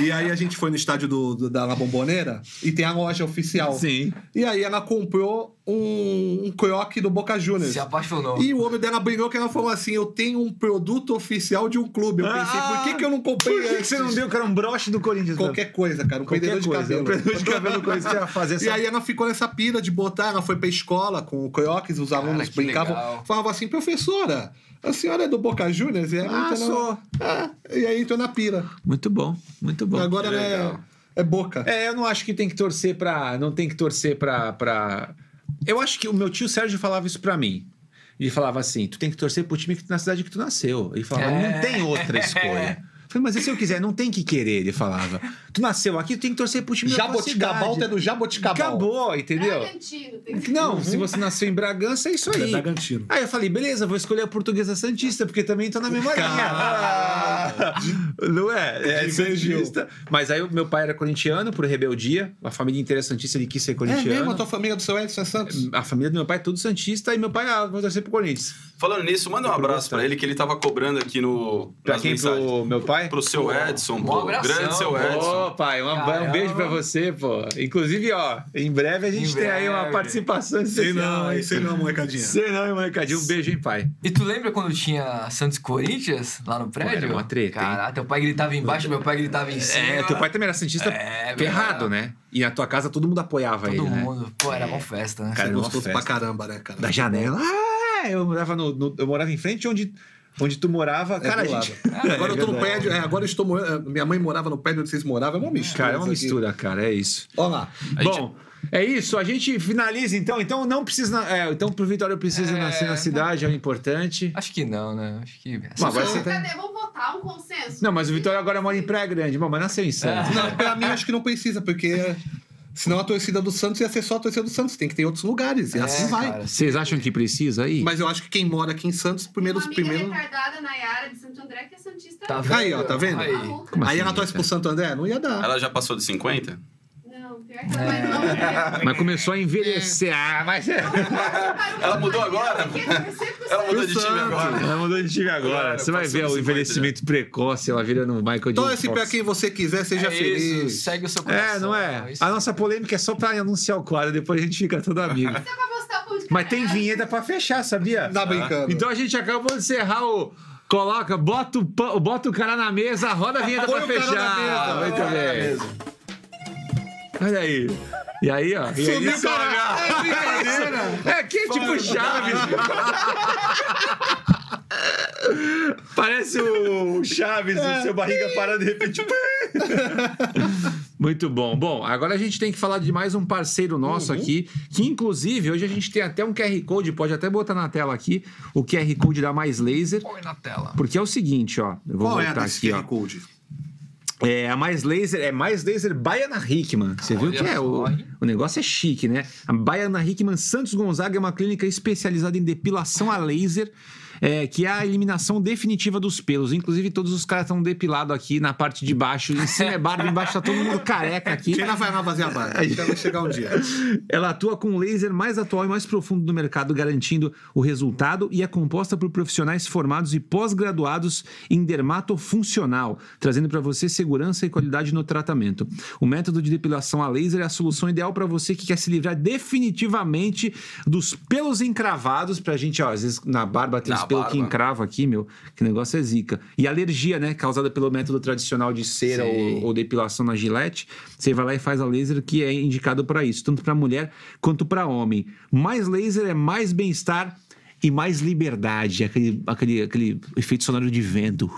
Speaker 2: E aí a gente foi no estádio do, do- da La Bombonera e tem a loja oficial.
Speaker 1: Sim.
Speaker 2: E aí ela comprou um, um croque do Boca Juniors.
Speaker 3: Se apaixonou.
Speaker 2: E o homem dela brigou que ela falou assim: Eu tenho um produto oficial de um clube. Eu pensei, por que, que eu não comprei
Speaker 1: Por que que
Speaker 2: antes?
Speaker 1: você não deu, cara, um broche do Corinthians? pra-
Speaker 2: Qualquer coisa, cara. Um
Speaker 1: Qualquer
Speaker 2: prendedor de
Speaker 1: coisa. Um
Speaker 2: cabelo.
Speaker 1: prendedor de cabelo, coisa que você ia fazer.
Speaker 2: E
Speaker 1: sabe?
Speaker 2: aí ela ficou nessa pira de botar, ela foi pra escola com o Croques, os alunos
Speaker 3: que
Speaker 2: brincavam,
Speaker 3: legal.
Speaker 2: falavam assim, professora, a senhora é do Boca Juniors? E ela
Speaker 1: Ah,
Speaker 2: entrou na-
Speaker 1: sou.
Speaker 2: Ah, e aí entrou na pira.
Speaker 1: Muito bom, muito bom.
Speaker 2: Agora
Speaker 4: que
Speaker 2: ela é,
Speaker 4: legal.
Speaker 2: é Boca.
Speaker 1: É, eu não acho que tem que torcer pra. Não tem que torcer pra. pra... Eu acho que o meu tio Sérgio falava isso pra mim. Ele falava assim: tu tem que torcer pro time que, na cidade que tu nasceu. Ele falava,
Speaker 3: É.
Speaker 1: não tem outra escolha. Eu Falei, mas e se eu quiser, não tem que querer, ele falava. Tu nasceu aqui, tu tem que torcer pro time da tua
Speaker 2: Jaboticabal, tu é
Speaker 1: cidade.
Speaker 2: do Jaboticabal.
Speaker 1: Acabou, entendeu?
Speaker 5: Bragantino, tem que
Speaker 1: Não, se você nasceu em Bragança, é isso
Speaker 2: Ele é
Speaker 1: aí.
Speaker 2: Bragantino.
Speaker 1: Aí eu falei, beleza, vou escolher a portuguesa Santista, porque também tô na mesma linha. Não é? É
Speaker 2: Divergiu.
Speaker 1: Santista. Mas aí o meu pai era corintiano, por rebeldia. A família inteira é Santista, ele quis ser
Speaker 2: É mesmo? A
Speaker 1: corintiano.
Speaker 2: tua família do seu Edson é Santos?
Speaker 1: a família do meu pai é tudo Santista, e meu pai, ah, vou torcer pro Corinthians.
Speaker 4: Falando nisso, manda um abraço pra ele que ele tava cobrando aqui no,
Speaker 1: Pra
Speaker 4: nas
Speaker 1: quem?
Speaker 4: mensagens.
Speaker 1: Pro meu pai?
Speaker 4: Pro seu Edson,
Speaker 3: Um
Speaker 4: pô.
Speaker 3: abração,
Speaker 4: grande seu Edson.
Speaker 1: Ô, pai, um, um
Speaker 3: Caramba.
Speaker 1: beijo pra você, pô. Inclusive, ó, em breve a gente
Speaker 3: Em
Speaker 1: tem aí uma
Speaker 3: breve.
Speaker 1: participação
Speaker 2: Sei
Speaker 1: especial.
Speaker 2: não, hein? sei não, molecadinha.
Speaker 1: é Sei não, hein, molecadinho? Um beijo, hein, pai.
Speaker 3: E tu lembra quando tinha Santos e Corinthians lá no prédio?
Speaker 1: era uma treta, hein?
Speaker 3: Caraca, teu pai gritava embaixo, meu pai gritava em cima.
Speaker 1: É, teu pai também era Santista
Speaker 3: É,
Speaker 1: ferrado, né? E na tua casa todo mundo apoiava
Speaker 3: Todo
Speaker 1: ele, né?
Speaker 3: mundo. Pô, era uma festa, né?
Speaker 1: Cara,
Speaker 2: é
Speaker 1: era uma
Speaker 2: gostoso
Speaker 1: festa.
Speaker 2: pra caramba, né, cara?
Speaker 1: da janela. Ah, eu morava no, no- eu morava em frente onde onde tu morava.
Speaker 2: É,
Speaker 1: cara, a
Speaker 2: do
Speaker 1: gente
Speaker 2: Agora eu tô no prédio, é, agora eu estou morando. Minha mãe morava no prédio onde vocês moravam, é uma mistura.
Speaker 1: Cara, é uma
Speaker 2: isso aqui.
Speaker 1: mistura, cara, é isso.
Speaker 2: Ó lá.
Speaker 1: Bom, é isso, a gente finaliza então. Então não precisa, na- é, então pro Vitória precisa
Speaker 3: É.
Speaker 1: nascer na cidade, é o importante.
Speaker 3: Acho que não, né? Acho que.
Speaker 1: Bom, agora
Speaker 5: Não,
Speaker 1: você tá...
Speaker 5: cadê? Vamos votar um consenso.
Speaker 1: Não, mas o Vitória agora mora em Praia Grande, bom, mas nasceu em Santos.
Speaker 2: Não, pra mim acho que não precisa, porque senão a torcida do Santos ia ser só a torcida do Santos. Tem que ter outros lugares, e
Speaker 1: É,
Speaker 2: assim vai.
Speaker 3: cara.
Speaker 1: Vocês acham que precisa aí?
Speaker 2: Mas eu acho que quem mora aqui em Santos, primeiro.
Speaker 5: Uma amiga
Speaker 2: primeiro...
Speaker 5: retardada, Nayara, de Santo André, que é Santista.
Speaker 3: Tá vendo?
Speaker 2: Aí, ó, tá vendo?
Speaker 3: Aí.
Speaker 5: Maluca.
Speaker 1: Como
Speaker 2: Aí
Speaker 1: assim,
Speaker 2: ela torce
Speaker 1: cara?
Speaker 2: pro Santo André? Não ia dar.
Speaker 4: Ela já passou de 50?
Speaker 5: Não, pior que ela é vai não.
Speaker 1: Mas começou a envelhecer. Ah, mas é.
Speaker 4: Ela mudou agora? Ela mudou É de time agora. né?
Speaker 1: Ela mudou de time agora.
Speaker 4: Agora,
Speaker 1: Você vai
Speaker 4: passou
Speaker 1: ver
Speaker 4: dos
Speaker 1: o
Speaker 4: 50
Speaker 1: envelhecimento precoce, ela virando Michael Jackson.
Speaker 2: Torce pra quem você quiser, seja
Speaker 3: É isso,
Speaker 2: feliz.
Speaker 3: segue o seu coração.
Speaker 1: É, não é?
Speaker 3: Isso.
Speaker 1: A nossa polêmica é só pra anunciar o quadro, depois a gente fica todo amigo. Mas tem vinheta pra fechar, sabia?
Speaker 2: Tá brincando.
Speaker 1: Então a gente acabou de encerrar o. Coloca, bota o, pa- bota o cara na mesa, roda a vinheta
Speaker 2: Põe
Speaker 1: pra
Speaker 2: o cara na
Speaker 1: fechar.
Speaker 2: mesa, põe o
Speaker 1: Muito
Speaker 2: cara na
Speaker 1: bem. Olha aí. E aí, ó. E é aí,
Speaker 2: Subiu, cara. É brincadeira.
Speaker 1: é que é tipo Chaves. Parece o Chaves, o seu barriga parando de repente. Muito bom. Bom, agora a gente tem que falar de mais um parceiro nosso aqui, que inclusive hoje a gente tem até um QR Code, pode até botar na tela aqui, o QR Code da Mais Laser,
Speaker 3: Põe na tela.
Speaker 1: porque é o seguinte, ó, eu vou
Speaker 2: Qual é a
Speaker 1: botar
Speaker 2: desse
Speaker 1: aqui, ó.
Speaker 2: QR Code?
Speaker 1: É, a Mais Laser é Mais Laser Baiana Hickman. Você viu
Speaker 3: Olha
Speaker 1: que é? O,
Speaker 3: só, hein?
Speaker 1: o negócio é chique, né? A Baiana Hickman Santos Gonzaga é uma clínica especializada em depilação a laser, é, que é a eliminação definitiva dos pelos. Inclusive, todos os caras estão depilados aqui na parte de baixo. Em cima é barba, embaixo tá todo mundo careca aqui.
Speaker 2: Quem lá vai lá fazer a barba? Vai chegar um dia.
Speaker 1: Ela atua com o laser mais atual e mais profundo do mercado, garantindo o resultado e é composta por profissionais formados e pós-graduados em dermatofuncional, trazendo para você segurança e qualidade no tratamento. O método de depilação a laser é a solução ideal para você que quer se livrar definitivamente dos pelos encravados, pra gente, ó, às vezes na barba tem
Speaker 4: Na
Speaker 1: uns pelos que
Speaker 4: barba.
Speaker 1: encravam aqui, meu, que negócio é zica. E alergia, né, causada pelo método tradicional de cera
Speaker 3: Sim.
Speaker 1: ou, ou depilação na gilete, você vai lá e faz a laser que é indicado para isso, tanto para mulher quanto para homem. Mais laser é mais bem-estar e mais liberdade, é aquele, aquele, aquele efeito sonoro de vento.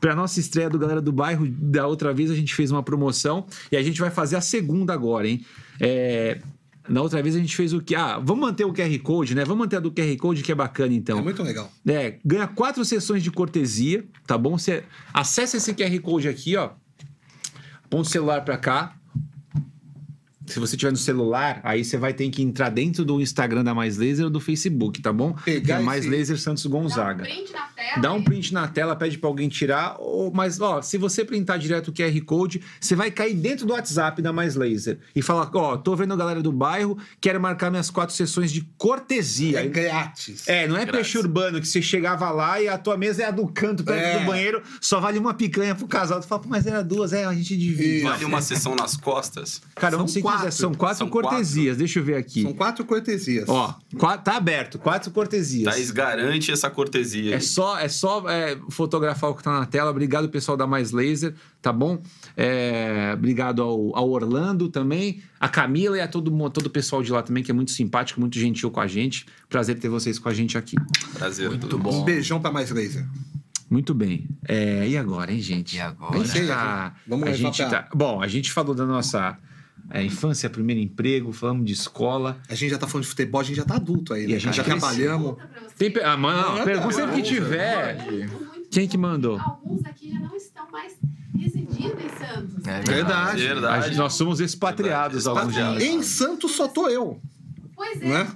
Speaker 1: Pra nossa estreia do Galera do Bairro, da outra vez a gente fez uma promoção e a gente vai fazer a segunda agora, hein? É, Na outra vez a gente fez o que? Ah, vamos manter o QR Code, né? Vamos manter a do QR Code que é bacana
Speaker 2: É
Speaker 1: então.
Speaker 2: muito legal.
Speaker 1: É, ganha quatro sessões de cortesia, tá bom? Você acessa esse QR Code aqui, ó. Põe o celular pra cá. Se você tiver no celular, aí você vai ter que entrar dentro do Instagram da Mais Laser ou do Facebook, tá bom?
Speaker 2: Pegar
Speaker 1: Que é Mais
Speaker 2: esse-
Speaker 1: Laser Santos
Speaker 5: Dá um
Speaker 1: Gonzaga.
Speaker 5: print na tela.
Speaker 1: Dá um
Speaker 5: hein?
Speaker 1: print na tela, pede pra alguém tirar, ou- mas ó, se você printar direto o QR Code, você vai cair dentro do WhatsApp da Mais Laser e falar, ó, tô vendo a galera do bairro, quero marcar minhas quatro sessões de cortesia.
Speaker 2: É grátis.
Speaker 1: É, não é
Speaker 4: Grátis.
Speaker 1: peixe urbano que você chegava lá e a tua mesa é a do canto, perto
Speaker 2: É.
Speaker 1: do banheiro, só vale uma picanha pro casal. Tu fala, "Pô, mas era duas, é, a gente divide.
Speaker 2: Isso.
Speaker 4: Vale uma sessão nas costas.
Speaker 1: Cara,
Speaker 2: São
Speaker 1: onde você
Speaker 2: quatro.
Speaker 1: quiser, é, são quatro
Speaker 4: São
Speaker 1: cortesias, deixa eu ver aqui.
Speaker 2: São quatro Tá cortesias.
Speaker 1: Ó, qua- tá aberto, quatro cortesias.
Speaker 4: Thaís garante essa cortesia.
Speaker 1: É só, é só é, fotografar o que tá na tela. Obrigado, pessoal da Mais Laser, tá bom? É, obrigado ao, ao Orlando também, a Camila e a todo, mu- todo o pessoal de lá também, que é muito simpático, muito gentil com a gente. Prazer ter vocês com a gente aqui.
Speaker 4: Prazer.
Speaker 3: Muito
Speaker 2: Um
Speaker 3: bom.
Speaker 2: beijão pra mais laser.
Speaker 1: Muito bem. É, e agora, hein, gente?
Speaker 3: E
Speaker 1: A
Speaker 3: agora?
Speaker 1: gente tá-
Speaker 2: Vamos
Speaker 1: a
Speaker 2: levar
Speaker 1: gente
Speaker 2: pra-
Speaker 1: tá- Bom, a gente falou da nossa é, infância, primeiro emprego, falamos de escola.
Speaker 2: A gente já tá falando de futebol, a gente já tá adulto aí,
Speaker 1: E
Speaker 2: né?
Speaker 1: a gente
Speaker 2: já
Speaker 1: cresceu.
Speaker 2: trabalhamos.
Speaker 5: Pergunta pra vocês.
Speaker 1: Tem pe- ah, mano,
Speaker 2: Manda,
Speaker 1: pergunta sempre que
Speaker 4: pergunta.
Speaker 1: tiver.
Speaker 5: Muito, muito
Speaker 1: Quem que
Speaker 5: bom.
Speaker 1: mandou?
Speaker 5: Alguns aqui já não estão mais residindo em Santos.
Speaker 3: É
Speaker 2: Verdade.
Speaker 1: A
Speaker 4: Verdade.
Speaker 1: gente- nós somos expatriados
Speaker 4: Verdade,
Speaker 1: alguns
Speaker 4: expatriados.
Speaker 1: dias.
Speaker 2: Tá, Em Santos só tô eu,
Speaker 5: Pois é,
Speaker 2: né?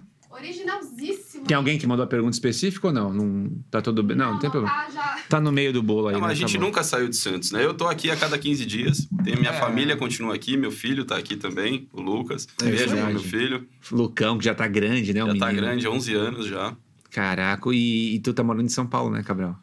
Speaker 5: originalzíssimo.
Speaker 1: Tem alguém que mandou a pergunta específica ou não? Não tá tudo bem? um- Não, não tem problema.
Speaker 5: Tá, já...
Speaker 1: Tá no meio do bolo aí.
Speaker 4: Não,
Speaker 1: né?
Speaker 4: mas a
Speaker 1: Tá
Speaker 4: gente
Speaker 1: bom.
Speaker 4: nunca saiu de Santos, né? Eu tô aqui a cada 15 dias. Tem minha
Speaker 3: É.
Speaker 4: família continua aqui, meu filho tá aqui também, o Lucas.
Speaker 2: É
Speaker 4: Beijo pro
Speaker 1: verdade.
Speaker 4: meu filho.
Speaker 1: Lucão, que já tá grande, né? o
Speaker 4: já tá
Speaker 1: menino?
Speaker 4: grande, 11 anos já.
Speaker 1: Caraca, e, e tu tá morando em São Paulo, né, Gabriel?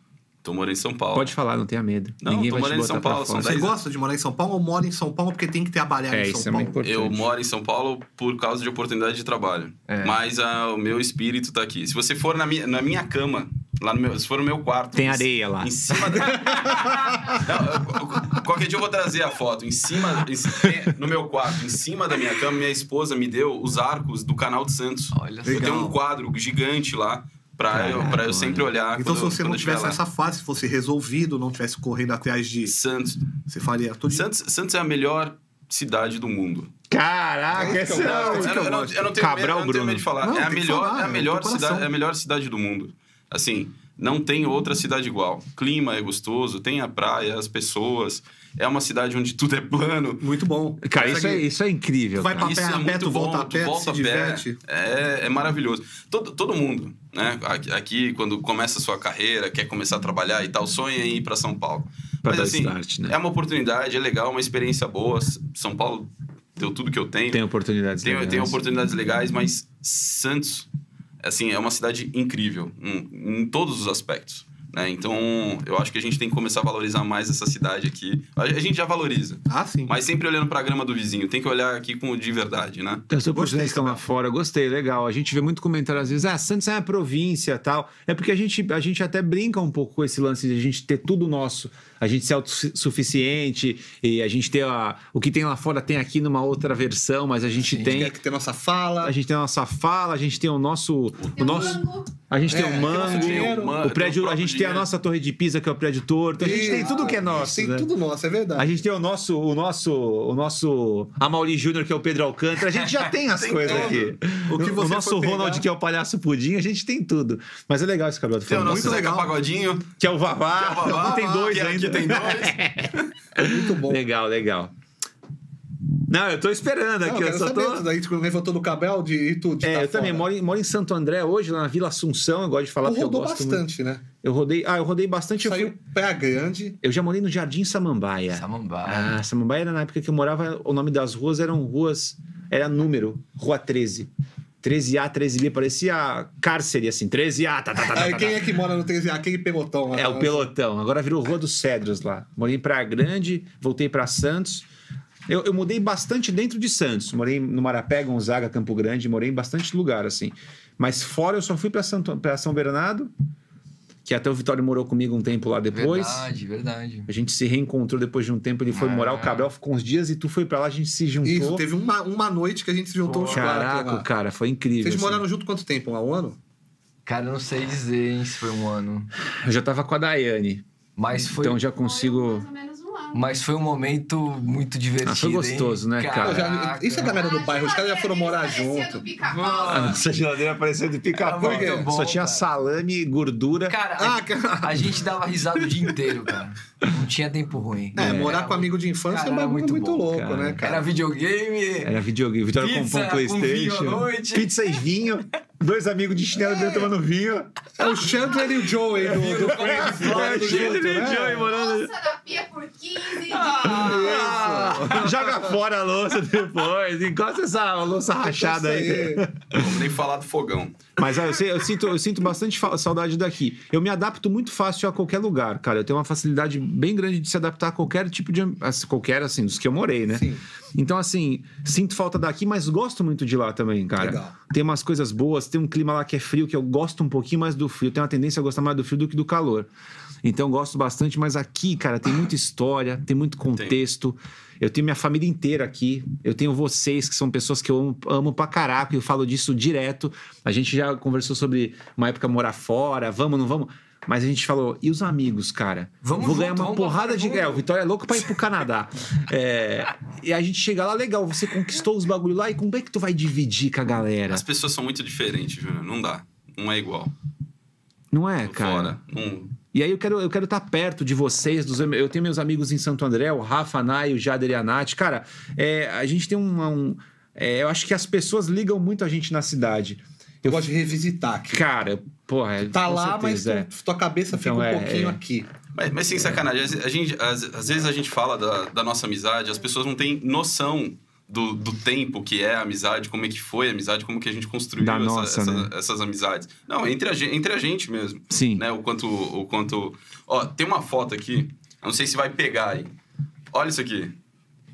Speaker 4: Tô morando em São Paulo.
Speaker 1: Pode falar, não tenha medo.
Speaker 4: Não,
Speaker 1: Ninguém
Speaker 4: tô
Speaker 1: vai te
Speaker 4: morando em
Speaker 1: botar
Speaker 4: São
Speaker 1: pra
Speaker 4: Paulo, são
Speaker 1: fora.
Speaker 2: Você
Speaker 4: Dez-
Speaker 2: gosta de morar em São Paulo ou mora em São Paulo porque tem que trabalhar
Speaker 1: É,
Speaker 2: em São
Speaker 1: isso é
Speaker 2: Paulo?
Speaker 1: muito importante.
Speaker 4: Eu moro em São Paulo por causa de oportunidade de trabalho.
Speaker 3: É.
Speaker 4: Mas ah, o meu espírito tá aqui. Se você for na minha, na minha cama, lá no meu, se for no meu quarto.
Speaker 1: Tem
Speaker 4: em-
Speaker 1: areia lá.
Speaker 4: Em cima da... Não, eu- eu- qualquer dia eu vou trazer a foto. Em cima, em ci- é, no meu quarto, em cima da minha cama, minha esposa me deu os arcos do canal de Santos.
Speaker 3: Olha só.
Speaker 4: Eu tenho
Speaker 2: Legal.
Speaker 4: um quadro gigante lá pra, eu,
Speaker 1: Caraca,
Speaker 4: pra eu sempre olhar.
Speaker 2: Então,
Speaker 4: quando
Speaker 2: se
Speaker 4: eu-
Speaker 2: você
Speaker 4: quando
Speaker 2: não
Speaker 4: eu estiver
Speaker 2: tivesse
Speaker 4: lá.
Speaker 2: essa fase, se fosse resolvido, não tivesse correndo atrás de.
Speaker 4: Santos.
Speaker 2: Você faria tudo. de-
Speaker 4: Santos. Santos é a melhor cidade do mundo.
Speaker 1: Caraca,
Speaker 2: É isso que eu
Speaker 1: essa
Speaker 2: gosto.
Speaker 4: Eu
Speaker 2: que
Speaker 4: não- eu não-
Speaker 2: gosto.
Speaker 4: eu não tenho medo- eu
Speaker 1: Cabral
Speaker 4: não tenho
Speaker 1: Bruno.
Speaker 4: medo de falar.
Speaker 2: Não,
Speaker 4: é, a
Speaker 2: tem que
Speaker 4: melhor,
Speaker 2: falar,
Speaker 4: é, a
Speaker 2: é
Speaker 4: melhor
Speaker 2: do coração.
Speaker 4: cidade, é a melhor cidade do mundo. Assim, não tem outra cidade igual. Clima é gostoso, tem a praia, as pessoas. É uma cidade onde tudo é plano.
Speaker 2: Muito bom.
Speaker 1: Cara, isso é,
Speaker 2: Consegue-
Speaker 1: isso é incrível.
Speaker 2: Vai
Speaker 1: cara.
Speaker 2: pra- pé a pé, tu volta a
Speaker 4: tu
Speaker 2: pé, tu se
Speaker 4: a pé.
Speaker 2: diverte.
Speaker 4: É, é maravilhoso. Todo, todo mundo, né? Aqui, aqui, quando começa a sua carreira, quer começar a trabalhar e tal, sonha em ir para São Paulo.
Speaker 1: Pra
Speaker 4: Mas
Speaker 1: dar
Speaker 4: assim,
Speaker 1: start, né?
Speaker 4: é uma oportunidade, é legal, uma experiência boa. S- São Paulo deu tudo que eu tenho.
Speaker 1: Tem oportunidades.
Speaker 4: um Tem,
Speaker 1: legais.
Speaker 4: tem oportunidades legais, mas Santos, assim, é uma cidade incrível em, em todos os aspectos. Né? Então, eu acho que a gente tem que começar a valorizar mais essa cidade aqui. A, a gente já valoriza,
Speaker 2: Ah, sim.
Speaker 4: mas sempre olhando para a grama do vizinho. Tem que olhar aqui com o de verdade, né?
Speaker 1: Então, as oportunidades
Speaker 2: Gostei,
Speaker 1: que estão lá fora, gostei, legal. A gente vê muito comentário às vezes, ah, Santos é uma província tal. É porque a gente, a gente até brinca um pouco com esse lance de a gente ter tudo nosso, a gente ser autossuficiente e a gente ter a, o que tem lá fora tem aqui numa outra versão, mas a gente
Speaker 3: Sim.
Speaker 1: tem.
Speaker 2: Quer que ter nossa fala.
Speaker 1: A gente tem a nossa fala, a gente tem o nosso. O
Speaker 5: Tem um
Speaker 1: nosso
Speaker 5: banco.
Speaker 1: a gente tem
Speaker 2: É,
Speaker 1: o
Speaker 2: tem nosso
Speaker 1: mango,
Speaker 2: dinheiro.
Speaker 4: Man-
Speaker 1: o prédio, a
Speaker 4: próprio
Speaker 1: gente tem a
Speaker 4: dinheiro.
Speaker 1: nossa torre de pisa, que é o prédio torto, a gente tem
Speaker 2: Isso.
Speaker 1: tudo que é nosso.
Speaker 2: Tem
Speaker 1: né?
Speaker 2: tudo nosso, é verdade.
Speaker 1: A gente tem o nosso, o nosso, o nosso Amauri Júnior, que é o Pedro Alcântara. A gente já tem as coisas
Speaker 2: tudo.
Speaker 1: aqui.
Speaker 2: O que você
Speaker 1: nosso
Speaker 2: for pegar-
Speaker 1: Ronald, que é o palhaço pudim, a gente tem tudo. Mas é legal esse cabelo do
Speaker 4: Tem o
Speaker 1: Flamengo.
Speaker 4: nosso Zeca
Speaker 2: legal.
Speaker 4: Pagodinho,
Speaker 1: Que é o
Speaker 4: que é
Speaker 1: Vavá.
Speaker 4: o Vavá,
Speaker 1: tem dois
Speaker 2: é
Speaker 4: que aqui
Speaker 1: ainda.
Speaker 4: tem dois.
Speaker 2: Muito bom.
Speaker 1: Legal, legal. Não, eu tô esperando
Speaker 2: Não,
Speaker 1: aqui.
Speaker 2: eu
Speaker 1: eu
Speaker 2: quero
Speaker 1: é só
Speaker 2: saber
Speaker 1: tô...
Speaker 2: isso daí, tipo, levantou do Cabral de e tudo. de
Speaker 1: É,
Speaker 2: tá
Speaker 1: eu também
Speaker 2: fora.
Speaker 1: moro em, moro em Santo André hoje, lá na Vila Assunção. Eu gosto de falar
Speaker 2: Tu
Speaker 1: porque eu
Speaker 2: rodou
Speaker 1: gosto muito.
Speaker 2: bastante, né?
Speaker 1: Eu rodei. Ah, eu rodei bastante. eu fui-
Speaker 2: Saiu pé grande.
Speaker 1: Eu já morei no Jardim Samambaia.
Speaker 3: É. Samambaia.
Speaker 1: Ah, Samambaia era na época que eu morava, o nome das ruas eram ruas, era número, Rua 13. 13A, 13B, parecia cárcere, assim, 13A, tá, tá, tá, tá,
Speaker 2: Aí
Speaker 1: tá,
Speaker 2: quem
Speaker 1: tá.
Speaker 2: é que mora no 13A? Aquele pelotão lá.
Speaker 1: É o pelotão, agora virou Rua dos Cedros lá. Morei em Praia Grande, voltei pra Santos. Eu, eu mudei bastante dentro de Santos, morei no Marapé, Gonzaga, Campo Grande, morei em bastante lugar, assim. Mas fora eu só fui pra, Santo, pra São Bernardo, que até o Vitório morou comigo um tempo lá depois.
Speaker 3: Verdade, verdade.
Speaker 1: A gente se reencontrou depois de um tempo, ele foi
Speaker 3: Ah.
Speaker 1: morar, o Cabral ficou uns dias e tu foi pra lá, a gente se juntou.
Speaker 2: Isso, teve uma, uma noite que a gente se juntou os quatro
Speaker 1: Caraca,
Speaker 2: lá.
Speaker 1: cara, foi incrível.
Speaker 2: Vocês
Speaker 1: assim.
Speaker 2: moraram junto quanto tempo? Lá, Um ano?
Speaker 3: Cara, eu não sei dizer hein, se foi um ano.
Speaker 1: Eu já tava com a Daiane,
Speaker 3: Mas foi.
Speaker 1: então já
Speaker 5: Foi
Speaker 1: consigo...
Speaker 5: mais ou menos um ano.
Speaker 3: Mas foi um momento muito divertido.
Speaker 7: foi gostoso,
Speaker 3: hein?
Speaker 7: né, cara?
Speaker 2: Eu já- isso
Speaker 3: Caraca.
Speaker 2: é
Speaker 5: Ah,
Speaker 2: galera do bairro, os caras já foram morar junto.
Speaker 5: Pica-pau.
Speaker 1: Nossa geladeira parecia de pica-pau.
Speaker 3: Era muito bom,
Speaker 1: Só tinha
Speaker 3: cara.
Speaker 1: salame, gordura.
Speaker 3: Cara,
Speaker 2: Ah,
Speaker 3: a-
Speaker 2: cara.
Speaker 3: a, gente dava risada o dia inteiro, cara. Não tinha tempo ruim.
Speaker 2: É, morar com amigo de infância
Speaker 3: Cara,
Speaker 2: é um
Speaker 3: era
Speaker 2: bagulho
Speaker 3: muito
Speaker 2: muito
Speaker 3: bom,
Speaker 2: louco,
Speaker 1: cara.
Speaker 2: né, cara?
Speaker 3: Era
Speaker 7: É,
Speaker 3: videogame.
Speaker 1: Era videogame. Vitória
Speaker 3: Pizza
Speaker 1: comprou um
Speaker 3: com
Speaker 1: Playstation.
Speaker 3: vinho à noite.
Speaker 1: Pizza e vinho. Dois amigos de chinelo dentro tomando vinho.
Speaker 2: É o Chandler e o Joey do, do Friends.
Speaker 1: É,
Speaker 2: morando junto,
Speaker 1: Chandler e
Speaker 2: né?
Speaker 1: Joey morando.
Speaker 5: Nossa, na pia por 15 dias.
Speaker 1: Ah. Joga fora a louça depois. Encosta essa louça rachada aí.
Speaker 2: Isso aí.
Speaker 4: Vamos nem falar do fogão.
Speaker 1: Mas ah, eu, sei- eu sinto, eu sinto bastante fa- saudade daqui. Eu me adapto muito fácil a qualquer lugar, cara. Eu tenho uma facilidade bem grande de se adaptar a qualquer tipo de. am- as- Qualquer, assim, dos que eu morei, né?
Speaker 2: Sim.
Speaker 1: Então, assim, sinto falta daqui, mas gosto muito de lá também, cara.
Speaker 2: Legal.
Speaker 1: Tem umas coisas boas, tem um clima lá que é frio, que eu gosto um pouquinho mais do frio. Tenho uma tendência a gostar mais do frio do que do calor. Então, gosto bastante, mas aqui, cara, tem muita história, tem muito contexto. Eu tenho minha família inteira aqui. Eu tenho vocês, que são pessoas que eu amo, amo pra caraca, e eu falo disso direto. A gente já conversou sobre uma época morar fora, vamos, não vamos. Mas a gente falou, e os amigos, cara?
Speaker 3: Vamos
Speaker 1: Vou
Speaker 3: junto,
Speaker 1: ganhar uma
Speaker 3: vamos pra
Speaker 1: porrada de.
Speaker 3: Vagabundo.
Speaker 1: É, o Vitória é louco pra ir pro Canadá. É, e a gente chega lá, legal, você conquistou os bagulho lá, e como é que tu vai dividir com a galera?
Speaker 4: As pessoas são muito diferentes, Júnior. Não dá. Não é igual.
Speaker 1: Não é, cara?
Speaker 4: Fora. Não...
Speaker 1: E aí eu quero eu quero estar perto de vocês, dos, eu tenho meus amigos em Santo André, o Rafa, a Nay, o Jader e a Nath. Cara, é, a gente tem uma- um... é, eu acho que as pessoas ligam muito a gente na cidade.
Speaker 2: Eu gosto de revisitar aqui.
Speaker 1: Cara, porra... é-
Speaker 2: Tá
Speaker 1: com
Speaker 2: lá, mas
Speaker 1: certeza, é.
Speaker 2: tu- tua cabeça fica
Speaker 1: Então,
Speaker 2: um
Speaker 1: é,
Speaker 2: pouquinho
Speaker 1: é.
Speaker 2: aqui.
Speaker 4: Mas, mas sem sacanagem, às, a gente- às- às vezes a gente fala da, da nossa amizade, as pessoas não têm noção do, do tempo que é a amizade, como é que foi a amizade, como que a gente construiu
Speaker 1: Da
Speaker 4: essa-
Speaker 1: nossa,
Speaker 4: essa-
Speaker 1: né?
Speaker 4: essas amizades. Não, entre a, gen- entre a gente mesmo.
Speaker 1: Sim.
Speaker 4: né? O quanto, o quanto. Ó, tem uma foto aqui. eu Não sei se vai pegar aí. Olha isso aqui.
Speaker 1: é.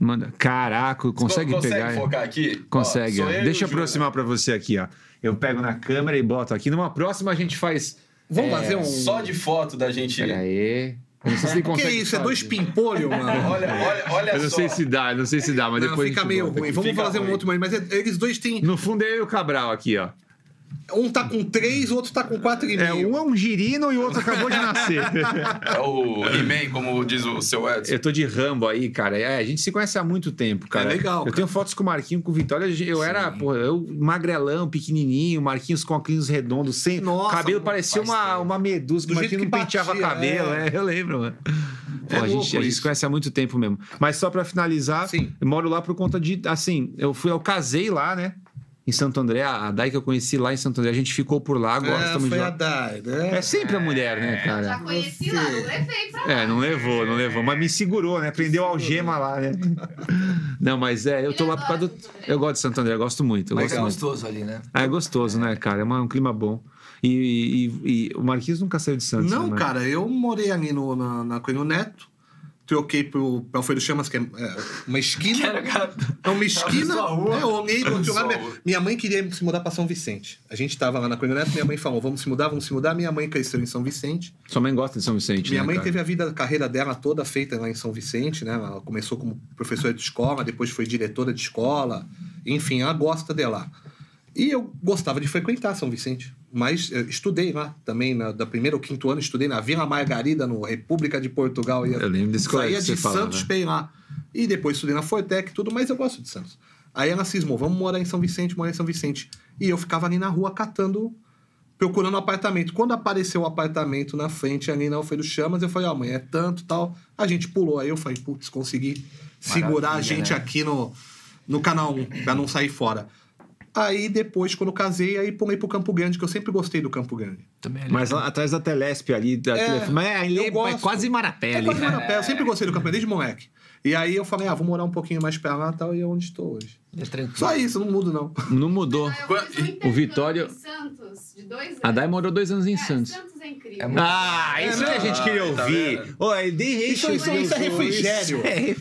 Speaker 1: Manda. Caraca, consegue,
Speaker 4: Con-
Speaker 1: pegar?
Speaker 4: Consegue focar aqui? Ó,
Speaker 1: Consegue.
Speaker 4: sou
Speaker 1: ó.
Speaker 4: eu e
Speaker 1: Deixa
Speaker 4: o
Speaker 1: eu
Speaker 4: Júnior.
Speaker 1: aproximar pra você aqui, ó. Eu pego na câmera e boto aqui. Numa próxima a gente faz... É.
Speaker 2: Vamos fazer um.
Speaker 4: Só de foto da gente.
Speaker 1: Pera aí. Eu não sei se ele
Speaker 2: Que
Speaker 1: consegue
Speaker 2: isso? É
Speaker 1: fazer.
Speaker 2: dois pimpolhos, mano.
Speaker 4: Olha, olha, olha
Speaker 1: Eu não
Speaker 4: só.
Speaker 1: sei se dá, eu não sei se dá, mas
Speaker 2: Não,
Speaker 1: depois a
Speaker 2: fica
Speaker 1: gente
Speaker 2: meio
Speaker 1: bota
Speaker 2: ruim.
Speaker 1: aqui.
Speaker 2: Vamos
Speaker 4: Fica
Speaker 2: fazer um
Speaker 4: ruim.
Speaker 2: outro, mano. Mas é- eles dois têm.
Speaker 1: No fundo é eu e o Cabral aqui, ó.
Speaker 2: Um tá com três, o outro tá com quatro e
Speaker 1: É,
Speaker 2: meio.
Speaker 1: um é um girino e o outro acabou de nascer.
Speaker 4: É o He-Man, como diz o seu Edson.
Speaker 1: eu tô de Rambo aí, cara. É, a gente se conhece há muito tempo, cara.
Speaker 2: É legal,
Speaker 1: Eu
Speaker 2: cara.
Speaker 1: tenho fotos com o Marquinho, com o Vitória. Eu era, porra, eu magrelão, pequenininho, Marquinhos com óculos redondos, sem
Speaker 2: Nossa,
Speaker 1: um cabelo,
Speaker 2: mano,
Speaker 1: parecia
Speaker 3: faz
Speaker 1: uma,
Speaker 3: tempo.
Speaker 1: uma medusa.
Speaker 2: Do
Speaker 1: O Marquinho
Speaker 2: jeito
Speaker 1: não
Speaker 2: que
Speaker 1: penteava
Speaker 2: batia,
Speaker 1: cabelo,
Speaker 2: é.
Speaker 1: é. eu lembro, mano. Pô, a,
Speaker 2: louco
Speaker 1: gente, a gente
Speaker 2: isso.
Speaker 1: se conhece há muito tempo mesmo. Mas só pra finalizar,
Speaker 2: Sim.
Speaker 1: eu moro lá por conta de. Assim, eu fui, eu casei lá, né? Em Santo André, a a Dai que eu conheci lá em Santo André, a gente ficou por lá, agora
Speaker 2: É,
Speaker 1: estamos de
Speaker 2: foi a
Speaker 1: lá.
Speaker 2: Dai, né?
Speaker 1: É sempre a mulher, né, cara?
Speaker 5: Já conheci lá, não levei pra lá.
Speaker 1: É, não levou, não levou. Mas me segurou, né? Prendeu a algema lá, né? Não, mas é, eu tô lá por causa do. Eu gosto de Santo André, eu gosto muito. Eu
Speaker 3: Mas é
Speaker 1: gosto muito.
Speaker 3: gostoso ali, né?
Speaker 1: Ah, é gostoso, né, cara? É uma- um clima bom. E, e- e o Marquinhos nunca saiu de Santos. né,
Speaker 2: Não,
Speaker 1: mano?
Speaker 2: cara, eu morei ali no, na, na Coelho Neto. Troquei pro pro Alfredo Chamas, que é, é, uma esquina.
Speaker 3: Era, cara,
Speaker 2: É uma esquina.
Speaker 3: sua rua.
Speaker 2: É, eu olhei do outro
Speaker 4: Sua
Speaker 2: lado.
Speaker 4: rua.
Speaker 2: Minha, minha mãe queria se mudar pra São Vicente. A gente tava lá na Coelho Neto, minha mãe falou: vamos se mudar, vamos se mudar. Minha mãe cresceu em São Vicente.
Speaker 1: Sua mãe gosta de São Vicente,
Speaker 2: Minha
Speaker 1: né,
Speaker 2: mãe
Speaker 1: cara?
Speaker 2: teve a vida, a carreira dela toda feita lá em São Vicente, né? Ela começou como professora de escola, depois foi diretora de escola, enfim, ela gosta de lá. E eu gostava de frequentar São Vicente, mas eu estudei lá também, na, da primeira ou quinto ano, estudei na Vila Margarida, no República de Portugal. Ia,
Speaker 1: Eu lembro desse colégio
Speaker 2: Saía
Speaker 1: que você
Speaker 2: é de
Speaker 1: fala,
Speaker 2: Santos
Speaker 1: né?
Speaker 2: bem lá. E depois estudei na Fortec e tudo, mas eu gosto de Santos. Aí ela cismou, vamos morar em São Vicente, morar em São Vicente. E eu ficava ali na rua catando procurando um apartamento. Quando apareceu o apartamento na frente, a Nina Alfredo Chamas, eu falei, ó, mãe, é tanto tal. A gente pulou. Aí eu falei, putz, consegui segurar a gente
Speaker 3: né?
Speaker 2: aqui no, no canal 1, pra não sair fora. Aí depois, quando casei, aí pulei pro Campo Grande, que eu sempre gostei do Campo Grande.
Speaker 3: também ali.
Speaker 1: Mas lá atrás da Telesp ali, da
Speaker 2: É,
Speaker 1: Telef- mas é, ali
Speaker 2: eu
Speaker 1: é
Speaker 2: gosto.
Speaker 1: quase Marapé
Speaker 2: É
Speaker 1: ali.
Speaker 2: quase Marapé, eu sempre gostei do Campo Grande, desde moleque. E aí eu falei, ah, vou morar um pouquinho mais pra lá tal, e é onde estou hoje.
Speaker 3: É tranquilo.
Speaker 2: Só isso, não mudo não.
Speaker 1: Não mudou.
Speaker 5: Eu fiz um
Speaker 1: O Vitório-
Speaker 5: intercâmbio em Santos, de dois anos.
Speaker 1: A Dai morou dois anos em
Speaker 5: É,
Speaker 1: Santos.
Speaker 5: Santos é
Speaker 3: É
Speaker 5: incrível.
Speaker 3: muito-
Speaker 1: Ah, isso que a gente queria
Speaker 4: Ah, tá
Speaker 1: ouvir.
Speaker 4: vendo?
Speaker 1: Ô, é de
Speaker 2: É, Isso- isso- isso é refrigério.
Speaker 1: É,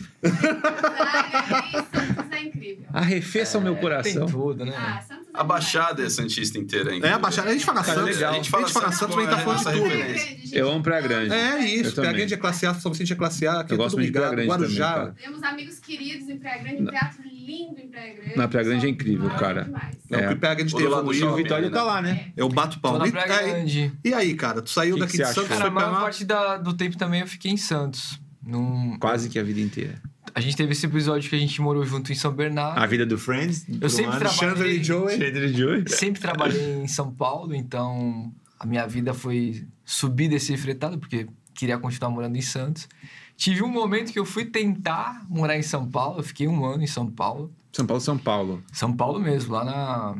Speaker 5: Praia, Santos é incrível.
Speaker 1: Arrefeça o meu
Speaker 2: É,
Speaker 3: Tem
Speaker 1: coração.
Speaker 3: tudo, né?
Speaker 5: Ah, Santos é
Speaker 4: A Baixada é Santista inteira, hein?
Speaker 2: É, a Baixada, a gente fala
Speaker 4: Cara,
Speaker 2: Santos,
Speaker 4: legal.
Speaker 2: a gente fala,
Speaker 4: Santos,
Speaker 2: Santos, mas a gente tá
Speaker 4: pô,
Speaker 2: falando
Speaker 4: é
Speaker 2: de tudo.
Speaker 4: nossa
Speaker 5: demais.
Speaker 4: referência.
Speaker 5: Gente,
Speaker 1: Eu amo Praia Grande.
Speaker 2: É
Speaker 1: Eu
Speaker 2: isso, Praia
Speaker 1: também.
Speaker 2: Grande é classe A, São Vicente é classe A, aqui
Speaker 1: Eu
Speaker 2: é
Speaker 1: gosto
Speaker 2: tudo
Speaker 1: muito de Praia
Speaker 2: ligado,
Speaker 1: Grande
Speaker 2: Guarujá.
Speaker 1: também, cara.
Speaker 5: Temos amigos queridos em Praia Grande, um teatro lindo em Praia Grande.
Speaker 1: Na Praia Grande é incrível,
Speaker 5: Maravilhoso
Speaker 1: cara.
Speaker 5: demais.
Speaker 2: É,
Speaker 1: É.
Speaker 2: o que pega de
Speaker 4: Ou do lado do
Speaker 2: evoluir.
Speaker 4: shopping.
Speaker 1: tá lá, né?
Speaker 2: Eu bato
Speaker 3: Tô
Speaker 2: pau.
Speaker 3: na
Speaker 2: E,
Speaker 3: Praia
Speaker 2: aí-
Speaker 3: Grande.
Speaker 2: e aí, cara, tu saiu
Speaker 1: Que que
Speaker 2: daqui
Speaker 1: você
Speaker 2: de
Speaker 1: acha,
Speaker 2: Santos,
Speaker 3: Cara, a
Speaker 2: foi pra
Speaker 3: maior
Speaker 2: lá.
Speaker 3: parte da- do tempo também eu fiquei em Santos. Num-
Speaker 1: Quase que a vida inteira.
Speaker 3: A gente teve esse episódio que a gente morou junto em São Bernardo.
Speaker 1: A vida do Friends.
Speaker 3: eu sempre
Speaker 2: Chandler
Speaker 3: trabalhei.
Speaker 2: e Joey.
Speaker 1: Cheio de hoje.
Speaker 3: Sempre trabalhei em São Paulo, então a minha vida foi subir, descer e fretada, porque queria continuar morando em Santos. Tive um momento que eu fui tentar morar em São Paulo, eu fiquei um ano em São Paulo.
Speaker 1: São Paulo, São Paulo.
Speaker 3: São Paulo mesmo, lá na,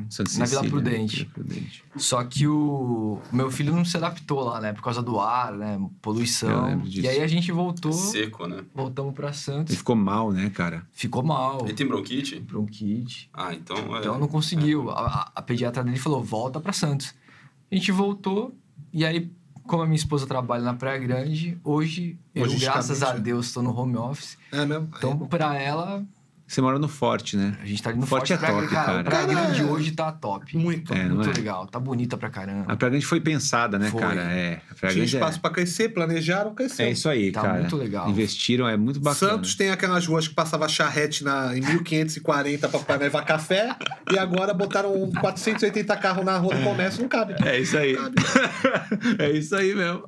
Speaker 1: Santa Cecília, né?
Speaker 3: na Vila Prudente.
Speaker 1: Vila Prudente.
Speaker 3: Só que o o meu filho não se adaptou lá, né? Por causa do ar, né?
Speaker 1: Eu
Speaker 3: Poluição.
Speaker 1: lembro disso.
Speaker 3: E aí a gente voltou,
Speaker 4: Seco, né?
Speaker 3: voltamos pra
Speaker 1: Ele
Speaker 3: Santos.
Speaker 1: ficou mal, né, cara?
Speaker 3: Ficou mal,
Speaker 4: Ele tem bronquite?
Speaker 3: bronquite.
Speaker 4: Ah, então. É...
Speaker 3: Então não conseguiu. A- A, a pediatra dele falou: volta pra Santos. A gente voltou, e aí, como a minha esposa trabalha na Praia Grande, hoje, eu,
Speaker 2: Logicamente,
Speaker 3: graças a
Speaker 2: né?
Speaker 3: Deus, tô no home office.
Speaker 2: É mesmo?
Speaker 3: Então, pra ela,
Speaker 1: Você mora no Forte, né?
Speaker 3: a gente tá ali no
Speaker 1: Forte
Speaker 3: Forte,
Speaker 1: é
Speaker 3: Praia
Speaker 1: top,
Speaker 3: Grande. Cara,
Speaker 1: cara.
Speaker 3: A Praia
Speaker 2: Cara,
Speaker 3: Grande
Speaker 2: é-
Speaker 3: hoje tá top.
Speaker 2: Muito.
Speaker 1: É, não
Speaker 3: Muito
Speaker 1: é?
Speaker 3: legal, tá bonita pra caramba.
Speaker 1: A Praia Grande foi pensada, né,
Speaker 3: Foi.
Speaker 1: cara? É. A Praia
Speaker 2: Tinha
Speaker 1: Grande
Speaker 2: espaço pra crescer, planejaram,
Speaker 1: é...
Speaker 2: cresceu.
Speaker 1: é isso aí,
Speaker 3: Tá
Speaker 1: cara.
Speaker 3: muito legal.
Speaker 1: Investiram, é muito bacana.
Speaker 2: Santos tem aquelas ruas que passava charrete na, em 1540 pra levar café e agora botaram um 480 carros na rua do comércio, não cabe.
Speaker 1: É isso aí. é isso aí mesmo.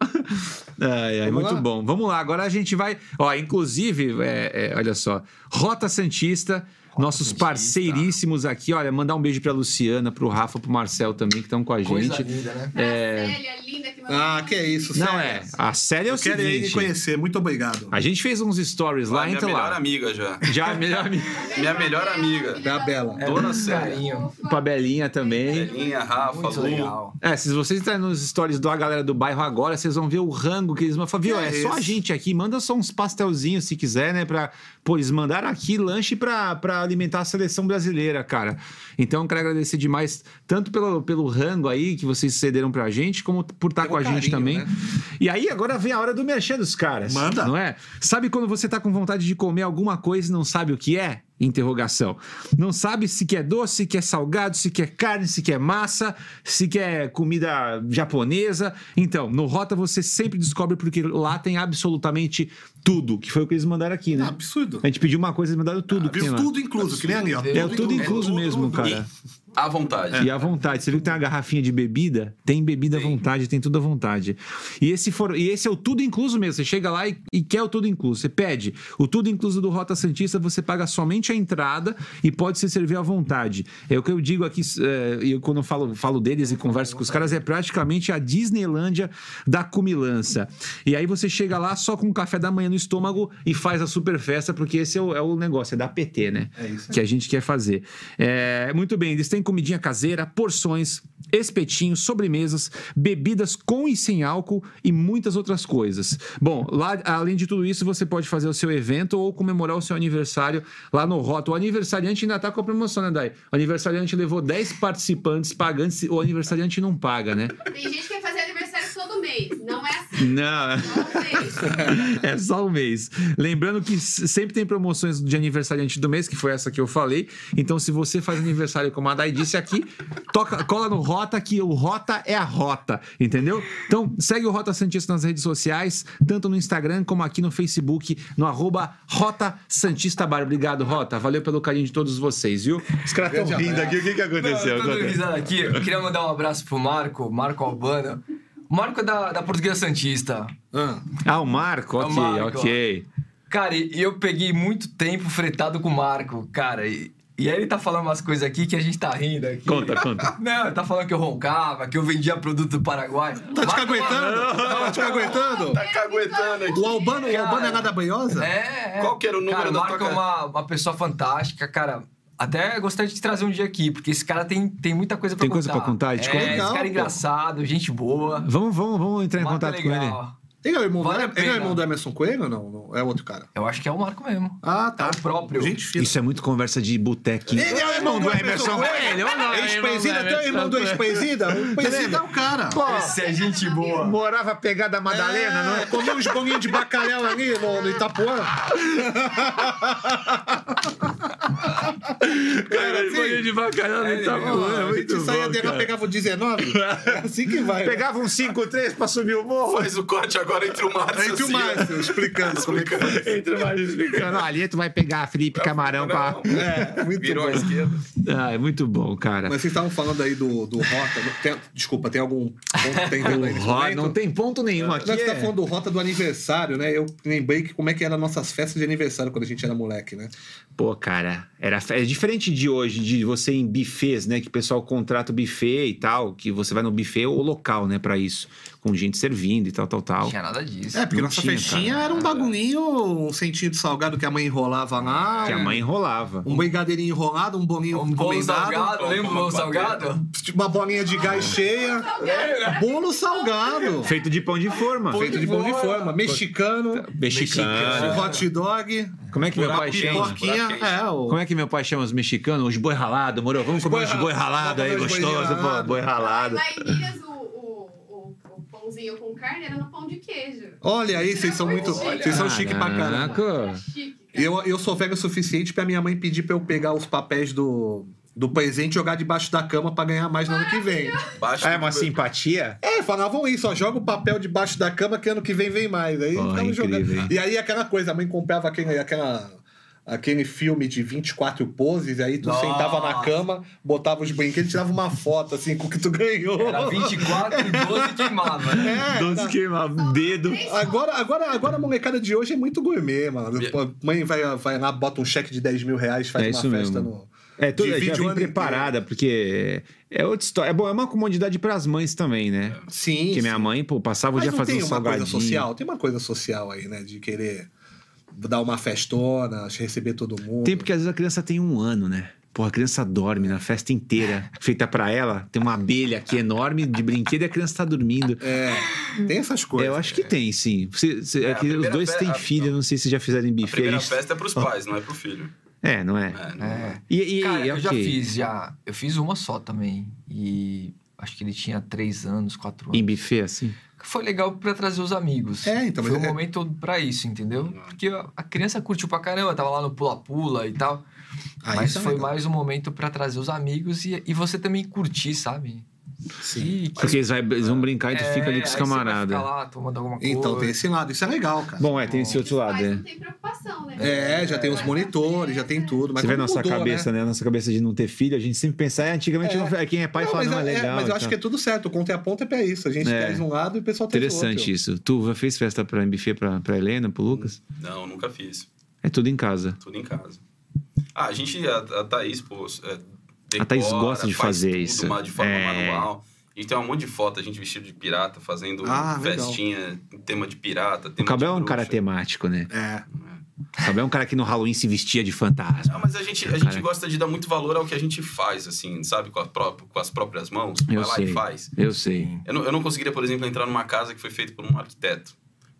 Speaker 1: Ai, ai,
Speaker 2: Vamos
Speaker 1: muito
Speaker 2: lá?
Speaker 1: bom. Vamos lá, agora a gente vai. Ó, inclusive, é, é, olha só, Rota Santista. Nossos
Speaker 3: Santista.
Speaker 1: parceiríssimos aqui, olha, mandar um beijo pra Luciana, pro Rafa, pro Marcel também, que estão com a
Speaker 3: Coisa
Speaker 1: gente.
Speaker 3: linda, né?
Speaker 5: É... Célia, linda, que mandou
Speaker 2: Ah,
Speaker 5: um
Speaker 2: que é isso,
Speaker 1: Não é,
Speaker 2: sério.
Speaker 1: a Célia é o
Speaker 2: Eu quero ir
Speaker 1: seguinte.
Speaker 2: conhecer, muito obrigado.
Speaker 1: A gente fez uns stories
Speaker 4: Lá,
Speaker 1: lá,
Speaker 4: é minha
Speaker 1: entra
Speaker 4: melhor
Speaker 1: lá.
Speaker 4: amiga já.
Speaker 1: Já a melhor amiga.
Speaker 5: beijo
Speaker 4: Minha
Speaker 5: pra
Speaker 4: melhor
Speaker 5: Bela,
Speaker 4: amiga.
Speaker 5: filha
Speaker 2: Da Bela.
Speaker 3: É
Speaker 4: Dona
Speaker 3: muito
Speaker 4: Célia. Ah,
Speaker 3: carinho.
Speaker 5: fofa.
Speaker 1: Pra Belinha também.
Speaker 4: Linha, Rafa,
Speaker 3: Muito
Speaker 4: Lu.
Speaker 3: legal.
Speaker 1: É, se vocês entrarem nos stories da galera do bairro agora, vocês vão ver o rango que eles mandam. Fala, Viu,
Speaker 2: Que
Speaker 1: é,
Speaker 2: é
Speaker 1: só a
Speaker 2: esse?
Speaker 1: gente aqui, manda só uns pastelzinhos se quiser, né? Pra, pô, eles mandaram aqui lanche pra, pra alimentar a seleção brasileira, cara. Então, quero agradecer demais, tanto pelo, pelo rango aí que vocês cederam pra gente, como por estar
Speaker 2: Pelo
Speaker 1: com a gente
Speaker 2: carinho,
Speaker 1: também.
Speaker 2: né?
Speaker 1: E aí, agora vem a hora do merchan dos caras.
Speaker 2: Manda.
Speaker 1: Não é? Sabe quando você tá com vontade de comer alguma coisa e não sabe o que é? Interrogação. Não sabe se quer doce, se quer salgado, se quer carne, se quer massa, se quer comida japonesa. Então, no Rota você sempre descobre porque lá tem absolutamente tudo, que foi o que eles mandaram aqui, né?
Speaker 2: É um Absurdo.
Speaker 1: A gente pediu uma coisa, eles mandaram tudo. que tem
Speaker 2: Ah, Viu
Speaker 1: lá.
Speaker 2: tudo incluso, que nem ali, ó.
Speaker 1: É tudo incluso
Speaker 2: tudo,
Speaker 1: mesmo,
Speaker 2: tudo.
Speaker 1: cara. É.
Speaker 4: À vontade.
Speaker 1: E à vontade. Você viu que tem uma garrafinha de bebida? Tem bebida à vontade, tem tudo à vontade. E esse, for, e esse é o tudo incluso mesmo. Você chega lá e, e quer o tudo incluso. Você pede o tudo incluso do Rota Santista, você paga somente a entrada e pode se servir à vontade. É o que eu digo aqui, eh, e eu, quando eu falo, falo deles e converso com os caras, é praticamente a Disneylândia da cumilança. E aí você chega lá só com o café da manhã no estômago e faz a super festa, porque esse é o, é o negócio, é da PT, né?
Speaker 2: É isso.
Speaker 1: que a gente quer fazer. É, muito bem, eles têm comidinha caseira, porções, espetinhos, sobremesas, bebidas com e sem álcool e muitas outras coisas. Bom, lá, além de tudo isso, você pode fazer o seu evento ou comemorar o seu aniversário lá no Rota. O aniversariante ainda tá com a promoção, né, Dai? O aniversariante levou 10 participantes pagantes, o aniversariante não paga, né?
Speaker 5: Tem gente que quer fazer aniversário todo mês. Não é assim.
Speaker 1: Não.
Speaker 5: Não mês.
Speaker 1: É só um mês. Lembrando que s- sempre tem promoções de aniversariante do mês, que foi essa que eu falei. Então, se você faz aniversário, como a Dai disse aqui, toca, cola no Rota, que o Rota é a Rota, entendeu? Então, segue o Rota Santista nas redes sociais, tanto no Instagram como aqui no Facebook, no arroba Rota Santista Bar. Obrigado, Rota. Valeu pelo carinho de todos vocês, viu? Os caras tão
Speaker 2: Grande
Speaker 1: rindo
Speaker 2: abraço.
Speaker 1: aqui. O que, que aconteceu?
Speaker 3: Não, eu tô dando risada aqui. Eu queria mandar um abraço pro Marco, Marco Albano. O Marco é da, da Portuguesa Santista.
Speaker 2: Ah,
Speaker 1: Ah, o Marco,
Speaker 3: É o
Speaker 1: ok,
Speaker 3: Marco,
Speaker 1: ok.
Speaker 3: Cara, e eu peguei muito tempo fretado com o Marco, cara. E, e aí ele tá falando umas coisas aqui que a gente tá rindo aqui.
Speaker 1: Conta, conta.
Speaker 3: Não, ele tá falando que eu roncava, que eu vendia produto do Paraguai. é
Speaker 2: Tá te aguentando? Tá te aguentando?
Speaker 4: Tá caguetando aqui.
Speaker 2: O Albano, o Albano é nada banhosa?
Speaker 3: É, é.
Speaker 4: Qual que era o número
Speaker 3: cara,
Speaker 4: da
Speaker 3: Marco
Speaker 4: tua
Speaker 3: é uma, uma pessoa fantástica, cara. Até gostaria de te trazer um dia aqui, porque esse cara tem, tem muita coisa pra
Speaker 1: Tem
Speaker 3: contar.
Speaker 1: coisa pra contar? A gente
Speaker 3: É,
Speaker 1: conta?
Speaker 3: esse
Speaker 2: Legal,
Speaker 3: cara é
Speaker 2: pô.
Speaker 3: engraçado, gente boa.
Speaker 1: Vamos, vamos, vamos entrar em
Speaker 3: Marco é
Speaker 1: contato com ele.
Speaker 3: legal.
Speaker 2: Ele é o irmão, do-
Speaker 3: Vale a
Speaker 2: ele é o
Speaker 3: pena.
Speaker 2: irmão do Emerson Coelho ou não? não? É outro cara.
Speaker 3: Eu acho que é o Marco mesmo.
Speaker 2: Ah, tá.
Speaker 3: É o próprio.
Speaker 2: Gente fina.
Speaker 1: Isso é muito conversa de botequinho.
Speaker 2: Ele é o irmão do Emerson Coelho? É
Speaker 1: ou não?
Speaker 2: Ex-Presida, tem o irmão do ex-presida? O ex-presida é o cara.
Speaker 3: Esse é gente
Speaker 5: um
Speaker 3: boa.
Speaker 1: Morava pegada
Speaker 2: Madalena, não é? Comia uns bolinhos de bacalhau ali no, no Itapuã.
Speaker 1: Cara,
Speaker 2: assim?
Speaker 1: é, foi devagar,
Speaker 2: É,
Speaker 1: ele tá
Speaker 2: ó,
Speaker 1: voando, é
Speaker 2: a gente
Speaker 1: muito
Speaker 2: saía
Speaker 1: bom,
Speaker 2: dela,
Speaker 1: cara.
Speaker 2: pegava o 19. É assim que vai. né?
Speaker 7: Pegava um 5-3 pra subir o morro.
Speaker 4: Faz o corte agora entre o Márcio.
Speaker 2: Entre o
Speaker 4: assim, ó.
Speaker 2: Márcio, explicando como é que foi.
Speaker 1: Entra mais explicando.
Speaker 7: Ali tu vai pegar Felipe
Speaker 2: Tá
Speaker 7: Camarão com a...
Speaker 2: É, muito
Speaker 4: Virou
Speaker 2: bom.
Speaker 4: à esquerda.
Speaker 1: Ah, é muito bom, cara.
Speaker 2: Mas vocês estavam falando aí do, do Rota. não- tem- desculpa, tem algum ponto tem venda aí
Speaker 1: O
Speaker 2: nesse
Speaker 1: Rod
Speaker 2: momento?
Speaker 1: não tem ponto nenhum
Speaker 2: Não,
Speaker 1: aqui.
Speaker 2: você tá
Speaker 1: é-
Speaker 2: falando do Rota do aniversário, né? Eu lembrei que como é que eram nossas festas de aniversário quando a gente era moleque, né?
Speaker 1: Pô, cara, era fe- é diferente de hoje, de você ir em buffets, né? Que o pessoal contrata o buffet e tal, que você vai no buffet ou local, né, Pra isso, com gente servindo e tal, tal,
Speaker 3: Não
Speaker 1: tal.
Speaker 3: tinha nada disso.
Speaker 2: É, porque
Speaker 1: Não
Speaker 2: nossa
Speaker 1: tinha,
Speaker 2: festinha era um bagulhinho, um centinho de salgado que a mãe enrolava lá.
Speaker 1: Que a mãe enrolava.
Speaker 2: Um brigadeirinho enrolado, um bolinho
Speaker 3: Um bolo
Speaker 2: encomendado, tipo
Speaker 3: salgado, lembra o bolo salgado?
Speaker 2: uma bolinha de gás cheia. É, Bolo salgado.
Speaker 1: Feito de pão de forma.
Speaker 2: Feito de pão de forma. Mexicano,
Speaker 1: Mexicano.
Speaker 2: hot dog,
Speaker 1: Como é que meu pai chama?
Speaker 2: pipoquinha.
Speaker 4: buraco
Speaker 2: É, o
Speaker 1: Como é que meu pai chama os mexicanos? Os boi ralado, moro. Vamos comer uns
Speaker 2: boi-
Speaker 1: boi ralado aí,
Speaker 2: vamos comer os boi
Speaker 1: gostoso, pô.
Speaker 2: ralado.
Speaker 1: Boi ralado.
Speaker 5: Lá em Minas, o, o, o, o pãozinho com carne era no pão de queijo.
Speaker 2: Olha aí, vocês são muito.
Speaker 5: Olha.
Speaker 2: Vocês são chique pra caramba.
Speaker 5: Era
Speaker 1: Caraca.
Speaker 5: chique, cara.
Speaker 2: Eu, eu sou velho o suficiente pra minha mãe pedir pra eu pegar os papéis do, do presente e jogar debaixo da cama pra ganhar mais no ano que vem.
Speaker 4: Baixo
Speaker 1: É uma simpatia?
Speaker 2: É, falavam isso, ó, joga o papel debaixo da cama que ano que vem vem mais. Aí
Speaker 1: Pô,
Speaker 2: ficavam
Speaker 1: incrível,
Speaker 2: jogando.
Speaker 1: hein?
Speaker 2: E aí aquela coisa, a mãe comprava aquele, aquela, aquele filme de 24 poses, aí tu
Speaker 3: Nossa.
Speaker 2: sentava na cama, botava os brinquedos e tirava uma foto assim com o que tu ganhou.
Speaker 3: Era 24 e 12 queimava, né?
Speaker 2: É,
Speaker 1: Doce queimar dedo.
Speaker 2: Agora, agora, agora a molecada de hoje é muito gourmet, mano. Pô, Mãe vai, vai lá, bota um cheque de 10 mil reais, faz
Speaker 1: É
Speaker 2: uma
Speaker 1: isso
Speaker 2: festa
Speaker 1: mesmo.
Speaker 2: no.
Speaker 1: É, tudo
Speaker 2: Divide
Speaker 1: já
Speaker 2: o
Speaker 1: bem
Speaker 2: ano
Speaker 1: preparada, porque é outra história. É bom, é uma comodidade pras mães também, né?
Speaker 2: Sim.
Speaker 1: Porque minha
Speaker 2: sim.
Speaker 1: mãe, pô, passava o
Speaker 2: Mas
Speaker 1: dia
Speaker 2: não
Speaker 1: fazendo
Speaker 2: tem uma coisa
Speaker 1: salgadinho.
Speaker 2: social, tem uma coisa social aí, né? De querer dar uma festona, receber todo mundo.
Speaker 1: Tem porque às vezes a criança tem um ano, né? Pô, a criança dorme na festa inteira, feita pra ela. Tem uma abelha aqui enorme de brinquedo e a criança tá dormindo.
Speaker 2: É, tem essas
Speaker 1: É,
Speaker 2: coisas.
Speaker 1: eu acho que tem, sim. Você- você-
Speaker 4: É,
Speaker 1: é que
Speaker 4: a
Speaker 1: os
Speaker 4: primeira
Speaker 1: dois
Speaker 4: fe-
Speaker 1: têm
Speaker 4: a-
Speaker 1: filho, não sei se já fizeram
Speaker 4: A
Speaker 1: bife.
Speaker 4: primeira
Speaker 1: eles-
Speaker 4: festa é pros pais, não é pro filho.
Speaker 1: É, não é?
Speaker 4: É, não é.
Speaker 3: É.
Speaker 1: E, e-
Speaker 3: Cara,
Speaker 1: e-
Speaker 3: eu já
Speaker 1: ok.
Speaker 3: fiz, já. Eu fiz uma só também. E acho que ele tinha 3 anos, 4 anos.
Speaker 1: Em buffet, assim?
Speaker 3: Foi legal pra trazer os amigos.
Speaker 2: É, então,
Speaker 3: Foi um
Speaker 2: mas é-
Speaker 3: momento pra isso, entendeu?
Speaker 4: Ah.
Speaker 3: Porque a a criança curtiu pra caramba, tava lá no pula-pula e tal.
Speaker 1: Ah,
Speaker 2: Aí
Speaker 3: mas
Speaker 1: é
Speaker 2: tá
Speaker 3: foi
Speaker 2: legal.
Speaker 3: mais um momento pra trazer os amigos e, e você também curtir, sabe?
Speaker 2: Sim.
Speaker 3: E-
Speaker 1: Porque eles, vai- eles vão brincar e tu
Speaker 3: É,
Speaker 1: fica ali com
Speaker 3: aí
Speaker 1: os
Speaker 3: você vai
Speaker 1: camaradas.
Speaker 3: ficar lá tomando alguma coisa.
Speaker 2: Então tem esse lado, isso é legal, cara.
Speaker 1: Bom, é, tem esse outro lado,
Speaker 5: Mas
Speaker 1: é.
Speaker 5: não tem preocupação, né?
Speaker 2: é, já tem os monitores, já tem tudo. Mas
Speaker 1: Você vê a
Speaker 2: como
Speaker 1: nossa
Speaker 2: mudou,
Speaker 1: cabeça, né? A nossa cabeça de não ter filho, a gente sempre pensa, é, antigamente
Speaker 2: É.
Speaker 1: não foi- quem é pai fala,
Speaker 2: mas
Speaker 1: não, é, legal.
Speaker 2: mas eu
Speaker 1: e
Speaker 2: acho
Speaker 1: tal.
Speaker 2: que é tudo certo. O conta e a ponta é pra isso. A gente
Speaker 1: É.
Speaker 2: traz um lado e o pessoal traz o outro.
Speaker 1: Interessante isso. Tu já fez festa pra em buffet pra, pra Helena, pro Lucas?
Speaker 4: Não, nunca fiz.
Speaker 1: É tudo em casa.
Speaker 4: Tudo em casa. Ah, a gente, a, a Thaís, pô. É,
Speaker 1: A Thaís gosta de
Speaker 4: faz
Speaker 1: fazer
Speaker 4: tudo,
Speaker 1: isso.
Speaker 4: ma- De forma
Speaker 1: É.
Speaker 4: manual. A gente tem um monte de foto, a gente vestido de pirata, fazendo
Speaker 2: Ah, legal.
Speaker 4: festinha, tema de pirata.
Speaker 1: O
Speaker 4: Tema
Speaker 1: Cabel é um
Speaker 4: de bruxa.
Speaker 1: cara temático, né?
Speaker 2: É.
Speaker 1: O Cabel é um cara que no Halloween se vestia de
Speaker 4: Ah,
Speaker 1: fantasma.
Speaker 4: mas a gente, a
Speaker 1: Cara.
Speaker 4: gente gosta de dar muito valor ao que a gente faz, assim, sabe? Com, a pró- com as próprias mãos.
Speaker 1: Eu
Speaker 4: vai lá
Speaker 1: sei.
Speaker 4: e faz.
Speaker 1: Eu sei.
Speaker 4: Eu não, eu não conseguiria, por exemplo, entrar numa casa que foi feita por um arquiteto.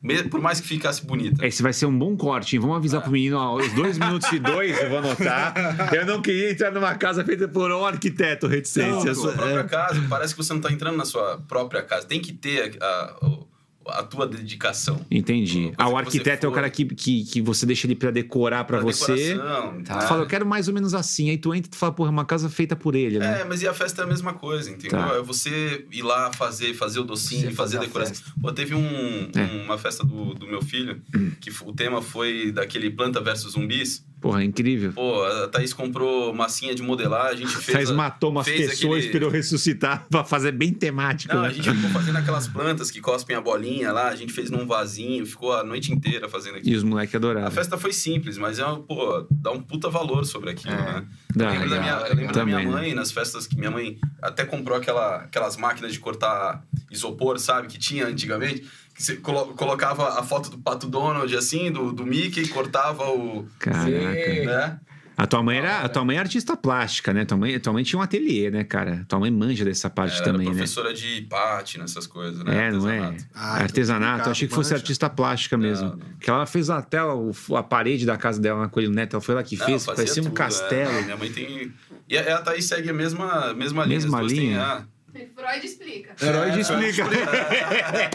Speaker 4: Me- por mais que ficasse bonita.
Speaker 1: Esse vai ser um bom corte, hein? Vamos avisar
Speaker 4: Ah.
Speaker 1: pro menino, ó, os dois minutos e dois, eu vou anotar. Eu não queria entrar numa casa feita por um arquiteto reticente.
Speaker 4: a sua
Speaker 1: é.
Speaker 4: própria casa, parece que você não tá entrando na sua própria casa. Tem que ter a, a- o- a tua dedicação.
Speaker 1: Entendi.
Speaker 4: Coisa
Speaker 1: Ah, o
Speaker 4: que
Speaker 1: arquiteto
Speaker 4: você
Speaker 1: é o
Speaker 4: for.
Speaker 1: cara que, que, que você deixa ele pra decorar pra
Speaker 4: A
Speaker 1: você.
Speaker 4: decoração,
Speaker 3: Tá.
Speaker 4: né?
Speaker 1: Tu fala, eu quero mais ou menos assim. Aí tu entra e tu fala, porra, é uma casa feita por ele, né?
Speaker 4: É, mas e a festa é a mesma coisa, entendeu?
Speaker 1: Tá.
Speaker 4: É você ir lá fazer, fazer o docinho,
Speaker 3: Você
Speaker 4: fazer
Speaker 3: fazer
Speaker 4: a
Speaker 3: a
Speaker 4: decoração. Pô, teve um-
Speaker 1: É. Hum.
Speaker 4: uma festa do, do meu filho, que f- o tema foi daquele planta versus zumbis.
Speaker 1: Porra, é incrível.
Speaker 4: Pô, a Thaís comprou massinha de modelar, a gente fez.
Speaker 1: Fez,
Speaker 4: a-
Speaker 1: matou umas
Speaker 4: fez
Speaker 1: pessoas,
Speaker 4: aquele-
Speaker 1: esperou ressuscitar pra fazer bem temático.
Speaker 4: Não,
Speaker 1: né?
Speaker 4: a gente ficou fazendo aquelas plantas que cospem a bolinha lá, a gente fez num vasinho, ficou a noite inteira fazendo aquilo.
Speaker 1: E os moleques adoraram.
Speaker 4: A festa foi simples, mas é, uma- pô, dá um puta valor sobre aquilo,
Speaker 3: É.
Speaker 4: né?
Speaker 1: Dá,
Speaker 4: Eu lembro da
Speaker 1: dá.
Speaker 4: minha, eu lembro da minha
Speaker 1: Também, né?
Speaker 4: mãe, nas festas que minha mãe até comprou aquela, aquelas máquinas de cortar isopor, sabe? Que tinha antigamente. Que você colo- colocava a foto do Pato Donald, assim, do, do Mickey, cortava o...
Speaker 1: Caraca.
Speaker 3: Sim.
Speaker 4: Né?
Speaker 1: A tua mãe era, a tua mãe é artista plástica, né? Tua mãe, tua mãe tinha um ateliê, né, cara? Tua mãe manja dessa parte
Speaker 4: Ela
Speaker 1: também,
Speaker 4: era
Speaker 1: né?
Speaker 4: professora de pátina, essas coisas, né?
Speaker 1: É, não é?
Speaker 4: Artesanato.
Speaker 2: Ah, então
Speaker 1: Artesanato,
Speaker 2: complicado,
Speaker 1: eu achei que fosse
Speaker 2: manja.
Speaker 1: artista plástica mesmo.
Speaker 4: Não, não.
Speaker 1: Que ela fez até o- a parede da casa dela na Coelho Neto, ela foi lá que
Speaker 4: Não,
Speaker 1: fez,
Speaker 4: fazia
Speaker 1: parecia um
Speaker 4: tudo, é.
Speaker 1: castelo.
Speaker 4: Minha mãe tem... E a, a Thaís segue a mesma, mesma linha.
Speaker 1: Mesma
Speaker 4: as duas têm,
Speaker 1: linha?
Speaker 4: ah,
Speaker 5: É, Freud explica.
Speaker 1: Freud
Speaker 4: É,
Speaker 1: explica.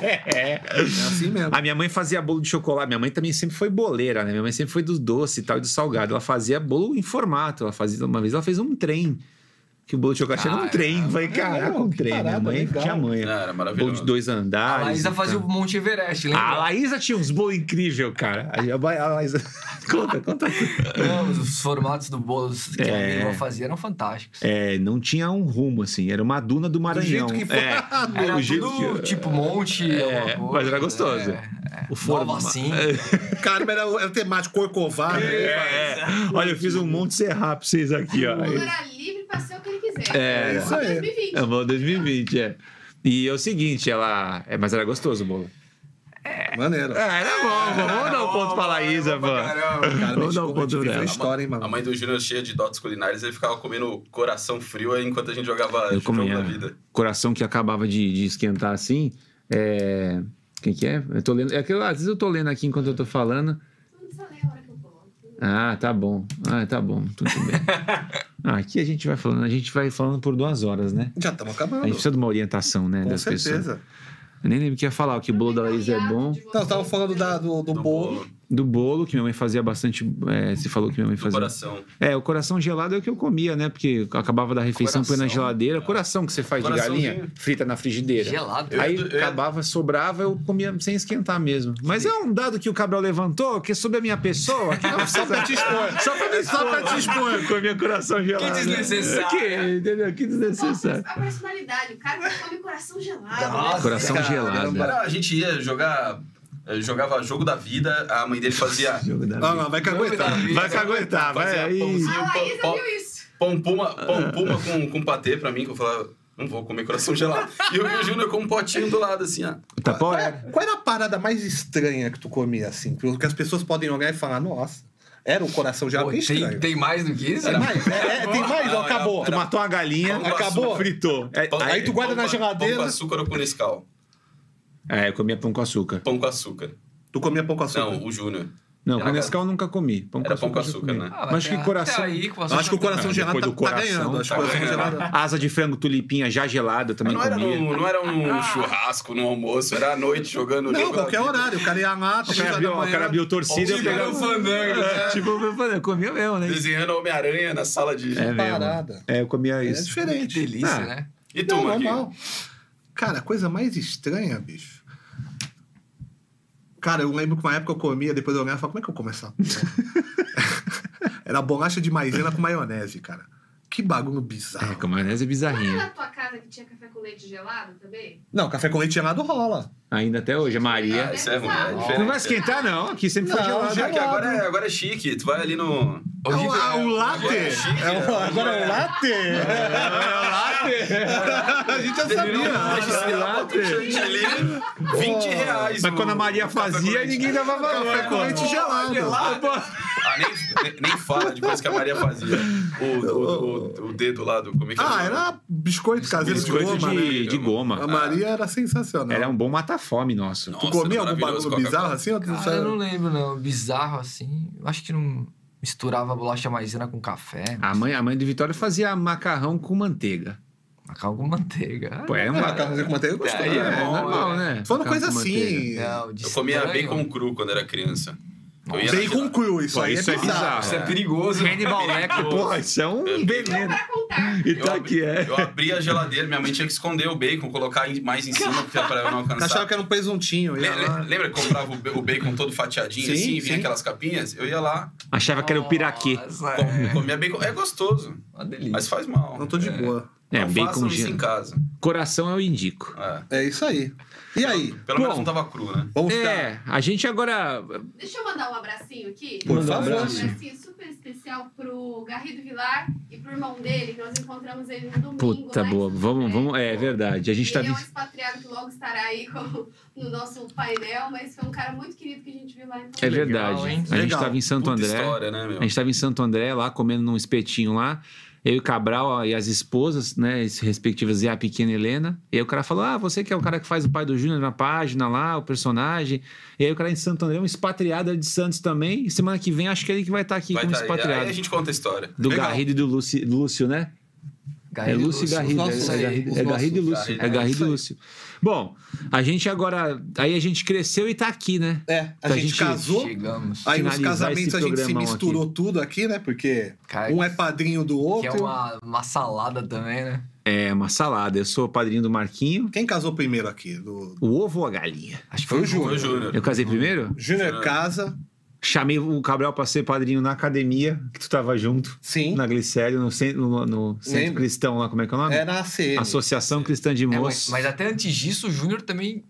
Speaker 2: É assim mesmo.
Speaker 1: A minha mãe fazia bolo de chocolate. Minha mãe também sempre foi boleira, né? Minha mãe sempre foi do doce e tal, e do salgado. Ela fazia bolo em formato. Ela fazia, uma vez ela fez um trem. Que o bolo de chocolate era um
Speaker 4: Ah,
Speaker 3: Cara,
Speaker 1: trem. Eu
Speaker 4: é?
Speaker 1: Falei, caraca, um
Speaker 2: que
Speaker 1: trem.
Speaker 2: parada,
Speaker 1: minha mãe
Speaker 2: legal.
Speaker 1: tinha mãe.
Speaker 4: Era
Speaker 1: Bolo de
Speaker 4: maravilhoso.
Speaker 1: dois andares.
Speaker 3: A Laísa
Speaker 1: e
Speaker 3: fazia
Speaker 1: tal.
Speaker 3: o Monte Everest,
Speaker 1: A
Speaker 3: lembra?
Speaker 1: Laísa tinha uns bolos incríveis, cara. A a Laísa. conta, conta.
Speaker 3: Não, os formatos do bolo que a minha irmã fazia eram fantásticos.
Speaker 1: É, não tinha um rumo, assim. Era uma duna do
Speaker 2: Do
Speaker 1: Maranhão.
Speaker 2: jeito que foi.
Speaker 1: É,
Speaker 3: Era
Speaker 1: o jeito
Speaker 3: tudo
Speaker 1: que-
Speaker 3: tipo monte,
Speaker 1: É,
Speaker 3: alguma
Speaker 1: mas era
Speaker 3: coisa,
Speaker 1: gostoso.
Speaker 3: é.
Speaker 1: o
Speaker 3: Nova
Speaker 1: forma.
Speaker 3: assim.
Speaker 2: Carmen era, o- era o temático Corcovado.
Speaker 1: É, é. Olha, eu fiz um monte de serrar pra vocês aqui, ó.
Speaker 5: O mundo era livre pra ser o que ele quiser.
Speaker 1: É,
Speaker 2: isso aí.
Speaker 5: 2020.
Speaker 1: É o bolo 2020, é. E é o seguinte, ela. É, mas era gostoso o bolo.
Speaker 2: né? Maneiro.
Speaker 1: Ah, era bom, vamos dar um ponto pra Laísa, mano.
Speaker 2: Cara,
Speaker 1: Vamos dar um
Speaker 2: desculpa, a
Speaker 1: ponto
Speaker 2: gente fez
Speaker 1: nela.
Speaker 2: uma história, hein,
Speaker 4: A
Speaker 2: mano.
Speaker 4: mãe do Júnior cheia de dotes culinárias, ele ficava comendo coração frio aí enquanto a gente jogava
Speaker 1: Eu
Speaker 4: jogo
Speaker 1: comia.
Speaker 4: da vida.
Speaker 1: Coração que acabava de, de esquentar assim. É. Quem que é? Eu tô lendo. É aquilo, às vezes eu tô lendo aqui enquanto eu tô falando.
Speaker 5: Não precisa ler a hora que eu coloco.
Speaker 1: Ah, tá bom. Ah, tá bom. Tudo bem. Ah, aqui a gente vai falando, a gente vai falando por duas horas, né?
Speaker 2: Já estamos
Speaker 1: A
Speaker 2: acabando.
Speaker 1: gente precisa de uma orientação, né?
Speaker 2: Com
Speaker 1: das pessoas.
Speaker 2: certeza.
Speaker 1: Eu nem lembro o que ia falar, que o bolo da Laísa
Speaker 5: um
Speaker 1: é bom.
Speaker 2: Não, Tá, eu tava falando da- do, do
Speaker 4: Do
Speaker 2: bolo.
Speaker 1: Do bolo, que minha mãe fazia bastante. É, você falou que minha mãe
Speaker 4: do
Speaker 1: fazia.
Speaker 4: coração.
Speaker 1: É, o coração gelado é o que eu comia, né? Porque eu acabava da refeição, põe na
Speaker 4: Coração.
Speaker 1: geladeira. Coração que você faz de
Speaker 4: Coraçãozinho.
Speaker 1: galinha, frita na frigideira.
Speaker 3: Gelado.
Speaker 4: Eu-
Speaker 1: É. Aí
Speaker 4: eu-
Speaker 1: acabava, sobrava, eu comia sem esquentar mesmo. Mas é um dado que o Cabral levantou, que é sobre a minha pessoa, que não precisa...
Speaker 2: Só pra te expor.
Speaker 1: Só pra me só pra te expor. Comia coração gelado.
Speaker 3: desnecessário.
Speaker 1: Que, entendeu? Que desnecessário.
Speaker 5: A personalidade, o cara que come coração gelado. né?
Speaker 3: Nossa,
Speaker 1: Coração
Speaker 2: Cara,
Speaker 1: gelado.
Speaker 2: caramba.
Speaker 4: Cara, um a gente ia jogar. eh, Jogava jogo da vida, a mãe dele fazia
Speaker 1: Jogo da
Speaker 2: Não,
Speaker 1: vida.
Speaker 2: não, vai que aguentar.
Speaker 1: Vai que aguentar, vai
Speaker 4: Fazia
Speaker 1: aí.
Speaker 4: pãozinho.
Speaker 5: A Laísa
Speaker 4: Pô, pô.
Speaker 5: viu isso.
Speaker 4: pão puma, pão puma com, com patê pra mim, que eu falava, não vou comer coração gelado. E eu e o Júnior com um potinho do lado, assim, ó.
Speaker 1: Tá bom?
Speaker 2: Qual, era- qual era a parada mais estranha que tu comia, assim? Que as pessoas podem olhar e falar, nossa, era o coração gelado
Speaker 3: Pô,
Speaker 2: bem
Speaker 3: tem,
Speaker 2: estranho.
Speaker 3: tem mais do que isso?
Speaker 2: Tem mais? É, é, tem mais? Ó,
Speaker 4: Não,
Speaker 2: acabou.
Speaker 1: Tu matou uma galinha,
Speaker 4: Pão com
Speaker 1: acabou,
Speaker 4: açúcar.
Speaker 1: fritou. É,
Speaker 4: Pão-
Speaker 2: aí tu guarda
Speaker 4: pão
Speaker 2: na
Speaker 4: com-
Speaker 2: geladeira.
Speaker 4: Pão com açúcar ou com Nescau?
Speaker 1: é, eu comia pão com açúcar.
Speaker 4: Pão com açúcar.
Speaker 2: Tu comia pão com açúcar.
Speaker 4: Não, o Júnior.
Speaker 1: Não,
Speaker 4: Era
Speaker 1: com
Speaker 4: ga-
Speaker 1: Nescau eu nunca comi. Pão
Speaker 4: Era pão com
Speaker 1: eu já
Speaker 4: açúcar,
Speaker 1: comi.
Speaker 4: né?
Speaker 3: Ah, mas
Speaker 1: Mas acho que
Speaker 3: até-
Speaker 1: coração.
Speaker 3: até aí, com
Speaker 2: Eu acho que o coração
Speaker 1: Ah,
Speaker 2: gelado
Speaker 1: depois
Speaker 2: tá,
Speaker 1: do coração,
Speaker 2: tá ganhando. Acho que
Speaker 4: tá
Speaker 2: o coração
Speaker 4: ganhando.
Speaker 2: gelado.
Speaker 1: Asa de frango, tulipinha já gelada também
Speaker 4: Mas não, era
Speaker 1: comia.
Speaker 4: num, não era um churrasco, num almoço, era à noite jogando
Speaker 2: Não,
Speaker 4: jogo da
Speaker 2: qualquer
Speaker 4: vida.
Speaker 2: horário. O cara ia lá,
Speaker 1: O
Speaker 2: três
Speaker 1: cara
Speaker 2: horas
Speaker 1: viu,
Speaker 2: da
Speaker 1: ó, o
Speaker 2: manhã.
Speaker 1: é cara viu torcida eu
Speaker 4: Tipo,
Speaker 1: pegava...
Speaker 4: era um fandango,
Speaker 2: É.
Speaker 4: né?
Speaker 1: Tipo, eu falei, eu comia mesmo, né?
Speaker 4: Desenhando Homem-Aranha na sala de.
Speaker 1: É mesmo.
Speaker 2: Parada.
Speaker 1: É, eu comia
Speaker 2: É
Speaker 1: isso.
Speaker 2: diferente.
Speaker 3: Que delícia,
Speaker 1: Ah.
Speaker 3: né?
Speaker 4: E tu,
Speaker 2: Não,
Speaker 4: Então, Marquinhos?
Speaker 2: normal. Cara, a coisa mais estranha, bicho. Cara, eu lembro que uma época eu comia, depois eu olhava e falava, como é que eu como essa porra?" Era bolacha de maisena com maionese, cara. Que bagulho
Speaker 1: É,
Speaker 2: bizarro.
Speaker 1: com maionese é
Speaker 5: Não
Speaker 1: bizarrinha.
Speaker 5: era na tua casa que tinha café com leite gelado também?
Speaker 2: Não, café com leite gelado rola.
Speaker 1: Ainda até hoje, a Maria.
Speaker 4: Ah, isso é ruim. É
Speaker 5: Não
Speaker 4: diferente.
Speaker 1: Não vai esquentar, não. Aqui sempre foi
Speaker 2: Não,
Speaker 1: gelado.
Speaker 2: já-
Speaker 4: É que agora é, agora é chique, tu vai ali
Speaker 2: É
Speaker 4: no.
Speaker 2: um,
Speaker 3: Horrível.
Speaker 2: ah, um latte.
Speaker 4: é chique,
Speaker 2: É um-
Speaker 4: é.
Speaker 2: agora é um latte. É.
Speaker 1: é
Speaker 2: a gente já sabia. Ah,
Speaker 4: um Chantilly, 20 reais.
Speaker 1: Mas quando a Maria
Speaker 4: o café com
Speaker 1: fazia,
Speaker 4: leite.
Speaker 1: ninguém dava valor.
Speaker 2: Café com
Speaker 1: mano.
Speaker 2: leite gelado.
Speaker 4: Ah, nem, nem- nem fala depois que a Maria fazia. O, o, o, o dedo lá do. Como é que
Speaker 2: Ah,
Speaker 4: chama?
Speaker 2: era biscoito caseiro de
Speaker 1: Biscoito
Speaker 2: goma. né?
Speaker 1: de, de
Speaker 2: A
Speaker 1: goma.
Speaker 2: Maria era sensacional.
Speaker 1: Era um bom mata-fome nosso.
Speaker 4: Nossa,
Speaker 2: Tu comia
Speaker 4: era
Speaker 2: algum
Speaker 4: maravilhoso,
Speaker 2: bagulho bizarro
Speaker 4: Coca-Cola.
Speaker 2: assim? ou tu
Speaker 3: Cara,
Speaker 2: sabe?
Speaker 3: eu não lembro, não. Bizarro assim. Eu acho que não misturava bolacha maisena com café.
Speaker 1: A mãe, a mãe do Vitória fazia macarrão com manteiga.
Speaker 3: Macarrão com manteiga. Ah,
Speaker 1: Pô, é
Speaker 2: É,
Speaker 1: uma...
Speaker 2: macarrãozinho com manteiga eu gosto.
Speaker 4: Aí é
Speaker 2: né?
Speaker 4: bom,
Speaker 1: normal, né?
Speaker 2: Falando coisa
Speaker 1: Macarrão com manteiga.
Speaker 2: assim.
Speaker 3: Não, de
Speaker 4: Eu comia
Speaker 3: estranho.
Speaker 4: bacon cru quando era criança. Eu ia na
Speaker 2: Bacon
Speaker 4: gelada-
Speaker 2: cru, isso
Speaker 1: Pô,
Speaker 2: aí
Speaker 1: isso
Speaker 2: é
Speaker 1: é
Speaker 2: bizarro.
Speaker 1: bizarro.
Speaker 3: Isso é perigoso. Hannibal né, Lecter,
Speaker 1: Porra, isso é um
Speaker 5: Deu
Speaker 1: veneno.
Speaker 5: pra contar.
Speaker 1: E
Speaker 4: Eu
Speaker 1: tá
Speaker 4: abri-
Speaker 1: aqui, é.
Speaker 4: Eu abri a geladeira, minha mãe tinha que esconder o bacon, colocar em- mais em cima porque pra eu não
Speaker 2: Achava
Speaker 4: alcançar.
Speaker 2: que era um presuntinho.
Speaker 4: Le-
Speaker 2: ia
Speaker 4: le-
Speaker 2: lá.
Speaker 4: lembra que comprava o ba- o bacon todo fatiadinho
Speaker 2: Sim,
Speaker 4: assim, vinha
Speaker 2: sim.
Speaker 4: aquelas capinhas? Eu ia lá,
Speaker 1: Achava que era o piraquê.
Speaker 4: Ah,
Speaker 3: Nossa,
Speaker 4: com-
Speaker 3: é.
Speaker 4: comia bacon. É gostoso,
Speaker 3: Uma delícia.
Speaker 4: mas faz mal.
Speaker 2: Não tô de boa.
Speaker 1: É,
Speaker 4: não
Speaker 1: bacon
Speaker 4: façam isso
Speaker 1: gelo.
Speaker 4: em casa.
Speaker 1: Coração eu indico.
Speaker 4: É.
Speaker 2: É isso aí. E aí?
Speaker 4: Pelo
Speaker 1: Bom.
Speaker 4: menos não tava cru, né?
Speaker 2: Vamos ficar.
Speaker 1: É, a gente agora.
Speaker 5: Deixa eu mandar um abracinho aqui.
Speaker 2: Por
Speaker 5: Mandar
Speaker 2: favor.
Speaker 5: Um abracinho super especial pro Garrido Vilar e pro irmão dele, que nós encontramos ele no domingo.
Speaker 1: Puta
Speaker 5: lá em
Speaker 1: boa,
Speaker 5: São
Speaker 1: vamos,
Speaker 5: José.
Speaker 1: vamos. É verdade. A gente tá.
Speaker 5: Ele é um
Speaker 1: de-
Speaker 5: expatriado que logo estará aí com- no nosso painel, mas foi um cara muito querido que a gente viu lá em
Speaker 1: É
Speaker 5: Palmeiras.
Speaker 1: verdade.
Speaker 3: hein?
Speaker 1: A gente
Speaker 2: Legal.
Speaker 1: tava em Santo
Speaker 4: Puta
Speaker 1: André.
Speaker 4: história, né, meu?
Speaker 1: A gente tá tava em Santo André lá, comendo num espetinho lá. Eu e o Cabral ó, e as esposas, né, as respectivas, e a pequena Helena. E aí o cara falou: Ah, você que é o cara que faz o pai do Júnior na página lá, o personagem. E aí o cara em Santo André, um expatriado de Santos também. E semana que vem acho que é ele que vai estar aqui
Speaker 4: Vai
Speaker 1: como
Speaker 4: tá aí.
Speaker 1: expatriado.
Speaker 4: Aí a gente conta a história.
Speaker 1: Do
Speaker 2: Legal.
Speaker 1: Garrido e do Lúcio, Lúcio, né? É
Speaker 3: Garrido e
Speaker 1: Lúcio e Garrido.
Speaker 3: Nossa,
Speaker 1: é,
Speaker 3: isso
Speaker 1: é
Speaker 3: aí.
Speaker 1: Garrido, é
Speaker 3: Nossa,
Speaker 1: Garrido e Lúcio.
Speaker 3: cara,
Speaker 1: É
Speaker 3: é
Speaker 1: Garrido
Speaker 2: isso
Speaker 1: e
Speaker 2: aí.
Speaker 1: Lúcio. Bom, a gente agora. Aí a gente cresceu e tá aqui, né?
Speaker 2: É, a
Speaker 1: Então a
Speaker 2: gente
Speaker 1: gente
Speaker 2: casou.
Speaker 3: Chegamos.
Speaker 2: Aí nos
Speaker 1: finalizar
Speaker 2: casamentos
Speaker 1: esse
Speaker 2: a gente se
Speaker 1: programão aqui.
Speaker 2: misturou tudo aqui, né? Porque
Speaker 3: Cara,
Speaker 2: um é padrinho do
Speaker 3: Que é
Speaker 2: outro.
Speaker 3: uma, uma salada também, né?
Speaker 1: É uma salada. Eu sou o padrinho do Marquinho.
Speaker 2: Quem casou primeiro aqui? Do...
Speaker 1: O ovo ou a galinha?
Speaker 3: Acho que
Speaker 2: Foi o
Speaker 4: Foi o
Speaker 2: Júnior.
Speaker 4: Júnior.
Speaker 1: Eu casei primeiro?
Speaker 2: Júnior casa,
Speaker 1: Chamei o Cabral pra ser padrinho na academia, que tu tava junto,
Speaker 2: sim.
Speaker 1: na Glicério, no centro, no, no centro
Speaker 2: Lembro.
Speaker 1: cristão lá, como é que é o nome?
Speaker 2: É na ACM.
Speaker 1: Associação Cristã de
Speaker 3: É,
Speaker 1: Moços.
Speaker 3: mas, mas até antes disso, o Júnior também.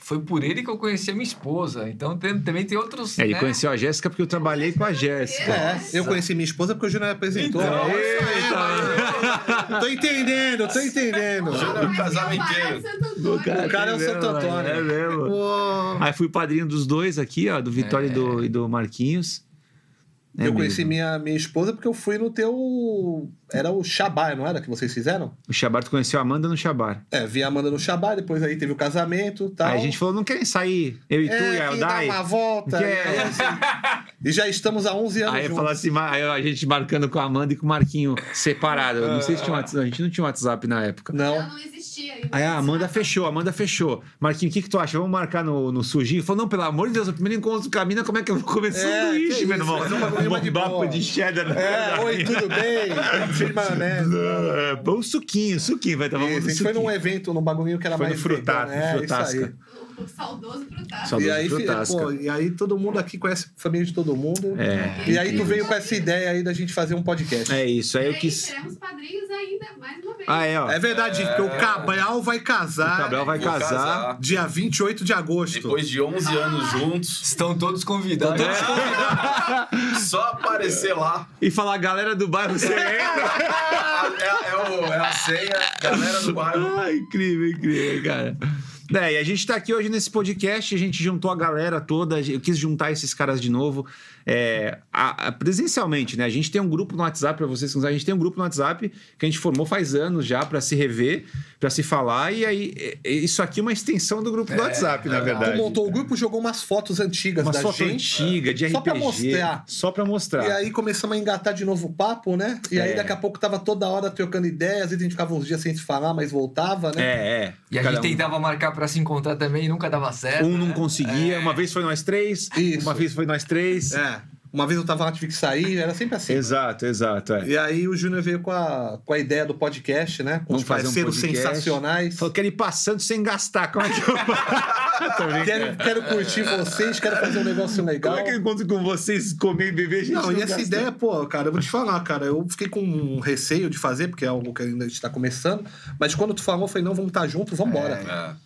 Speaker 3: Foi por ele que eu conheci a minha esposa. Então tem- também tem outros.
Speaker 1: É, ele
Speaker 3: né?
Speaker 1: conheceu a Jéssica porque eu trabalhei com a Jéssica.
Speaker 2: É, eu conheci minha esposa porque o Júnior apresentou.
Speaker 1: Então,
Speaker 2: É, Tô entendendo, tô entendendo.
Speaker 4: Júnior, casamento inteiro.
Speaker 5: inteiro.
Speaker 2: O cara é o Santo Antônio.
Speaker 1: É mesmo.
Speaker 2: Uou.
Speaker 1: Aí fui padrinho dos dois aqui, ó, do Vitória
Speaker 2: É.
Speaker 1: e, do, e do Marquinhos. É
Speaker 2: eu conheci
Speaker 1: mesmo.
Speaker 2: minha, minha esposa porque eu fui no teu. Era o Xabá, não era? Que vocês fizeram?
Speaker 1: O Xabar, tu conheceu a Amanda no Xabar.
Speaker 2: É, vi a Amanda no Xabá, depois aí teve o casamento e tal.
Speaker 1: Aí a gente falou, não querem sair, eu e tu e
Speaker 2: Tá é,
Speaker 1: a
Speaker 2: que dá
Speaker 1: Eldai?
Speaker 2: uma volta.
Speaker 1: Que
Speaker 2: e,
Speaker 1: é-
Speaker 2: aí, assim, e já estamos há 11 anos.
Speaker 1: Aí eu
Speaker 2: juntos.
Speaker 1: falo assim, ma- aí a gente marcando com a Amanda e com o Marquinho separado. Eu Não sei se
Speaker 2: Ah.
Speaker 1: tinha um WhatsApp, a gente não tinha WhatsApp na época.
Speaker 5: Ela
Speaker 2: Não.
Speaker 5: não existia ainda.
Speaker 1: Então, Aí a Amanda fechou, a Amanda fechou. Marquinho, o que, que tu acha? Vamos marcar no, no sujinho? Falou, não, pelo amor de Deus, o primeiro encontro do caminho, como é que eu vou comer
Speaker 2: que
Speaker 1: sanduíche,
Speaker 2: isso,
Speaker 1: meu irmão?
Speaker 2: fazer um bagulho mais de boa.
Speaker 1: Bombapo de cheddar. né?
Speaker 2: É, oi, tudo bem? Cheio de maionese.
Speaker 1: É, Bom, suquinho, suquinho, vai estar
Speaker 2: Isso, É, a
Speaker 1: falando do
Speaker 2: gente foi num
Speaker 1: suquinho.
Speaker 2: evento, num bagulho que era
Speaker 1: Foi no
Speaker 2: mais
Speaker 1: Frutar-
Speaker 2: vegano, é,
Speaker 1: Frutasca.
Speaker 2: isso aí.
Speaker 5: O saudoso frutado.
Speaker 1: Saudoso
Speaker 2: E aí, fi-
Speaker 1: Frutasca.
Speaker 2: pô, e aí todo mundo aqui conhece a família de todo mundo.
Speaker 1: É,
Speaker 2: E aí tu veio com essa ideia aí da gente fazer um podcast.
Speaker 1: é isso, aí
Speaker 5: E
Speaker 1: eu
Speaker 5: aí,
Speaker 1: quis...
Speaker 5: Teremos padrinhos ainda, mais uma vez.
Speaker 1: Ah, é, ó.
Speaker 2: É verdade, porque o Cabral vai
Speaker 1: O
Speaker 2: casar.
Speaker 1: Cabral vai
Speaker 4: Vou
Speaker 1: casar.
Speaker 2: Dia 28 de agosto.
Speaker 4: Depois de 11 anos juntos,
Speaker 3: Estão todos convidados.
Speaker 1: Tá, né?
Speaker 4: só aparecer lá.
Speaker 1: E falar, galera do bairro, você é entra.
Speaker 4: É, é o- é a senha, galera do bairro.
Speaker 1: Ah, incrível, incrível, cara. É, e a gente tá aqui hoje nesse podcast, a gente juntou a galera toda, eu quis juntar esses caras de novo, é, a- a- presencialmente, né? A gente tem um grupo no WhatsApp, pra vocês que não sabem, a gente tem um grupo no WhatsApp que a gente formou faz anos já pra se rever, pra se falar, e aí é- é- isso aqui é uma extensão do grupo do WhatsApp, na
Speaker 2: Tu
Speaker 1: verdade.
Speaker 2: montou o grupo, jogou umas fotos antigas
Speaker 1: uma
Speaker 2: é, da
Speaker 1: foto
Speaker 2: gente. é,
Speaker 1: antiga, de
Speaker 2: Só pra
Speaker 1: RPG,
Speaker 2: mostrar.
Speaker 1: Só pra mostrar.
Speaker 2: E aí começamos a engatar de novo o papo, né? E aí
Speaker 1: É.
Speaker 2: daqui a pouco tava toda hora trocando ideias, às vezes a gente ficava uns dias sem se falar, mas voltava, né?
Speaker 1: É, é.
Speaker 3: E a
Speaker 1: Cada
Speaker 3: gente tentava marcar pra se encontrar também e nunca dava certo.
Speaker 1: Um não
Speaker 3: né?
Speaker 1: conseguia, uma vez foi nós três,
Speaker 2: É. Isso.
Speaker 1: uma vez foi nós três.
Speaker 2: É. Uma vez eu tava lá, tive que sair, era sempre assim.
Speaker 1: Exato, exato. É.
Speaker 2: E aí o Júnior veio com a, com a ideia do podcast, né? Com
Speaker 1: Vamos
Speaker 2: os
Speaker 1: fazer um
Speaker 2: parceiros
Speaker 1: podcast.
Speaker 2: sensacionais.
Speaker 1: Falou, quero ir passando sem gastar. Como é que eu Tô brincando.
Speaker 2: Quero, quero curtir vocês, quero fazer um negócio legal.
Speaker 1: Como é que eu encontro com vocês, comer e beber? A gente
Speaker 2: Não, e essa
Speaker 1: gasta.
Speaker 2: ideia, pô, cara, eu vou te falar, cara, eu fiquei com um receio de fazer, porque é algo que ainda está começando, mas quando tu falou, eu falei, não, vamos tá estar juntos, vamos embora.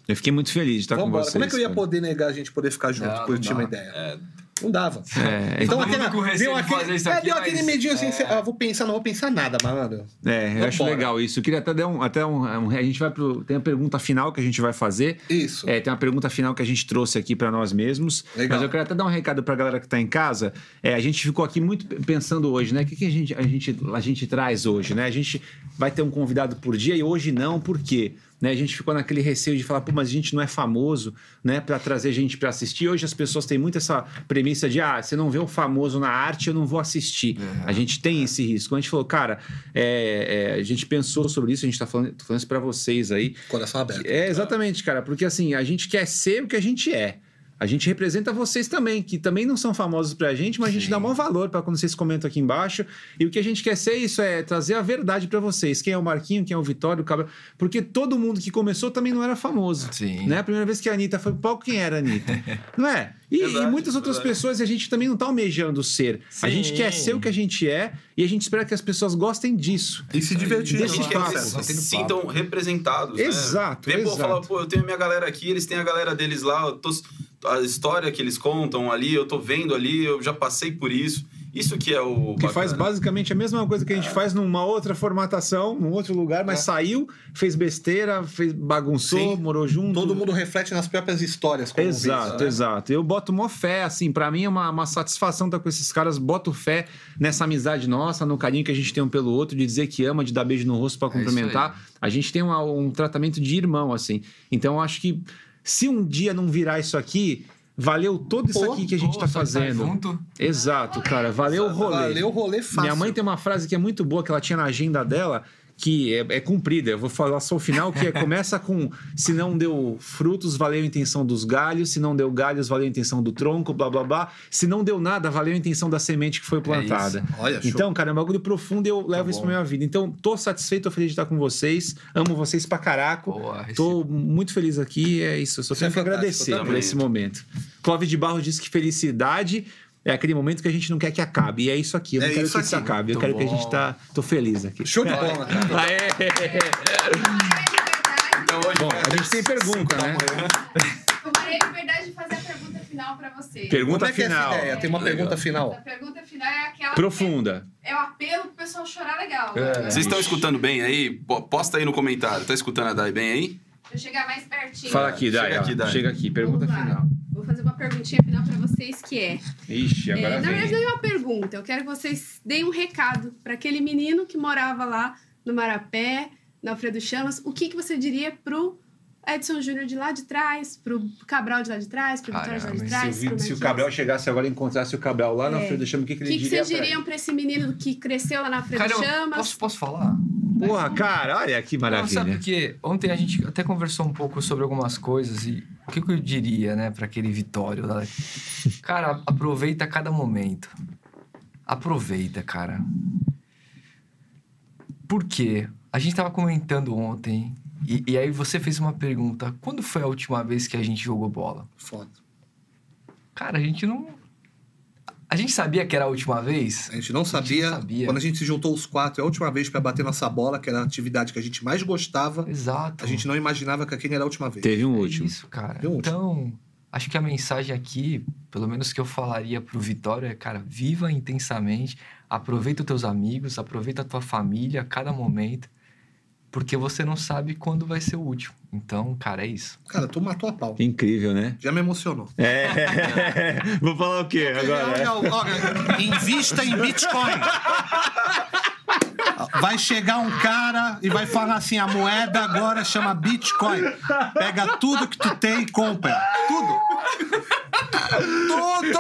Speaker 4: É,
Speaker 1: Eu fiquei muito feliz de estar
Speaker 2: vamos
Speaker 1: com
Speaker 2: embora.
Speaker 1: vocês.
Speaker 2: Como é que eu ia
Speaker 1: cara.
Speaker 2: poder negar a gente poder ficar junto,
Speaker 3: Não, não
Speaker 2: curtir
Speaker 3: dá.
Speaker 2: uma ideia?
Speaker 4: É.
Speaker 2: Não dava.
Speaker 1: É,
Speaker 2: Então
Speaker 3: Todo mundo
Speaker 2: aquela,
Speaker 3: com receio
Speaker 2: deu
Speaker 3: de
Speaker 2: aquele,
Speaker 3: fazer isso
Speaker 2: é,
Speaker 3: aqui,
Speaker 2: deu aquele
Speaker 3: mas-
Speaker 2: medinho assim,
Speaker 3: é.
Speaker 2: você- ah, vou pensar, não vou pensar nada, malandro.
Speaker 1: é, eu acho
Speaker 2: Vambora.
Speaker 1: legal isso. Eu queria até dar um. Até um, um- a gente vai pro. Tem a pergunta final que a gente vai fazer.
Speaker 2: Isso.
Speaker 1: É, tem uma pergunta final que a gente trouxe aqui para nós mesmos.
Speaker 2: Legal.
Speaker 1: Mas eu quero até dar um recado para a galera que está em casa. É, a gente ficou aqui muito pe- pensando hoje, né? O que, que a, gente, a, gente, a gente traz hoje, né? A gente vai ter um convidado por dia e hoje não, por quê? Né? A gente ficou naquele receio de falar, pô, mas a gente não é famoso, né? Para trazer gente para assistir. Hoje as pessoas têm muito essa premissa de, ah, você não vê um famoso na arte, eu não vou assistir.
Speaker 3: É.
Speaker 1: A gente tem esse risco. A gente falou, cara, é, é, a gente pensou sobre isso, a gente está falando, tô falando isso para vocês aí.
Speaker 2: Coração aberto.
Speaker 1: É, exatamente, cara. Porque assim, a gente quer ser o que a gente é. A gente representa vocês também, que também não são famosos pra gente, mas a gente dá maior valor pra quando vocês comentam aqui embaixo. E o que a gente quer ser é isso, é trazer a verdade pra vocês. Quem é o Marquinho, quem é o Vitório, o Cabral. Porque todo mundo que começou também não era famoso.
Speaker 3: Sim.
Speaker 1: Né? A primeira vez que a Anitta foi pro palco, quem era a Anitta? Não é? E,
Speaker 4: Verdade,
Speaker 1: e muitas outras
Speaker 4: verdade.
Speaker 1: pessoas, e a gente também não tá almejando ser. A gente
Speaker 3: Sim.
Speaker 1: quer ser o que a gente é e a gente espera que as pessoas gostem disso.
Speaker 2: E se divertir.
Speaker 1: Deixa
Speaker 2: né?
Speaker 1: de papo.
Speaker 4: eles se sintam representados. né?
Speaker 1: Exato,
Speaker 4: Vê, pô,
Speaker 1: exato.
Speaker 4: fala, pô, eu tenho a minha galera aqui, eles têm a galera deles lá, eu tô- a história que eles contam ali, eu tô vendo ali, eu já passei por isso. Isso que é o.
Speaker 1: Que faz
Speaker 4: bacana.
Speaker 1: basicamente a mesma coisa que a gente faz numa outra formatação, num outro lugar, mas saiu, fez besteira, fez bagunçou,
Speaker 2: Sim.
Speaker 1: morou junto.
Speaker 2: Todo mundo reflete nas próprias histórias. como
Speaker 1: Exato,
Speaker 2: vê isso, né?
Speaker 1: exato. Eu boto mó fé, assim, pra mim é uma, uma satisfação estar com esses caras, boto fé nessa amizade nossa, no carinho que a gente tem um pelo outro, de dizer que ama, de dar beijo no rosto pra
Speaker 3: isso aí.
Speaker 1: cumprimentar. A gente tem uma- um tratamento de irmão, assim. Então eu acho que se um dia não virar isso aqui, valeu todo isso
Speaker 2: Pô,
Speaker 1: aqui que a gente
Speaker 3: Pô,
Speaker 1: tá
Speaker 3: só estar
Speaker 1: fazendo.
Speaker 3: junto.
Speaker 1: Exato, cara. Valeu o rolê.
Speaker 2: Valeu o rolê fácil.
Speaker 1: Minha mãe tem uma frase que é muito boa que ela tinha na agenda dela, que é, é cumprida. Eu vou falar só o final, que é, começa com se não deu frutos, valeu a intenção dos galhos, se não deu galhos, valeu a intenção do tronco, blá blá blá. Se não deu nada, valeu a intenção da semente que foi plantada.
Speaker 2: Olha, show.
Speaker 1: Então, cara, é um bagulho profundo e eu levo
Speaker 3: bom.
Speaker 1: isso pra minha vida. Então, tô satisfeito, tô feliz de estar com vocês. Amo vocês pra caraco.
Speaker 3: Boa,
Speaker 1: Tô muito feliz aqui. É isso. Eu só
Speaker 2: Isso é
Speaker 1: tenho que
Speaker 2: fantástico
Speaker 1: agradecer
Speaker 4: também.
Speaker 1: por esse momento. Clóvis de Barro disse que felicidade é aquele momento que a gente não quer que acabe. E é isso aqui. Eu não
Speaker 2: É
Speaker 1: quero
Speaker 2: isso
Speaker 1: que isso
Speaker 2: aqui.
Speaker 1: acabe. Eu
Speaker 3: Muito
Speaker 1: quero que a gente
Speaker 3: bom.
Speaker 1: tá. Tô feliz aqui.
Speaker 2: Show de bola, cara.
Speaker 4: Então hoje
Speaker 1: Bom, a gente tem pergunta, né?
Speaker 5: Eu parei de verdade de fazer a pergunta final pra vocês.
Speaker 1: Então- Pergunta
Speaker 2: Como é que é essa
Speaker 1: final.
Speaker 2: ideia? Tem uma
Speaker 4: Legal.
Speaker 2: pergunta final.
Speaker 5: A pergunta final é aquela.
Speaker 1: Profunda.
Speaker 5: É o apelo pro pessoal chorar legal.
Speaker 3: É.
Speaker 5: Né?
Speaker 4: Vocês estão escutando bem aí? Pô, Posta aí no comentário. Tá escutando a Dai bem aí?
Speaker 5: Deixa eu chegar mais pertinho.
Speaker 1: Fala aqui,
Speaker 4: Chega
Speaker 1: Dai.
Speaker 4: aqui,
Speaker 1: ó.
Speaker 4: Dai.
Speaker 1: Chega aqui. Pergunta
Speaker 5: Vamos lá.
Speaker 1: final.
Speaker 5: Vou fazer uma perguntinha final pra vocês que é.
Speaker 1: Ixi,
Speaker 5: É,
Speaker 1: agora
Speaker 5: na verdade,
Speaker 1: vem.
Speaker 5: não é uma pergunta. Eu quero que vocês deem um recado para aquele menino que morava lá no Marapé, na Alfredo Chamas. O que, que você diria pro Edson Júnior de lá de trás, pro Cabral de lá de trás, pro Vitória de lá
Speaker 3: Caramba,
Speaker 5: de
Speaker 3: se
Speaker 5: trás?
Speaker 1: Se, o-
Speaker 5: pro
Speaker 1: se o
Speaker 5: Matias?
Speaker 1: Cabral chegasse agora e encontrasse o Cabral lá na
Speaker 5: É.
Speaker 1: frente do chama, o que, que
Speaker 5: O
Speaker 1: ele
Speaker 5: que, que
Speaker 1: diria?
Speaker 5: vocês
Speaker 1: pra ele?
Speaker 5: diriam para esse menino que cresceu lá na Alfredo
Speaker 3: Cara, eu
Speaker 5: Chamas?
Speaker 3: posso, posso falar?
Speaker 1: Porra, cara, olha que
Speaker 3: Não, sabe
Speaker 1: maravilha.
Speaker 3: porque ontem a gente até conversou um pouco sobre algumas coisas e o que, que eu diria, né, pra aquele Vitório lá? Cara, aproveita cada momento. Aproveita, cara. Por quê? A gente tava comentando ontem e, e aí você fez uma pergunta. Quando foi a última vez que a gente jogou bola?
Speaker 2: Foda.
Speaker 3: Cara, a gente não... A gente sabia que era a última vez?
Speaker 2: A gente não sabia,
Speaker 3: sabia.
Speaker 2: Quando a gente se juntou os quatro, é a última vez pra bater nossa bola, que era a atividade que a gente mais gostava,
Speaker 3: Exato.
Speaker 2: a gente não imaginava que aquele era a última vez.
Speaker 1: Teve um
Speaker 3: É
Speaker 1: último.
Speaker 3: Isso, cara.
Speaker 2: Deu um último.
Speaker 3: Então, acho que a mensagem aqui, pelo menos que eu falaria pro Vitório é, cara, viva intensamente, aproveita os teus amigos, aproveita a tua família, a cada momento, porque você não sabe quando vai ser o último. Então, cara, é isso.
Speaker 2: Cara, tu matou a pau.
Speaker 1: Incrível, né?
Speaker 2: Já me emocionou.
Speaker 1: É. Vou falar o quê agora? é.
Speaker 2: Olha, olha, olha, invista em Bitcoin. Vai chegar um cara e vai falar assim: a moeda agora chama Bitcoin. Pega tudo que tu tem e compra. Tudo. Tudo!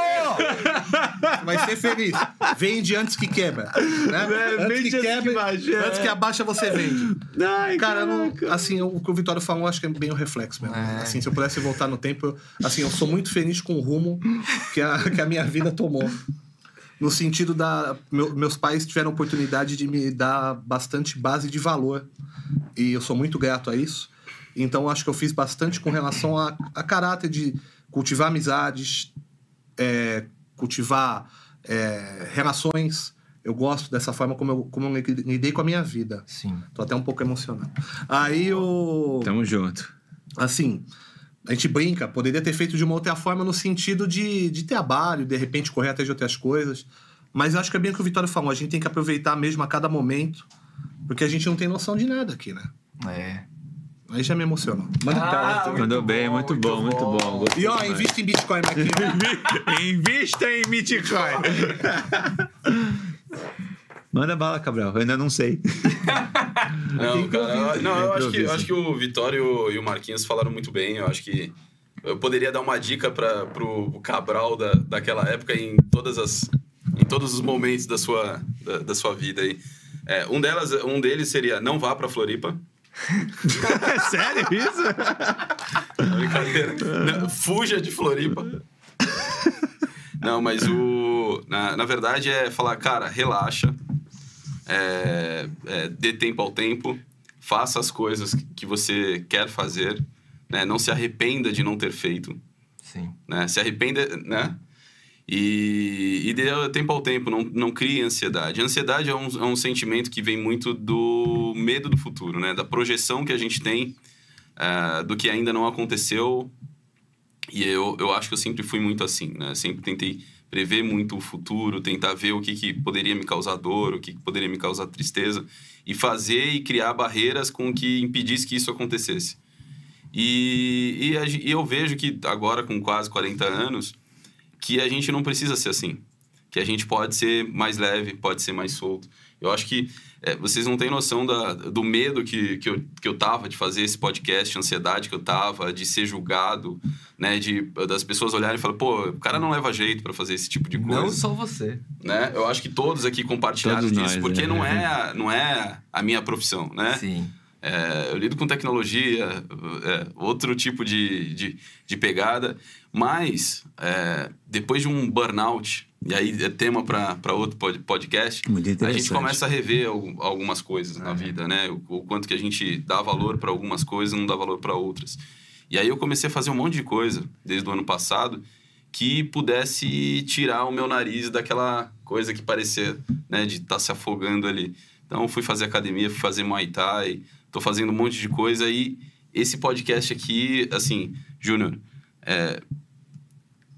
Speaker 2: Vai ser feliz. Vende antes que quebra. Né?
Speaker 1: É,
Speaker 2: antes
Speaker 1: vende antes que baixe, é.
Speaker 2: antes que abaixa, você vende.
Speaker 1: Ai,
Speaker 2: Cara, não, assim, o que o Vitório falou, acho que é bem o reflexo mesmo.
Speaker 3: É.
Speaker 2: Assim, se eu pudesse voltar no tempo, eu, assim, eu sou muito feliz com o rumo que a, que a minha vida tomou. No sentido da... meu- meus pais tiveram a oportunidade de me dar bastante base de valor. E eu sou muito grato a isso. Então, acho que eu fiz bastante com relação a, a caráter de cultivar amizades, é, cultivar é, relações. Eu gosto dessa forma como eu, como eu lidei com a minha vida.
Speaker 3: Sim.
Speaker 2: Tô até um pouco emocionado. Aí o.
Speaker 1: Tamo junto.
Speaker 2: Assim, a gente brinca, poderia ter feito de uma outra forma no sentido de, de trabalho, de repente correr atrás de outras coisas. Mas eu acho que é bem o que o Vitório falou, a gente tem que aproveitar mesmo a cada momento, porque a gente não tem noção de nada aqui, né?
Speaker 3: É.
Speaker 2: Aí já me emocionou. Manda um
Speaker 3: Ah,
Speaker 2: cara.
Speaker 3: muito
Speaker 1: Mandou bem,
Speaker 3: bom,
Speaker 1: muito
Speaker 3: muito
Speaker 1: bom, muito
Speaker 3: bom.
Speaker 1: bom.
Speaker 2: E ó, invista em Bitcoin, Marquinhos.
Speaker 1: Invista em Bitcoin. Manda bala, Cabral. Eu ainda não sei.
Speaker 4: Não, cara, eu- não, eu acho, que, eu
Speaker 1: Improvisa.
Speaker 4: acho que o Vitório e o Marquinhos falaram muito bem. Eu acho que eu poderia dar uma dica para pro Cabral da, daquela época em todas as em todos os momentos da sua da, da sua vida aí. É, um delas, um deles seria não vá para Floripa.
Speaker 1: É sério isso?
Speaker 4: Brincadeira. Não, Fuja de Floripa. Não, mas o. Na, na verdade é falar, cara, relaxa. É, é, dê tempo ao tempo. Faça as coisas que você quer fazer. né? Não se arrependa de não ter feito.
Speaker 3: Sim.
Speaker 4: né? Se arrependa, né? E, e dê tempo ao tempo, não, não crie ansiedade. Ansiedade é um, é um sentimento que vem muito do medo do futuro, né? Da projeção que a gente tem ah, do que ainda não aconteceu. E eu, eu acho que eu sempre fui muito assim, né? Sempre tentei prever muito o futuro, tentar ver o que, que poderia me causar dor, o que, que poderia me causar tristeza, e fazer e criar barreiras com que impedisse que isso acontecesse. E, e a gen- e eu vejo que agora, com quase 40 anos, que a gente não precisa ser assim. que a gente pode ser mais leve, pode ser mais solto. Eu acho que é, vocês não têm noção da, do medo que, que, eu, que eu tava de fazer esse podcast, a ansiedade que eu tava, de ser julgado, né? De, das pessoas olharem e falar, pô, o cara não leva jeito para fazer esse tipo de coisa.
Speaker 3: Não só você.
Speaker 4: Né? Eu acho que todos aqui compartilharam
Speaker 1: Todos
Speaker 4: disso,
Speaker 1: nós,
Speaker 4: porque
Speaker 1: é.
Speaker 4: não, é, a- não é a minha profissão, né?
Speaker 3: Sim.
Speaker 4: É, eu lido com tecnologia, é, outro tipo de, de, de pegada, mas é, depois de um burnout, e aí é tema para outro pod- podcast,
Speaker 1: Muito
Speaker 4: a
Speaker 1: interessante. É.
Speaker 4: gente começa a rever al- algumas coisas na vida, né? O, o quanto que a gente dá valor para algumas coisas e não dá valor para outras. E aí eu comecei a fazer um monte de coisa desde o ano passado que pudesse tirar o meu nariz daquela coisa que parecia, né, de estar se afogando ali. Então fui fazer academia, fui fazer Muay Thai, tô fazendo um monte de coisa e esse podcast aqui, assim, Júnior, é,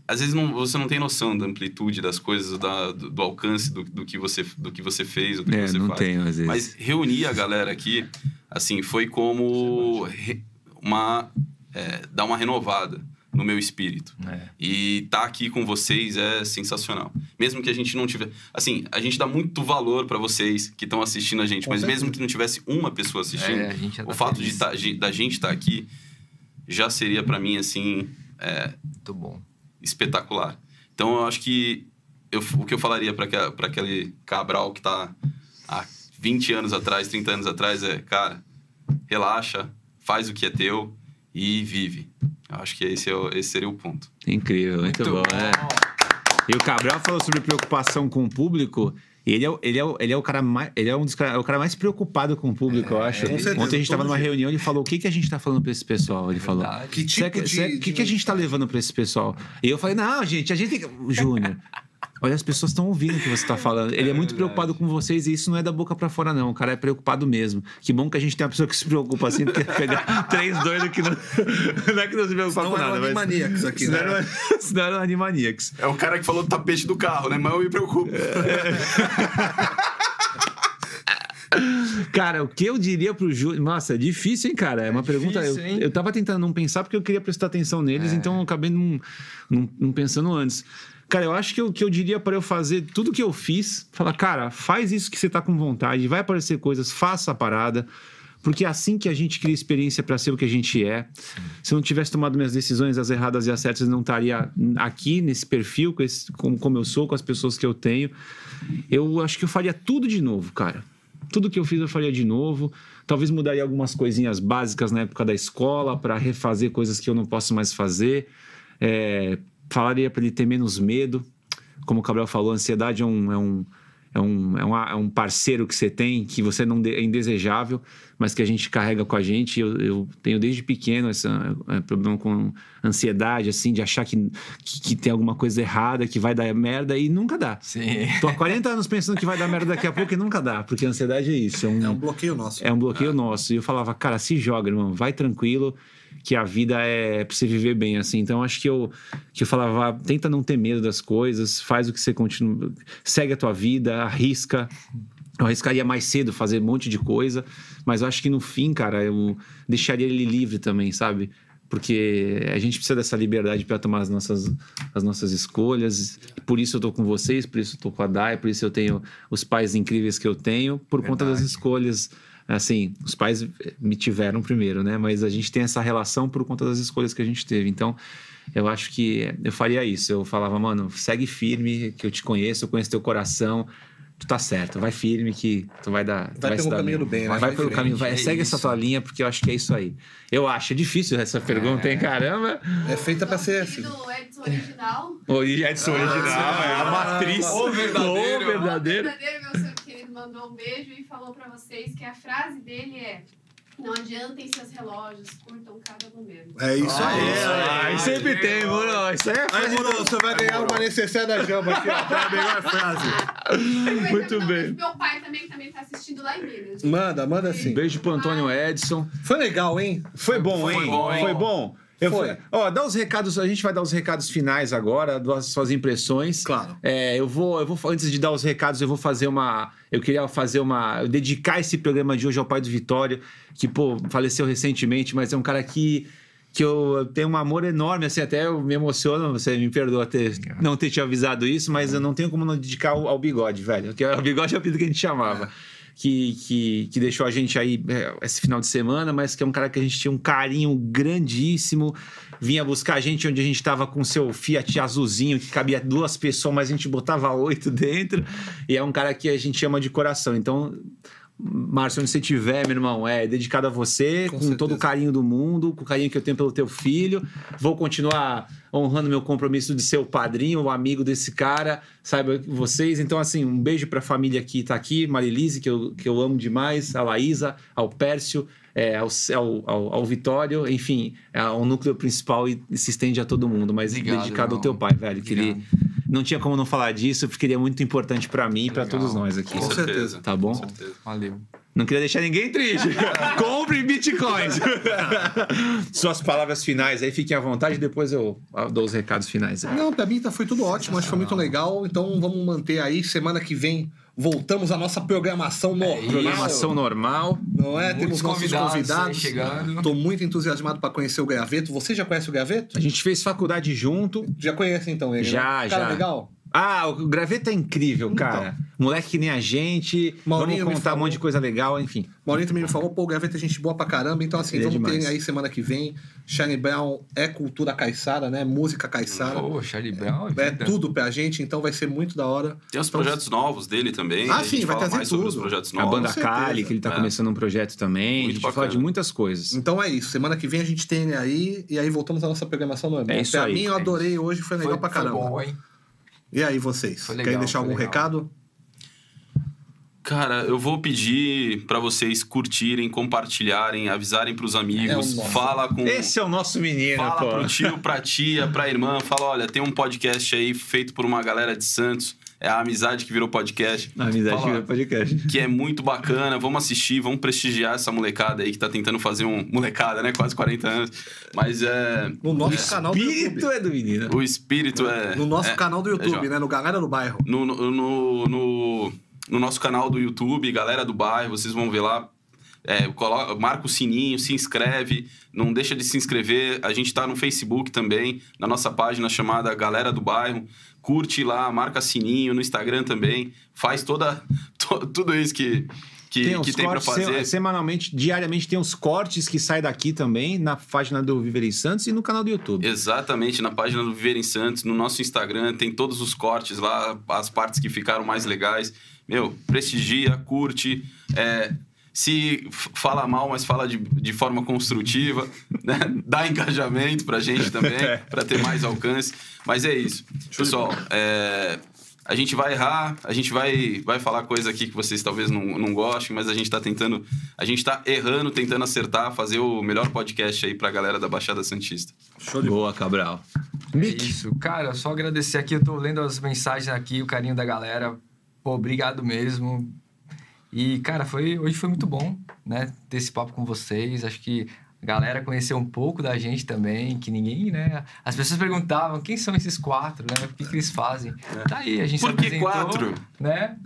Speaker 4: às vezes não- você não tem noção da amplitude das coisas, da- do, do alcance do, do que você, do que você fez, do que
Speaker 1: É,
Speaker 4: você
Speaker 1: não
Speaker 4: faz.
Speaker 1: tenho às vezes.
Speaker 4: Mas reunir a galera aqui, assim, foi como re- uma é, dar uma renovada no meu espírito.
Speaker 3: É.
Speaker 4: E estar aqui com vocês é sensacional. Mesmo que a gente não tiver, assim, a gente dá muito valor para vocês que estão assistindo a gente,
Speaker 2: Com
Speaker 4: mas
Speaker 2: certeza.
Speaker 4: mesmo que não tivesse uma pessoa assistindo,
Speaker 3: É, a gente já tá
Speaker 4: o fato
Speaker 3: feliz.
Speaker 4: de tá- de- da gente estar aqui já seria para mim assim
Speaker 3: Muito bom.
Speaker 4: espetacular. Então eu acho que eu- o que eu falaria para aquele Cabral que tá há 20 anos atrás, 30 anos atrás é, cara, relaxa, faz o que é teu e vive. Eu acho que esse, é o- esse seria o ponto.
Speaker 1: Incrível, muito, bom. né?
Speaker 2: é.
Speaker 1: E o Cabral falou sobre preocupação com o público. e Ele é, o- ele, é, o- ele é o cara mais. Ele é um dos cara, é o cara mais preocupado com o público, eu acho.
Speaker 2: É, com certeza,
Speaker 1: Ontem a gente tava
Speaker 2: todo
Speaker 1: numa
Speaker 2: dia.
Speaker 1: reunião e ele falou: o que, que a gente tá falando pra esse pessoal? Ele falou.
Speaker 3: Verdade.
Speaker 2: Que
Speaker 1: Será
Speaker 2: tipo
Speaker 1: que-
Speaker 2: de...
Speaker 1: será- O que, que a gente tá levando pra esse pessoal? E eu falei, não, gente, a gente tem que. Júnior, olha, as pessoas estão ouvindo o que você tá falando. Ele é, muito
Speaker 3: verdade.
Speaker 1: preocupado com vocês e isso não é da boca pra fora, não. O cara é preocupado mesmo. Que bom que a gente tem uma pessoa que se preocupa assim, porque pegar três doidos que não. Não é que não se preocupa
Speaker 2: Senão
Speaker 1: com
Speaker 2: eram
Speaker 1: nada, mas.
Speaker 2: Animaniacs aqui,
Speaker 1: Senão
Speaker 2: né?
Speaker 1: eram- Senão eram Animaniacs.
Speaker 4: É o cara que falou do tapete do carro, né? Mas eu me preocupo.
Speaker 2: É,
Speaker 1: Cara, o que eu diria pro Júnior. Nossa, é difícil, hein, cara? É uma pergunta.
Speaker 3: difícil,
Speaker 1: eu,
Speaker 3: hein? É.
Speaker 1: eu tava tentando não pensar porque eu queria prestar atenção neles, então eu acabei não, não- não pensando antes. Cara, eu acho que o que eu diria para eu fazer tudo que eu fiz, falar, cara, faz isso que você tá com vontade, vai aparecer coisas, faça a parada. Porque é assim que a gente cria experiência para ser o que a gente é. Se eu não tivesse tomado minhas decisões, as erradas e as certas, eu não estaria aqui nesse perfil, com esse- como, como eu sou, com as pessoas que eu tenho. Eu acho que eu faria tudo de novo, cara. Tudo que eu fiz eu faria de novo. Talvez mudaria algumas coisinhas básicas na época da escola para refazer coisas que eu não posso mais fazer. É, falaria para ele ter menos medo. Como o Cabral falou, a ansiedade é um, é um, é um, é um, é um parceiro que você tem que você não de- é indesejável, mas que a gente carrega com a gente. Eu, eu tenho desde pequeno esse problema com ansiedade, assim, de achar que, que, que tem alguma coisa errada, que vai dar merda e nunca dá.
Speaker 3: Sim.
Speaker 1: Tô há 40 anos pensando que vai dar merda daqui a pouco e nunca dá, porque a ansiedade é isso. É um,
Speaker 2: É um bloqueio nosso.
Speaker 1: é um bloqueio nosso. E eu falava, cara, se joga, irmão, vai tranquilo, que a vida é pra você viver bem, assim. Então acho que eu, que eu falava, ah, tenta não ter medo das coisas, faz o que você continua, segue a tua vida, arrisca. Eu arriscaria mais cedo fazer um monte de coisa, mas eu acho que no fim, cara, eu deixaria ele livre também, sabe? Porque a gente precisa dessa liberdade para tomar as nossas, as nossas escolhas. E por isso eu tô com vocês, por isso eu tô com a Dai, por isso eu tenho os pais incríveis que eu tenho, por conta das
Speaker 3: Verdade.
Speaker 1: escolhas assim, os pais me tiveram primeiro, né? Mas a gente tem essa relação por conta das escolhas que a gente teve. Então, eu acho que eu faria isso. Eu falava, mano, segue firme, que eu te conheço, eu conheço teu coração. Tu tá certo, vai firme que tu vai dar. tu
Speaker 2: Vai
Speaker 1: se
Speaker 2: pelo
Speaker 1: dar
Speaker 2: caminho
Speaker 1: bem.
Speaker 2: do bem, né?
Speaker 1: Vai,
Speaker 2: Vai
Speaker 1: pelo
Speaker 2: frente,
Speaker 1: caminho, vai,
Speaker 3: é
Speaker 1: segue essa
Speaker 3: isso.
Speaker 1: tua linha, porque eu acho que é isso aí. Eu acho, é difícil essa pergunta, hein? Caramba!
Speaker 2: É feita pra ser assim.
Speaker 5: Do Tá Edson original.
Speaker 1: Ô, e é disso original, é a matriz.
Speaker 3: o verdadeiro.
Speaker 1: O verdadeiro.
Speaker 5: verdadeiro, meu ser querido, mandou um beijo e falou pra vocês que a frase dele é: Não adiantem seus relógios, curtam cada momento.
Speaker 2: É isso
Speaker 3: Ah,
Speaker 2: aí.
Speaker 3: isso aí.
Speaker 1: Aí sempre tem, moro. Isso aí é
Speaker 2: Aí, moro, você vai ganhar uma necessaire da Jamba aqui, ó. Que é a melhor frase.
Speaker 5: Mas
Speaker 1: Muito
Speaker 5: eu-
Speaker 1: bem.
Speaker 5: Meu pai também, que também tá assistindo lá em Minas. gente.
Speaker 2: Manda, manda sim.
Speaker 1: Beijo pro Antônio Edson.
Speaker 2: Foi legal, hein?
Speaker 1: Foi bom, hein?
Speaker 4: bom, hein?
Speaker 1: Foi bom. Eu
Speaker 2: Foi.
Speaker 1: fui- Ó, dá os recados, a gente vai dar os recados finais agora, das suas impressões.
Speaker 2: Claro.
Speaker 1: É, eu vou, eu vou fa- antes de dar os recados, eu vou fazer uma, eu queria fazer uma, eu dedicar esse programa de hoje ao pai do Vitório, que pô, faleceu recentemente, mas é um cara que que eu tenho um amor enorme, assim, até eu me emociono, você me perdoa ter, não ter te avisado isso, mas eu não tenho como não dedicar ao, ao bigode, velho. Porque o bigode é o apelido que a gente chamava. Que, que, que deixou a gente aí é, esse final de semana, mas que é um cara que a gente tinha um carinho grandíssimo. Vinha buscar a gente onde a gente estava com seu Fiat azulzinho, que cabia duas pessoas, mas a gente botava oito dentro. E é um cara que a gente ama de coração. Então, Márcio, onde você estiver, meu irmão, é dedicado a você, com,
Speaker 2: certeza.
Speaker 1: todo o carinho do mundo, com o carinho que eu tenho pelo teu filho. Vou continuar honrando meu compromisso de ser o padrinho, o amigo desse cara, saiba vocês. Então, assim, um beijo pra família que tá aqui, Marilise, que eu, que eu amo demais, a Laísa, ao Pércio, é, ao, ao, ao, ao Vitório, enfim, é o núcleo principal e se estende a todo mundo, mas
Speaker 3: Obrigado,
Speaker 1: dedicado ao
Speaker 3: irmão.
Speaker 1: teu pai, velho. que ele-
Speaker 3: Obrigado.
Speaker 1: não tinha como não falar disso, porque ele é muito importante pra mim e pra
Speaker 3: Legal.
Speaker 1: todos nós aqui.
Speaker 4: Com
Speaker 2: Com
Speaker 4: certeza.
Speaker 2: certeza.
Speaker 1: Tá bom?
Speaker 4: Com certeza.
Speaker 3: Valeu.
Speaker 1: Não queria deixar ninguém triste. Compre bitcoins. Suas palavras finais aí, fiquem à vontade, depois eu dou os recados finais. aí.
Speaker 2: Não, pra mim tá- foi tudo ótimo, acho que foi muito legal. Então vamos manter aí. Semana que vem voltamos à nossa programação normal.
Speaker 1: Programação normal.
Speaker 2: Não é?
Speaker 3: Muitos
Speaker 2: Temos nossos
Speaker 3: convidados aí
Speaker 2: É convidados.
Speaker 3: chegando.
Speaker 2: Tô muito entusiasmado pra conhecer o Graveto. Você já conhece o Graveto?
Speaker 1: A gente fez faculdade junto.
Speaker 2: Já conhece então ele?
Speaker 1: Já,
Speaker 2: né? Cara,
Speaker 1: já.
Speaker 2: legal.
Speaker 1: Ah, o graveto é incrível, cara. Moleque que nem a gente.
Speaker 2: Maurinho me
Speaker 1: Vamos contar um
Speaker 2: falou.
Speaker 1: monte de coisa legal, enfim.
Speaker 2: Maurinho também me falou, pô, o Graveto é gente boa pra caramba. Então, assim,
Speaker 1: Ele é
Speaker 2: vamos
Speaker 1: demais.
Speaker 2: ter aí semana que vem. Shine Brown é cultura caiçara, né? Música caiçara.
Speaker 3: Pô, Charlie Brown.
Speaker 2: É
Speaker 3: vida.
Speaker 2: tudo pra gente, então vai ser muito da hora.
Speaker 4: Tem os projetos novos dele também.
Speaker 2: Ah,
Speaker 4: a gente
Speaker 2: sim, vai
Speaker 4: fala
Speaker 2: trazer
Speaker 4: mais sobre os
Speaker 2: tudo.
Speaker 4: projetos
Speaker 1: a
Speaker 4: novos.
Speaker 1: banda
Speaker 2: certeza.
Speaker 1: Kali, que ele tá
Speaker 4: É.
Speaker 1: começando um projeto também.
Speaker 4: Muito
Speaker 1: a gente vai falar
Speaker 4: bacana.
Speaker 1: de muitas coisas.
Speaker 2: Então é isso. Semana que vem a gente tem ele aí. E aí voltamos à nossa programação normal.
Speaker 1: É isso
Speaker 2: pra
Speaker 1: aí,
Speaker 2: mim, eu
Speaker 1: é
Speaker 2: adorei hoje, foi legal
Speaker 3: Foi,
Speaker 2: pra
Speaker 3: foi
Speaker 2: caramba.
Speaker 3: bom, hein?
Speaker 2: E aí, vocês?
Speaker 3: Foi
Speaker 2: Querem
Speaker 3: legal,
Speaker 2: deixar
Speaker 3: foi
Speaker 2: algum
Speaker 3: legal.
Speaker 2: recado?
Speaker 4: Cara, eu vou pedir pra vocês curtirem, compartilharem, avisarem pros
Speaker 2: É,
Speaker 4: amigos.
Speaker 2: é um
Speaker 4: fala com.
Speaker 1: Esse é o nosso menino,
Speaker 4: Fala
Speaker 1: pô.
Speaker 4: pro tio, pra tia, pra irmã, fala: olha, tem um podcast aí feito por uma galera de Santos. É a amizade que virou podcast.
Speaker 1: Amizade
Speaker 4: Fala.
Speaker 1: que vira podcast.
Speaker 4: que é muito bacana. Vamos assistir, vamos prestigiar essa molecada aí que tá tentando fazer um. Molecada, né? Quase 40 anos. Mas é.
Speaker 2: No nosso canal do
Speaker 1: Espírito
Speaker 2: YouTube.
Speaker 1: é do menino.
Speaker 4: O espírito é.
Speaker 2: No nosso
Speaker 4: é-
Speaker 2: canal do YouTube,
Speaker 4: jovem.
Speaker 2: né? No Galera do Bairro.
Speaker 4: no, no, no, no- no nosso canal do YouTube, galera do bairro, vocês vão ver lá. É, colo- marca o sininho, se inscreve, não deixa de se inscrever. A gente está no Facebook também, na nossa página chamada Galera do Bairro. Curte lá, marca sininho, no Instagram também. Faz toda to- tudo isso que que que
Speaker 1: tem
Speaker 4: tem,
Speaker 1: uns
Speaker 4: para
Speaker 1: cortes se-
Speaker 4: fazer.
Speaker 1: semanalmente, diariamente tem uns cortes que saem daqui também na página do Viver em Santos e no canal do YouTube.
Speaker 4: Exatamente, na página do Viver em Santos, no nosso Instagram, tem todos os cortes lá, as partes que ficaram mais legais. Meu, prestigia, curte. é, se f- fala mal, mas fala de, de forma construtiva, né? dá engajamento pra gente também, pra ter mais alcance. Mas é isso. Pessoal, é, a gente vai errar, a gente vai, vai falar coisa aqui que vocês talvez não, não gostem, mas a gente tá tentando, a gente tá errando, tentando acertar, fazer o melhor podcast aí pra galera da Baixada Santista.
Speaker 1: Boa, Cabral.
Speaker 3: É isso, cara, só agradecer aqui, eu tô lendo as mensagens aqui, o carinho da galera. Pô, obrigado mesmo. E, cara, foi, hoje foi muito bom, né, ter esse papo com vocês. Acho que a galera conheceu um pouco da gente também, que ninguém, né? As pessoas perguntavam quem são esses quatro, né? O que, que eles fazem? Tá aí, a gente
Speaker 4: É. Por
Speaker 3: se
Speaker 4: que
Speaker 3: apresentou,
Speaker 4: quatro?
Speaker 3: né?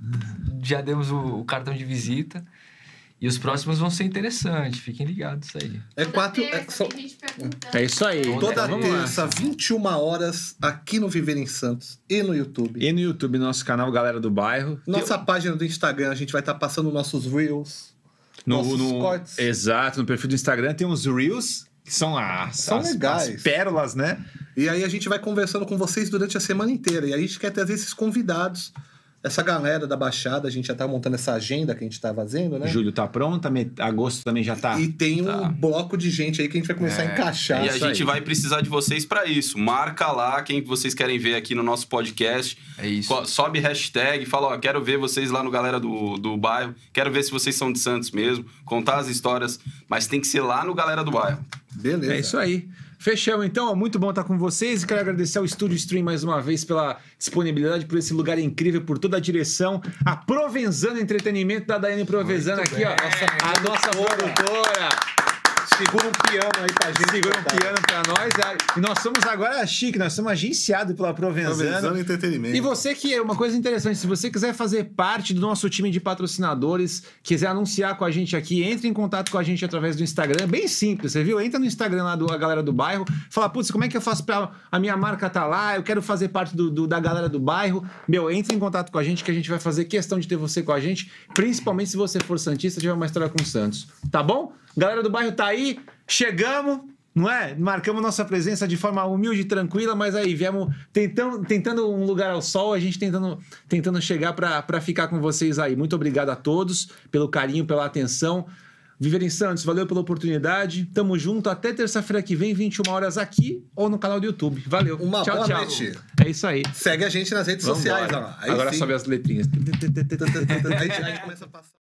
Speaker 3: Já demos o, o cartão de visita. E os próximos vão ser interessantes, fiquem ligados aí.
Speaker 2: É quatro.
Speaker 5: Toda
Speaker 2: é
Speaker 5: terça
Speaker 2: só-
Speaker 5: tem gente perguntando.
Speaker 1: É isso aí.
Speaker 2: toda
Speaker 1: Vamos lá.
Speaker 2: terça, 21 horas, aqui no Viver em Santos e no YouTube.
Speaker 1: E no YouTube, nosso canal Galera do Bairro.
Speaker 2: Nossa página do Instagram, a gente vai estar passando nossos Reels.
Speaker 1: no,
Speaker 2: nossos
Speaker 1: no-
Speaker 2: cortes.
Speaker 1: Exato, no perfil do Instagram tem uns Reels, que são as,
Speaker 2: São
Speaker 1: as-
Speaker 2: legais.
Speaker 1: as pérolas, né?
Speaker 2: E aí a gente vai conversando com vocês durante a semana inteira. E aí a gente quer trazer esses convidados, essa galera da Baixada. A gente já tá montando essa agenda que a gente tá fazendo, né?
Speaker 1: Julho tá pronta, me- agosto também já tá. É,
Speaker 2: E tem
Speaker 4: Tá.
Speaker 2: um bloco de gente aí que a gente vai começar a encaixar.
Speaker 4: E a
Speaker 2: isso
Speaker 4: gente
Speaker 2: aí.
Speaker 4: vai precisar de vocês pra isso. Marca lá quem que vocês querem ver aqui no nosso podcast.
Speaker 3: É isso.
Speaker 4: Co- Sobe hashtag, fala, ó, quero ver vocês lá no Galera do, do Bairro. Quero ver se vocês são de Santos mesmo. Contar as histórias, mas tem que ser lá no Galera do Bairro.
Speaker 2: Beleza.
Speaker 1: É isso aí. Fechamos então, ó, muito bom estar com vocês. e Quero agradecer ao Estúdio Stream mais uma vez pela disponibilidade, por esse lugar incrível, por toda a direção. A Provenzano Entretenimento da Daiane Provenzano
Speaker 3: Muito
Speaker 1: aqui, ó,
Speaker 3: bem.
Speaker 1: a nossa produtora.
Speaker 2: Segura um piano aí pra gente.
Speaker 1: Segura um
Speaker 2: cantar.
Speaker 1: piano pra nós. ah, E nós somos agora chique, nós somos agenciados pela Provenzano.
Speaker 2: Provenzano Entretenimento.
Speaker 1: E você que é uma coisa interessante, se você quiser fazer parte do nosso time de patrocinadores, quiser anunciar com a gente aqui, entre em contato com a gente através do Instagram, é bem simples, você viu? Entra no Instagram lá do a galera do bairro, fala, putz, como é que eu faço pra a minha marca tá lá? Eu quero fazer parte do, do- da galera do bairro. Meu, entre em contato com a gente que a gente vai fazer questão de ter você com a gente, principalmente se você for santista, tiver uma história com o Santos, tá bom? Galera do bairro tá aí, chegamos. Não é? Marcamos nossa presença de forma humilde e tranquila, mas aí viemos tentando, tentando um lugar ao sol, a gente tentando, tentando chegar para ficar com vocês aí. Muito obrigado a todos pelo carinho, pela atenção. Viver em Santos, valeu pela oportunidade. Tamo junto até terça-feira que vem, 21 horas aqui ou no canal do YouTube. Valeu.
Speaker 2: Uma
Speaker 1: tchau,
Speaker 2: boa
Speaker 1: tchau.
Speaker 2: noite.
Speaker 1: É isso aí.
Speaker 2: Segue a gente nas redes
Speaker 1: Vambora.
Speaker 2: sociais, ó. Aí
Speaker 1: Agora
Speaker 2: sim.
Speaker 1: sobe as letrinhas.
Speaker 2: a gente, a gente começa a passar.